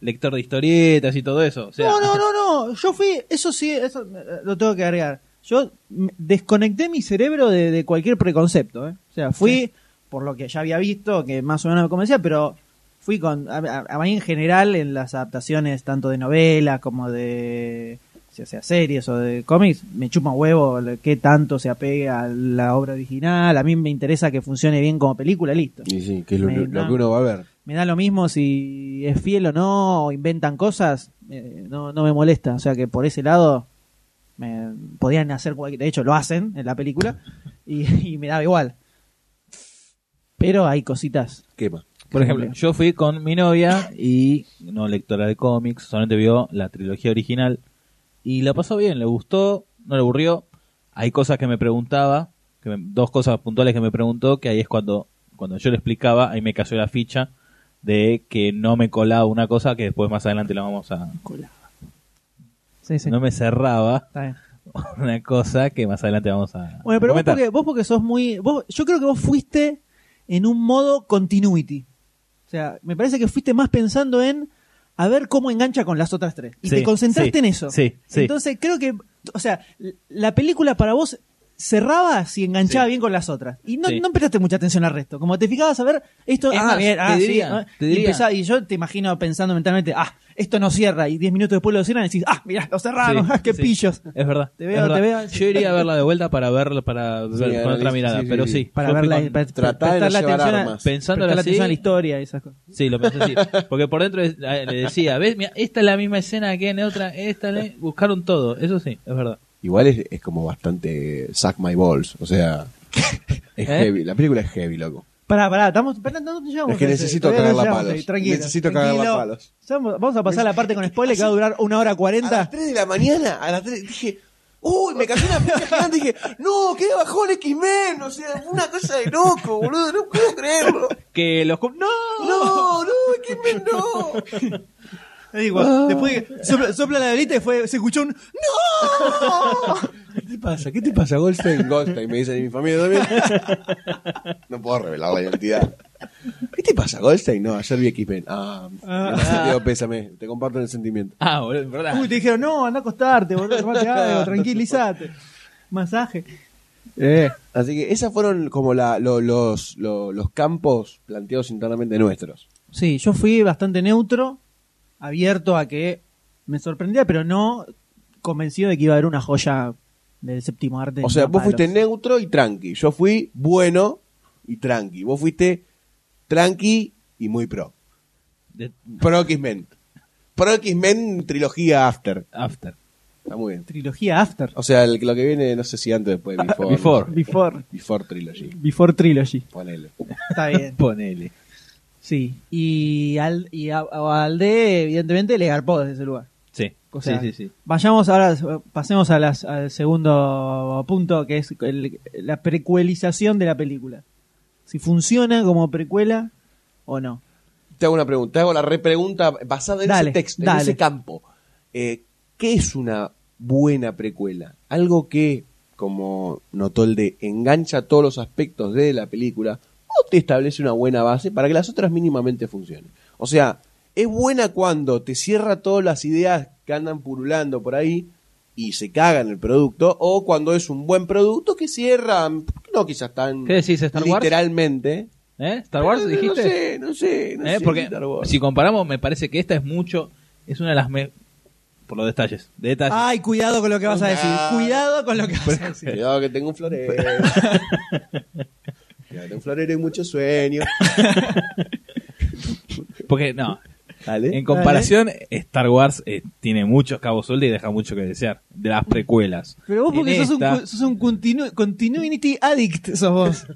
Speaker 5: lector de historietas y todo eso. O sea,
Speaker 2: No, no, no, no. Yo fui, eso sí, eso eh, lo tengo que agregar. Yo mm, desconecté mi cerebro de, de cualquier preconcepto. ¿eh? O sea, fui por lo que ya había visto, que más o menos me convencía, pero fui con. A, a- a mí en general, en las adaptaciones tanto de novelas como de. ya sea series o de cómics, me chupa un huevo lo- qué tanto se apega a la obra original. A mí me interesa que funcione bien como película, listo.
Speaker 4: Y sí, que es lo,
Speaker 2: Me-
Speaker 4: lo
Speaker 2: no.
Speaker 4: que uno va a ver.
Speaker 2: Me da lo mismo si es fiel o no, o inventan cosas, eh, no, no me molesta. O sea que por ese lado me, podían hacer cualquier. De hecho, lo hacen en la película y, y me daba igual. Pero hay cositas.
Speaker 4: Quema.
Speaker 5: Por ejemplo, yo fui con mi novia y no lectora de cómics, solamente vio la trilogía original y la pasó bien, le gustó, no le aburrió. Hay cosas que me preguntaba, que me- dos cosas puntuales que me preguntó, que ahí es cuando, cuando yo le explicaba, ahí me cayó la ficha de que no me colaba una cosa que después más adelante la vamos a...
Speaker 2: Sí, sí.
Speaker 5: No me cerraba
Speaker 2: Está bien.
Speaker 5: una cosa que más adelante vamos a...
Speaker 2: Bueno, pero vos
Speaker 5: comentar.
Speaker 2: porque, vos porque sos muy. vos- yo creo que vos fuiste en un modo continuity. O sea, me parece que fuiste más pensando en a ver cómo engancha con las otras tres. Y
Speaker 5: Sí,
Speaker 2: te concentraste
Speaker 5: sí,
Speaker 2: en eso.
Speaker 5: sí, sí.
Speaker 2: Entonces creo que, o sea, l- la película para vos cerraba si enganchaba bien con las otras. Y no,
Speaker 5: Sí.
Speaker 2: no prestaste mucha atención al resto. Como te fijabas a ver, esto.
Speaker 5: Es
Speaker 2: ah,
Speaker 5: más,
Speaker 2: bien,
Speaker 5: te
Speaker 2: ah, sí,
Speaker 5: diría,
Speaker 2: ah,
Speaker 5: te
Speaker 2: y,
Speaker 5: diría.
Speaker 2: empezá- y yo te imagino pensando mentalmente, ah, esto no cierra. Y diez minutos después lo cierran y decís, ah, mirá, lo cerraron,
Speaker 5: Sí,
Speaker 2: ah, qué
Speaker 5: sí.
Speaker 2: pillos.
Speaker 5: Es verdad.
Speaker 2: Te veo,
Speaker 5: es verdad.
Speaker 2: te veo.
Speaker 5: Yo iría a verla de vuelta para verla para ver con otra
Speaker 4: analiz-
Speaker 5: mirada,
Speaker 4: sí, sí,
Speaker 5: pero
Speaker 4: sí.
Speaker 5: sí.
Speaker 2: Para
Speaker 5: yo fui
Speaker 2: verla,
Speaker 5: con-
Speaker 2: para
Speaker 4: Tratá de
Speaker 2: prestar
Speaker 4: no
Speaker 2: la
Speaker 4: llevar
Speaker 2: atención, a-
Speaker 4: armas.
Speaker 5: Pensándolo
Speaker 2: prestar la
Speaker 5: así-
Speaker 2: atención a la historia y esas cosas.
Speaker 5: Sí, lo pensé así. Porque por dentro es- eh, le decía, ¿ves? Mira, esta es la misma escena que en otra, esta le... Buscaron todo, eso sí, es verdad.
Speaker 4: Igual es, es como bastante Suck My Balls. O sea, es
Speaker 5: ¿Eh?
Speaker 4: heavy. La película es heavy, loco.
Speaker 2: Pará, pará, estamos, pará, no te llevamos.
Speaker 4: Es que
Speaker 2: Fede,
Speaker 4: necesito
Speaker 2: todavía no
Speaker 4: cagarla
Speaker 2: llegamos,
Speaker 4: a palos.
Speaker 2: Fede, Tranquilo,
Speaker 4: Necesito
Speaker 2: tranquilo.
Speaker 4: cagarla a palos.
Speaker 2: Ya Vamos vamos a pasar a la parte con spoiler que va a durar una hora
Speaker 4: A las
Speaker 2: cuarenta.
Speaker 4: 3 de la mañana, a las 3, dije, uy, me cayó una ficha gigante y dije, no, qué bajón X-Men, o sea, una cosa de loco, boludo, no puedo creerlo.
Speaker 5: Que los... cum- ¡No!
Speaker 4: No, no, X-Men no. ah.
Speaker 2: Después sopla, sopla la velita y fue, se escuchó un ¡No!
Speaker 4: ¿Qué te pasa? ¿Qué te pasa, Goldstein? Goldstein, me dicen en mi familia también. No puedo revelar la identidad. ¿Qué te pasa, Goldstein? No, ayer vi X-Men. Ah, mi sentido, pésame, te comparto el sentimiento.
Speaker 5: Ah, boludo, es verdad.
Speaker 2: Uy, te dijeron, no, anda a acostarte, boludo, tomate algo, tranquilízate. Masaje.
Speaker 4: Así que esos fueron como la- lo- los, lo- los campos planteados internamente nuestros.
Speaker 2: Sí, yo fui bastante neutro, abierto a que me sorprendía, pero no convencido de que iba a haber una joya del séptimo arte.
Speaker 4: O sea,
Speaker 2: ni a
Speaker 4: vos fuiste
Speaker 2: palos.
Speaker 4: neutro y tranqui. Yo fui bueno y tranqui. Vos fuiste tranqui y muy pro.
Speaker 5: De-
Speaker 4: Pro X-Men. Pro X-Men trilogía after.
Speaker 5: After.
Speaker 4: Está muy bien.
Speaker 2: Trilogía After.
Speaker 4: O sea, el- lo que viene, no sé si antes o después. Before.
Speaker 5: Before.
Speaker 2: Before,
Speaker 4: Before trilogy.
Speaker 2: before Trilogy.
Speaker 4: Ponele.
Speaker 2: Está bien.
Speaker 5: Ponele.
Speaker 2: Sí. Y al, y a, a Valdé, evidentemente, le garpó desde ese lugar.
Speaker 5: Sí.
Speaker 2: O sea,
Speaker 5: Sí, sí, sí.
Speaker 2: Vayamos ahora, pasemos a las- al segundo punto, que es el- la precuelización de la película. Si funciona como precuela o no.
Speaker 4: Te hago una pregunta, te hago la repregunta basada en
Speaker 2: Dale,
Speaker 4: ese texto,
Speaker 2: dale.
Speaker 4: en ese campo. Eh, ¿Qué es una buena precuela? Algo que, como notó el de, engancha todos los aspectos de la película o te establece una buena base para que las otras mínimamente funcionen. O sea, es buena cuando te cierra todas las ideas que andan purulando por ahí y se caga en el producto, o cuando es un buen producto que cierra, no quizás tan
Speaker 5: ¿Qué decís, Star Wars?
Speaker 4: literalmente.
Speaker 5: ¿Eh? ¿Star Wars
Speaker 4: Eh,
Speaker 5: dijiste?
Speaker 4: No sé, no sé. No
Speaker 5: ¿Eh?
Speaker 4: sé
Speaker 5: Porque
Speaker 4: Star Wars.
Speaker 5: si comparamos, me parece que esta es mucho. Es una de las. me- Por los detalles. Detalles.
Speaker 2: Ay, cuidado con lo que vas a decir. Cuidado con lo que vas a decir.
Speaker 4: Cuidado que tengo un florero. Cuidado, tengo un florero y mucho sueño.
Speaker 5: Porque, no.
Speaker 4: Dale.
Speaker 5: En comparación, Star Wars eh, tiene muchos cabos sueltos y deja mucho que desear. De las precuelas.
Speaker 2: Pero vos porque
Speaker 5: En
Speaker 2: sos un,
Speaker 5: esta-
Speaker 2: cu- sos un continu- continuity addict, sos vos.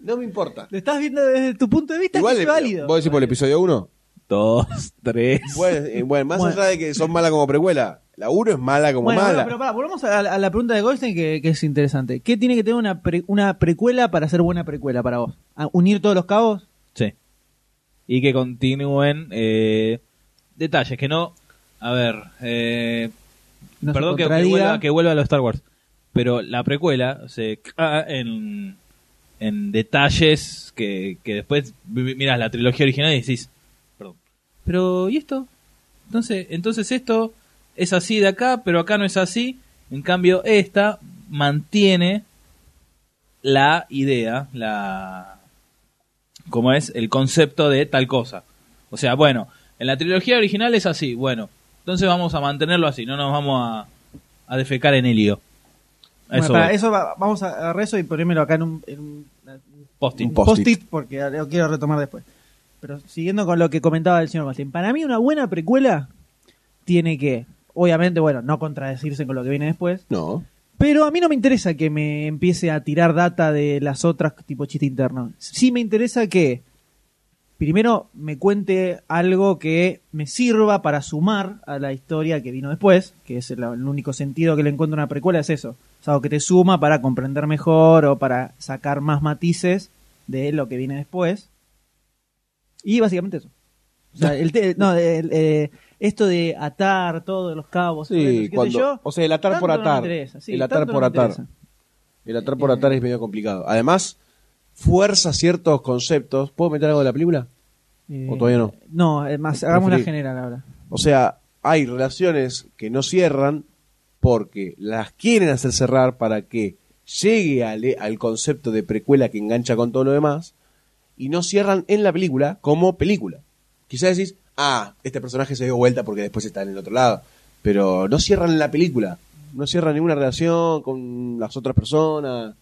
Speaker 4: No me importa.
Speaker 2: Lo estás viendo desde tu punto de vista, que es válido.
Speaker 14: ¿Vos decís
Speaker 5: pues,
Speaker 14: por el episodio 1?
Speaker 5: Dos, tres.
Speaker 4: Bueno, eh, bueno, más
Speaker 2: Bueno.
Speaker 4: allá de que son malas como precuela, la 1 es mala como
Speaker 2: bueno,
Speaker 4: mala.
Speaker 2: bueno, pero pará, volvamos a la, a la pregunta de Goldstein que, que es interesante. ¿Qué tiene que tener una, pre- una precuela para ser buena precuela para vos? ¿A- ¿Unir todos los cabos?
Speaker 5: Sí. Y que continúen eh, detalles, que no... A ver, eh,
Speaker 2: No se
Speaker 5: perdón que, que
Speaker 2: contradiga.
Speaker 5: vuelva, que vuelva a los Star Wars, pero la precuela se cae en, en detalles que, que después vi- miras la trilogía original y decís, perdón, pero ¿y esto? Entonces, entonces esto es así de acá, pero acá no es así. En cambio, esta mantiene la idea, la como es el concepto de tal cosa. O sea, bueno, en la trilogía original es así, bueno, entonces vamos a mantenerlo así, no nos vamos a, a defecar en el lío.
Speaker 2: Bueno,
Speaker 5: Eso,
Speaker 2: pará,
Speaker 5: voy.
Speaker 2: eso va- vamos a agarrar eso y ponémelo acá en un, en un-
Speaker 5: Post-it.
Speaker 2: un post-it porque lo quiero retomar después. Pero siguiendo con lo que comentaba el señor Goldstein, para mí una buena precuela tiene que, obviamente, bueno, no contradecirse con lo que viene después,
Speaker 14: No.
Speaker 2: Pero a mí no me interesa que me empiece a tirar data de las otras tipo chiste interno. Sí me interesa que primero me cuente algo que me sirva para sumar a la historia que vino después, que es el, el único sentido que le encuentro a una precuela, es eso. Es algo que te suma para comprender mejor o para sacar más matices de lo que viene después. Y básicamente eso. O sea, el te- no, el, eh, esto de atar todos los cabos, todo eso, qué
Speaker 4: Sí,
Speaker 2: sé
Speaker 4: cuando,
Speaker 2: yo,
Speaker 4: o sea, el atar
Speaker 2: tanto
Speaker 4: por
Speaker 2: no me
Speaker 4: atar.
Speaker 2: interesa, sí,
Speaker 4: el atar
Speaker 2: tanto
Speaker 4: por
Speaker 2: no me
Speaker 4: atar.
Speaker 2: interesa.
Speaker 4: El atar por atar es medio complicado. Además, fuerza ciertos conceptos. ¿Puedo meter algo de la película?
Speaker 2: Eh,
Speaker 4: ¿O todavía no?
Speaker 2: No, es más, hagamos una
Speaker 4: Preferí.
Speaker 2: general ahora.
Speaker 4: O sea, hay relaciones que no cierran porque las quieren hacer cerrar para que llegue al, al concepto de precuela que engancha con todo lo demás y no cierran en la película como película. Quizás decís, ah, este personaje se dio vuelta porque después está en el otro lado, pero no cierran en la película, no cierran ninguna relación con las otras personas,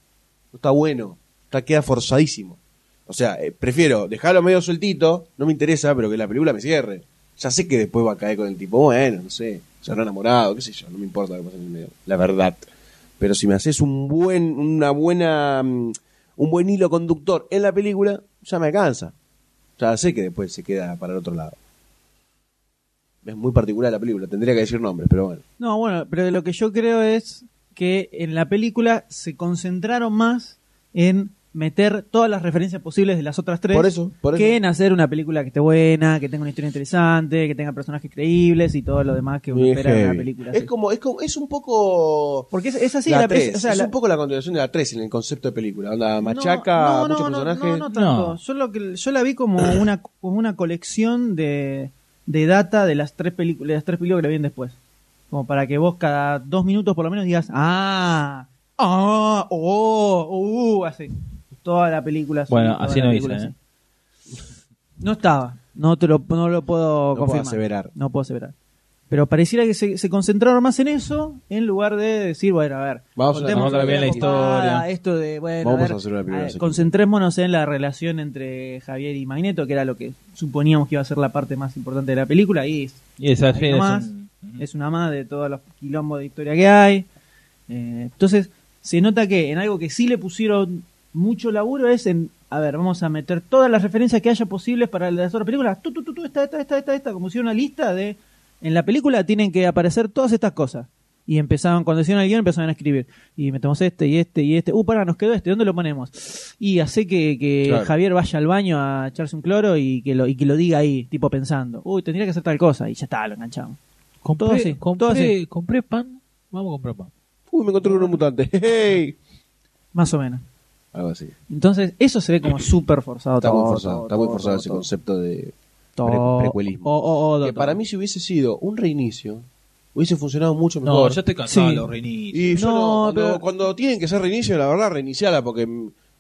Speaker 4: no está bueno, está queda forzadísimo. O sea, eh, prefiero dejarlo medio sueltito, no me interesa, pero que la película me cierre. Ya sé que después va a caer con el tipo, bueno, no sé, se habrá enamorado, qué sé yo, no me importa lo que pasa en el medio, la verdad. Pero si me haces un buen, una buena, mm, un buen hilo conductor en la película, ya me alcanza. Ya sé que después se queda para el otro lado. Es muy particular la película, tendría que decir nombres, pero bueno.
Speaker 2: No, bueno, pero lo que yo creo es que en la película se concentraron más en meter todas las referencias posibles de las otras tres
Speaker 4: Por eso, por eso.
Speaker 2: que en hacer una película que esté buena, que tenga una historia interesante, que tenga personajes creíbles y todo lo demás que uno
Speaker 4: Muy
Speaker 2: espera de una
Speaker 4: heavy.
Speaker 2: película.
Speaker 4: Es
Speaker 2: así.
Speaker 4: como, es como, es un poco
Speaker 2: Porque es, es así,
Speaker 4: la
Speaker 2: Ah, la-
Speaker 4: tres,
Speaker 2: es- o sea,
Speaker 4: es
Speaker 2: la-
Speaker 4: un poco la continuación de la 3 en el concepto de película. Onda,
Speaker 2: no,
Speaker 4: machaca,
Speaker 2: no, no,
Speaker 4: muchos
Speaker 2: no, No,
Speaker 4: personajes.
Speaker 2: no tanto.
Speaker 5: No.
Speaker 2: Yo, lo que, yo la vi como una, como una colección de, de data de las tres películas, de las tres películas que le vienen después. Como para que vos cada dos minutos por lo menos digas, ah, ah, oh, uh, así. Toda la película.
Speaker 5: Bueno,
Speaker 2: toda
Speaker 5: así
Speaker 2: la
Speaker 5: no
Speaker 2: película
Speaker 5: hice, ¿eh?
Speaker 2: así. No estaba. No, te lo, no lo puedo
Speaker 4: No puedo
Speaker 2: confirmar.
Speaker 4: aseverar.
Speaker 2: No puedo aseverar. Pero pareciera que se, se concentraron más en eso en lugar de decir, bueno, a ver,
Speaker 4: Vamos a-
Speaker 2: contemos
Speaker 5: vamos a
Speaker 2: lo que Ah,
Speaker 5: ver la
Speaker 2: tenemos para
Speaker 5: historia.
Speaker 2: Esto de, bueno,
Speaker 4: Vamos
Speaker 2: a ver,
Speaker 4: a hacer una primera
Speaker 2: a ver,
Speaker 4: secuencia.
Speaker 2: concentrémonos en la relación entre Javier y Magneto, que era lo que suponíamos que iba a ser la parte más importante de la película, y es,
Speaker 5: Y esa
Speaker 2: ahí
Speaker 5: es
Speaker 2: nomás,
Speaker 5: un-
Speaker 2: es una más de todos los quilombos de historia que hay. Eh, entonces, se nota que en algo que sí le pusieron mucho laburo es en, a ver, vamos a meter todas las referencias que haya posibles para las otras películas, tú, tú, tú, tú, esta, esta, esta, esta, esta, como si una lista de en la película tienen que aparecer todas estas cosas. Y empezaban, cuando decían el guión, empezaban a escribir. Y metemos este, y este, y este. Uh, pará, nos quedó este, ¿dónde lo ponemos? Y hace que, que
Speaker 4: Claro.
Speaker 2: Javier vaya al baño a echarse un cloro y que, lo, y que lo diga ahí, tipo pensando. Uy, tendría que hacer tal cosa. Y ya está, lo enganchamos.
Speaker 5: Compré,
Speaker 2: Todo así,
Speaker 5: compré,
Speaker 2: todo así.
Speaker 5: compré pan. Vamos a comprar pan.
Speaker 4: Uy, me encontré con un mutante. ¡Hey!
Speaker 2: Más o menos.
Speaker 4: Algo así.
Speaker 2: Entonces, eso se ve como súper forzado.
Speaker 4: Está
Speaker 2: todo,
Speaker 4: muy forzado,
Speaker 2: todo,
Speaker 4: está muy
Speaker 2: todo,
Speaker 4: forzado
Speaker 2: todo,
Speaker 4: ese
Speaker 2: todo.
Speaker 4: concepto de
Speaker 2: Todo.
Speaker 4: pre- precuelismo.
Speaker 2: O- o- o-
Speaker 4: que
Speaker 2: todo.
Speaker 4: para mí si hubiese sido un reinicio, hubiese funcionado mucho
Speaker 5: No,
Speaker 4: mejor.
Speaker 5: yo estoy cansado
Speaker 2: Sí.
Speaker 5: de los reinicios.
Speaker 4: Y yo no,
Speaker 2: No,
Speaker 4: cuando,
Speaker 2: pero-
Speaker 4: cuando tienen que ser reinicio, la verdad, reiniciala porque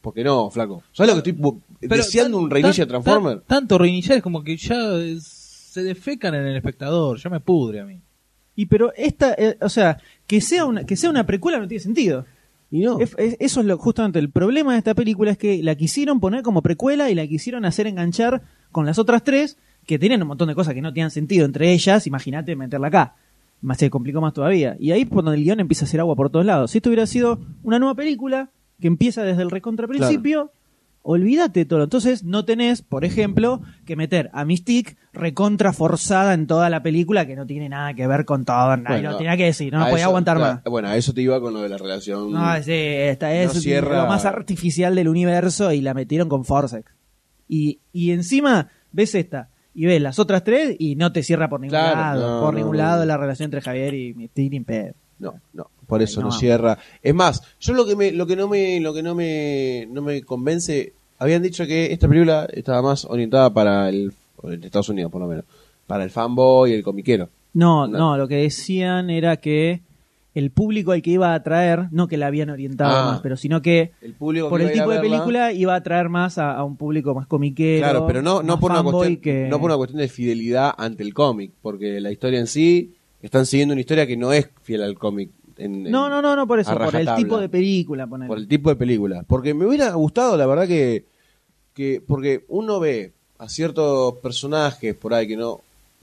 Speaker 4: porque no, flaco. ¿Sabes lo que estoy bu-
Speaker 5: Pero
Speaker 4: deseando
Speaker 5: tan-
Speaker 4: un reinicio de
Speaker 5: tan-
Speaker 4: Transformer?
Speaker 5: tan- tanto reiniciar es como que ya eh, se defecan en el espectador. Ya me pudre a mí.
Speaker 2: Y pero esta, eh, o sea, que sea una, que sea una precuela no tiene sentido.
Speaker 4: y no.
Speaker 2: Es- es- eso es lo, justamente el problema de esta película es que la quisieron poner como precuela y la quisieron hacer enganchar con las otras tres que tienen un montón de cosas que no tienen sentido entre ellas. Imagínate meterla acá. Más se complicó más todavía. Y ahí es por donde el guión empieza a hacer agua por todos lados. Si esto hubiera sido una nueva película que empieza desde el recontra principio, olvídate de todo. Entonces no tenés, por ejemplo, que meter a Mystique recontra forzada en toda la película que no tiene nada que ver con todo. nadie
Speaker 4: Bueno,
Speaker 2: lo tenía que decir, no
Speaker 4: a
Speaker 2: lo podía
Speaker 4: eso-
Speaker 2: aguantar más.
Speaker 4: claro, Bueno, a eso te iba con lo de la relación.
Speaker 2: No, sí, esta es
Speaker 4: No cierra-
Speaker 2: lo más artificial del universo y la metieron con Forcex. Y, y encima ves esta y ves las otras tres y no te cierra por ningún
Speaker 4: Claro,
Speaker 2: lado.
Speaker 4: no,
Speaker 2: por
Speaker 4: no,
Speaker 2: ningún
Speaker 4: no.
Speaker 2: lado la relación entre Javier y Mystique ni en pedo.
Speaker 4: No, no, por eso
Speaker 2: Ay,
Speaker 4: no,
Speaker 2: no.
Speaker 4: cierra. Es más, yo lo que me, lo que no me, lo que no me, no me convence, habían dicho que esta película estaba más orientada para el, en Estados Unidos por lo menos, para el fanboy y el comiquero.
Speaker 2: No, no,
Speaker 4: No.
Speaker 2: lo que decían era que el público al que iba a atraer, no que la habían orientado
Speaker 4: Ah.
Speaker 2: más, pero sino que
Speaker 4: El público
Speaker 2: por
Speaker 4: que
Speaker 2: el
Speaker 4: iba a ir
Speaker 2: tipo
Speaker 4: a
Speaker 2: de
Speaker 4: verla-
Speaker 2: película iba a atraer más a, a un público más comiquero.
Speaker 4: Claro, pero no, no
Speaker 2: más
Speaker 4: por una
Speaker 2: fanboy
Speaker 4: cuestión,
Speaker 2: que-
Speaker 4: no por una cuestión de fidelidad ante el cómic, porque la historia en sí están siguiendo una historia que no es fiel al cómic. en- en-
Speaker 2: no, no, no, no por
Speaker 4: a
Speaker 2: eso, por el
Speaker 4: rajatabla.
Speaker 2: tipo de película. ponele.
Speaker 4: por el tipo de película. Porque me hubiera gustado, la verdad, que, que. Porque uno ve a ciertos personajes por ahí que no.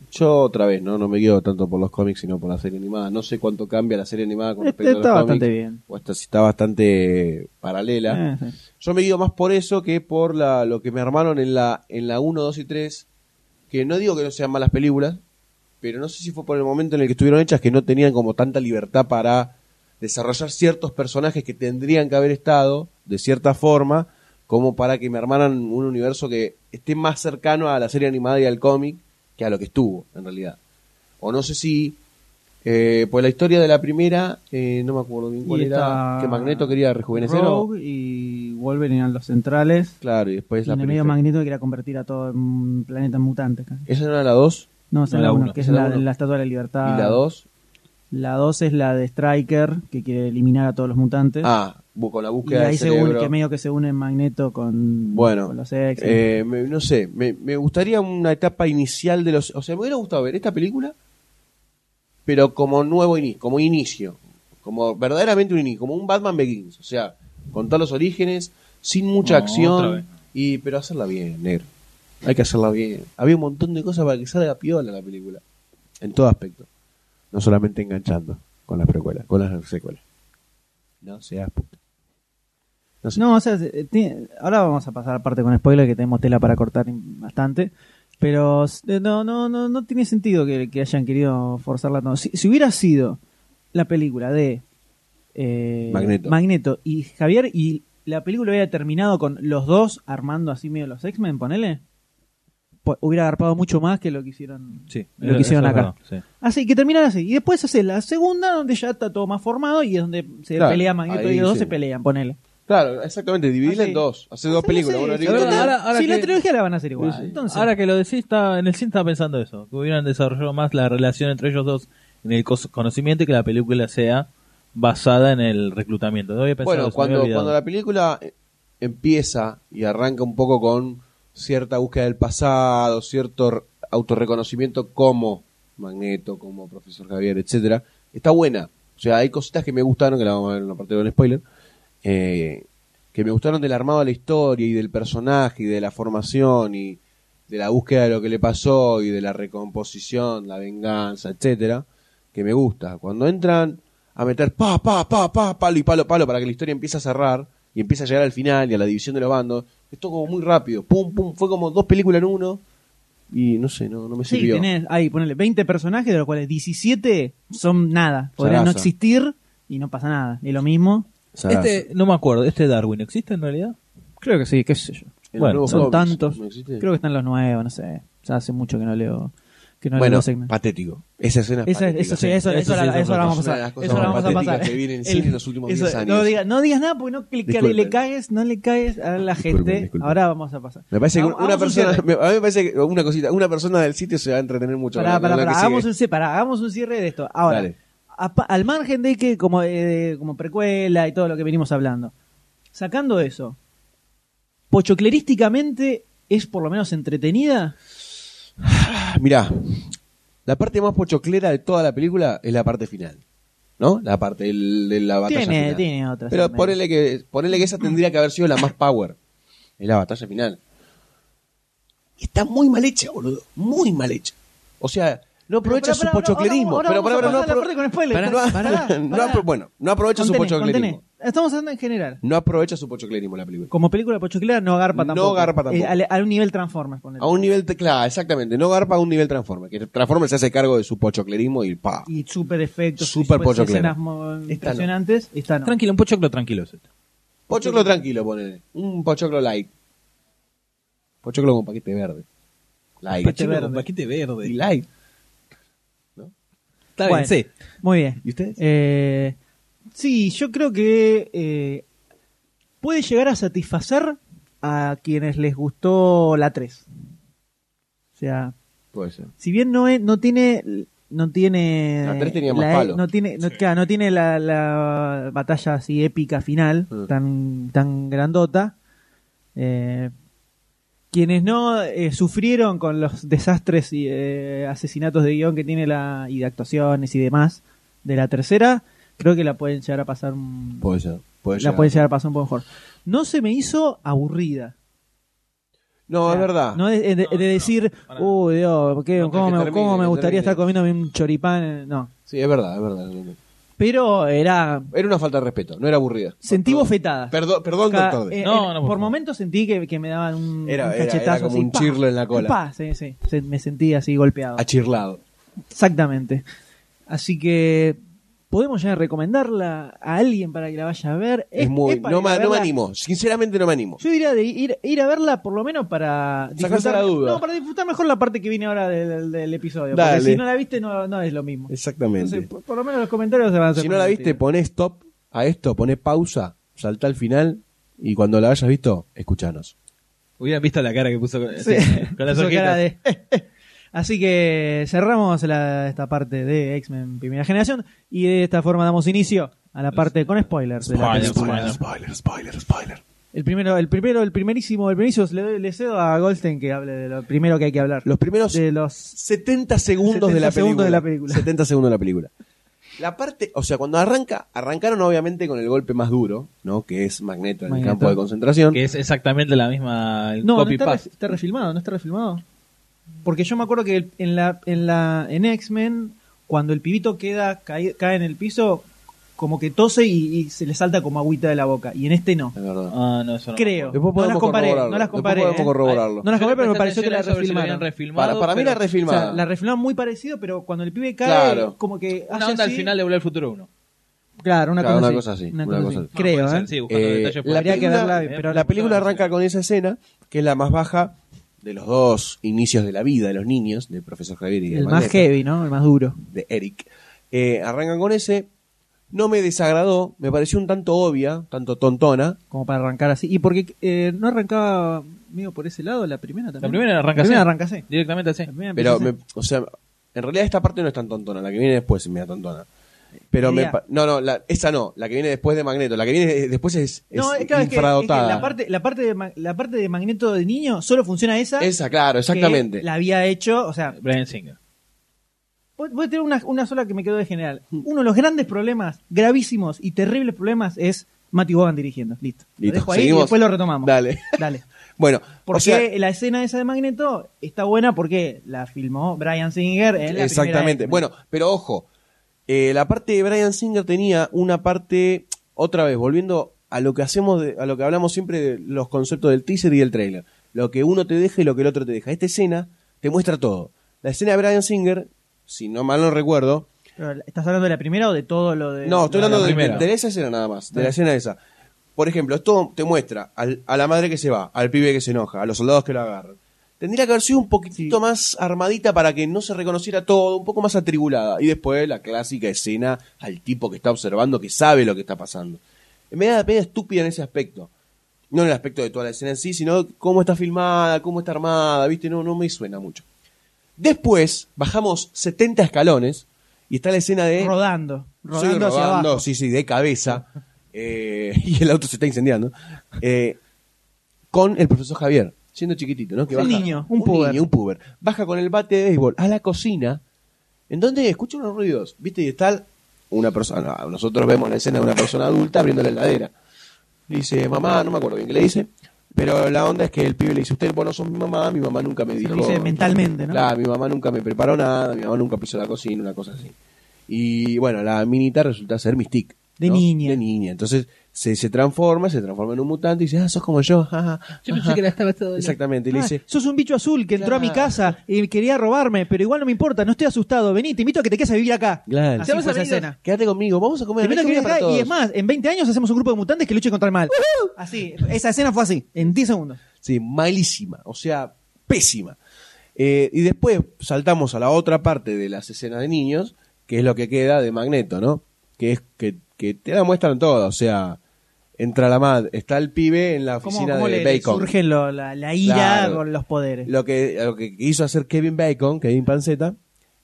Speaker 4: Yo otra vez, ¿no? No me guío tanto por los cómics, sino por la serie animada. No sé cuánto cambia la serie animada con
Speaker 2: Este
Speaker 4: respecto
Speaker 2: está
Speaker 4: a los
Speaker 2: bastante
Speaker 4: cómics.
Speaker 2: bien.
Speaker 4: O hasta si está bastante paralela.
Speaker 2: Eh, sí.
Speaker 4: Yo me guío más por eso que por la, lo que me armaron en la, en la 1, 2 y 3. Que no digo que no sean malas películas, pero no sé si fue por el momento en el que estuvieron hechas que no tenían como tanta libertad para desarrollar ciertos personajes que tendrían que haber estado de cierta forma, como para que me armaran un universo que esté más cercano a la serie animada y al cómic que a lo que estuvo, en realidad. O no sé si. Eh, pues la historia de la primera, eh, no me acuerdo bien cuál
Speaker 2: Y
Speaker 4: era,
Speaker 2: está
Speaker 4: que Magneto quería rejuvenecer. o-
Speaker 2: Rogue y Wolverine eran los centrales.
Speaker 4: Claro, y después
Speaker 2: Y
Speaker 4: la
Speaker 2: en el medio
Speaker 4: periferia.
Speaker 2: Magneto que quería convertir a todo en un planeta mutante. casi.
Speaker 4: Esa no era la 2
Speaker 2: No, esa
Speaker 5: No,
Speaker 2: es
Speaker 5: la
Speaker 2: la
Speaker 5: uno,
Speaker 2: 1, que es
Speaker 4: esa es la
Speaker 2: la,
Speaker 4: uno.
Speaker 2: la Estatua de la Libertad.
Speaker 4: y la 2.
Speaker 2: La 2 es la de Striker, que quiere eliminar a todos los mutantes.
Speaker 4: Ah, bu- con la
Speaker 2: y
Speaker 4: búsqueda
Speaker 2: ahí
Speaker 4: del
Speaker 2: se une,
Speaker 4: cerebro.
Speaker 2: que medio que se une Magneto con,
Speaker 4: Bueno,
Speaker 2: con los ex.
Speaker 4: Eh, me- no sé, me, me gustaría una etapa inicial de los... O sea, me hubiera gustado ver esta película, pero como nuevo inicio, como inicio, como verdaderamente un inicio, como un Batman Begins. O sea, contar los orígenes, sin mucha
Speaker 5: No, otra vez.
Speaker 4: acción, y pero hacerla bien, negro. Hay que hacerla bien. Había un montón de cosas para que salga piola la película, en todo aspecto. No solamente enganchando con las precuelas, con las secuelas. No seas puto. sí.
Speaker 2: No, o sea, eh, tiene- ahora vamos a pasar aparte con spoiler que tenemos tela para cortar bastante. Pero eh, no, no, no, no tiene sentido que, que hayan querido forzarla tanto. Si, si hubiera sido la película de eh,
Speaker 4: Magneto.
Speaker 2: y Javier y la película hubiera terminado con los dos armando así medio los X-Men, ponele, po- hubiera agarpado mucho más que lo que hicieron.
Speaker 5: Sí,
Speaker 2: Lo que hicieron
Speaker 5: eso es
Speaker 2: acá.
Speaker 5: verdad,
Speaker 2: Así que terminan así. Y después hace la segunda donde ya está todo más formado y es donde se
Speaker 4: Claro,
Speaker 2: pelea Magneto
Speaker 4: ahí
Speaker 2: y los dos
Speaker 4: sí.
Speaker 2: se pelean, ponele.
Speaker 4: Claro, exactamente, dividirla
Speaker 5: Ah,
Speaker 2: Así.
Speaker 4: en dos, hacer dos películas.
Speaker 2: Sí,
Speaker 4: una
Speaker 2: sí,
Speaker 4: original.
Speaker 2: sí,
Speaker 5: ahora- ahora
Speaker 2: sí, la
Speaker 5: que-
Speaker 2: trilogía la van a hacer igual.
Speaker 4: Sí, sí.
Speaker 5: sí.
Speaker 2: Entonces,
Speaker 5: Ahora que lo decís, está, en el cine estaba pensando eso. Que hubieran desarrollado más la relación entre ellos dos en el cos- conocimiento y que la película sea basada en el reclutamiento. No había pensado
Speaker 4: Bueno,
Speaker 5: eso, me había
Speaker 4: cuando,
Speaker 5: olvidado.
Speaker 4: cuando la película eh, empieza y arranca un poco con cierta búsqueda del pasado, cierto r- autorreconocimiento como Magneto, como Profesor Javier, etcétera, está buena. O sea, hay cositas que me gustaron, que la vamos a ver en la parte de un spoiler, eh, que me gustaron del armado de la historia y del personaje y de la formación y de la búsqueda de lo que le pasó y de la recomposición, la venganza, etcétera, que me gusta. Cuando entran a meter pa, pa, pa, pa, palo y palo, palo, para que la historia empiece a cerrar y empiece a llegar al final y a la división de los bandos, esto como muy rápido, pum, pum, fue como dos películas en uno, Y no sé, no, no me
Speaker 2: Sí,
Speaker 4: sirvió.
Speaker 2: tenés ahí, ponele 20 personajes, de los cuales 17 son nada. Podrían no
Speaker 4: Zaraza.
Speaker 2: existir y no pasa nada. Y lo mismo.
Speaker 5: Este, no me acuerdo, ¿este Darwin existe en realidad?
Speaker 2: Creo que sí, qué sé yo.
Speaker 5: En los
Speaker 2: Bueno,
Speaker 5: nuevos
Speaker 2: son
Speaker 5: cómics,
Speaker 2: tantos.
Speaker 5: ¿no existe?
Speaker 2: Creo que están los nuevos, no sé. Ya hace mucho que no leo. Que no
Speaker 4: bueno,
Speaker 2: leo segmentos.
Speaker 4: patético. Esa escena es
Speaker 2: Esa-
Speaker 4: patética,
Speaker 2: eso sí,
Speaker 4: sí.
Speaker 2: eso, eso,
Speaker 4: Eso sí,
Speaker 2: la-
Speaker 4: eso
Speaker 2: eso la
Speaker 4: es
Speaker 2: vamos a
Speaker 4: una de
Speaker 2: pasar.
Speaker 4: las cosas
Speaker 2: Eso la
Speaker 4: más
Speaker 2: vamos a
Speaker 4: patéticas
Speaker 2: pasar.
Speaker 4: que vi en el
Speaker 2: El-
Speaker 4: cine en los últimos
Speaker 2: eso-
Speaker 4: 10 años.
Speaker 2: No digas, no digas nada porque no, que- que le,
Speaker 4: Disculpen.
Speaker 2: le cagues, no le cagues a la gente.
Speaker 4: disculpen.
Speaker 2: Ahora vamos a pasar.
Speaker 4: Me parece que
Speaker 2: Hagamos-
Speaker 4: una
Speaker 2: hagamos un
Speaker 4: persona,
Speaker 2: cierre.
Speaker 4: me- a mí me parece que una cosita, una persona del sitio se va a entretener mucho.
Speaker 2: Pará,
Speaker 4: con lo-
Speaker 2: pará,
Speaker 4: con lo
Speaker 2: pará,
Speaker 4: que sigue.
Speaker 2: hagamos un cierre, pará, hagamos un cierre de esto. Ahora,
Speaker 4: Dale.
Speaker 2: a pa- al margen de que como, eh, como precuela y todo lo que venimos hablando, sacando eso, pochoclerísticamente es por lo menos entretenida.
Speaker 4: Ah, Mirá, la parte más pochoclera de toda la película es la parte final. ¿No? La parte del- de la batalla
Speaker 2: Tiene-
Speaker 4: final.
Speaker 2: tiene otras
Speaker 4: Pero
Speaker 2: también.
Speaker 4: ponele que, ponele que esa tendría que haber sido la más power. Es la batalla final. Está muy mal hecha, boludo. Muy mal hecha. O sea, no aprovecha
Speaker 2: Pero,
Speaker 4: su
Speaker 2: pero, pero,
Speaker 4: pochoclerismo.
Speaker 2: ahora-
Speaker 4: Pero
Speaker 2: ahora
Speaker 4: pará,
Speaker 2: vamos
Speaker 4: pará,
Speaker 2: a pasar
Speaker 4: no
Speaker 2: la parte
Speaker 4: apro-
Speaker 2: con spoiler.
Speaker 4: pará, no-
Speaker 2: Pará, pará.
Speaker 4: no apro- Bueno, no aprovecha su
Speaker 2: Contené,
Speaker 4: pochoclerismo.
Speaker 2: contené. Estamos hablando en general.
Speaker 4: No aprovecha su pochoclerismo la película.
Speaker 2: Como película pochoclera no agarpa
Speaker 4: No
Speaker 2: tampoco.
Speaker 4: garpa
Speaker 2: Eh,
Speaker 4: tampoco.
Speaker 2: al- a, un nivel Transformers, ponele.
Speaker 4: A un nivel, te- claro, exactamente. No garpa a un nivel transforme. Que transforme se hace cargo de su pochoclerismo y pa.
Speaker 2: Y super efectos. y
Speaker 4: Super pochoclera.
Speaker 2: Escenas mo-
Speaker 4: Esta no.
Speaker 2: impresionantes. Esta no.
Speaker 5: Tranquilo, un pochoclo tranquilo. es este.
Speaker 4: Pochoclo tranquilo, ponele. Un pochoclo light. Pochoclo con paquete verde. Light.
Speaker 5: Paquete verde. Paquete verde.
Speaker 4: Y light.
Speaker 5: Está
Speaker 2: Bueno,
Speaker 5: bien, sí.
Speaker 2: Muy bien.
Speaker 4: ¿Y ustedes?
Speaker 2: Eh, sí, yo creo que eh, puede llegar a satisfacer a quienes les gustó la 3. O sea,
Speaker 4: Puede ser.
Speaker 2: si bien no, es- no tiene... No tiene.
Speaker 4: La 3 tenía más palo.
Speaker 2: No tiene, no, claro, no tiene la, la batalla así épica final,
Speaker 4: Mm.
Speaker 2: tan, tan grandota. Eh, quienes no eh, sufrieron con los desastres y eh, asesinatos de guión que tiene la y de actuaciones y demás de la tercera, creo que la pueden llegar a pasar un-
Speaker 4: Puede ser.
Speaker 2: la
Speaker 4: Puede llegar.
Speaker 2: pueden llegar a pasar un poco mejor. No se me hizo aburrida.
Speaker 4: No,
Speaker 2: O sea,
Speaker 4: es verdad.
Speaker 2: No de, de- de decir, uy, Dios, ¿qué-
Speaker 4: No, que
Speaker 2: ¿cómo, me,
Speaker 4: termine,
Speaker 2: cómo me
Speaker 4: que
Speaker 2: gustaría
Speaker 4: termine.
Speaker 2: estar comiéndome un choripán? No.
Speaker 4: Sí, es verdad, es verdad. es verdad.
Speaker 2: Pero era.
Speaker 4: Era una falta de respeto, no era aburrida.
Speaker 2: Sentí bofetadas.
Speaker 4: Perdón, perdón
Speaker 2: Ca-
Speaker 4: doctor. D.
Speaker 2: eh,
Speaker 5: No,
Speaker 2: eh,
Speaker 5: no, por
Speaker 2: por
Speaker 5: favor.
Speaker 2: momentos sentí que, que me daban un,
Speaker 4: Era-
Speaker 2: un
Speaker 4: era- era
Speaker 2: cachetazo.
Speaker 4: como
Speaker 2: así,
Speaker 4: un
Speaker 2: ¡pa!
Speaker 4: chirlo en la cola.
Speaker 2: ¡pa! Sí, sí. Se- me sentí así golpeado.
Speaker 4: Achirlado.
Speaker 2: Exactamente. Así que podemos ya recomendarla a alguien para que la vaya a ver.
Speaker 4: Es, muy.
Speaker 2: para
Speaker 4: no,
Speaker 2: ir a
Speaker 4: ma- no me
Speaker 2: verla.
Speaker 4: animo. Sinceramente no me animo.
Speaker 2: Yo diría de ir, ir a verla por lo menos para disfrutar,
Speaker 4: la duda.
Speaker 2: No, para disfrutar mejor la parte que viene ahora del, del episodio.
Speaker 4: Dale.
Speaker 2: Porque si no la viste no, no es lo mismo. Entonces,
Speaker 4: Exactamente.
Speaker 2: por, por lo menos los comentarios se van a hacer
Speaker 4: Si no la
Speaker 2: más
Speaker 4: viste,
Speaker 2: divertidos.
Speaker 4: poné stop a esto, poné pausa, saltá al final y cuando la hayas visto, escuchanos.
Speaker 5: Hubieran visto la cara que puso con,
Speaker 2: Sí.
Speaker 5: así, con las
Speaker 2: Puso cara
Speaker 5: ojitas.
Speaker 2: de- Así que cerramos la- esta parte de X-Men Primera Generación y de esta forma damos inicio a la parte con spoilers. de la película.
Speaker 4: spoiler, spoiler, spoiler.
Speaker 2: El primero, el primero, el primerísimo, el primerísimo le, doy- le cedo a Goldstein que hable de lo primero que hay que hablar.
Speaker 4: Los primeros
Speaker 2: de los
Speaker 4: 70 segundos,
Speaker 2: 70
Speaker 4: de, la
Speaker 2: segundos
Speaker 4: película.
Speaker 2: de la película.
Speaker 4: 70 segundos de la película. La parte, o sea, cuando arranca, arrancaron obviamente con el golpe más duro, ¿no? Que es Magneto en
Speaker 2: Magneto.
Speaker 4: el campo de concentración.
Speaker 5: Que es exactamente la misma el
Speaker 2: No, no
Speaker 5: copy
Speaker 2: está,
Speaker 5: paste.
Speaker 2: re- está refilmado, no está refilmado. Porque yo me acuerdo que el- en la en la en X-Men cuando el pibito queda cae, cae en el piso como que tose y, y se le salta como agüita de la boca y en este no.
Speaker 4: Es verdad.
Speaker 5: Ah, no, eso no.
Speaker 2: Creo.
Speaker 4: Después
Speaker 2: no las
Speaker 4: podemos
Speaker 2: comparé,
Speaker 4: corroborarlo.
Speaker 2: no las
Speaker 4: Después
Speaker 2: comparé.
Speaker 4: podemos
Speaker 2: ¿eh?
Speaker 4: corroborarlo.
Speaker 2: No las compré,
Speaker 5: Yo le
Speaker 2: pero me
Speaker 5: presté
Speaker 2: pareció que la
Speaker 5: atención a eso, a ver si lo
Speaker 2: refilmaron.
Speaker 5: habían refilmado,
Speaker 4: Para- para mí la
Speaker 5: pero
Speaker 4: re- Refilmada.
Speaker 2: O sea, la refilmaron muy parecido, pero cuando el pibe cae,
Speaker 4: Claro.
Speaker 2: como que
Speaker 5: Una
Speaker 2: hace
Speaker 5: onda al
Speaker 2: así.
Speaker 5: final de Volver al Futuro 1.
Speaker 2: Claro, una,
Speaker 4: Claro,
Speaker 2: cosa,
Speaker 4: una
Speaker 2: así.
Speaker 4: cosa así,
Speaker 2: Una
Speaker 4: una
Speaker 2: cosa
Speaker 4: cosa
Speaker 2: así.
Speaker 4: así.
Speaker 2: Creo,
Speaker 5: Ah, puede
Speaker 2: ¿eh?
Speaker 5: ser, sí, buscando
Speaker 4: Eh,
Speaker 5: detalles
Speaker 4: la,
Speaker 5: por ahí.
Speaker 2: Habría que
Speaker 4: película,
Speaker 2: verla,
Speaker 4: la
Speaker 2: pero-
Speaker 4: película arranca con esa escena, que es la más baja de los dos inicios de la vida de los niños, de Profesor Javier y de
Speaker 2: El más
Speaker 4: Magneto.
Speaker 2: heavy, ¿no? El más duro.
Speaker 4: de Eric. Eh, arrancan con ese. No me desagradó, me pareció un tanto obvia, tanto tontona.
Speaker 2: Como para arrancar así. Y porque eh, no arrancaba medio por ese lado la primera también.
Speaker 5: La primera arranca
Speaker 2: La primera
Speaker 5: así.
Speaker 2: arranca así.
Speaker 5: Directamente así.
Speaker 2: La primera
Speaker 4: Pero,
Speaker 2: empieza
Speaker 4: me-
Speaker 2: así.
Speaker 4: o sea, en realidad esta parte no es tan tontona, la que viene después es media tontona. Pero me,
Speaker 2: Diría-
Speaker 4: pa- no, no, la- esa no, la que viene después de Magneto, la que viene de- después es, es
Speaker 2: No, es, claro, es que, es que
Speaker 4: infradotada.
Speaker 2: la, parte, la, parte de, ma- la parte de Magneto de niño solo funciona esa.
Speaker 4: Esa, claro,
Speaker 2: que
Speaker 4: exactamente.
Speaker 2: La había hecho, o sea,
Speaker 5: Brian Singer.
Speaker 2: Voy voy a tener una, una sola que me quedó de general.
Speaker 4: Mm.
Speaker 2: Uno de los grandes problemas, gravísimos y terribles problemas, es Matty Bogan dirigiendo. Listo. Lo
Speaker 4: Listo,
Speaker 2: dejo ahí y
Speaker 4: seguimos.
Speaker 2: después lo retomamos.
Speaker 4: Dale.
Speaker 2: Dale.
Speaker 4: Bueno,
Speaker 2: Porque
Speaker 4: o sea,
Speaker 2: la escena esa de Magneto está buena porque la filmó Brian Singer en la
Speaker 4: Exactamente.
Speaker 2: primera
Speaker 4: Bueno, pero ojo, eh, la parte de Brian Singer tenía una parte, otra vez, volviendo a lo que hacemos, de- a lo que hablamos siempre de los conceptos del teaser y del trailer. Lo que uno te deja y lo que el otro te deja. Esta escena te muestra todo. La escena de Brian Singer, si no mal no recuerdo,
Speaker 2: Pero, ¿Estás hablando de la primera o de todo lo de.?
Speaker 4: no, estoy
Speaker 2: lo
Speaker 4: hablando
Speaker 2: la
Speaker 4: de,
Speaker 2: primera?
Speaker 4: de esa escena nada más, de la
Speaker 2: Sí.
Speaker 4: escena esa. Por ejemplo, esto te muestra al- a la madre que se va, al pibe que se enoja, a los soldados que lo agarran. Tendría que haber sido un poquitito más armadita para que no se reconociera todo, un poco más atribulada. Y después la clásica escena al tipo que está observando, que sabe lo que está pasando. Me da media estúpida en ese aspecto. No en el aspecto de toda la escena en sí, sino cómo está filmada, cómo está armada, ¿viste? No, no me suena mucho. Después, bajamos 70 escalones y está la escena de...
Speaker 2: Rodando.
Speaker 4: Soy
Speaker 2: Rodando hacia
Speaker 4: rodando,
Speaker 2: abajo.
Speaker 4: sí, sí, de cabeza. eh, y el auto se está incendiando. eh, con el profesor Javier, siendo chiquitito, ¿no? Que
Speaker 2: Un
Speaker 4: baja-
Speaker 2: niño, un puber.
Speaker 4: niño, un puber. Baja con el bate de béisbol a la cocina, en donde escucha unos ruidos, ¿viste? Y está una persona, nosotros vemos la escena de una persona adulta abriendo la heladera. Le dice, mamá, no me acuerdo bien qué le dice, pero la onda es que el pibe le dice, usted, vos no sos mi mamá, mi mamá nunca me dijo...
Speaker 2: dice mentalmente, ¿no?
Speaker 4: Claro, mi mamá nunca me preparó nada, mi mamá nunca pisó la cocina, una cosa así. Y bueno, la minita resulta ser Mystique.
Speaker 2: De
Speaker 4: ¿no?
Speaker 2: niña.
Speaker 4: De niña. Entonces se, se transforma, se transforma en un mutante y dice, ah, sos como yo. ajá,
Speaker 5: Yo pensé
Speaker 4: ajá".
Speaker 5: que la estaba todo.
Speaker 4: Exactamente, y le
Speaker 2: Ah,
Speaker 4: dice,
Speaker 2: sos un bicho azul que entró a mi
Speaker 4: Claro.
Speaker 2: casa y quería robarme, pero igual no me importa, no estoy asustado. Vení, te invito a que te quedes a vivir acá.
Speaker 4: claro,
Speaker 2: Así
Speaker 5: Te vas
Speaker 2: fue
Speaker 5: a
Speaker 2: esa
Speaker 5: venir a-
Speaker 2: escena.
Speaker 4: pues, quédate conmigo, vamos a comer.
Speaker 2: Te invito a
Speaker 4: hay
Speaker 2: que
Speaker 4: comida
Speaker 2: vengas
Speaker 4: para
Speaker 2: acá y
Speaker 4: todos".
Speaker 2: es más, en 20 años hacemos un grupo de mutantes que luche contra el mal. Así, esa escena fue así, en 10 segundos.
Speaker 4: Sí, malísima, o sea, pésima. Eh, y después saltamos a la otra parte de las escenas de niños, que es lo que queda de Magneto, ¿no? Que es que, que te la muestran toda, o sea, entra la madre, está el pibe en la
Speaker 2: ¿Cómo,
Speaker 4: oficina
Speaker 2: cómo
Speaker 4: de
Speaker 2: le, le
Speaker 4: Bacon.
Speaker 2: surge lo- la, la ira
Speaker 4: Claro.
Speaker 2: con los poderes?
Speaker 4: Lo que, lo que hizo hacer Kevin Bacon, Kevin Panceta,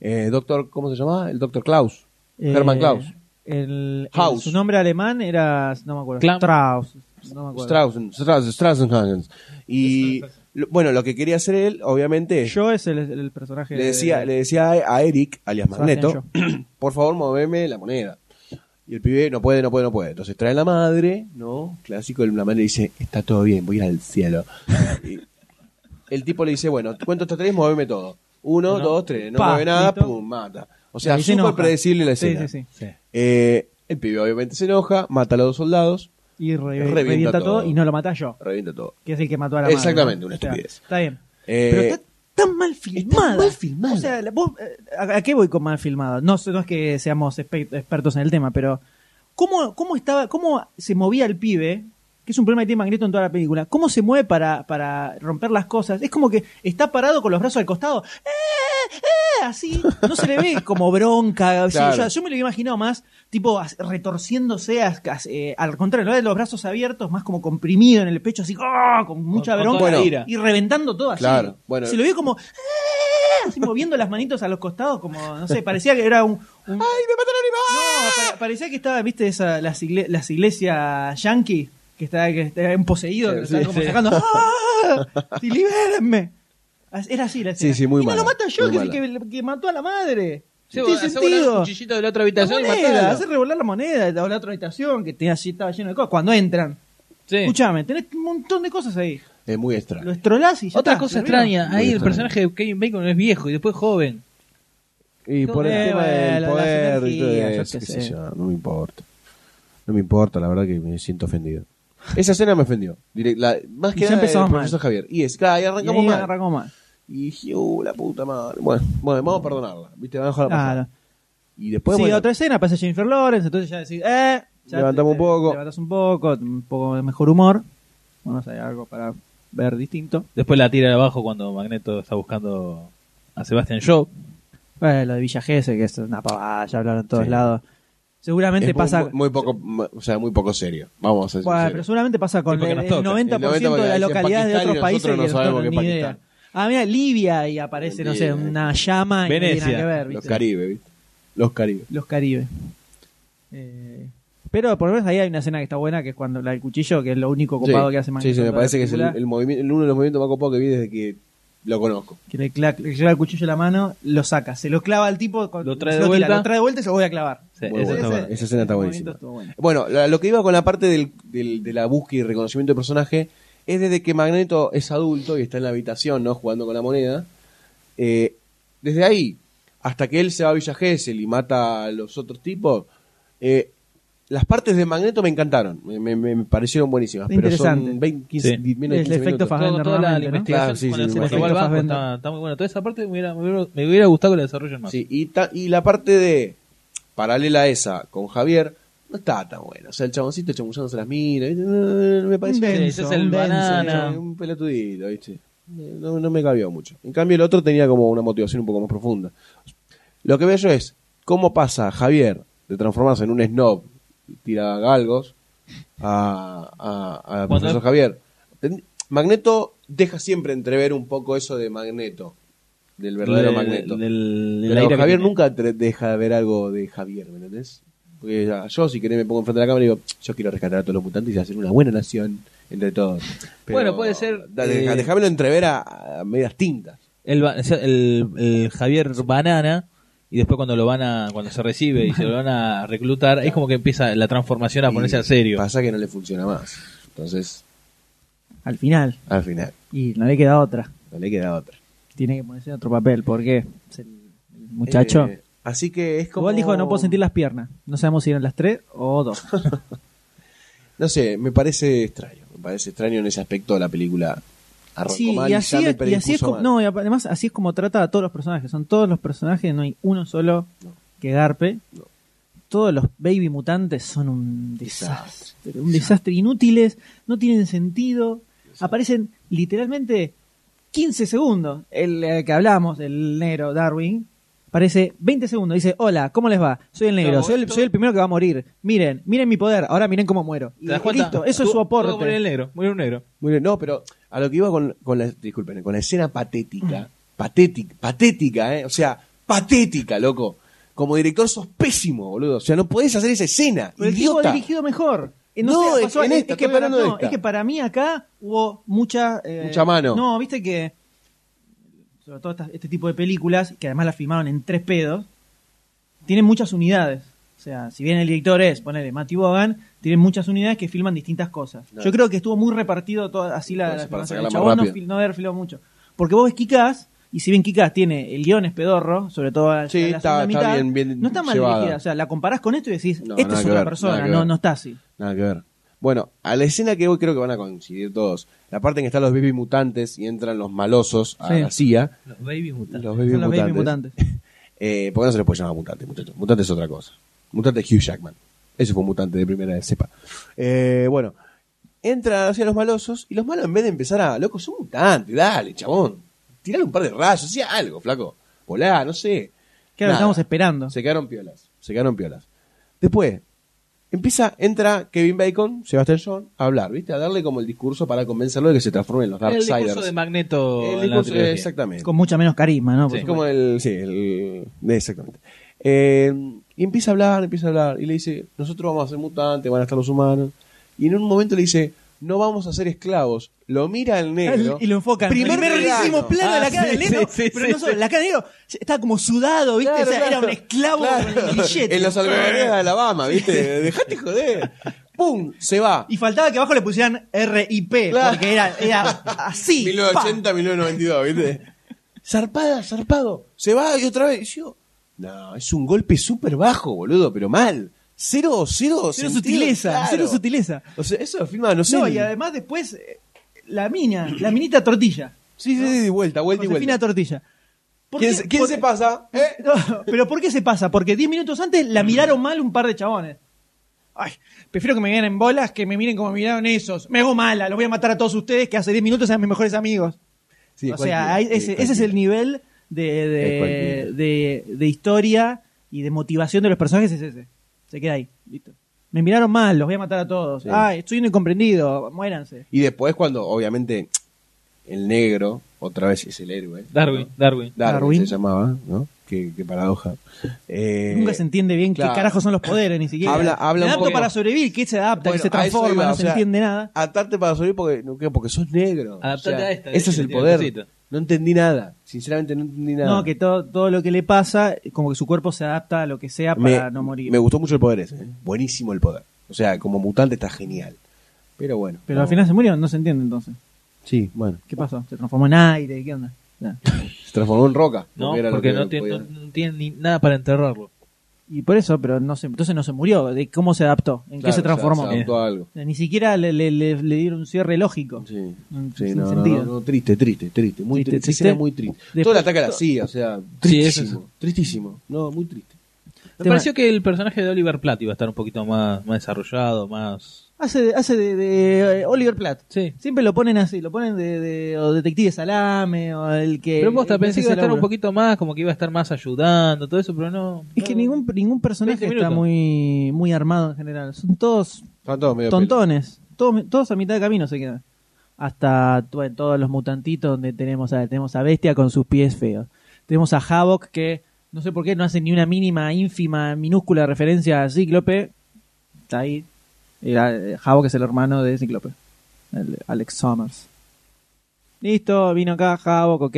Speaker 4: eh, doctor, ¿cómo se llamaba? El doctor Klaus,
Speaker 2: Eh,
Speaker 4: Herman Klaus.
Speaker 2: el- el-
Speaker 4: House.
Speaker 2: su nombre alemán era, no me acuerdo,
Speaker 5: Clam-
Speaker 2: Strauss. No me acuerdo.
Speaker 4: Strausen, Strausen, Strausenhagen. Y lo- bueno, lo que quería hacer él, obviamente, es-
Speaker 2: Yo es el, el personaje.
Speaker 4: le
Speaker 2: de-
Speaker 4: decía, le decía a a Eric, alias Magneto,
Speaker 2: Sebastián
Speaker 4: por favor, moveme la moneda. Y el pibe no puede, no puede, no puede. Entonces trae la madre, ¿no? Clásico, la madre dice, está todo bien, voy a ir al cielo. Y el tipo le dice, bueno, cuento hasta tres, moveme todo. Uno,
Speaker 2: Uno.
Speaker 4: dos, tres, no
Speaker 2: Pa,
Speaker 4: mueve nada,
Speaker 2: listo.
Speaker 4: pum, mata. O sea,
Speaker 2: Ahí se
Speaker 4: súper
Speaker 2: enoja.
Speaker 4: predecible la
Speaker 2: Sí,
Speaker 4: escena.
Speaker 2: sí, sí.
Speaker 4: Eh, el pibe obviamente se enoja, mata a los dos soldados,
Speaker 2: Y re-
Speaker 4: Revienta
Speaker 2: revienta, todo.
Speaker 4: todo.
Speaker 2: y no lo mata yo,
Speaker 4: revienta todo.
Speaker 2: que es el que mató a la
Speaker 4: Exactamente,
Speaker 2: madre.
Speaker 4: una
Speaker 2: O sea,
Speaker 4: estupidez.
Speaker 2: Está bien.
Speaker 4: Eh,
Speaker 2: Pero está tan mal filmada.
Speaker 4: mal filmada.
Speaker 2: O sea, la- vos, eh, ¿a, a qué voy con mal filmada? No, sé- no es que seamos espe- expertos en el tema, pero ¿cómo, cómo, estaba, ¿cómo se movía el pibe? Que es un problema que tiene Magneto en toda la película. ¿Cómo se mueve para, para romper las cosas? Es como que está parado con los brazos al costado. ¡Eh! ¡Eh! Así. No se le ve como bronca. O sea,
Speaker 4: Claro.
Speaker 2: yo, yo me lo imaginado más, tipo, as- retorciéndose as- as- eh, al contrario, en lugar de los brazos abiertos, más como comprimido en el pecho, así, ¡ah! con mucha
Speaker 5: con
Speaker 2: bronca.
Speaker 5: toda la
Speaker 4: Bueno,
Speaker 5: ira.
Speaker 2: Y reventando todo así.
Speaker 4: Claro, bueno.
Speaker 2: Se lo vio como. "Ah", Así moviendo las manitos a los costados, como. No sé, parecía que era un. un-
Speaker 4: ¡Ay, me mataron a mi mamá!
Speaker 2: no, pa- parecía que estaba, viste, esa, las, igle- las iglesias yankee, que está, que está un poseído, que
Speaker 4: Sí,
Speaker 2: está como
Speaker 4: sí.
Speaker 2: sacando. ¡Ah! Sí, libérenme! As- Era así la
Speaker 4: Sí,
Speaker 2: escena.
Speaker 4: sí, muy
Speaker 2: y
Speaker 4: mala,
Speaker 2: no lo mata yo,
Speaker 4: muy
Speaker 2: que, es el que, que mató a la madre. No tiene sentido.
Speaker 5: un cuchillito de la otra
Speaker 2: La
Speaker 5: habitación y
Speaker 2: moneda,
Speaker 5: matarlo.
Speaker 2: hace revolar la moneda, la, la otra habitación que tenía así, estaba lleno de cosas. Cuando entran,
Speaker 5: Sí.
Speaker 2: escúchame, tenés un montón de cosas ahí.
Speaker 4: Es muy extraño.
Speaker 2: Lo estrolás y ya
Speaker 5: Otra
Speaker 2: está,
Speaker 5: cosa
Speaker 2: lo vieron.
Speaker 5: extraña, ahí el
Speaker 4: extraño.
Speaker 5: personaje de Kevin Bacon es viejo y después joven.
Speaker 4: Y por el
Speaker 2: Eh,
Speaker 4: tema del
Speaker 2: bueno, las
Speaker 4: poder y todo
Speaker 2: energías, yo
Speaker 4: eso,
Speaker 2: qué
Speaker 4: qué sé
Speaker 2: sé.
Speaker 4: yo, no me importa. No me importa, la verdad que me siento ofendido. Esa escena me ofendió. Direct- la- más
Speaker 2: Y
Speaker 4: que
Speaker 2: ya
Speaker 4: nada el
Speaker 2: empezamos mal.
Speaker 4: profesor Javier. Y es, claro, y
Speaker 2: Y
Speaker 4: arrancamos
Speaker 2: ahí
Speaker 4: mal.
Speaker 2: arrancó mal.
Speaker 4: Y dije, uh, la puta madre. Bueno, bueno, vamos a perdonarla. ¿Viste? Vamos a dejarla pasar.
Speaker 2: Claro.
Speaker 4: Y después,
Speaker 2: sí,
Speaker 4: bueno,
Speaker 2: otra escena, pasa Jennifer Lawrence, entonces ya decís, eh, ya
Speaker 4: Levantamos un poco.
Speaker 2: Levantás un poco, un poco de mejor humor. Vamos a ver algo para ver distinto.
Speaker 5: Después la tira de abajo cuando Magneto está buscando a Sebastian Shaw.
Speaker 2: Bueno, Eh, lo de Villa Gesell, que es una pavada, ya hablaron en todos
Speaker 4: Sí.
Speaker 2: lados.
Speaker 4: es
Speaker 2: Seguramente
Speaker 4: muy,
Speaker 2: pasa.
Speaker 4: muy, muy poco, mu- o sea, muy poco serio. Vamos a decir.
Speaker 2: Bueno, pero seguramente pasa
Speaker 5: Sí,
Speaker 2: con
Speaker 5: porque
Speaker 2: el,
Speaker 5: nos
Speaker 2: el
Speaker 5: toca.
Speaker 2: 90%,
Speaker 4: El 90%
Speaker 2: de las
Speaker 4: dicen
Speaker 2: localidades de otros
Speaker 4: Pakistán y nosotros
Speaker 2: países
Speaker 4: no
Speaker 2: que
Speaker 4: sabemos
Speaker 2: nosotros
Speaker 4: qué
Speaker 2: ni
Speaker 4: es
Speaker 2: idea.
Speaker 4: Pakistán.
Speaker 2: Ah, mira, Libia y aparece, no sé,
Speaker 4: Libia.
Speaker 2: una llama y no tiene nada
Speaker 5: Venecia.
Speaker 2: que ver,
Speaker 4: Los
Speaker 2: ¿viste?
Speaker 4: Caribe, ¿viste? Los Caribe.
Speaker 2: Los Caribe. Eh, pero por lo menos ahí hay una escena que está buena, que es cuando la del cuchillo, que es lo único copado
Speaker 4: sí,
Speaker 2: que hace
Speaker 4: sí,
Speaker 2: Magneto
Speaker 4: sí,
Speaker 2: en
Speaker 4: me
Speaker 2: toda la
Speaker 4: parece que es el,
Speaker 2: película,
Speaker 4: el movimiento, el uno de los movimientos más copados que vi desde que lo conozco.
Speaker 2: que le, cla- le lleva el cuchillo a la mano, lo saca, se lo clava al tipo, con-
Speaker 5: Lo trae
Speaker 2: se
Speaker 5: de
Speaker 2: tira,
Speaker 5: vuelta.
Speaker 2: lo trae de vuelta y se lo voy a clavar.
Speaker 5: Sí,
Speaker 4: Muy
Speaker 5: eso
Speaker 4: bueno.
Speaker 5: está bueno.
Speaker 4: Esa escena está
Speaker 2: ese
Speaker 4: buenísima.
Speaker 2: movimiento estuvo bueno.
Speaker 4: Bueno, la- lo que iba con la parte del- del- de la búsqueda y reconocimiento de personaje es desde que Magneto es adulto y está en la habitación, ¿no? Jugando con la moneda. eh, desde ahí, hasta que él se va a Villa Gesell y mata a los otros tipos, eh, Las partes de Magneto me encantaron, me, me- me parecieron buenísimas. Pero
Speaker 2: Interesante.
Speaker 4: son 20, 15,
Speaker 2: Sí.
Speaker 4: menos de
Speaker 2: El
Speaker 4: 15
Speaker 2: efecto
Speaker 4: minutos.
Speaker 2: Fassbender
Speaker 5: Todo- toda la
Speaker 2: nuevamente, ¿no?
Speaker 5: investigación
Speaker 4: Claro, sí,
Speaker 5: con
Speaker 4: sí,
Speaker 5: el
Speaker 4: me
Speaker 5: cine que
Speaker 4: imagino.
Speaker 5: va al banco
Speaker 4: Fassbender.
Speaker 5: está, está muy bueno. Toda esa parte me hubiera, me hubiera- me hubiera gustado que la desarrollen más.
Speaker 4: Sí, y, ta- y la parte de paralela a esa con Javier no está tan buena. O sea, el chaboncito chamullándose las minas, ¿viste? No, no, no me parece.
Speaker 2: Un denso,
Speaker 4: Sí,
Speaker 2: un denso,
Speaker 4: banana,
Speaker 2: ¿no?
Speaker 4: un pelotudito, ¿viste? No, no me cabió mucho. En cambio, el otro tenía como una motivación un poco más profunda. Lo que veo yo es cómo pasa Javier de transformarse en un snob y tira galgos a, a, a
Speaker 5: Cuando-
Speaker 4: profesor Javier. Ten- Magneto deja siempre entrever un poco eso de Magneto, del verdadero
Speaker 5: Del-
Speaker 4: Magneto.
Speaker 5: del- del
Speaker 4: Pero
Speaker 5: aire que
Speaker 4: Javier
Speaker 5: tiene.
Speaker 4: nunca te- deja de ver algo de Javier, ¿me entendés? Porque ya, yo, si querés, me pongo enfrente de la cámara y digo, yo quiero rescatar a todos los mutantes y hacer una buena nación entre todos. Pero
Speaker 5: Bueno, puede ser,
Speaker 4: da- deja-
Speaker 5: eh,
Speaker 4: Dejámelo entrever a, a medias tintas.
Speaker 5: El, ba- o sea, el- el Javier Banana y después cuando lo van a cuando se recibe y se lo van a reclutar es como que empieza la transformación a
Speaker 4: Y
Speaker 5: ponerse en serio
Speaker 4: Pasa que no le funciona más. Entonces,
Speaker 2: Al final.
Speaker 4: al final,
Speaker 2: Y no le queda otra.
Speaker 4: no le queda otra.
Speaker 2: Tiene que ponerse en otro papel, porque es el el muchacho.
Speaker 4: Eh, así que es como.
Speaker 2: Igual dijo, no puedo sentir las piernas. No sabemos si eran las tres o dos.
Speaker 4: No sé, me parece extraño. Me parece extraño en ese aspecto de la película. Arrancó
Speaker 2: Sí,
Speaker 4: mal
Speaker 2: y
Speaker 4: y
Speaker 2: así,
Speaker 4: ya me
Speaker 2: es- y así es
Speaker 4: predispuso
Speaker 2: como,
Speaker 4: mal.
Speaker 2: no, y apa- además así es como trata a todos los personajes. Son todos los personajes, no hay uno solo que garpe. Todos los baby mutantes son un desastre, un desastre inútiles, no tienen sentido. Aparecen literalmente 15 segundos. El eh, que hablamos, el negro Darwin, aparece 20 segundos. Dice, hola, ¿cómo les va? Soy el negro,
Speaker 5: Claro,
Speaker 2: soy el,
Speaker 5: esto-
Speaker 2: soy el primero que va a morir. Miren, miren mi poder, ahora miren cómo muero. Y
Speaker 5: ¿Te das cuenta?
Speaker 2: listo, eso es su
Speaker 5: Todo- todo
Speaker 2: aporte.
Speaker 5: muere el negro muere un negro
Speaker 4: Muy bien, no, pero a lo que iba con, con la, disculpen, con la escena patética, patética, patética, ¿eh? O sea, patética, loco. Como director sos pésimo, boludo. O sea, no podés hacer esa escena,
Speaker 2: Pero el tipo
Speaker 4: idiota.
Speaker 2: dirigido mejor. Eh,
Speaker 4: No,
Speaker 2: sé,
Speaker 4: es-
Speaker 2: pasó-
Speaker 4: en esta,
Speaker 2: que
Speaker 4: estoy
Speaker 2: para,
Speaker 4: hablando de
Speaker 2: no,
Speaker 4: esta.
Speaker 2: es que para mí acá hubo mucha... eh,
Speaker 4: Mucha mano.
Speaker 2: No, viste que... Sobre todo esta- este tipo de películas, que además las filmaron en tres pedos, tienen muchas unidades. O sea, si bien el director es, ponele, Matty Bogan, tienen muchas unidades que filman distintas cosas.
Speaker 4: Claro.
Speaker 2: Yo creo que estuvo muy repartido toda, así la,
Speaker 4: Entonces,
Speaker 2: la
Speaker 4: para
Speaker 2: filmación.
Speaker 4: sacarla
Speaker 2: El
Speaker 4: más
Speaker 2: chabón no,
Speaker 4: rápido.
Speaker 2: fil- no haber filmado mucho. Porque vos ves Kikás, y si bien Kikás tiene el guión es pedorro, sobre todo a-
Speaker 4: Sí,
Speaker 2: a la
Speaker 4: está-
Speaker 2: segunda
Speaker 4: está
Speaker 2: mitad,
Speaker 4: bien- bien
Speaker 2: no está mal
Speaker 4: llevada.
Speaker 2: dirigida. O sea, la comparás con esto y decís, esta
Speaker 4: No, nada
Speaker 2: es
Speaker 4: que
Speaker 2: otra
Speaker 4: ver, nada
Speaker 2: persona,
Speaker 4: que
Speaker 2: no,
Speaker 4: ver.
Speaker 2: no está así.
Speaker 4: Nada que ver. Bueno, a la escena que hoy creo que van a coincidir todos, la parte en que están los baby mutantes y entran los malosos a
Speaker 2: Sí.
Speaker 4: la CIA,
Speaker 5: los baby mutantes
Speaker 4: los baby
Speaker 2: Son los
Speaker 4: mutantes.
Speaker 2: baby mutantes.
Speaker 4: Eh, ¿Por qué no se les puede llamar mutante, muchachos? Mutante es otra cosa. Mutante es Hugh Jackman. Ese fue un mutante de primera cepa. Eh, bueno, entra hacia los malosos y los malos en vez de empezar a, loco, son mutantes, dale, chabón. Tirale un par de rayos, hacía algo, flaco. Volá, no sé.
Speaker 2: Claro,
Speaker 4: Nada.
Speaker 2: estamos esperando.
Speaker 4: Se quedaron piolas, se quedaron piolas. Después, empieza, entra Kevin Bacon, Sebastian John, a hablar, ¿viste? A darle como el discurso para convencerlo de que se transformen en los
Speaker 5: el discurso
Speaker 4: Darksiders.
Speaker 5: de Magneto
Speaker 4: El
Speaker 5: en la
Speaker 4: discurso-
Speaker 5: trilogía.
Speaker 4: exactamente.
Speaker 2: Con mucha menos carisma, ¿no? Por
Speaker 4: Es
Speaker 2: supuesto.
Speaker 4: como el. Sí, el. Exactamente. Eh, y empieza a hablar, empieza a hablar. Y le dice: Nosotros vamos a ser mutantes, van a estar los humanos. Y en un momento le dice: No vamos a ser esclavos. Lo mira el negro.
Speaker 2: Y lo enfocan.
Speaker 4: Primer
Speaker 2: primerísimo
Speaker 4: plano.
Speaker 2: plano de
Speaker 5: Ah,
Speaker 2: la cara
Speaker 5: sí,
Speaker 2: del negro.
Speaker 5: sí, sí,
Speaker 2: pero
Speaker 5: sí,
Speaker 2: no solo, la cara del negro estaba como sudado, ¿viste?
Speaker 4: Claro,
Speaker 2: o sea,
Speaker 4: claro.
Speaker 2: era un esclavo con
Speaker 4: Claro.
Speaker 2: el billete.
Speaker 4: En los algodones de Alabama, ¿viste? Dejate joder. ¡Pum! Se va.
Speaker 2: Y faltaba que abajo le pusieran RIP,
Speaker 4: Claro.
Speaker 2: porque era, era así.
Speaker 4: 1980, 1992, ¿viste? Zarpada, zarpado. Se va y otra vez. Y yo, no, es un golpe súper bajo, boludo, pero mal. Cero,
Speaker 2: Cero
Speaker 4: cero, sentido,
Speaker 2: sutileza,
Speaker 4: claro.
Speaker 2: cero sutileza.
Speaker 4: O sea, eso filma, no sé.
Speaker 2: No,
Speaker 4: ni-
Speaker 2: y además después, eh, la mina, la minita tortilla.
Speaker 4: Sí, sí, sí, de vuelta, vuelta y
Speaker 2: Josefina
Speaker 4: vuelta.
Speaker 2: Tortilla. ¿Por
Speaker 4: ¿Quién,
Speaker 2: qué-
Speaker 4: se, quién
Speaker 2: por-
Speaker 4: se pasa? ¿Eh?
Speaker 2: No, pero ¿por qué se pasa? Porque 10 minutos antes la
Speaker 4: Mm.
Speaker 2: miraron mal un par de chabones. Ay, prefiero que me vean en bolas que me miren como me miraron esos. Me hago mala, los voy a matar a todos ustedes que hace 10 minutos eran mis mejores amigos.
Speaker 4: Sí,
Speaker 2: o
Speaker 4: cualquiera,
Speaker 2: sea, hay-
Speaker 4: sí,
Speaker 2: ese, ese es
Speaker 4: cualquiera.
Speaker 2: el nivel de, de-
Speaker 4: Es cualquiera.
Speaker 2: de- de historia y de motivación de los personajes, es ese. Se queda ahí, listo. Me miraron mal, los voy a matar a todos.
Speaker 4: Sí.
Speaker 2: Ay, soy un incomprendido, muéranse.
Speaker 4: Y después, cuando, obviamente, el negro, otra vez es el héroe.
Speaker 5: Darwin Darwin
Speaker 4: Darwin,
Speaker 2: Darwin.
Speaker 4: se llamaba, ¿no? Qué, qué paradoja. Eh,
Speaker 2: Nunca se entiende bien
Speaker 4: claro.
Speaker 2: qué carajos son los poderes, ni siquiera.
Speaker 4: Habla- habla
Speaker 2: Me
Speaker 4: un
Speaker 2: adapto
Speaker 4: poco-
Speaker 2: para sobrevivir, que se adapta,
Speaker 4: Bueno,
Speaker 2: que se
Speaker 4: a eso
Speaker 2: transforma,
Speaker 4: iba,
Speaker 2: no
Speaker 4: o
Speaker 2: se
Speaker 4: sea,
Speaker 2: entiende nada.
Speaker 4: Atarte para sobrevivir porque, no, ¿qué? porque sos negro.
Speaker 5: Adaptate a esta,
Speaker 4: Ese es el
Speaker 5: tiene
Speaker 4: poder.
Speaker 5: cosita.
Speaker 4: No entendí nada. Sinceramente, no entendí nada.
Speaker 2: No, que todo, todo lo que le pasa, como que su cuerpo se adapta a lo que sea
Speaker 4: me,
Speaker 2: para no morir.
Speaker 4: me gustó mucho el poder ese. ¿eh? Buenísimo el poder. O sea, como mutante está genial. Pero bueno.
Speaker 2: Pero
Speaker 4: no.
Speaker 2: al final se murió, no se entiende entonces.
Speaker 4: Sí, bueno.
Speaker 2: ¿Qué pasó? ¿Se transformó en aire? ¿Qué onda? Nada.
Speaker 4: Se transformó en roca.
Speaker 5: no
Speaker 4: era lo
Speaker 5: porque
Speaker 4: que
Speaker 5: no tiene,
Speaker 4: podía-
Speaker 5: no, no tiene ni nada para enterrarlo
Speaker 2: Y por eso, pero no se, entonces no se murió. ¿De cómo se adaptó? ¿En
Speaker 4: Claro,
Speaker 2: qué se transformó?
Speaker 4: se adaptó a algo.
Speaker 2: Eh, Ni siquiera le, le- le- le dieron un cierre lógico.
Speaker 4: Sí,
Speaker 2: Mm,
Speaker 4: Sí,
Speaker 2: sin
Speaker 4: no, no,
Speaker 2: sentido.
Speaker 4: no, no, triste, triste, triste, muy
Speaker 2: Triste,
Speaker 4: triste,
Speaker 2: triste.
Speaker 4: escena muy triste. Todo el
Speaker 2: Después-
Speaker 4: ataque a la CIA, o sea,
Speaker 5: Sí,
Speaker 4: tristísimo,
Speaker 5: eso es-
Speaker 4: tristísimo, no, muy triste.
Speaker 5: Me
Speaker 2: Tema-
Speaker 5: pareció que el personaje de Oliver Platt iba a estar un poquito más, más desarrollado, más...
Speaker 2: Hace, de, hace de, de, eh, Oliver Platt.
Speaker 5: Sí.
Speaker 2: Siempre lo ponen así, lo ponen de, de- o Detective Salame o el que...
Speaker 5: Pero posta,
Speaker 2: el Eh, que
Speaker 5: pensé
Speaker 2: hace
Speaker 5: que iba a
Speaker 2: ese
Speaker 5: estar un
Speaker 2: laburo.
Speaker 5: poquito más, como que iba a estar más ayudando, todo eso, pero no...
Speaker 2: Es que ningún, ningún personaje
Speaker 5: 20
Speaker 2: está
Speaker 5: minutos.
Speaker 2: muy, muy armado en general. Son todos
Speaker 4: Están todos medio
Speaker 2: tontones. Todos, todos a mitad de camino se quedan. Hasta bueno, todos los mutantitos donde tenemos a, tenemos a Bestia con sus pies feos. Tenemos a Havoc que no sé por qué no hace ni una mínima, ínfima, minúscula referencia a Cíclope. Está ahí. Era, eh, Havoc es el hermano de Cíclope. el Alex Summers. Listo, vino acá Havoc, ok.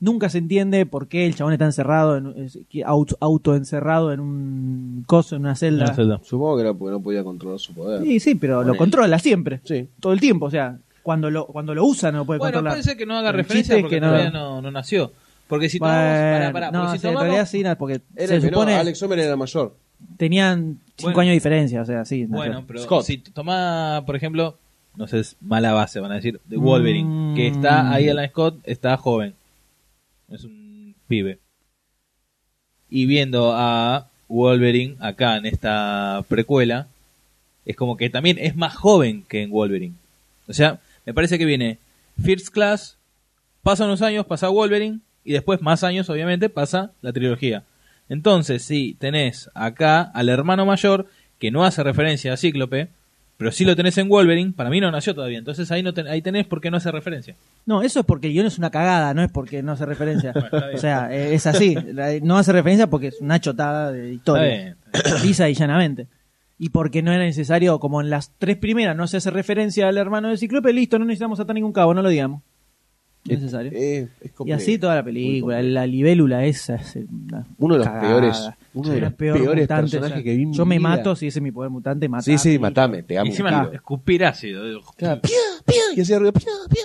Speaker 2: Nunca se entiende por qué el chabón está encerrado, en, es- que auto, encerrado en un coso, en una celda.
Speaker 4: pe- Supongo que era porque no podía controlar su poder.
Speaker 2: Sí, sí, pero lo
Speaker 4: Ponele.
Speaker 2: controla siempre.
Speaker 4: Sí.
Speaker 2: Todo el tiempo, o sea, cuando lo, cuando lo usa no lo puede
Speaker 5: Bueno,
Speaker 2: controlar.
Speaker 5: puede ser que no haga
Speaker 2: El
Speaker 5: referencia
Speaker 2: chiste es
Speaker 5: porque
Speaker 2: que no-
Speaker 5: todavía no, no nació. Porque si tomamos... pará,
Speaker 2: Bueno,
Speaker 5: pará,
Speaker 2: no,
Speaker 5: porque si
Speaker 2: sí, en
Speaker 5: tomamos-
Speaker 2: realidad sí, no, porque
Speaker 4: Era
Speaker 2: se
Speaker 4: el menor,
Speaker 2: supone
Speaker 4: Alex Sommer era mayor.
Speaker 2: tenían cinco
Speaker 5: Bueno.
Speaker 2: años de diferencia, o sea, sí. no sé.
Speaker 5: Bueno, pero
Speaker 4: Scott.
Speaker 5: si toma, por ejemplo, no sé, es mala base, van a decir, de Wolverine, que está ahí Alan Scott, está joven. Es un pibe. Y viendo a Wolverine acá en esta precuela, es como que también es más joven que en Wolverine. O sea, me parece que viene First Class, pasan unos años, pasa Wolverine, y después más años, obviamente, pasa la trilogía. Entonces, si tenés acá al hermano mayor, que no hace referencia a Cíclope, pero sí lo tenés en Wolverine, para mí no nació todavía. Entonces ahí, no ten- ahí tenés por qué no hace referencia.
Speaker 2: No, eso es porque el guión es una cagada, no es porque no hace referencia.
Speaker 5: está bien.
Speaker 2: o sea, eh, es así. La- No hace referencia porque es una chotada de historia. Lisa y llanamente. Y porque no era necesario, como en las tres primeras no se hace referencia al hermano de Ciclope, listo, no necesitamos atar ningún cabo, no lo digamos. No es necesario.
Speaker 4: Es- es
Speaker 2: y
Speaker 4: complejo.
Speaker 2: así toda la película, la libélula esa es eh, una
Speaker 4: Uno de los
Speaker 2: cagada.
Speaker 4: peores- uno de
Speaker 2: Una
Speaker 4: los
Speaker 2: peor
Speaker 4: peores
Speaker 2: mutante,
Speaker 4: personajes
Speaker 2: o sea,
Speaker 4: que vi en
Speaker 2: Yo
Speaker 4: mi
Speaker 2: me
Speaker 4: vida.
Speaker 2: mato si ese es mi poder mutante, matame.
Speaker 4: Sí, sí, matame, te
Speaker 5: Y
Speaker 4: amo.
Speaker 5: encima
Speaker 4: tío.
Speaker 5: escupir ácido.
Speaker 4: Claro, pia, pia, y hacía ruido, pia, pia.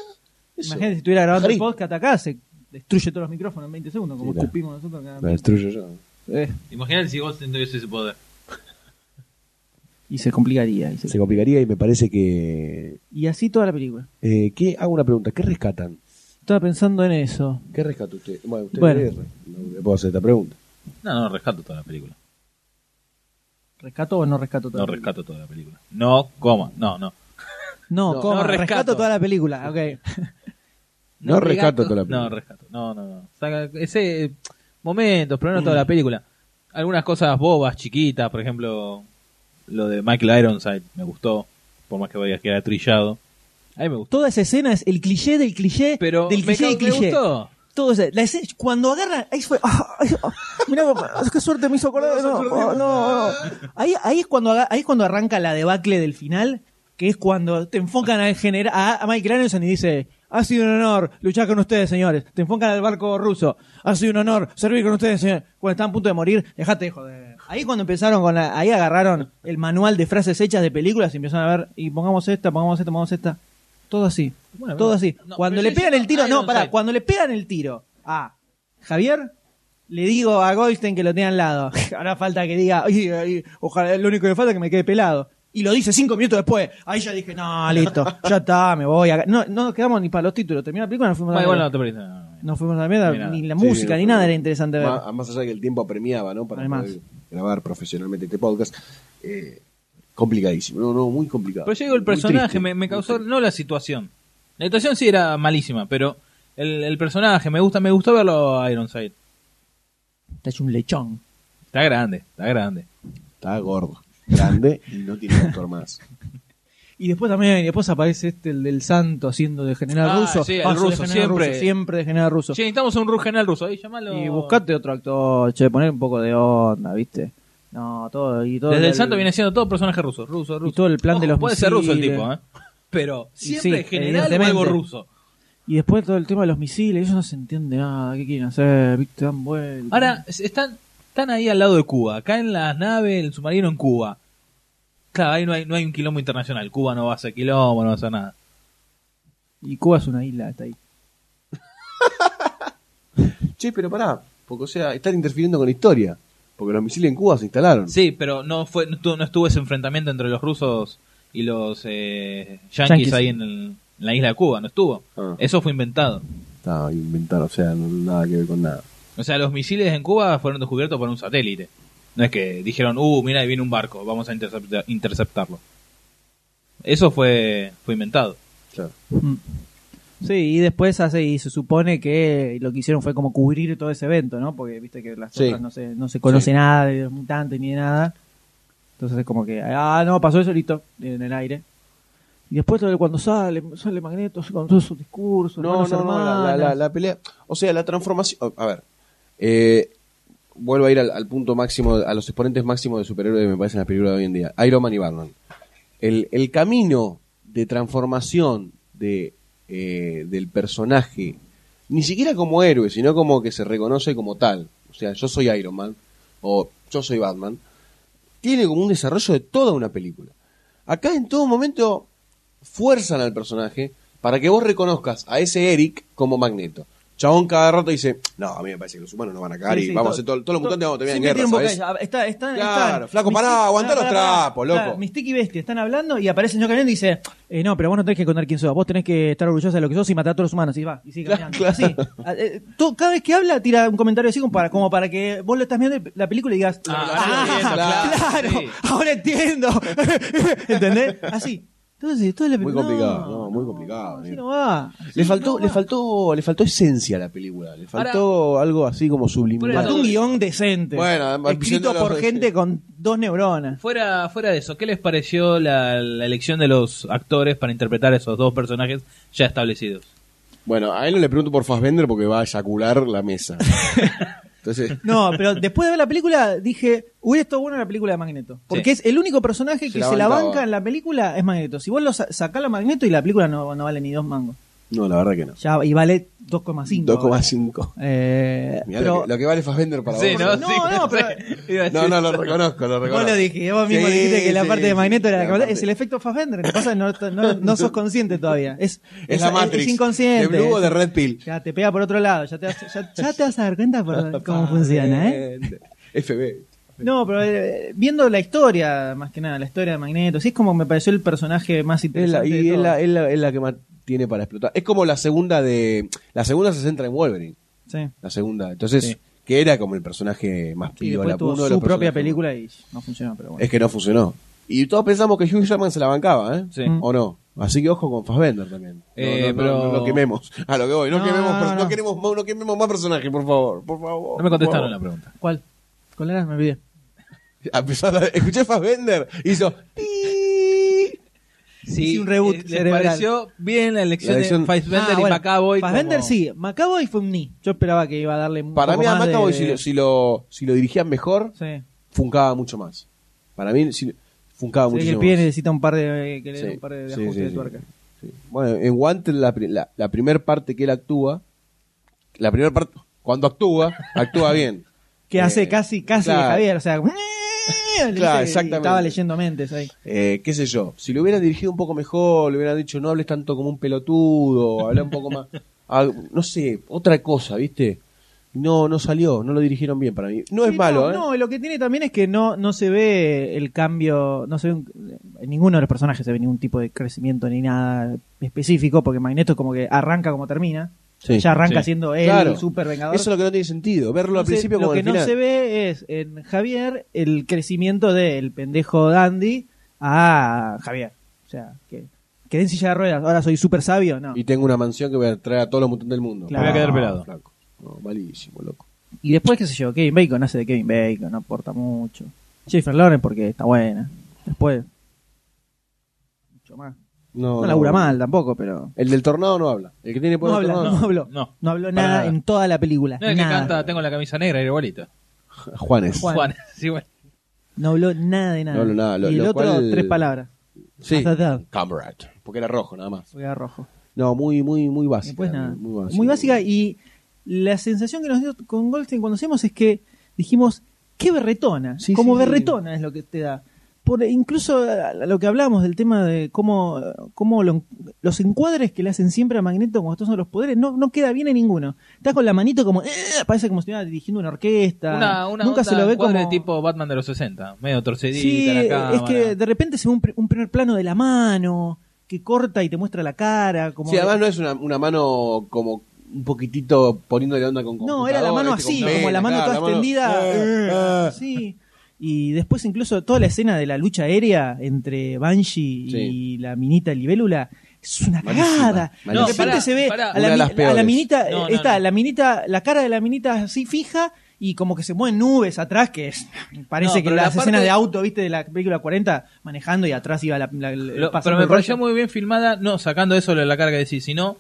Speaker 4: Eso.
Speaker 2: Imagínate si estuviera grabando
Speaker 4: Jari.
Speaker 2: el podcast acá, se destruye todos los micrófonos en 20 segundos, como
Speaker 4: Sí, la-
Speaker 2: escupimos nosotros. cada
Speaker 4: La destruyo yo. Eh,
Speaker 5: Imagínate si vos tendrías ese poder.
Speaker 2: Y se complicaría. Y, se-
Speaker 4: se complicaría y me parece que...
Speaker 2: y así toda la película.
Speaker 4: Eh, ¿qué? Hago una pregunta, ¿qué rescatan?
Speaker 2: Estaba pensando en eso.
Speaker 4: ¿Qué rescata usted? Bueno, usted
Speaker 2: Bueno.
Speaker 4: es- no le puedo hacer esta pregunta.
Speaker 5: No, no rescato toda la película.
Speaker 2: ¿Rescato o no rescato toda
Speaker 5: No
Speaker 2: la película?
Speaker 5: rescato toda la película. No, coma, no, no.
Speaker 2: No,
Speaker 4: No,
Speaker 2: coma,
Speaker 5: no
Speaker 2: rescato.
Speaker 5: rescato.
Speaker 2: toda la película. ok.
Speaker 4: No, rescato toda la película.
Speaker 5: No, rescato. No, no, no. Saca ese eh, momentos, pero no toda
Speaker 4: Mm.
Speaker 5: la película. Algunas cosas bobas, chiquitas, por ejemplo, lo de Michael Ironside me gustó, por más que vaya que era trillado. A mí me gustó.
Speaker 2: Toda esa escena es el cliché del cliché
Speaker 5: Pero
Speaker 2: del
Speaker 5: me,
Speaker 2: cliché del
Speaker 5: ca- me
Speaker 2: cliché.
Speaker 5: gustó.
Speaker 2: Todo ese- la escena- cuando agarra, ahí fue. ah, ay, ah, mirá, ah, qué suerte me hizo acordar. No, ah, no, no. Ahí, ahí, es cuando, aga- ahí es cuando arranca la debacle del final, que es cuando te enfocan al general, a, a Michael Anderson y dice: Ha sido un honor luchar con ustedes, señores. Te enfocan al barco ruso. Ha sido un honor servir con ustedes, señores. Cuando están a punto de morir, dejate de joder. Ahí cuando empezaron con la- ahí agarraron el manual de frases hechas de películas y empezaron a ver, y pongamos esta, pongamos esta, pongamos esta. Todo así.
Speaker 5: Bueno,
Speaker 2: todo
Speaker 5: pero-
Speaker 2: así.
Speaker 5: no,
Speaker 2: cuando
Speaker 5: pero
Speaker 2: le
Speaker 5: yo
Speaker 2: pegan
Speaker 5: digo,
Speaker 2: el tiro, no,
Speaker 5: Ironside.
Speaker 2: pará, cuando le pegan el tiro a Javier, le digo a Goldstein que lo tenga al lado. Ahora falta que diga, "Ay, ay, ojalá, lo único que falta es que me quede pelado. Y lo dice cinco minutos después. Ahí ya dije, no, listo, ya está, me voy. acá". No, no nos quedamos ni para los títulos. Terminó la película, nos fuimos a la
Speaker 5: Bueno,
Speaker 2: mierda.
Speaker 5: bueno, no te perdiste, no, no, no.
Speaker 2: Nos fuimos a la mierda,
Speaker 5: Ni nada.
Speaker 2: ni la
Speaker 4: Sí,
Speaker 2: música,
Speaker 4: sí,
Speaker 2: ni
Speaker 4: no,
Speaker 2: nada
Speaker 4: no.
Speaker 2: era interesante ver.
Speaker 4: Más, más allá de que el tiempo apremiaba, ¿no? Para
Speaker 2: Además.
Speaker 4: poder grabar profesionalmente este podcast. Eh, complicadísimo, no, no, muy complicado.
Speaker 5: Pero yo digo, el
Speaker 4: Muy
Speaker 5: personaje
Speaker 4: triste,
Speaker 5: me, me
Speaker 4: muy
Speaker 5: causó,
Speaker 4: triste.
Speaker 5: no la situación. La situación sí era malísima, pero el, el personaje, me gusta, me gustó verlo a Ironside.
Speaker 2: Está hecho un lechón.
Speaker 5: Está grande, está grande.
Speaker 4: Está gordo, grande y no tiene actor más.
Speaker 2: Y después también, y después aparece este, el del santo, haciendo de general
Speaker 5: Ah,
Speaker 2: ruso.
Speaker 5: sí, el
Speaker 2: Ah, soy de
Speaker 5: ruso,
Speaker 2: general ruso,
Speaker 5: siempre.
Speaker 2: siempre de general ruso.
Speaker 5: Che, necesitamos un rugenal ruso, ahí llamalo.
Speaker 2: Y buscate otro actor, che, poner un poco de onda, ¿viste? No, todo y todo.
Speaker 5: Desde el santo viene siendo todo personaje ruso, ruso, ruso.
Speaker 2: y todo el plan de
Speaker 5: Ojo,
Speaker 2: los
Speaker 5: Puede ser ruso el
Speaker 2: misiles.
Speaker 5: tipo, ¿eh? Pero
Speaker 2: Y
Speaker 5: siempre
Speaker 2: sí,
Speaker 5: en general o
Speaker 2: evidentemente.
Speaker 5: algo ruso.
Speaker 2: Y después todo el tema de los misiles, ellos no se entiende nada, ¿qué quieren hacer? ¿Viste? Dan vuelta.
Speaker 5: Ahora, es- están, están ahí al lado de Cuba, acá en las naves, el submarino en Cuba. Claro, ahí no hay, no hay un quilombo internacional. Cuba no va a hacer quilombo, no va a hacer nada.
Speaker 2: Y Cuba es una isla, está ahí.
Speaker 4: Che, pero pará, porque o sea, están interfiriendo con la historia. Porque los misiles en Cuba se instalaron.
Speaker 5: Sí, pero no fue no estuvo, no estuvo ese enfrentamiento entre los rusos y los eh, yanquis,
Speaker 2: Yanquis.
Speaker 5: ahí en, el- en la isla de Cuba, no estuvo.
Speaker 4: Ah.
Speaker 5: Eso fue inventado.
Speaker 4: Estaba inventado, o sea, no, nada que ver con nada.
Speaker 5: O sea, los misiles en Cuba fueron descubiertos por un satélite. No es que dijeron, uh, mira, ahí viene un barco, vamos a intercepta- interceptarlo. Eso fue, fue inventado.
Speaker 2: Mm. Sí, y después hace y se supone que lo que hicieron fue como cubrir todo ese evento, ¿no? Porque viste que las
Speaker 4: Sí.
Speaker 2: otras no se, no se conoce
Speaker 4: Sí.
Speaker 2: nada de los mutantes ni de nada. Entonces es como que, ah, no, pasó eso, listo, en el aire. Y después lo de cuando sale, sale Magneto con todo su discurso,
Speaker 4: No, no,
Speaker 2: hermanos,
Speaker 4: no, la, la- la-
Speaker 2: hermanas.
Speaker 4: la pelea. O sea, la transformación. A ver. eh, vuelvo a ir al, al punto máximo, a los exponentes máximos de superhéroes, me parece, en la película de hoy en día. Iron Man y Batman. El, el camino de transformación de, eh, del personaje, ni siquiera como héroe, sino como que se reconoce como tal. O sea, yo soy Iron Man o yo soy Batman. Tiene como un desarrollo de toda una película. Acá en todo momento fuerzan al personaje para que vos reconozcas a ese Eric como Magneto. Chabón cada rato dice, no, a mí me parece que los humanos no van a caer
Speaker 2: Sí,
Speaker 4: y
Speaker 2: sí,
Speaker 4: vamos a
Speaker 2: todo-
Speaker 4: hacer todo- todos los mutantes vamos a terminar en
Speaker 2: Siempre
Speaker 4: guerra,
Speaker 2: tienen boca
Speaker 4: ¿sabes?
Speaker 2: ella. Está- están-
Speaker 4: Claro,
Speaker 2: están-
Speaker 4: flaco,
Speaker 2: Mystique-
Speaker 4: pará, aguantá los trapos, loco.
Speaker 2: Mystique y Bestia están hablando y aparece el señor Canel y dice, eh, no, pero vos no tenés que contar quién sos, vos tenés que estar orgullosa de lo que sos y matar a todos los humanos. Y va, y sigue caminando. Así. Ah, eh, todo- cada vez que habla, tira un comentario así como para, como para que vos lo estás viendo la película y digas,
Speaker 5: Ah,
Speaker 2: "Ah,
Speaker 5: ahora entiendo,
Speaker 2: claro,
Speaker 5: claro,
Speaker 2: ahora entiendo. ¿Entendés? Así. Entonces, todo es la
Speaker 4: Muy
Speaker 2: no,
Speaker 4: complicado, no, muy complicado.
Speaker 2: así
Speaker 4: amigo.
Speaker 2: no va.
Speaker 4: le faltó, le faltó, le faltó esencia a la película, le faltó algo así como subliminal.
Speaker 2: Faltó un guión decente.
Speaker 4: Bueno,
Speaker 2: escrito
Speaker 4: yendo a los-
Speaker 2: por gente con dos neuronas.
Speaker 5: Fuera, fuera de eso, ¿qué les pareció la, la elección de los actores para interpretar a esos dos personajes ya establecidos?
Speaker 4: Bueno, a él no le pregunto por Fassbender porque va a eyacular la mesa. Entonces,
Speaker 2: No, pero después de ver la película dije, hubiera estado buena la película de Magneto. Porque
Speaker 5: Sí.
Speaker 2: es el único personaje que
Speaker 4: la
Speaker 2: se la
Speaker 4: bancaba.
Speaker 2: banca en la película es Magneto. Si vos lo sa- sacás a Magneto y la película no, no vale ni dos mangos.
Speaker 4: no, la verdad que no.
Speaker 2: Ya, y vale 2,5.
Speaker 4: 2,5.
Speaker 2: Eh,
Speaker 4: Mirá
Speaker 2: pero-
Speaker 4: lo, que, lo que vale Fassbender para vos. ¿eh?
Speaker 2: No, no, pero
Speaker 4: No, no, lo reconozco, lo
Speaker 2: vos
Speaker 4: reconozco.
Speaker 2: lo dijiste, vos mismo
Speaker 4: Sí,
Speaker 2: dijiste que la
Speaker 4: sí,
Speaker 2: parte de
Speaker 4: sí,
Speaker 2: Magneto era la
Speaker 4: la
Speaker 2: que-
Speaker 4: parte-
Speaker 2: Es el efecto Fassbender, lo que pasa es que no, no- no sos consciente todavía. Es,
Speaker 4: Es la Matrix.
Speaker 2: Es inconsciente.
Speaker 4: De Blue o
Speaker 2: es-
Speaker 4: de Red Pill.
Speaker 2: Ya te pega por otro lado, ya te, vas- ya- ya te vas a dar cuenta por cómo funciona, ¿eh?
Speaker 4: FB.
Speaker 2: No, pero eh, viendo la historia, más que nada, la historia de Magneto, sí es como me pareció el personaje más
Speaker 4: Es la,
Speaker 2: interesante.
Speaker 4: y
Speaker 2: de
Speaker 4: es
Speaker 2: todos.
Speaker 4: la, es la- es la que más tiene para explotar. Es como la segunda de. La segunda se centra en Wolverine.
Speaker 2: Sí.
Speaker 4: La segunda. Entonces,
Speaker 2: Sí.
Speaker 4: que era como el personaje más
Speaker 2: Sí,
Speaker 4: piola,
Speaker 2: después tuvo
Speaker 4: uno de
Speaker 2: su
Speaker 4: los
Speaker 2: propia
Speaker 4: personajes-
Speaker 2: película y no funcionó, pero bueno.
Speaker 4: Es que no funcionó. Y todos pensamos que Hugh Jackman se la bancaba, ¿eh?
Speaker 5: Sí.
Speaker 4: ¿O no? Así que ojo con Fassbender también. No,
Speaker 5: Eh,
Speaker 4: no, no,
Speaker 5: pero-
Speaker 4: no lo quememos. A lo que voy. No,
Speaker 2: No,
Speaker 4: quememos,
Speaker 2: no,
Speaker 4: per- no
Speaker 2: no.
Speaker 4: queremos más- no quememos más personajes, por favor. Por favor.
Speaker 5: No
Speaker 4: por
Speaker 5: me contestaron la pregunta.
Speaker 2: ¿Cuál? ¿Cuál era? Me olvidé.
Speaker 4: favor. A pesar de- Escuché Fassbender. Hizo. "Ti".
Speaker 5: Sí,
Speaker 2: Hice un reboot
Speaker 5: eh, ¿les
Speaker 2: cerebral.
Speaker 5: pareció bien la elección
Speaker 4: La elección-
Speaker 5: de Fassbender
Speaker 2: Ah,
Speaker 5: y
Speaker 2: bueno,
Speaker 5: Macaboy?
Speaker 2: Fassbender
Speaker 5: como-
Speaker 2: sí, Macaboy fue un ni. Yo esperaba que iba a darle un
Speaker 4: Para
Speaker 2: poco
Speaker 4: mí, a
Speaker 2: más de-
Speaker 4: Macaboy, si, lo- si lo, si lo dirigían mejor,
Speaker 2: Sí.
Speaker 4: funcaba mucho más. Para mí, si, funcaba
Speaker 2: Se ve
Speaker 4: mucho
Speaker 2: que el
Speaker 4: más.
Speaker 2: pibe necesita un par de, eh, que le den
Speaker 4: Sí,
Speaker 2: un par de
Speaker 4: sí,
Speaker 2: ajustes
Speaker 4: sí,
Speaker 2: de
Speaker 4: sí.
Speaker 2: tuerca.
Speaker 4: Sí. Bueno, en Wanted, la, pri- la, primera parte que él actúa, la primera parte, cuando actúa, actúa bien.
Speaker 2: Que
Speaker 4: Eh,
Speaker 2: hace casi, casi de
Speaker 4: claro.
Speaker 2: Javier, o sea, "Eh", le
Speaker 4: Claro,
Speaker 2: dice-
Speaker 4: exactamente.
Speaker 2: estaba leyendo mentes ahí.
Speaker 4: Eh, qué sé yo, si lo hubieran dirigido un poco mejor, le hubieran dicho no hables tanto como un pelotudo, habla un poco más, al- no sé, otra cosa, ¿viste? No, no salió, no lo dirigieron bien para mí. No es
Speaker 2: Sí,
Speaker 4: malo, ¿eh?
Speaker 2: No, lo que tiene también es que no, no se ve el cambio, no se ve un- en ninguno de los personajes se ve ningún tipo de crecimiento ni nada específico, porque Magneto es como que arranca como termina.
Speaker 4: Sí,
Speaker 2: ya arranca
Speaker 5: sí.
Speaker 2: siendo él,
Speaker 4: Claro.
Speaker 2: el super vengador.
Speaker 4: Eso es lo que no tiene sentido, verlo al
Speaker 2: Entonces,
Speaker 4: principio
Speaker 2: lo
Speaker 4: como
Speaker 2: que
Speaker 4: al
Speaker 2: no
Speaker 4: final.
Speaker 2: se ve es en Javier el crecimiento del pendejo Dandy a Javier. O sea, que quedé en silla de ruedas, ahora soy super sabio, no.
Speaker 4: Y tengo una mansión que voy a traer a todos los mutantes del mundo.
Speaker 2: Claro. Me voy a quedar pelado.
Speaker 4: flaco. No, malísimo, loco.
Speaker 2: Y después, qué sé yo, Kevin Bacon hace de Kevin Bacon, no aporta mucho. Jennifer Lawrence porque está buena. Después. Mucho más.
Speaker 4: No,
Speaker 2: No labura
Speaker 4: no.
Speaker 2: mal tampoco, pero.
Speaker 4: El del tornado no habla. El que tiene poder
Speaker 2: No habla,
Speaker 4: tornado
Speaker 2: no, habló.
Speaker 5: no.
Speaker 2: No habló
Speaker 5: Para
Speaker 2: nada,
Speaker 5: nada.
Speaker 2: en toda la película.
Speaker 5: No, el que
Speaker 2: nada.
Speaker 5: canta Tengo la camisa negra, era igualito.
Speaker 4: Juanes.
Speaker 2: Juan.
Speaker 5: Juan, sí, bueno.
Speaker 2: No habló nada de nada.
Speaker 4: No habló nada, lo-
Speaker 2: y el
Speaker 4: lo
Speaker 2: otro,
Speaker 4: cual-
Speaker 2: tres palabras.
Speaker 4: Sí.
Speaker 2: Hasta that.
Speaker 4: Comrade. Porque era rojo, nada más.
Speaker 2: Voy a rojo.
Speaker 4: No, muy, muy, muy básica.
Speaker 2: Después nada.
Speaker 4: Muy,
Speaker 2: Muy,
Speaker 4: muy básica.
Speaker 2: básica. Y la sensación que nos dio con Goldstein cuando hacemos es que dijimos, qué berretona.
Speaker 4: Sí,
Speaker 2: Como
Speaker 4: sí, sí.
Speaker 2: berretona es lo que te da. por incluso a lo que hablamos del tema de cómo, cómo lo- los encuadres que le hacen siempre a Magneto cuando son los poderes, no, no queda bien en ninguno. Está con la manito como, "Eh", parece como si estuviera dirigiendo una orquesta.
Speaker 5: Una, una
Speaker 2: Nunca
Speaker 5: onda
Speaker 2: se lo ve
Speaker 5: cuadre
Speaker 2: como...
Speaker 5: tipo Batman de los 60, medio torcedita
Speaker 2: Sí,
Speaker 5: la cámara.
Speaker 2: es que de repente se ve un, pr- un primer plano de la mano que corta y te muestra la cara. Como
Speaker 4: Sí, además no es una, una mano como un poquitito poniéndole onda con
Speaker 2: No, era la
Speaker 4: computadora,
Speaker 2: mano
Speaker 4: ¿viste? Con
Speaker 2: así,
Speaker 4: vena,
Speaker 2: como la mano
Speaker 4: claro,
Speaker 2: toda extendida.
Speaker 4: Eh,
Speaker 2: Eh,
Speaker 4: eh.
Speaker 2: sí. Y después incluso toda la escena de la lucha aérea entre Banshee y la minita libélula es una
Speaker 4: Malísima,
Speaker 2: cagada.
Speaker 4: malísima.
Speaker 2: de repente
Speaker 4: No, pará,
Speaker 2: se ve
Speaker 4: pará.
Speaker 2: a
Speaker 4: Una
Speaker 2: la,
Speaker 4: de
Speaker 2: mi-
Speaker 4: las
Speaker 2: a la
Speaker 4: peores.
Speaker 2: minita,
Speaker 5: No, no,
Speaker 2: está,
Speaker 5: no.
Speaker 2: la minita, la cara de la minita así fija y como que se mueven nubes atrás, que es, parece
Speaker 5: No,
Speaker 2: que
Speaker 5: pero
Speaker 2: las
Speaker 5: la parte-
Speaker 2: escenas de auto, viste, de la película 40, manejando y atrás iba la, la- la-
Speaker 5: Lo-
Speaker 2: pasando
Speaker 5: pero me
Speaker 2: el
Speaker 5: pareció
Speaker 2: rollo.
Speaker 5: muy bien filmada, no sacando eso de la carga de sí, sino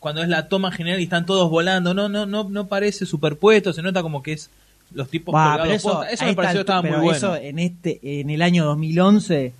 Speaker 5: cuando es la toma general y están todos volando, no no no no parece superpuesto, se nota como que es los tipos
Speaker 2: Bah,
Speaker 5: colgados
Speaker 2: pero eso,
Speaker 5: posta. eso
Speaker 2: a
Speaker 5: me
Speaker 2: esta
Speaker 5: pareció
Speaker 2: altura-
Speaker 5: estaba muy
Speaker 2: pero
Speaker 5: bueno.
Speaker 2: Eso en este, en el año 2011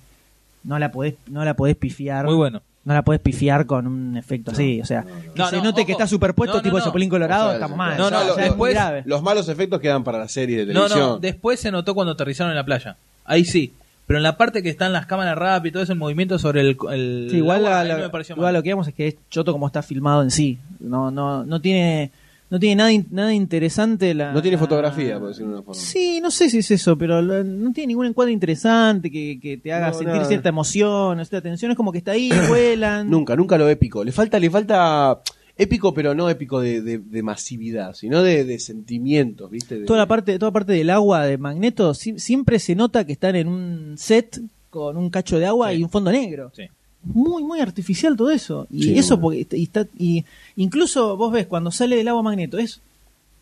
Speaker 2: no la podés, no la podés pifiar.
Speaker 5: Muy bueno.
Speaker 2: No la podés pifiar con un efecto así, o sea, que
Speaker 5: No,
Speaker 2: se
Speaker 5: no,
Speaker 2: note
Speaker 5: ojo.
Speaker 2: que está superpuesto
Speaker 5: No, no,
Speaker 2: tipo
Speaker 5: no.
Speaker 2: Chapulín Colorado,
Speaker 4: O sea,
Speaker 2: estamos
Speaker 4: el-
Speaker 2: mal.
Speaker 5: No, no,
Speaker 2: o sea,
Speaker 5: lo-
Speaker 2: es muy
Speaker 5: después-
Speaker 2: grave.
Speaker 4: Los malos efectos quedan para la serie de
Speaker 5: No,
Speaker 4: televisión.
Speaker 5: no, después se notó cuando aterrizaron en la playa. Ahí sí. Pero en la parte que están las cámaras rápidas y todo eso, el movimiento sobre el. el
Speaker 2: Sí, igual,
Speaker 5: agua,
Speaker 2: la-
Speaker 5: ahí
Speaker 2: la-
Speaker 5: no me pareció
Speaker 2: igual
Speaker 5: mal.
Speaker 2: lo que vemos es que es choto como está filmado en sí. No, no, no tiene, no tiene nada, in- nada interesante la.
Speaker 4: No tiene
Speaker 2: la-
Speaker 4: fotografía, por decirlo de una forma.
Speaker 2: Sí, no sé si es eso, pero lo- no tiene ningún encuadre interesante que, que te haga
Speaker 4: No,
Speaker 2: sentir
Speaker 4: nada.
Speaker 2: cierta emoción, cierta tensión. Es como que está ahí, vuelan.
Speaker 4: Nunca, nunca lo épico. Le falta, le falta épico, pero no épico de, de- de masividad, sino de, de sentimientos, ¿viste? De-
Speaker 2: toda la parte toda parte del agua de Magneto si- siempre se nota que están en un set con un cacho de agua y un fondo negro
Speaker 5: Sí.
Speaker 2: muy muy artificial todo eso y
Speaker 4: Sí,
Speaker 2: eso
Speaker 4: bueno.
Speaker 2: porque está- y está y incluso vos ves cuando sale del agua Magneto es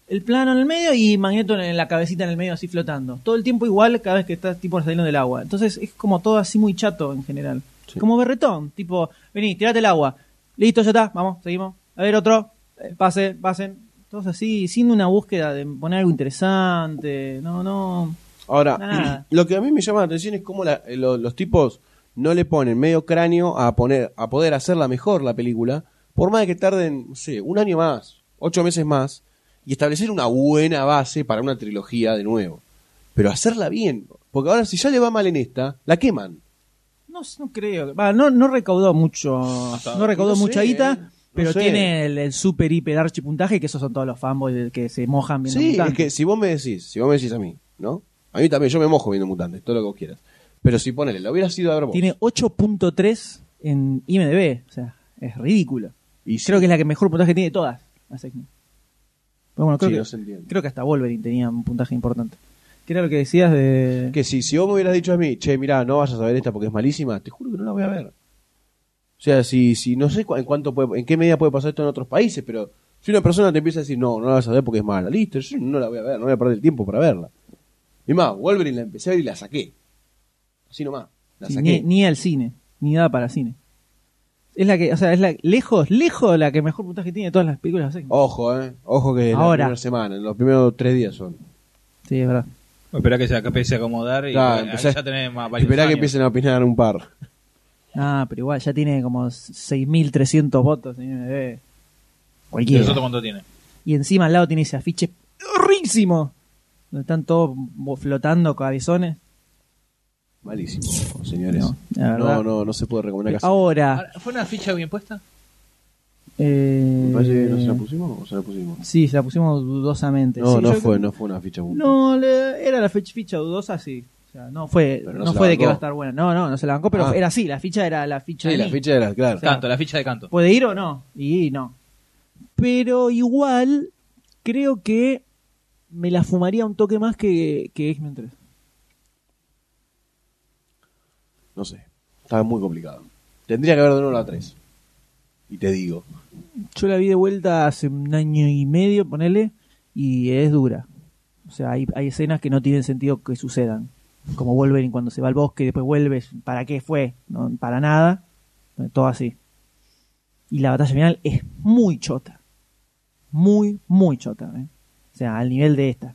Speaker 2: el plano en el medio y Magneto en la cabecita en el medio así flotando todo el tiempo igual cada vez que estás tipo saliendo del agua entonces es como todo así muy chato en general como berretón tipo vení tirate el agua listo ya está vamos seguimos a ver otro Eh, pase pasen todos así sin una búsqueda de poner algo interesante no no
Speaker 4: Ahora,
Speaker 2: Nada.
Speaker 4: lo que a mí me llama la atención es cómo la- eh, lo- los tipos no le ponen medio cráneo a, poner, a poder hacerla mejor la película, por más de que tarden, no sé, un año más, ocho meses más, y establecer una buena base para una trilogía de nuevo. Pero hacerla bien, porque ahora si ya le va mal en esta, la queman.
Speaker 2: no, no creo Va, no no recaudó mucho no recaudó
Speaker 4: no sé,
Speaker 2: mucha
Speaker 4: eh.
Speaker 2: guita
Speaker 4: No
Speaker 2: pero
Speaker 4: sé.
Speaker 2: tiene el, el super hiper archi puntaje que esos son todos los fanboys de- que se mojan viendo
Speaker 4: Sí, es
Speaker 2: Mutantes.
Speaker 4: que si vos me decís, si vos me decís a mí, ¿no? A mí también, yo me mojo viendo mutantes, todo lo que vos quieras. Pero si ponele, lo hubiera sido a ver vos.
Speaker 2: tiene 8.3 en IMDb o sea es ridículo
Speaker 4: Y
Speaker 2: creo que es la que mejor puntaje tiene de todas así que- Pero bueno creo
Speaker 4: Sí,
Speaker 2: que
Speaker 4: no se entiende.
Speaker 2: creo que hasta Wolverine tenía un puntaje importante que era lo que decías de
Speaker 4: Que si, si vos me hubieras dicho a mí, che, mirá, no vayas a ver esta porque es malísima, te juro que no la voy a ver. O sea, si, si no sé cu- en cuánto puede, en qué medida puede pasar esto en otros países, pero si una persona te empieza a decir, no, no la vas a ver porque es mala, listo, yo no la voy a ver, no voy a perder el tiempo para verla. Y más, Wolverine la empecé a ver y la saqué. Así nomás, la
Speaker 2: Sí, ni,
Speaker 4: saqué.
Speaker 2: ni al cine, ni nada para cine. Es la que, o sea, es la lejos, lejos la que mejor puntaje tiene de todas las películas. de Sexman.
Speaker 4: Ojo, eh, ojo que es
Speaker 2: Ahora.
Speaker 4: la primera semana, los primeros tres días son. Oh.
Speaker 2: Sí, es verdad.
Speaker 5: Esperá que se empiece a acomodar y
Speaker 4: Claro,
Speaker 5: bueno, ahí
Speaker 4: empezá-
Speaker 5: ya tenés más varios
Speaker 4: Esperá que
Speaker 5: años.
Speaker 4: empiecen a opinar un par.
Speaker 2: Ah, pero igual ya tiene como 6.300 votos en IMDb.
Speaker 5: ¿Y
Speaker 2: Cualquiera.
Speaker 5: nosotros cuánto tiene?
Speaker 2: Y encima al lado tiene ese afiche horrísimo. Donde están todos bo- flotando cabezones.
Speaker 4: Malísimo, señores.
Speaker 2: No,
Speaker 4: No,
Speaker 2: la verdad.
Speaker 4: no, no, se puede recomendar casi.
Speaker 2: Ahora,
Speaker 5: Ahora, ¿Fue una ficha bien puesta?
Speaker 2: eh,
Speaker 4: Me parece que no se la pusimos o se la pusimos.
Speaker 2: sí, se la pusimos dudosamente.
Speaker 4: No,
Speaker 2: Sí,
Speaker 4: no
Speaker 2: yo-
Speaker 4: fue, no fue una ficha buena.
Speaker 2: No, le- era la fech- ficha dudosa, sí. O sea, no fue,
Speaker 4: Pero
Speaker 2: no
Speaker 4: no se la
Speaker 2: fue de que
Speaker 4: bancó.
Speaker 2: va a estar buena. No, no, no se la bancó, pero
Speaker 4: Ah.
Speaker 2: fue- era así. La ficha era la ficha.
Speaker 4: Sí,
Speaker 2: de
Speaker 4: la
Speaker 2: mí.
Speaker 4: ficha era, claro.
Speaker 2: sea,
Speaker 5: Canto, la ficha de canto.
Speaker 2: Puede ir o no. Y no. Pero igual, creo que me la fumaría un toque más que, que X-Men 3.
Speaker 4: No sé. Estaba muy complicado. Tendría que haber de nuevo la 3. Y te digo.
Speaker 2: Yo la vi de vuelta hace un año y medio, ponele, y es dura. O sea, hay, hay escenas que no tienen sentido que sucedan. Como Wolverine cuando se va al bosque y después vuelves. ¿Para qué fue? No, para nada. Todo así. Y la batalla final es muy chota. Muy, muy chota. ¿eh? O sea, al nivel de esta.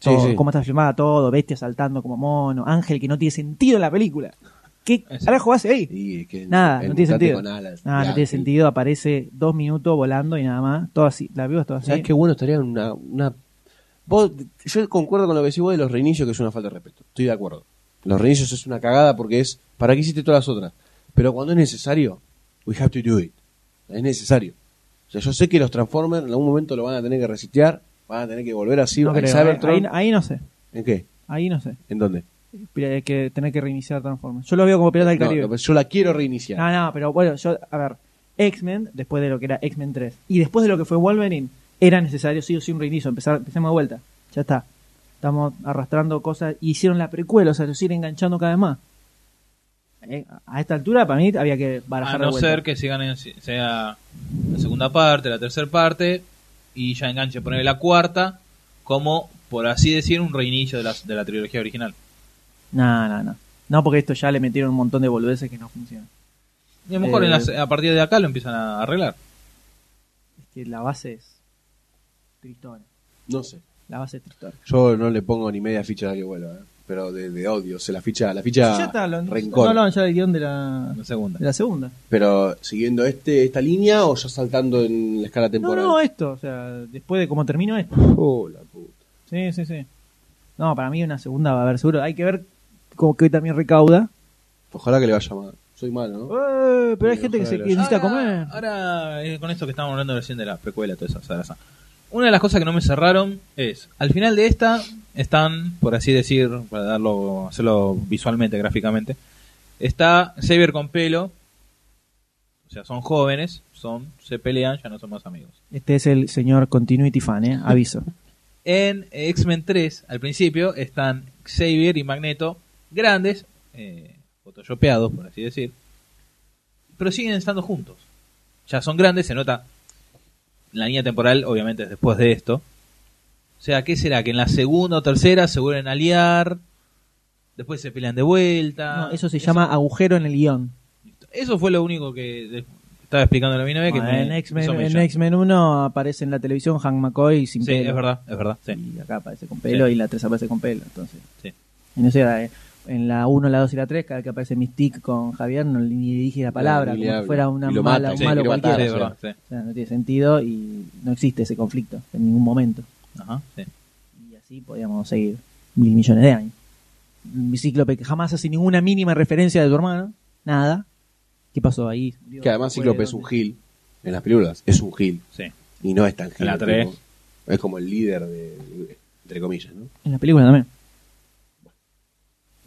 Speaker 4: Sí,
Speaker 2: Todo,
Speaker 4: sí.
Speaker 2: Cómo está filmada todo, bestia saltando como mono, Ángel que no tiene sentido en la película. ¿Qué
Speaker 5: Exacto.
Speaker 2: carajo hace ahí?
Speaker 4: Y es que el-
Speaker 2: Nada,
Speaker 4: el
Speaker 2: no tiene
Speaker 4: mutante
Speaker 2: sentido.
Speaker 4: con alas.
Speaker 2: Nada,
Speaker 4: Ya,
Speaker 2: no tiene
Speaker 4: sí.
Speaker 2: sentido. Aparece dos minutos volando y nada más. Todo así. La vivo es todo así.
Speaker 4: ¿Sabes qué bueno estaría una, una. Vos, yo concuerdo con lo que decís vos de los reinicios, que es una falta de respeto. Estoy de acuerdo. Los reinicios es una cagada porque es, ¿para qué hiciste todas las otras? Pero cuando es necesario, we have to do it. Es necesario. O sea, yo sé que los Transformers en algún momento lo van a tener que resetear, van a tener que volver así
Speaker 2: No
Speaker 4: al
Speaker 2: creo, Eh,
Speaker 4: Cybertron.
Speaker 2: ahí, ahí no sé.
Speaker 4: ¿En qué?
Speaker 2: Ahí no sé.
Speaker 4: ¿En dónde?
Speaker 2: Pira- hay que tener que reiniciar Transformers. Yo lo veo como Pirata del
Speaker 4: No,
Speaker 2: Caribe. Ah.
Speaker 4: no, pero yo la quiero reiniciar.
Speaker 2: No, no, pero bueno, yo, a ver, X-Men, después de lo que era X-Men 3, y después de lo que fue Wolverine, era necesario sí o sí un reinicio, empezar, empecemos de vuelta. Ya está. Estamos arrastrando cosas, y hicieron la precuela, o sea, los siguen enganchando cada vez más. Eh, a esta altura, para mí, había que barajar
Speaker 5: A
Speaker 2: de
Speaker 5: no
Speaker 2: vuelta.
Speaker 5: ser que sigan en- sea la segunda parte, la tercera parte, y ya enganche, poner la cuarta, como por así decir, un reinicio de la, de la trilogía original.
Speaker 2: No, no, no. No, porque esto ya le metieron un montón de boludeces que no funcionan.
Speaker 5: Y a lo mejor
Speaker 2: Eh,
Speaker 5: en las- a partir de acá lo empiezan a arreglar.
Speaker 2: Es que la base es tritona.
Speaker 4: No sé.
Speaker 2: La base es tritona.
Speaker 4: Yo no le pongo ni media ficha a que vuelva, ¿eh? pero de, de odio, o sea, la ficha, la
Speaker 2: Sí,
Speaker 4: ficha
Speaker 2: ya está, lo,
Speaker 4: rencor.
Speaker 2: no hablaban ya del guión de la,
Speaker 5: La segunda.
Speaker 2: de la segunda.
Speaker 4: Pero siguiendo este esta línea o ya saltando en la escala
Speaker 2: No,
Speaker 4: temporal.
Speaker 2: no, esto, o sea, después de cómo termino esto.
Speaker 4: Oh, la puta.
Speaker 2: Sí, sí, sí. No, para mí una segunda va a haber seguro. Hay que ver como que hoy también recauda.
Speaker 4: Ojalá que le vaya mal. Soy malo, ¿no?
Speaker 2: Eh, pero hay
Speaker 4: Sí,
Speaker 2: gente que
Speaker 4: ojalá
Speaker 2: se
Speaker 4: que
Speaker 2: que
Speaker 5: Ah,
Speaker 2: necesita comer.
Speaker 5: Ahora, ahora, eh, con esto que estamos hablando recién de la precuela, toda esa zaraza. Una de las cosas que no me cerraron es, al final de esta están, por así decir, para darlo, hacerlo visualmente, gráficamente, está Xavier con pelo, o sea, son jóvenes, son, se pelean, ya no son más amigos.
Speaker 2: Este es el señor Continuity Fan, ¿eh? Aviso.
Speaker 5: En X-Men 3, al principio, están Xavier y Magneto, grandes, eh, photoshopeados, por así decir, pero siguen estando juntos. Ya son grandes, se nota. La línea temporal, obviamente, es después de esto. O sea, ¿qué será? Que en la segunda o tercera se vuelven a liar, después se pelean de vuelta.
Speaker 2: No, eso se llama agujero en el guión.
Speaker 5: Eso fue lo único que de- estaba explicando la mina Eh, que
Speaker 2: Ah,
Speaker 5: me-
Speaker 2: en
Speaker 5: hizo
Speaker 2: X-Men
Speaker 5: mella.
Speaker 2: en X-Men 1 aparece en la televisión Hank McCoy sin
Speaker 5: Sí,
Speaker 2: pelo.
Speaker 5: es verdad, es verdad. sí.
Speaker 2: Y acá aparece con pelo
Speaker 5: Sí.
Speaker 2: y en la 3 aparece con pelo. Entonces.
Speaker 5: Sí.
Speaker 2: Y no sé, eh, en la 1, la 2 y la 3, cada vez que aparece Mystic con Javier, no le- ni le dije la palabra,
Speaker 4: No, ni le
Speaker 2: como si
Speaker 4: habla.
Speaker 2: fuera una
Speaker 4: Y lo
Speaker 2: mala,
Speaker 4: mata,
Speaker 2: un
Speaker 4: sí,
Speaker 2: malo
Speaker 4: quiere matar,
Speaker 2: cualquiera.
Speaker 5: sí, es verdad, sí.
Speaker 2: O sea, no tiene sentido y no existe ese conflicto en ningún momento.
Speaker 5: Ajá, sí.
Speaker 2: Y así podíamos seguir mil millones de años. Mi Cíclope que jamás hace ninguna mínima referencia de tu hermano, nada. ¿Qué pasó ahí?
Speaker 4: Que además Cíclope es un gil en las películas, es un gil
Speaker 5: Sí.
Speaker 4: y no es tan gil.
Speaker 5: En la
Speaker 4: es
Speaker 5: tres.
Speaker 4: como- Es como el líder de entre comillas, ¿no?
Speaker 2: En la película también.
Speaker 4: No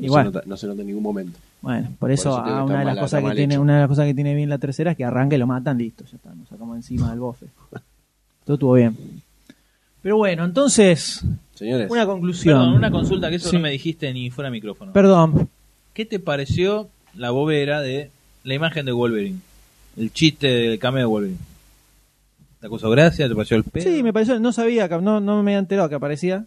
Speaker 2: Igual.
Speaker 4: se nota, no se nota en ningún momento.
Speaker 2: Bueno, por
Speaker 4: Por
Speaker 2: eso,
Speaker 4: eso te digo
Speaker 2: ah,
Speaker 4: que
Speaker 2: una,
Speaker 4: está
Speaker 2: de las
Speaker 4: mal-
Speaker 2: cosas
Speaker 4: está
Speaker 2: que
Speaker 4: mal
Speaker 2: tiene,
Speaker 4: hecho.
Speaker 2: una de las cosas que tiene bien la tercera es que arranca y lo matan, listo, ya está, nos sacamos encima del bofe. Todo estuvo bien. Pero bueno, entonces,
Speaker 4: Señores,
Speaker 2: una conclusión.
Speaker 5: Perdón, una consulta que eso
Speaker 2: Sí.
Speaker 5: no me dijiste ni fuera micrófono.
Speaker 2: Perdón,
Speaker 5: ¿Qué te pareció la bobera de la imagen de Wolverine? El chiste del cameo de Wolverine. ¿Te acusó gracia? ¿Te pareció el pedo?
Speaker 2: Sí, me pareció, no sabía, que- no, no me había enterado que aparecía.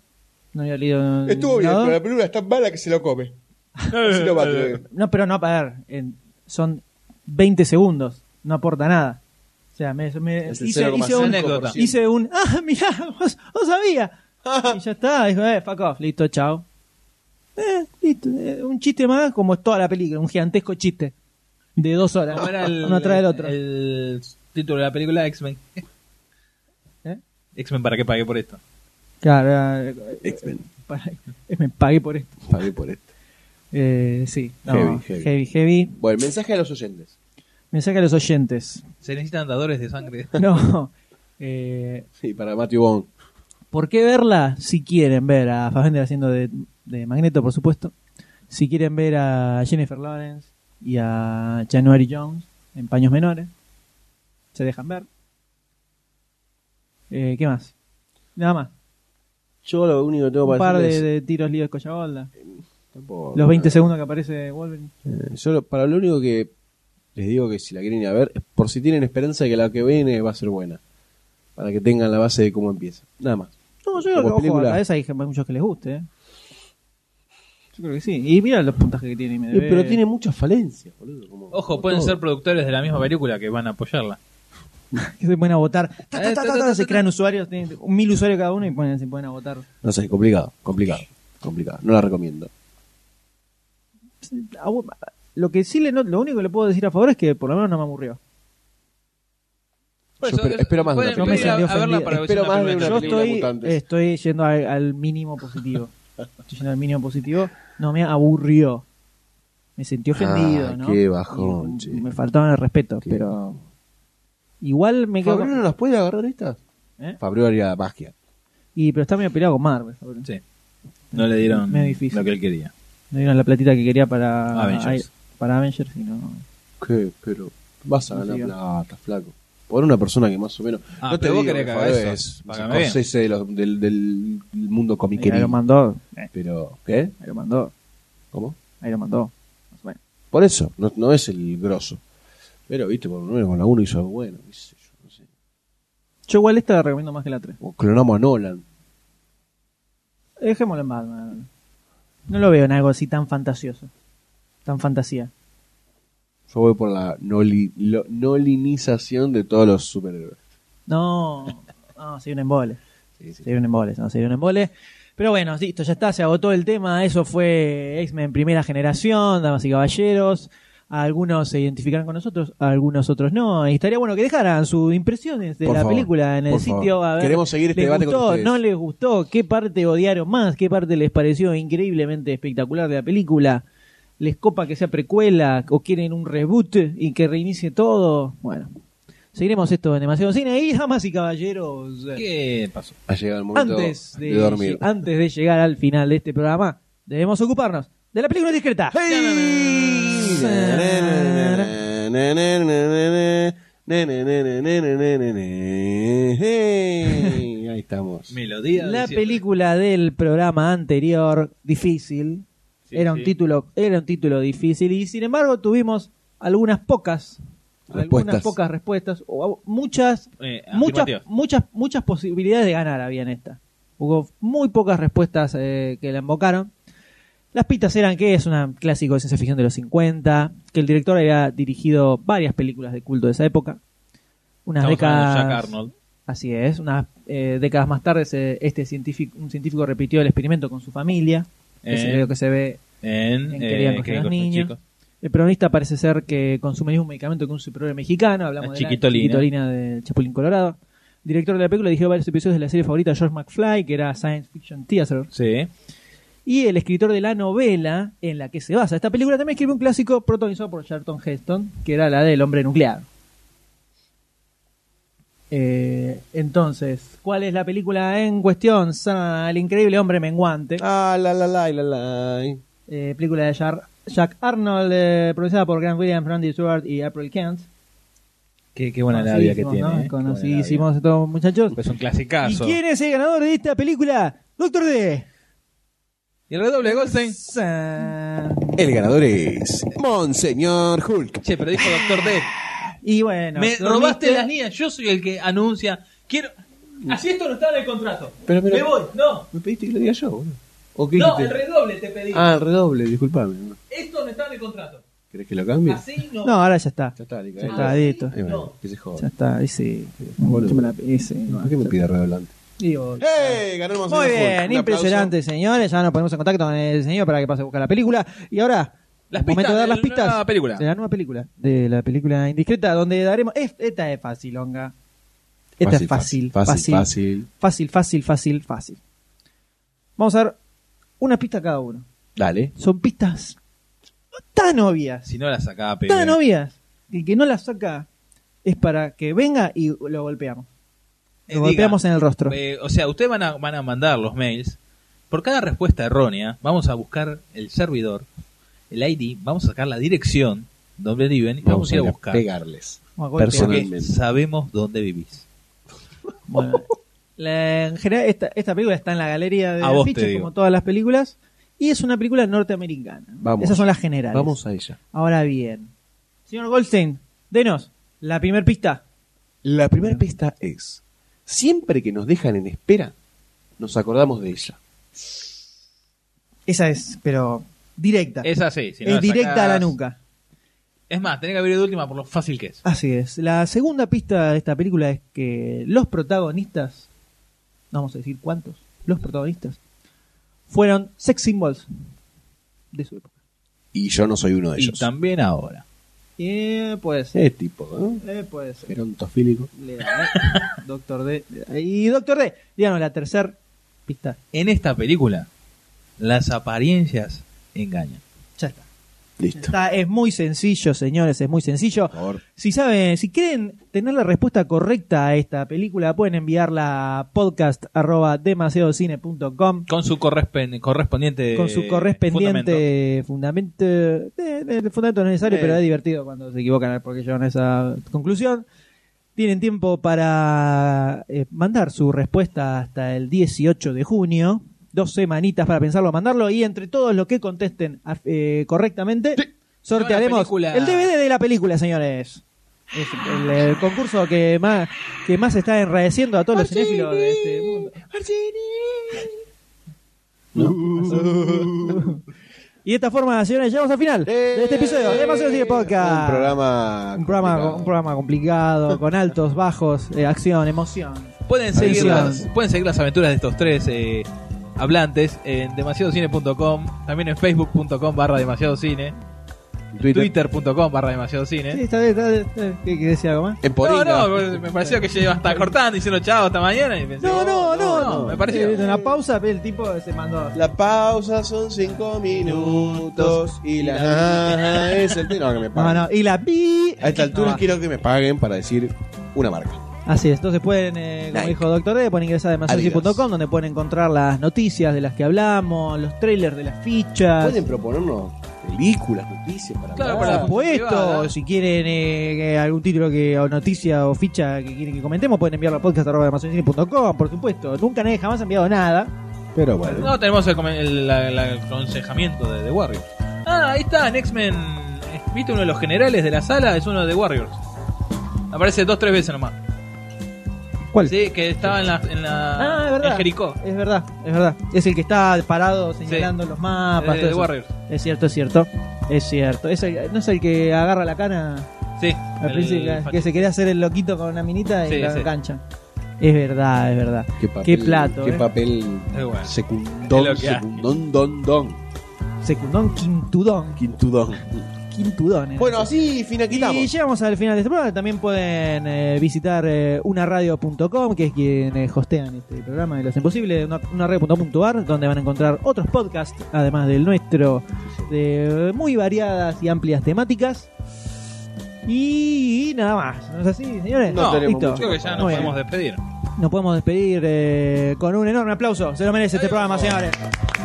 Speaker 2: No había leído.
Speaker 3: Estuvo bien,
Speaker 2: nada.
Speaker 3: pero la película es tan mala que se lo come. Así lo va a tener.
Speaker 2: No, pero no, para ver, en- son 20 segundos, no aporta nada. O sea, me, me-
Speaker 4: Es el
Speaker 2: hice,
Speaker 4: 0,5%.
Speaker 2: hice un,
Speaker 5: Anécdota.
Speaker 2: hice un, ah, mirá, vos, vos sabía. y ya está, dijo, eh, fuck off, listo, chao. Eh, listo, eh, un chiste más como es toda la película, un gigantesco chiste de dos horas,
Speaker 5: ¿Cómo era el,
Speaker 2: uno atrás del otro.
Speaker 5: el título de la película X-Men?
Speaker 2: ¿Eh?
Speaker 5: ¿X-Men para qué pagué por esto?
Speaker 2: Claro, era-
Speaker 4: X-Men,
Speaker 2: para- me pagué por esto.
Speaker 4: pagué por esto.
Speaker 2: Eh, sí, no,
Speaker 4: Heavy,
Speaker 2: heavy,
Speaker 4: heavy.
Speaker 2: heavy.
Speaker 4: Bueno, mensaje a los oyentes.
Speaker 2: Mensaje a los oyentes.
Speaker 5: Se necesitan dadores de sangre.
Speaker 2: No. Eh,
Speaker 4: Sí, para Matthew Bond.
Speaker 2: ¿Por qué verla? Si quieren ver a Fassbender haciendo de, de Magneto, por supuesto. Si quieren ver a Jennifer Lawrence y a January Jones en paños menores. Se dejan ver. Eh, ¿Qué más? Nada más.
Speaker 4: Yo lo único que tengo
Speaker 2: Un par de,
Speaker 4: decirles-
Speaker 2: de tiros líos de Coyabolda.
Speaker 4: Tampoco-
Speaker 2: Los 20 segundos que aparece Wolverine.
Speaker 4: Eh, Yo lo- para lo único que les digo que si la quieren ir a ver, es por si tienen esperanza de que la que viene va a ser buena. Para que tengan la base de cómo empieza. Nada más.
Speaker 2: No, yo creo
Speaker 4: Como
Speaker 2: que ojo,
Speaker 4: película.
Speaker 2: a esa hay gen- hay muchos que les guste. ¿eh? Yo creo que sí. Y mira los puntajes que tiene. IMDb.
Speaker 4: Eh, pero tiene muchas falencias, boludo. como-
Speaker 5: Ojo,
Speaker 4: como
Speaker 5: pueden
Speaker 4: todo.
Speaker 5: ser productores de la misma película que van a apoyarla.
Speaker 2: que se pueden votar. Ta, ta,
Speaker 5: Eh,
Speaker 2: ta,
Speaker 5: ta,
Speaker 2: ta,
Speaker 5: ta,
Speaker 2: ta,
Speaker 5: ta,
Speaker 2: se
Speaker 5: ta.
Speaker 2: crean usuarios, tienen mil usuarios cada uno y ponen, se pueden votar.
Speaker 4: No sé, complicado, complicado, complicado. No la recomiendo.
Speaker 2: A vos- Lo que sí le no- lo único que le puedo decir a favor es que por lo menos no me aburrió.
Speaker 5: Por
Speaker 4: Yo espero- espero más de una
Speaker 5: pueden
Speaker 2: película.
Speaker 5: ir a- a verla
Speaker 2: Ofendido.
Speaker 5: para ver si
Speaker 4: Espero
Speaker 5: una
Speaker 4: más de
Speaker 5: película
Speaker 2: Yo
Speaker 4: una
Speaker 5: de
Speaker 4: película
Speaker 2: estoy,
Speaker 4: mutantes.
Speaker 2: estoy yendo al, al mínimo positivo. Estoy yendo al mínimo positivo. No, me aburrió. Me sentí ofendido,
Speaker 4: Ah,
Speaker 2: ¿no?
Speaker 4: Qué bajón, che.
Speaker 2: Me faltaban el respeto,
Speaker 4: Qué
Speaker 2: pero. Igual me quedo.
Speaker 4: ¿Fabrio
Speaker 2: con-
Speaker 4: no las puede agarrar estas?
Speaker 2: ¿Eh?
Speaker 4: Fabrio haría magia.
Speaker 2: Y, pero está medio peleado con Marvel. Fabrio.
Speaker 5: Sí. No le dieron
Speaker 2: Medio difícil.
Speaker 5: lo que él quería.
Speaker 2: No dieron la platita que quería para
Speaker 5: Avengers.
Speaker 2: ay- para Avengers, y no.
Speaker 4: ¿Qué? Pero vas a
Speaker 2: No
Speaker 4: ganar
Speaker 2: siga.
Speaker 4: plata, flaco. Por una persona que más o menos.
Speaker 5: Ah,
Speaker 4: no te
Speaker 5: pero vos
Speaker 4: digo
Speaker 5: querés
Speaker 4: que
Speaker 5: que haga
Speaker 4: Fabio
Speaker 5: eso.
Speaker 4: es
Speaker 5: Págame bien.
Speaker 4: Scorsese de los- del, del mundo comiquería.
Speaker 2: Iron Man 2. eh,
Speaker 4: Pero, ¿qué?
Speaker 2: Iron Man 2.
Speaker 4: ¿Cómo?
Speaker 2: Iron Man 2. más o menos.
Speaker 4: Por eso, no, no es el grosso. Pero, viste, por lo menos con la 1 hizo algo bueno. qué sé yo, no sé.
Speaker 2: Yo igual esta la recomiendo más que la 3.
Speaker 4: O clonamos a Nolan.
Speaker 2: Dejémoslo en Batman. No lo veo en algo así tan fantasioso. Tan fantasía.
Speaker 4: Yo voy por la noli- lo- nolinización de todos los superhéroes.
Speaker 2: No, no, sería un embole.
Speaker 4: Sí, sí.
Speaker 2: Sería un embole, no, sería un embole. Pero bueno, listo, ya está, se agotó el tema. Eso fue X-Men primera generación, damas y caballeros. Algunos se identificaron con nosotros, algunos otros no. Y estaría bueno que dejaran sus impresiones de
Speaker 4: Por
Speaker 2: la
Speaker 4: favor,
Speaker 2: película en el
Speaker 4: por
Speaker 2: sitio.
Speaker 4: favor.
Speaker 2: A ver,
Speaker 4: Queremos seguir este
Speaker 2: ¿les
Speaker 4: debate con
Speaker 2: gustó?
Speaker 4: ustedes.
Speaker 2: ¿No les gustó? ¿Qué parte odiaron más? ¿Qué parte les pareció increíblemente espectacular de la película? ¿Les copa que sea precuela o quieren un reboot y que reinicie todo? Bueno, seguiremos esto en demasiado cine. Y damas y caballeros,
Speaker 5: ¿Qué pasó?
Speaker 4: Ha llegado el momento
Speaker 2: antes de,
Speaker 4: de dormir.
Speaker 2: antes de llegar al final de este programa, debemos ocuparnos de la película discreta.
Speaker 4: Ahí estamos.
Speaker 5: Melodía.
Speaker 2: La
Speaker 5: diciembre.
Speaker 2: película del programa anterior, difícil,
Speaker 5: Sí,
Speaker 2: era un
Speaker 5: sí.
Speaker 2: título, era un título difícil y sin embargo tuvimos algunas pocas, algunas
Speaker 4: Respuestas.
Speaker 2: pocas respuestas o muchas,
Speaker 5: Eh,
Speaker 2: muchas,
Speaker 5: afirmativas.
Speaker 2: muchas, muchas posibilidades de ganar había en esta. Hubo muy pocas respuestas eh, que la invocaron. Las pistas eran que es un clásico de ciencia ficción de los 50, que el director había dirigido varias películas de culto de esa época, unas
Speaker 5: Estamos hablando
Speaker 2: décadas.
Speaker 5: de Jack Arnold.
Speaker 2: Así es, unas eh, décadas más tarde se- este científico, un científico repitió el experimento con su familia, que
Speaker 5: Eh.
Speaker 2: es lo que se ve.
Speaker 5: En,
Speaker 2: En Querían
Speaker 5: eh,
Speaker 2: coger a
Speaker 5: Querían
Speaker 2: los
Speaker 5: coger
Speaker 2: niños.
Speaker 5: chicos.
Speaker 2: El peronista parece ser que consume un medicamento que un superhéroe mexicano, hablamos
Speaker 5: La
Speaker 2: de la
Speaker 5: chiquitolina.
Speaker 2: chiquitolina de Chapulín Colorado. El director de la película dirigió varios episodios de la serie favorita de George McFly, que era Science Fiction Theater.
Speaker 5: Sí.
Speaker 2: Y el escritor de la novela en la que se basa esta película también escribió un clásico protagonizado por Charlton Heston, que era la del hombre nuclear. Eh, entonces, ¿cuál es la película en cuestión? Sana, el increíble hombre menguante.
Speaker 4: Ah, la la la la la.
Speaker 2: Eh, película de Jar- Jack Arnold, eh, protagonizada por Grant Williams, Randy Stewart y April Kent.
Speaker 5: Qué, qué buena labia que
Speaker 2: Conocidísimos,
Speaker 5: tiene.
Speaker 2: ¿no?
Speaker 5: eh. Qué buena labia.
Speaker 2: Conocidísimos estos muchachos.
Speaker 5: Es un
Speaker 2: ¿Y
Speaker 5: clasicazo.
Speaker 2: quién es el ganador de esta película? Doctor D.
Speaker 5: Y el redoble de Goldstein.
Speaker 2: San.
Speaker 4: El ganador es Monseñor Hulk.
Speaker 5: Che, pero dijo Doctor D.
Speaker 2: Y bueno,
Speaker 5: Me
Speaker 2: ¿dormiste?
Speaker 5: robaste las niñas. Yo soy el que anuncia. Quiero.
Speaker 2: Uh.
Speaker 5: Así esto no está en el contrato.
Speaker 4: Pero, pero-
Speaker 5: Me voy. No.
Speaker 4: ¿Me pediste que lo diga yo, boludo? ¿O qué
Speaker 5: No, el
Speaker 4: dijiste?
Speaker 5: redoble te pedí.
Speaker 4: Ah, el redoble, disculpame.
Speaker 5: Esto no está en el contrato.
Speaker 4: ¿Querés que lo cambie?
Speaker 5: Así no.
Speaker 2: No, ahora ya está.
Speaker 4: Ya está, le
Speaker 2: Ya
Speaker 4: caí.
Speaker 2: está, listo.
Speaker 4: Ahí va, Que se
Speaker 2: Ya
Speaker 4: joda.
Speaker 2: está, ese.
Speaker 4: Boludo.
Speaker 2: yo me la- ese,
Speaker 4: ¿Por qué me pide redoblante?
Speaker 2: Digo,
Speaker 4: ¡Eh! Ganó el
Speaker 2: Muy
Speaker 4: Monseñor Hulk.
Speaker 2: bien,
Speaker 4: Un
Speaker 2: impresionante, señores. Ya nos ponemos en contacto con el señor para que pase a buscar la película. Y ahora,
Speaker 5: Las
Speaker 2: el momento
Speaker 5: pistas
Speaker 2: de dar
Speaker 5: de
Speaker 2: las
Speaker 5: la
Speaker 2: pistas
Speaker 5: nueva película.
Speaker 2: de la nueva película, de la película indiscreta, donde daremos. es- Esta es fácil, Onga. Esta
Speaker 4: aplauso.
Speaker 2: es fácil,
Speaker 4: Fácil,
Speaker 2: fácil, fácil,
Speaker 4: fácil.
Speaker 2: fácil, fácil, fácil, Vamos a ver una pista cada uno.
Speaker 4: Dale.
Speaker 2: Son pistas tan obvias,
Speaker 5: Si no la sacaba, pibe.
Speaker 2: tan obvias, que el que no las saca es para que venga y lo golpeamos.
Speaker 5: Eh,
Speaker 2: Lo golpeamos
Speaker 5: diga,
Speaker 2: en el rostro.
Speaker 5: eh, o sea, ustedes van a, van a mandar los mails. Por cada respuesta errónea, vamos a buscar el servidor, el ID, vamos a sacar la dirección donde viven y vamos, a ir a
Speaker 4: ir
Speaker 5: buscar.
Speaker 4: pegarles.
Speaker 2: Vamos a golpear.
Speaker 4: personal.
Speaker 5: Porque sabemos dónde vivís.
Speaker 2: Bueno, la- en general, esta, esta película está en la galería de
Speaker 5: A vos te
Speaker 2: afiches,
Speaker 5: digo.
Speaker 2: como todas las películas, y es una película norteamericana.
Speaker 4: Vamos.
Speaker 2: Esas son las generales.
Speaker 4: Vamos a ella.
Speaker 2: Ahora bien, señor Goldstein, denos la primer pista.
Speaker 4: La primera pista es, siempre que nos dejan en espera, nos acordamos de ella.
Speaker 2: Esa es, pero directa.
Speaker 5: Es así. Si no
Speaker 2: es
Speaker 5: la
Speaker 2: directa a la
Speaker 5: sacás-
Speaker 2: nuca.
Speaker 5: Es más, tenés que abrir de última por lo fácil que es.
Speaker 2: Así es. La segunda pista de esta película es que los protagonistas, no vamos a decir cuántos, los protagonistas, fueron sex symbols de su época.
Speaker 4: Y yo no soy uno
Speaker 2: Ah,
Speaker 4: de
Speaker 5: Y
Speaker 4: ellos.
Speaker 5: también ahora.
Speaker 2: Eh, puede ser.
Speaker 4: Ese tipo, ¿no?
Speaker 2: Eh, puede ser.
Speaker 4: Gerontofílico.
Speaker 2: Le da, ¿eh? Doctor D. le da. Y Doctor D, díganos la tercer pista.
Speaker 5: En esta película Las apariencias engañan.
Speaker 2: Ya está. Está- es muy sencillo, señores, es muy sencillo. Si saben, si quieren tener la respuesta correcta a esta película, pueden enviarla a podcast arroba demasiadocine.com
Speaker 5: Con su correspen- correspondiente.
Speaker 2: con su correspondiente fundamento. eh, El fundamento necesario,
Speaker 5: Eh.
Speaker 2: pero es divertido cuando se equivocan porque llegan a esa conclusión. Tienen tiempo para eh, mandar su respuesta hasta el 18 de junio. Dos semanitas para pensarlo, mandarlo y entre todos los que contesten af- eh, correctamente, sortearemos
Speaker 5: No, la película.
Speaker 2: el DVD de la película, señores. Es el, eh, concurso que más que más está enraeciendo a todos los cinéfilos de este mundo. Y de esta forma, señores, llegamos al final de este episodio de Demasiado Cine Podcast.
Speaker 14: Un programa.
Speaker 2: Un programa, complicado. un programa complicado, con altos, bajos, eh, acción, emoción.
Speaker 5: Pueden
Speaker 2: Ahí
Speaker 5: seguir,
Speaker 2: sí.
Speaker 5: las, pueden seguir las aventuras de estos tres eh, hablantes en demasiadocine.com, también en facebook.com barra demasiadocine, twitter.com barra demasiadocine.
Speaker 2: Sí, está bien, está bien, está bien. ¿Qué qué decía algo más?
Speaker 5: No, no, me pareció que yo iba a estar cortando diciendo chao hasta mañana y pensé,
Speaker 2: No, no, no,
Speaker 5: no,
Speaker 2: no.
Speaker 5: me pareció.
Speaker 2: Eh, Una pausa, el tipo se mandó.
Speaker 14: La pausa son cinco minutos y la. Ah, es el tema que me
Speaker 2: No,
Speaker 14: pagan.
Speaker 2: no, Ah. y la pi.
Speaker 14: A esta altura
Speaker 2: No,
Speaker 14: quiero que me paguen para decir una marca.
Speaker 2: Así es, entonces pueden, eh, como
Speaker 14: Nike.
Speaker 2: dijo Doctor D, pueden ingresar a demasiadoci.com donde pueden encontrar las noticias de las que hablamos, los trailers de las fichas.
Speaker 14: Pueden proponernos películas, noticias para
Speaker 5: Claro,
Speaker 14: hablar?
Speaker 5: Ah, para-
Speaker 2: Por supuesto,
Speaker 5: privada.
Speaker 2: si quieren eh, que algún título que, o noticia o ficha que quieren que comentemos, pueden enviarlo a podcast.com, por supuesto. Nunca nadie jamás ha enviado nada.
Speaker 14: Pero bueno.
Speaker 5: No, tenemos el, come- el- la- la- el aconsejamiento de The Warriors. Ah, ahí está, en X-Men. eh, ¿Viste uno de los generales de la sala? Es uno de The Warriors. Aparece dos, tres veces nomás.
Speaker 2: ¿Cuál?
Speaker 5: Sí, que estaba en la. En la
Speaker 2: Ah, es verdad.
Speaker 5: En Jericó.
Speaker 2: Es verdad, es verdad. Es el que está parado señalando
Speaker 5: Sí.
Speaker 2: los mapas. todo
Speaker 5: Eh, The
Speaker 2: Ah, eso.
Speaker 5: Warriors.
Speaker 2: Es cierto, es cierto. Es cierto. Es el- ¿No es el que agarra la cana?
Speaker 5: Sí.
Speaker 2: Al
Speaker 5: el-
Speaker 2: principio, que- que se quería hacer el loquito con una minita y
Speaker 5: Sí,
Speaker 2: la
Speaker 5: sí.
Speaker 2: enganchan. Es verdad, es verdad.
Speaker 14: Qué, papel,
Speaker 2: Qué plato.
Speaker 14: Qué
Speaker 2: eh.
Speaker 14: papel
Speaker 5: Eh, bueno. Es lo
Speaker 14: secundón,
Speaker 5: que hay.
Speaker 14: secundón, don, don.
Speaker 2: Secundón, quintudón.
Speaker 14: Quintudón.
Speaker 2: Quintudón. eh.
Speaker 14: Bueno, así finaquilamos.
Speaker 2: Y llegamos al final de este programa. También pueden eh, visitar eh, unaradio.com, que es quien eh, hostean este programa de Los Imposibles, una- unaradio.com.ar, donde van a encontrar otros podcasts, además del nuestro, de muy variadas y amplias temáticas. Y, nada más, ¿no es así, señores?
Speaker 5: No,
Speaker 2: Listo.
Speaker 5: creo que ya nos
Speaker 2: Muy bien.
Speaker 5: podemos despedir.
Speaker 2: Nos podemos despedir eh, con un enorme aplauso. Se lo merece este programa, señores.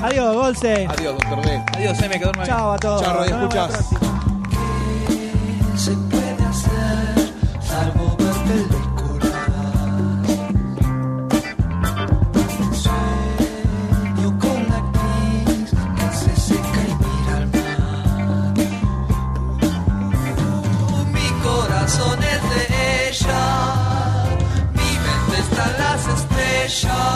Speaker 2: Adiós, Golsen.
Speaker 14: Adiós, doctor D.
Speaker 5: Adiós, M, que duerma bien.
Speaker 2: Chao a todos.
Speaker 14: Chao, Radio
Speaker 2: Nos vemos la
Speaker 14: Escuchas.
Speaker 2: próxima.
Speaker 15: se puede hacer, salvo ver películas. Sueño con la actriz que se seca y mira al mar. Uh, Mi corazón es de ella, mi mente está en las estrellas.